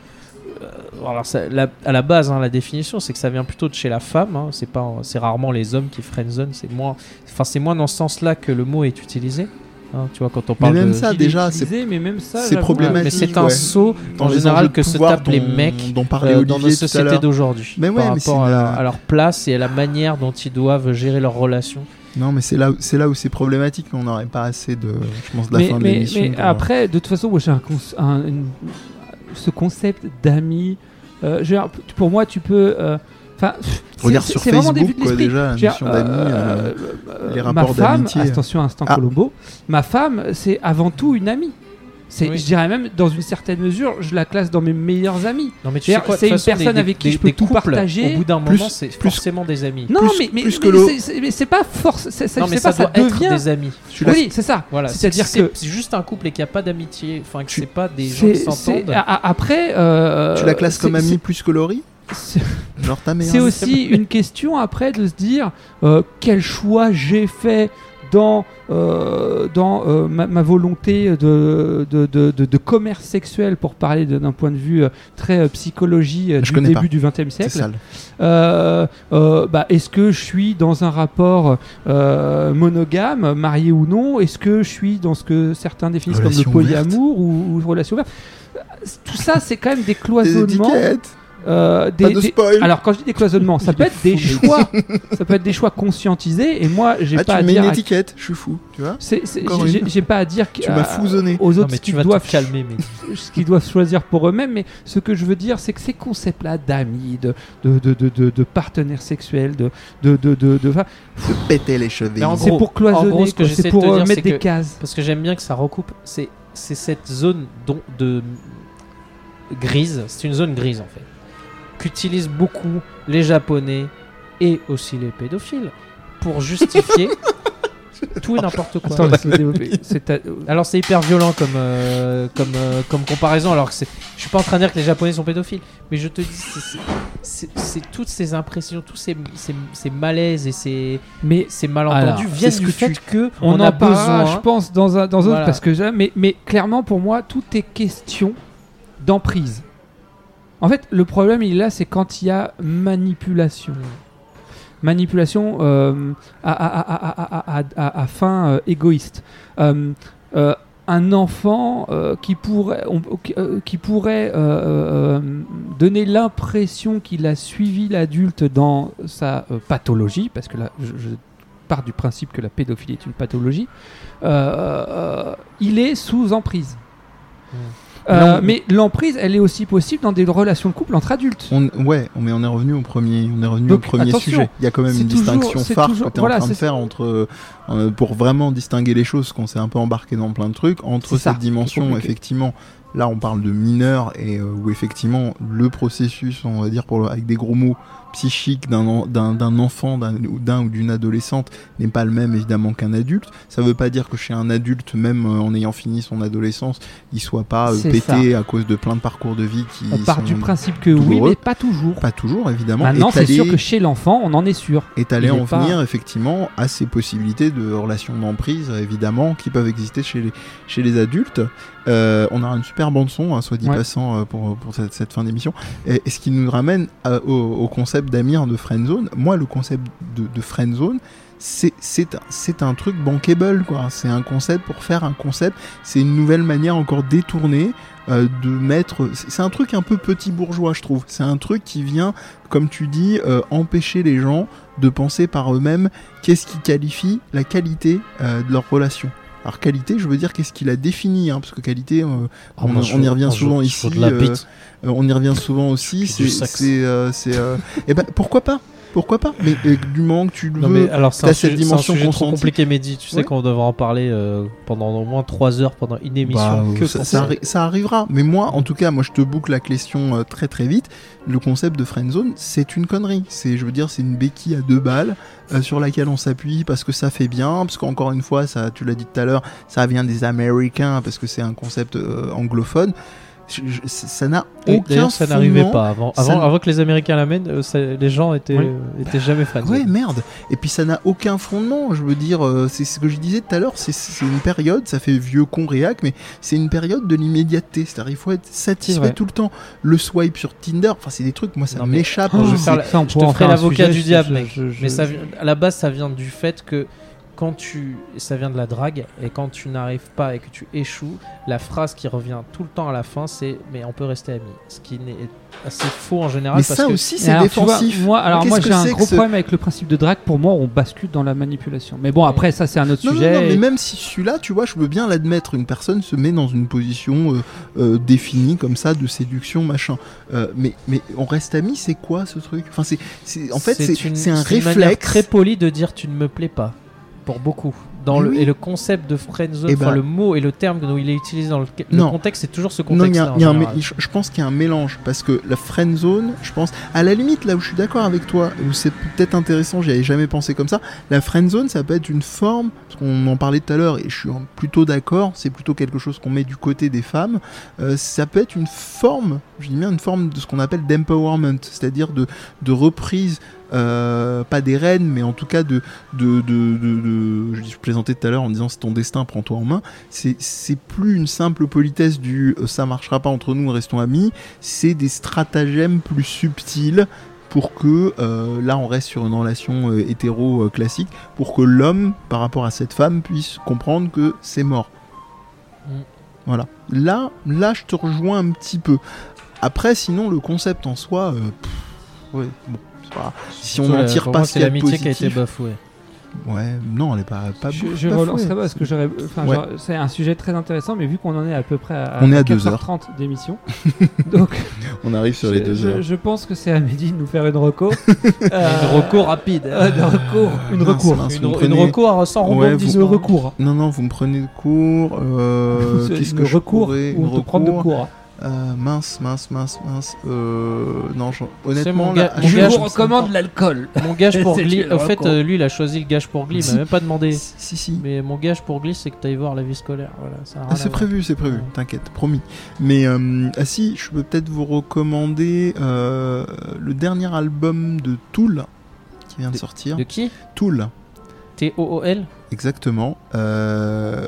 S2: euh, alors ça- la- à la base, hein, la définition, c'est que ça vient plutôt de chez la femme. hein. C'est pas, c'est rarement les hommes qui friendzone. C'est moins, enfin, c'est moins dans ce sens-là que le mot est utilisé. hein, tu vois, quand on
S1: Mais
S2: parle
S1: même
S2: de... Ah,
S1: ça
S3: qu'il est
S1: déjà c'est
S3: utilisé, mais même ça,
S1: c'est
S3: j'avoue,
S1: problématique.
S2: mais c'est un
S1: ouais.
S2: saut
S1: dans
S2: en
S1: les
S2: général
S1: enjeux de
S2: que se
S1: pouvoir
S2: tapent les
S1: dont-
S2: mecs,
S1: dont parlait
S2: euh, dans nos
S1: Olivier tout à
S2: sociétés
S1: l'heure.
S2: d'aujourd'hui
S1: Mais ouais,
S2: par
S1: mais c'est
S2: rapport à,
S1: une-
S2: à leur place et à la manière dont ils doivent gérer leurs relations.
S8: Non, mais c'est là, c'est là où c'est problématique. mais On n'aurait pas assez de, je pense, de la
S3: mais,
S8: fin de
S3: mais-
S8: l'émission.
S3: mais
S8: pour- euh,
S3: après, de toute façon, moi, j'ai un, cons- un- une- ce concept d'ami. euh, je veux dire, pour moi, tu peux. euh, Enfin, pff, c'est-
S8: Regarde
S3: c'est-
S8: sur
S3: c'est vraiment des
S8: Facebook,
S3: vues de
S8: quoi,
S3: l'esprit.
S8: déjà, la
S3: Je veux dire,
S8: notion d'ami, euh, les
S3: ma
S8: rapports
S3: femme,
S8: d'amitié.
S3: attention, instant
S8: Ah.
S3: Colombo. Ma femme, c'est avant tout une amie. C'est,
S2: Oui.
S3: je dirais même, dans une certaine mesure, je la classe dans mes meilleurs amis.
S2: Non, mais tu sais
S3: C'est-à-dire,
S2: quoi, de
S3: c'est
S2: toute
S3: une
S2: façon,
S3: personne
S2: des-
S3: avec qui
S2: des-
S3: je peux
S2: des
S3: tout
S2: couples,
S3: partager.
S2: Au bout d'un
S8: Plus-
S2: moment, c'est
S8: plus-
S2: forcément des amis.
S3: Non,
S8: Plus-
S3: mais, mais,
S8: plus que
S3: mais
S8: l'eau.
S3: c'est, c'est- mais c'est pas force. C'est, c'est-
S2: Non, mais
S3: c'est
S2: ça,
S3: pas, ça
S2: doit être
S3: devient-
S2: des amis.
S8: Je suis là-
S3: Oui, c'est ça.
S2: Voilà.
S3: C'est-à-dire
S2: c'est-
S3: que-
S2: c'est juste un couple et qu'il n'y a pas d'amitié, enfin que
S8: Tu-
S2: c'est pas des gens
S3: C'est, ah,
S2: qui
S3: c'est-
S2: s'entendent.
S3: a- a- après, euh,
S8: Tu la classes comme
S3: c'est-
S8: amie plus que Laurie hein.
S3: c'est-
S8: Genre ta mère.
S3: C'est aussi une question après de se dire euh, quel choix j'ai fait dans, euh, dans euh, ma, ma volonté de, de, de- de- de commerce sexuel, pour parler de- d'un point de vue euh, très euh, psychologie euh, du
S8: Je connais
S3: début
S8: pas.
S3: du XXe siècle.
S8: C'est sale.
S3: Euh, euh, bah, Est-ce que je suis dans un rapport euh, monogame, marié ou non Est-ce que je suis dans ce que certains définissent
S8: Relation
S3: comme le
S8: ouverte.
S3: polyamour ou, ou relation ouverte Euh, Tout ça, c'est quand même des
S8: Des
S3: cloisonnements.
S8: étiquettes.
S3: euh, des-
S8: Pas de
S3: des-
S8: spoil.
S3: alors quand je dis des cloisonnements, ça peut être des choix, ça peut être des choix conscientisés. Et moi, j'ai
S8: Ah,
S3: pas
S8: tu
S3: à
S8: mets
S3: dire.
S8: une
S3: à-
S8: étiquette. Je suis fou. Tu vois
S3: c'est- c'est-
S8: Encore
S3: j'ai-
S8: une.
S3: J'ai pas à dire
S8: Tu
S3: qu'à-
S8: m'as fouzonné.
S3: aux
S2: Non,
S3: autres
S2: mais
S3: ce
S2: tu
S3: qu'ils
S2: vas
S3: doivent
S2: te calmer, mais
S3: ce qu'ils doivent choisir pour eux-mêmes. Mais ce que je veux dire, c'est que ces concepts-là d'amis, de de, de, de, de- de partenaires sexuels, de de de de, de- enfin,
S8: De péter les chevilles.
S2: Mais en
S3: c'est
S2: gros-
S3: pour cloisonner,
S2: en gros, ce que
S3: quoi,
S2: j'essaie
S3: c'est
S2: de
S3: pour
S2: te
S3: euh,
S2: dire,
S3: mettre
S2: c'est
S3: des
S2: que-
S3: cases.
S2: parce que j'aime bien que ça recoupe. C'est c'est cette zone dont de grise. C'est une zone grise en fait qu'utilisent beaucoup les Japonais et aussi les pédophiles pour justifier tout et n'importe quoi.
S3: Attends, laisse-le développer. C'est à-
S2: Alors c'est hyper violent comme euh, comme euh, comme comparaison. Alors que c'est, je suis pas en train de dire que les Japonais sont pédophiles, mais je te dis, c'est, c'est- c'est- c'est toutes ces impressions, tous ces, ces, ces malaises et ces
S3: Mais
S2: ces malentendus
S3: Alors,
S2: viennent
S3: c'est ce
S2: du
S3: que
S2: fait
S3: tu-
S2: que
S3: on, en
S2: a
S3: parlera,
S2: besoin.
S3: je pense, dans un dans un autre,
S2: Voilà.
S3: parce que j'ai- mais mais clairement pour moi, tout est question d'emprise. En fait, le problème il est là, c'est quand il y a manipulation. Manipulation euh, à, à- à- à- à- à- à- à fin euh, égoïste. Euh, euh, un enfant euh, qui pourrait, on- qui, euh, qui pourrait euh, euh, donner l'impression qu'il a suivi l'adulte dans sa euh, pathologie, parce que là, je, je pars du principe que la pédophilie est une pathologie, euh, euh, il est sous emprise.
S2: Mm.
S3: Euh,
S8: Non.
S3: mais l'emprise, elle est aussi possible dans des relations de couple entre adultes.
S8: On, ouais, mais on est revenu au premier, on est revenu
S3: Donc,
S8: au premier
S3: attention,
S8: sujet. Il y a quand même
S3: c'est
S8: une
S3: toujours-
S8: distinction
S3: c'est
S8: phare
S3: toujours-
S8: que tu es
S3: voilà,
S8: en train de
S3: c'est-
S8: faire entre, euh, pour vraiment distinguer les choses, qu'on s'est un peu embarqué dans plein de trucs, entre
S3: C'est ça,
S8: cette dimension,
S3: compliqué.
S8: effectivement, là on parle de mineurs et euh, où effectivement le processus, on va dire pour le- avec des gros mots, psychique d'un en- d'un d'un enfant, d'un ou d'un ou d'une adolescente n'est pas le même évidemment qu'un adulte. Ça veut pas dire que chez un adulte, même euh, en ayant fini son adolescence, il soit pas euh,
S3: C'est
S8: pété à cause de plein de parcours de vie qui
S3: On part
S8: sont
S3: du principe que oui,
S8: douloureux.
S3: mais pas toujours.
S8: pas toujours évidemment
S3: Maintenant, Bah c'est
S8: étalés
S3: sûr que chez l'enfant, on en est sûr.
S8: et t'allais
S3: Il est
S8: en
S3: pas-
S8: venir effectivement à ces possibilités de relations d'emprise évidemment qui peuvent exister chez les, chez les adultes. Euh, on a une super bande son, hein, soit dit
S3: Ouais.
S8: passant euh, pour, pour cette, cette fin d'émission, et, et ce qui nous ramène à- au, au concept d'Amir de friendzone. Moi, le concept de, de friendzone, c'est c'est un- c'est un truc bankable quoi. C'est un concept pour faire un concept. C'est une nouvelle manière encore détournée euh, de mettre. C'est c'est un truc un peu petit bourgeois, je trouve. C'est un truc qui vient, comme tu dis, euh, empêcher les gens de penser par eux-mêmes qu'est-ce qui qualifie la qualité euh, de leur relation. Alors qualité, je veux dire qu'est-ce qui la définit, hein, parce que qualité, euh,
S2: Ah,
S8: on,
S2: moi, je
S8: on
S2: veux-
S8: y revient
S2: moi, je-
S8: souvent
S2: je
S8: ici,
S2: veux de la
S8: euh,
S2: bite.
S8: euh, on y revient souvent aussi.
S2: Puis du
S8: C'est,
S2: sexe.
S8: c'est, euh, c'est, euh, eh ben pourquoi pas, pourquoi pas, mais euh, du moment que tu le
S2: Non
S8: veux.
S2: mais alors c'est
S8: t'as
S2: un,
S8: cette
S2: sujet- c'est un
S8: dimension
S2: sujet trop
S8: consentie.
S2: compliqué Mehdi, tu sais
S8: Ouais.
S2: qu'on devrait en parler euh, pendant au moins 3 heures pendant une
S8: Bah,
S2: émission
S8: euh,
S2: que
S8: ça,
S2: pour
S8: ça arri- ça arrivera. Mais moi, en tout cas, moi, je te boucle la question euh, très très vite. Le concept de friendzone, c'est une connerie. C'est, je veux dire, c'est une béquille à deux balles euh, sur laquelle on s'appuie parce que ça fait bien, parce qu'encore une fois, ça, tu l'as dit tout à l'heure, ça vient des Américains parce que c'est un concept euh, anglophone. Je- je- ça n'a
S2: Et
S8: aucun
S2: D'ailleurs ça n'arrivait
S8: fondement.
S2: pas avant
S8: ça
S2: avant,
S8: n-
S2: avant que les Américains l'amènent, euh, ça- les gens étaient
S3: Oui.
S2: euh, étaient jamais fans.
S8: Ouais, merde. Et puis ça n'a aucun fondement. Je veux dire, euh, c'est ce que je disais tout à l'heure. C'est- C'est une période, ça fait vieux con réac, mais c'est une période de l'immédiateté. C'est-à-dire, il faut être
S2: C'est
S8: satisfait
S2: vrai.
S8: tout le temps. Le swipe sur Tinder, enfin, c'est des trucs, moi, ça
S2: Non, mais-
S8: m'échappe.
S2: Oh,
S8: je
S2: je vais
S8: sais.
S2: faire la-
S3: Ça, on
S2: Je
S3: pourra
S2: te
S3: en
S2: ferai
S3: faire un
S2: l'avocat
S3: sujet,
S2: du
S3: je-
S2: diable,
S3: je-
S2: mec.
S3: je- je-
S2: Mais ça, vi- à la base, ça vient du fait que quand tu. Ça vient de la drague, et quand tu n'arrives pas et que tu échoues, la phrase qui revient tout le temps à la fin, c'est Mais on peut rester amis. Ce qui n'est assez faux en général.
S8: Mais
S2: parce
S8: ça
S2: que
S8: aussi,
S3: Et
S8: c'est
S3: alors, tu vois,
S8: défensif.
S3: moi, alors
S8: Qu'est-ce
S3: moi
S8: que
S3: j'ai un
S8: c'est que
S3: gros
S8: ce-
S3: problème avec le principe de drague. Pour moi, on bascule dans la manipulation. Mais bon, après ça, c'est un autre
S8: Non, non,
S3: sujet.
S8: non, mais
S3: et-
S8: même si celui-là, tu vois, je veux bien l'admettre, une personne se met dans une position euh, euh, définie comme ça de séduction, machin. Euh, mais, mais on reste amis, c'est quoi ce truc Enfin, c'est, c'est- en fait, c'est,
S2: une-
S8: c'est un
S2: c'est une manière
S8: réflexe.
S2: très poli de dire tu ne me plais pas. Pour beaucoup. Dans
S8: Mais
S2: le,
S8: oui.
S2: Et le concept de friend zone,
S8: Eh ben-
S2: le mot et le terme dont il est utilisé dans le, le
S8: Non.
S2: contexte, c'est toujours ce
S8: Non,
S2: contexte.
S8: il y a- il y a un mé- je, je pense qu'il y a un mélange parce que la friend zone, je pense, à la limite là où je suis d'accord avec toi, où c'est peut-être intéressant, j'y avais jamais pensé comme ça. La friend zone, ça peut être une forme, parce qu'on en parlait tout à l'heure et je suis en- plutôt d'accord, c'est plutôt quelque chose qu'on met du côté des femmes. euh, ça peut être une forme, je dis bien une forme de ce qu'on appelle d'empowerment, c'est-à-dire de, de reprise. euh, pas des rênes, mais en tout cas de, de, de, de- de- je, dis- je plaisantais tout à l'heure en disant c'est ton destin, prends-toi en main c'est c'est plus une simple politesse du euh, ça marchera pas entre nous, restons amis. C'est des stratagèmes plus subtils pour que, euh, là on reste sur une relation euh, hétéro euh, classique, pour que l'homme, par rapport à cette femme, puisse comprendre que c'est mort.
S2: Mm.
S8: Voilà. Là, là, je te rejoins un petit peu. Après, sinon, le concept en soi, euh, pff, ouais, bon, c'est pas- si on n'en tire pas
S2: euh, c'est
S8: ce qu'il y a de
S2: l'amitié qui a été
S8: positif-
S2: bafouée.
S8: ouais, non, elle est pas, pas
S3: Je,
S8: bou-
S3: je
S8: pas hein.
S3: relancerai
S8: fouée.
S3: pas parce que j'aurais. enfin,
S8: Ouais.
S3: genre, C'est un sujet très intéressant, mais vu qu'on en est à peu près à,
S8: On est à deux
S3: 4h30 d'émission, donc
S8: On arrive sur les
S3: je,
S8: deux
S3: je-
S8: heures.
S3: je pense que c'est à Midi de nous faire une reco.
S2: Une recours rapide.
S3: une reco, une
S8: Ah, Mince,
S3: recours.
S8: mince,
S2: une,
S8: vous me
S2: une
S8: prenez-
S2: recours sans
S8: Ouais,
S2: rebondissement.
S8: vous-
S3: Une euh, recours.
S8: Non, non, vous me prenez de cours. Euh,
S3: Ce-
S8: Qu'est-ce
S3: une
S8: que je
S3: recours
S8: pourrais-
S3: ou
S8: une
S3: on te prend de
S8: recours.
S3: cours.
S8: Euh, mince, mince, mince, mince. Euh, non, je-
S2: C'est
S8: honnêtement,
S2: mon
S8: là,
S2: gars-
S8: à
S2: mon
S8: chaque
S2: gars,
S8: fois,
S2: je
S8: me sens
S3: l'alcool.
S2: Mon gage pour
S3: C'est
S2: Glee.
S3: une
S2: En fait,
S3: reco.
S2: euh, lui, il a choisi le gage pour Glee. Il
S8: Si.
S2: m'a même pas demandé.
S8: pas. Si, si.
S2: Mais mon gage pour Glee, c'est que t'ailles voir la vie scolaire. Voilà, ça a rien
S8: Ah,
S2: à
S8: c'est
S2: voir.
S8: prévu, c'est prévu, t'inquiète, promis. Mais euh, ah si, je peux peut-être vous recommander euh, le dernier album de Tool qui vient de,
S2: De-
S8: sortir.
S2: De qui
S8: Tool,
S2: T-O-O-L
S8: exactement. Euh,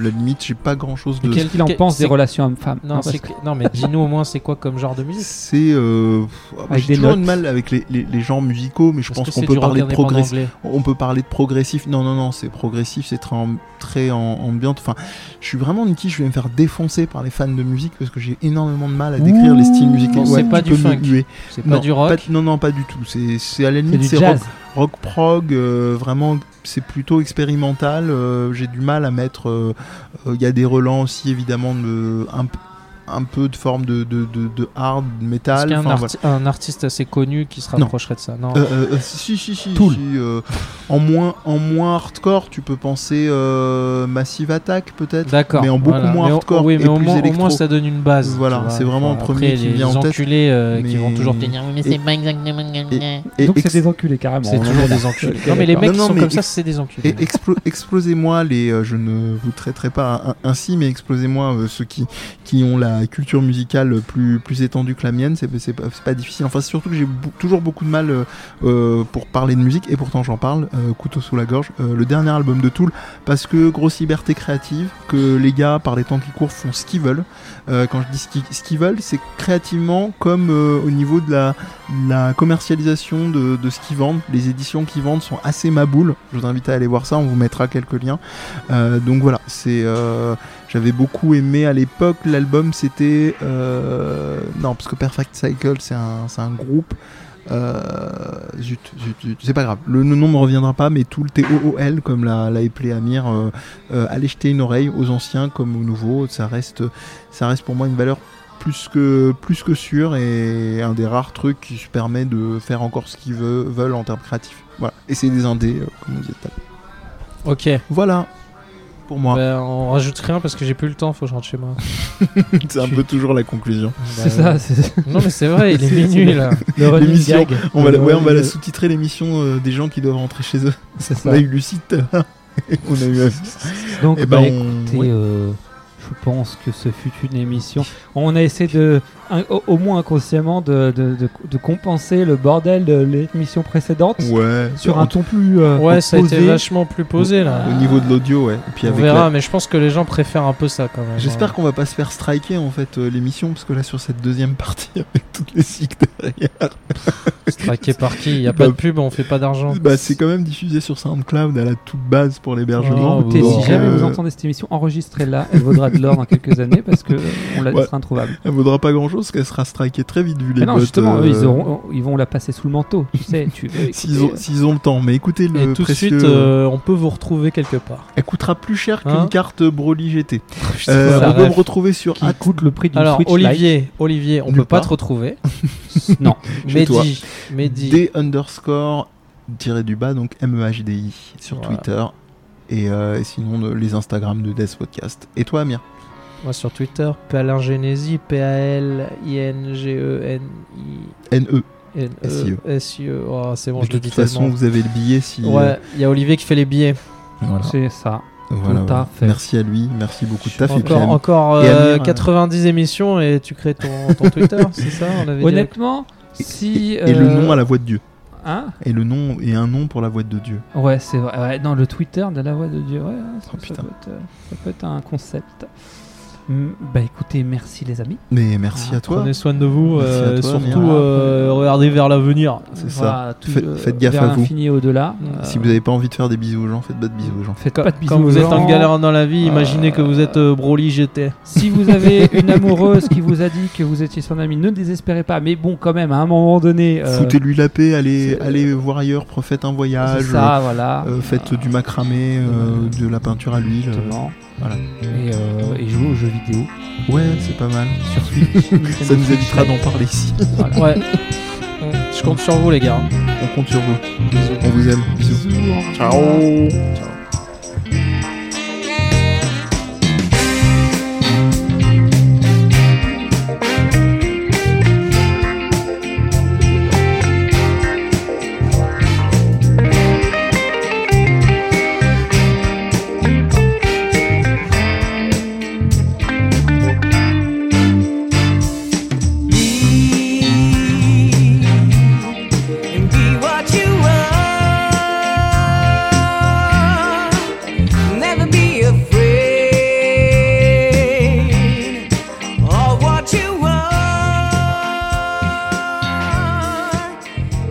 S8: la limite, j'ai pas grand-chose de.
S3: Qu'est-ce
S2: Quel-
S3: qu'il en
S2: quel-
S3: pense des
S2: c'est-
S3: relations hommes-femmes
S2: non,
S3: Non, parce
S2: c'est
S3: que-
S2: que- non, mais dis-nous au moins c'est quoi comme genre de musique
S8: C'est. Euh, pff, ah, bah,
S3: Avec
S8: j'ai
S3: des
S8: toujours
S3: notes.
S8: de mal avec les, les- les genres musicaux, mais je
S2: Parce
S8: pense
S2: que
S8: qu'on
S2: c'est
S8: peut
S2: du rock
S8: parler de
S2: indépendant
S8: progressif.
S2: anglais.
S8: On peut parler de progressif. Non, non, non, c'est progressif, c'est très, am- très en- ambiante. Enfin, je suis vraiment une quiche, je vais me faire défoncer par les fans de musique parce que j'ai énormément de mal à décrire les styles musicaux.
S2: Non, c'est pas
S8: tu
S2: du
S8: peux me
S2: funk.
S8: huer.
S2: C'est
S8: non,
S2: pas du rock.
S8: pas- non, non, pas du tout. C'est c'est à la
S3: c'est
S8: limite,
S3: du
S8: c'est rock,
S3: jazz.
S8: rock prog, euh, vraiment, c'est plutôt expérimental. euh, j'ai du mal à mettre. euh, euh, Il y a des relents aussi, évidemment, de, un, p- un peu de forme de, de, de- de hard
S2: Est-ce
S8: metal.
S2: qu'il y a un,
S8: Enfin, voilà.
S2: arti- un artiste assez connu qui se
S8: Non.
S2: rapprocherait de ça Non.
S8: Euh, euh, euh, si, si, si.
S2: Tool.
S8: si, euh, en, moins, en moins hardcore, tu peux penser euh, Massive Attack peut-être.
S2: D'accord.
S8: mais en beaucoup
S2: voilà.
S8: moins
S2: Mais au-
S8: hardcore
S2: Oui,
S8: et
S2: mais au
S8: plus
S2: moins, au
S8: électro.
S2: moins ça donne une base. tu
S8: Voilà,
S2: vois.
S8: c'est vraiment
S2: Enfin,
S8: le premier
S2: après,
S8: qui
S2: les,
S8: vient en
S2: les
S8: tête.
S2: enculés euh, qui
S8: Mais-
S2: vont toujours te dire, mais
S8: Et-
S2: c'est pas exactement.
S8: Et
S1: Donc
S8: ex-
S1: c'est des enculés carrément.
S2: C'est
S1: On en
S2: toujours
S1: est là.
S2: des enculés.
S1: Ok,
S2: Non, mais les
S8: d'accord.
S2: mecs qui
S8: Non, non,
S2: sont
S8: mais
S2: comme ça,
S8: ex-
S2: c'est des enculés.
S8: et explo- explosez-moi les. euh, je ne vous traiterai pas a- ainsi, mais explosez-moi euh, ceux qui, qui ont la culture musicale plus, plus étendue que la mienne. C'est c'est pas, c'est pas difficile. Enfin, c'est surtout que j'ai bou- toujours beaucoup de mal euh, euh, pour parler de musique, et pourtant j'en parle. euh, couteau sous la gorge. euh, le dernier album de Tool, parce que grosse liberté créative, que les gars, par les temps qui courent, font ce qu'ils veulent. Euh, quand je dis ce qu'ils- ce qu'ils veulent, c'est créativement comme euh, au niveau de la, la commercialisation de, de ce qu'ils vendent. Les éditions qu'ils vendent sont assez maboules. Je vous invite à aller voir ça, on vous mettra quelques liens. Euh, donc voilà, c'est euh, j'avais beaucoup aimé à l'époque. L'album c'était. euh, non, parce que Perfect Cycle c'est un, c'est un groupe. Euh, zut, zut, zut, c'est pas grave, le nom ne me reviendra pas, mais tout le TOOL, comme l'a l'a appelé Amir, euh, euh, allez jeter une oreille aux anciens comme aux nouveaux, ça reste, ça reste pour moi une valeur plus que, plus que sûre et un des rares trucs qui se permet de faire encore ce qu'ils veulent, veulent en termes créatifs. Voilà, et c'est des indés, euh, comme on dit.
S2: Ok.
S8: Voilà, pour moi,
S2: Ben, on rajoute rien parce que j'ai plus le temps, faut que je rentre chez moi. Bah,
S8: c'est un peu toujours la conclusion.
S3: C'est ça, c'est
S2: Non, mais c'est vrai, il est minuit là.
S3: le running
S8: L'émission.
S3: gag.
S8: On va, la-
S3: Le
S8: ouais, on va la
S3: running-
S8: sous-titrer l'émission euh, des gens qui doivent rentrer chez eux. Bah,
S3: C'est ça.
S8: On a eu Lucide, on a eu.
S3: Donc,
S8: Et
S3: bah,
S8: ben, on-
S3: écoutez,
S8: ouais.
S3: euh, je pense que ce fut une émission. On a essayé de un- au, au moins inconsciemment de, de- de- de compenser le bordel de l'émission précédente
S8: Ouais.
S3: sur
S8: En
S3: un ton plus euh,
S2: Ouais, ça a été
S3: posé.
S2: vachement plus posé là.
S8: Au niveau de l'audio, ouais. Et puis
S2: On
S8: avec
S2: verra,
S8: la-
S2: mais euh, je pense que les gens préfèrent un peu ça quand même.
S8: J'espère qu'on va pas se faire striker en fait euh, l'émission parce que là sur cette deuème partie avec toutes les cycles derrière,
S2: Traqué hein. par qui Il n'y a pas
S8: Bah,
S2: de pub, on fait pas d'argent.
S8: bah, c'est quand même diffusé sur SoundCloud à la toute base pour
S2: Oh,
S8: l'hébergement.
S3: Écoutez,
S2: Donc,
S3: si jamais
S8: euh,
S3: vous entendez cette émission, enregistrez-la. Elle vaudra de l'or dans quelques années parce que euh, on la
S8: Ouais.
S3: sera introuvable.
S8: Elle vaudra pas grand chose parce qu'elle sera strikée très vite vu les
S3: Mais non,
S8: bots,
S3: justement,
S8: euh,
S3: eux, ils, auront- ils vont la passer sous le manteau. Tu sais, tu veux écouter,
S8: S'ils ont,
S3: euh,
S8: s'ils ont le temps, mais écoutez le
S2: Et tout de
S8: précieux,
S2: suite, euh, on peut vous retrouver quelque part.
S8: elle coûtera plus cher qu'une
S2: Hein
S8: carte Broly GT.
S2: Putain,
S8: Euh,
S2: la
S8: on peut
S2: ref.
S8: me retrouver sur
S3: qui coûte le prix d'une
S2: Alors,
S3: Switch Lite.
S2: Olivier, Olivier, on
S8: Nulle
S2: peut pas
S8: part.
S2: te retrouver.
S3: Non.
S8: Chez toi.
S2: Mehdi, Mehdi.
S8: D underscore tiré du bas, donc E M-E-H-D-I sur
S2: Voilà.
S8: Twitter. Et, euh, et sinon, le- les Instagram de Death Podcast. Et toi, Amir
S2: Moi sur Twitter, Palingenésie, E P-A-L-I-N-G-E-N-I-N-E-S-I-E.
S8: N-E.
S2: E
S8: SIE.
S2: S-I-E. Oh, c'est bon,
S8: E. de
S2: je le
S8: toute
S2: dis
S8: façon,
S2: tellement.
S8: vous avez le billet si. euh,
S2: Ouais, il y a Olivier qui fait les billets.
S8: Voilà.
S3: C'est ça.
S8: Voilà,
S3: Tout
S8: voilà.
S3: à fait.
S8: Merci à lui, merci beaucoup de taf. et puis
S2: Encore,
S8: à-
S2: encore
S8: Et
S2: euh,
S8: Amir, euh,
S2: 90 émissions et tu crées ton, ton Twitter, c'est ça on avait dit
S3: Honnêtement,
S8: Et-
S3: si.
S8: et le
S3: euh,
S8: nom à la voix de Dieu.
S3: hein
S8: Et le nom et un nom pour la voix de Dieu.
S3: Ouais, c'est vrai. Ouais, non, le Twitter de la voix de Dieu, ouais, ouais, ça,
S8: Oh,
S3: ça
S8: putain.
S3: peut être, euh, ça peut être un concept. Mm, Bah écoutez, merci les amis.
S8: Mais merci
S3: Ah,
S8: à toi.
S2: Prenez soin de vous,
S8: Merci
S2: euh,
S8: à toi,
S2: surtout
S8: Mira.
S2: euh, regardez vers l'avenir.
S8: C'est ça.
S3: Voilà, tout,
S8: Faites-
S3: euh,
S8: faites gaffe
S3: vers
S8: à vous.
S3: l'infini et au-delà. Euh,
S8: Si vous n'avez pas envie de faire des bisous aux gens, faites pas de bisous aux gens.
S3: faites
S2: Quand,
S3: pas de bisous
S2: quand vous
S3: aux
S2: êtes
S3: gens.
S2: en galère dans la vie, imaginez que vous êtes euh, Broly GT.
S3: Si vous avez une amoureuse qui vous a dit que vous étiez son ami, ne désespérez pas. Mais bon, quand même, à un moment donné. euh,
S8: Foutez-lui la paix, allez,
S3: c'est-
S8: allez voir ailleurs, faites un
S3: c'est
S8: voyage,
S3: ça, voilà.
S8: euh, euh, faites du macramé, euh, de la peinture à l'huile. euh,
S3: Exactement.
S8: voilà.
S3: Et, euh, et jouez aux jeux vidéo
S8: Ouais, c'est pas mal.
S3: sur Switch.
S8: Ça nous évitera d'en parler ici.
S3: Voilà.
S2: Ouais. Je compte sur vous les gars.
S8: On compte sur vous. On vous aime. Bisous. Ciao.
S9: and be what you are. Never be afraid of what you are.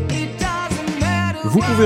S9: It doesn't matter.
S1: Vous pouvez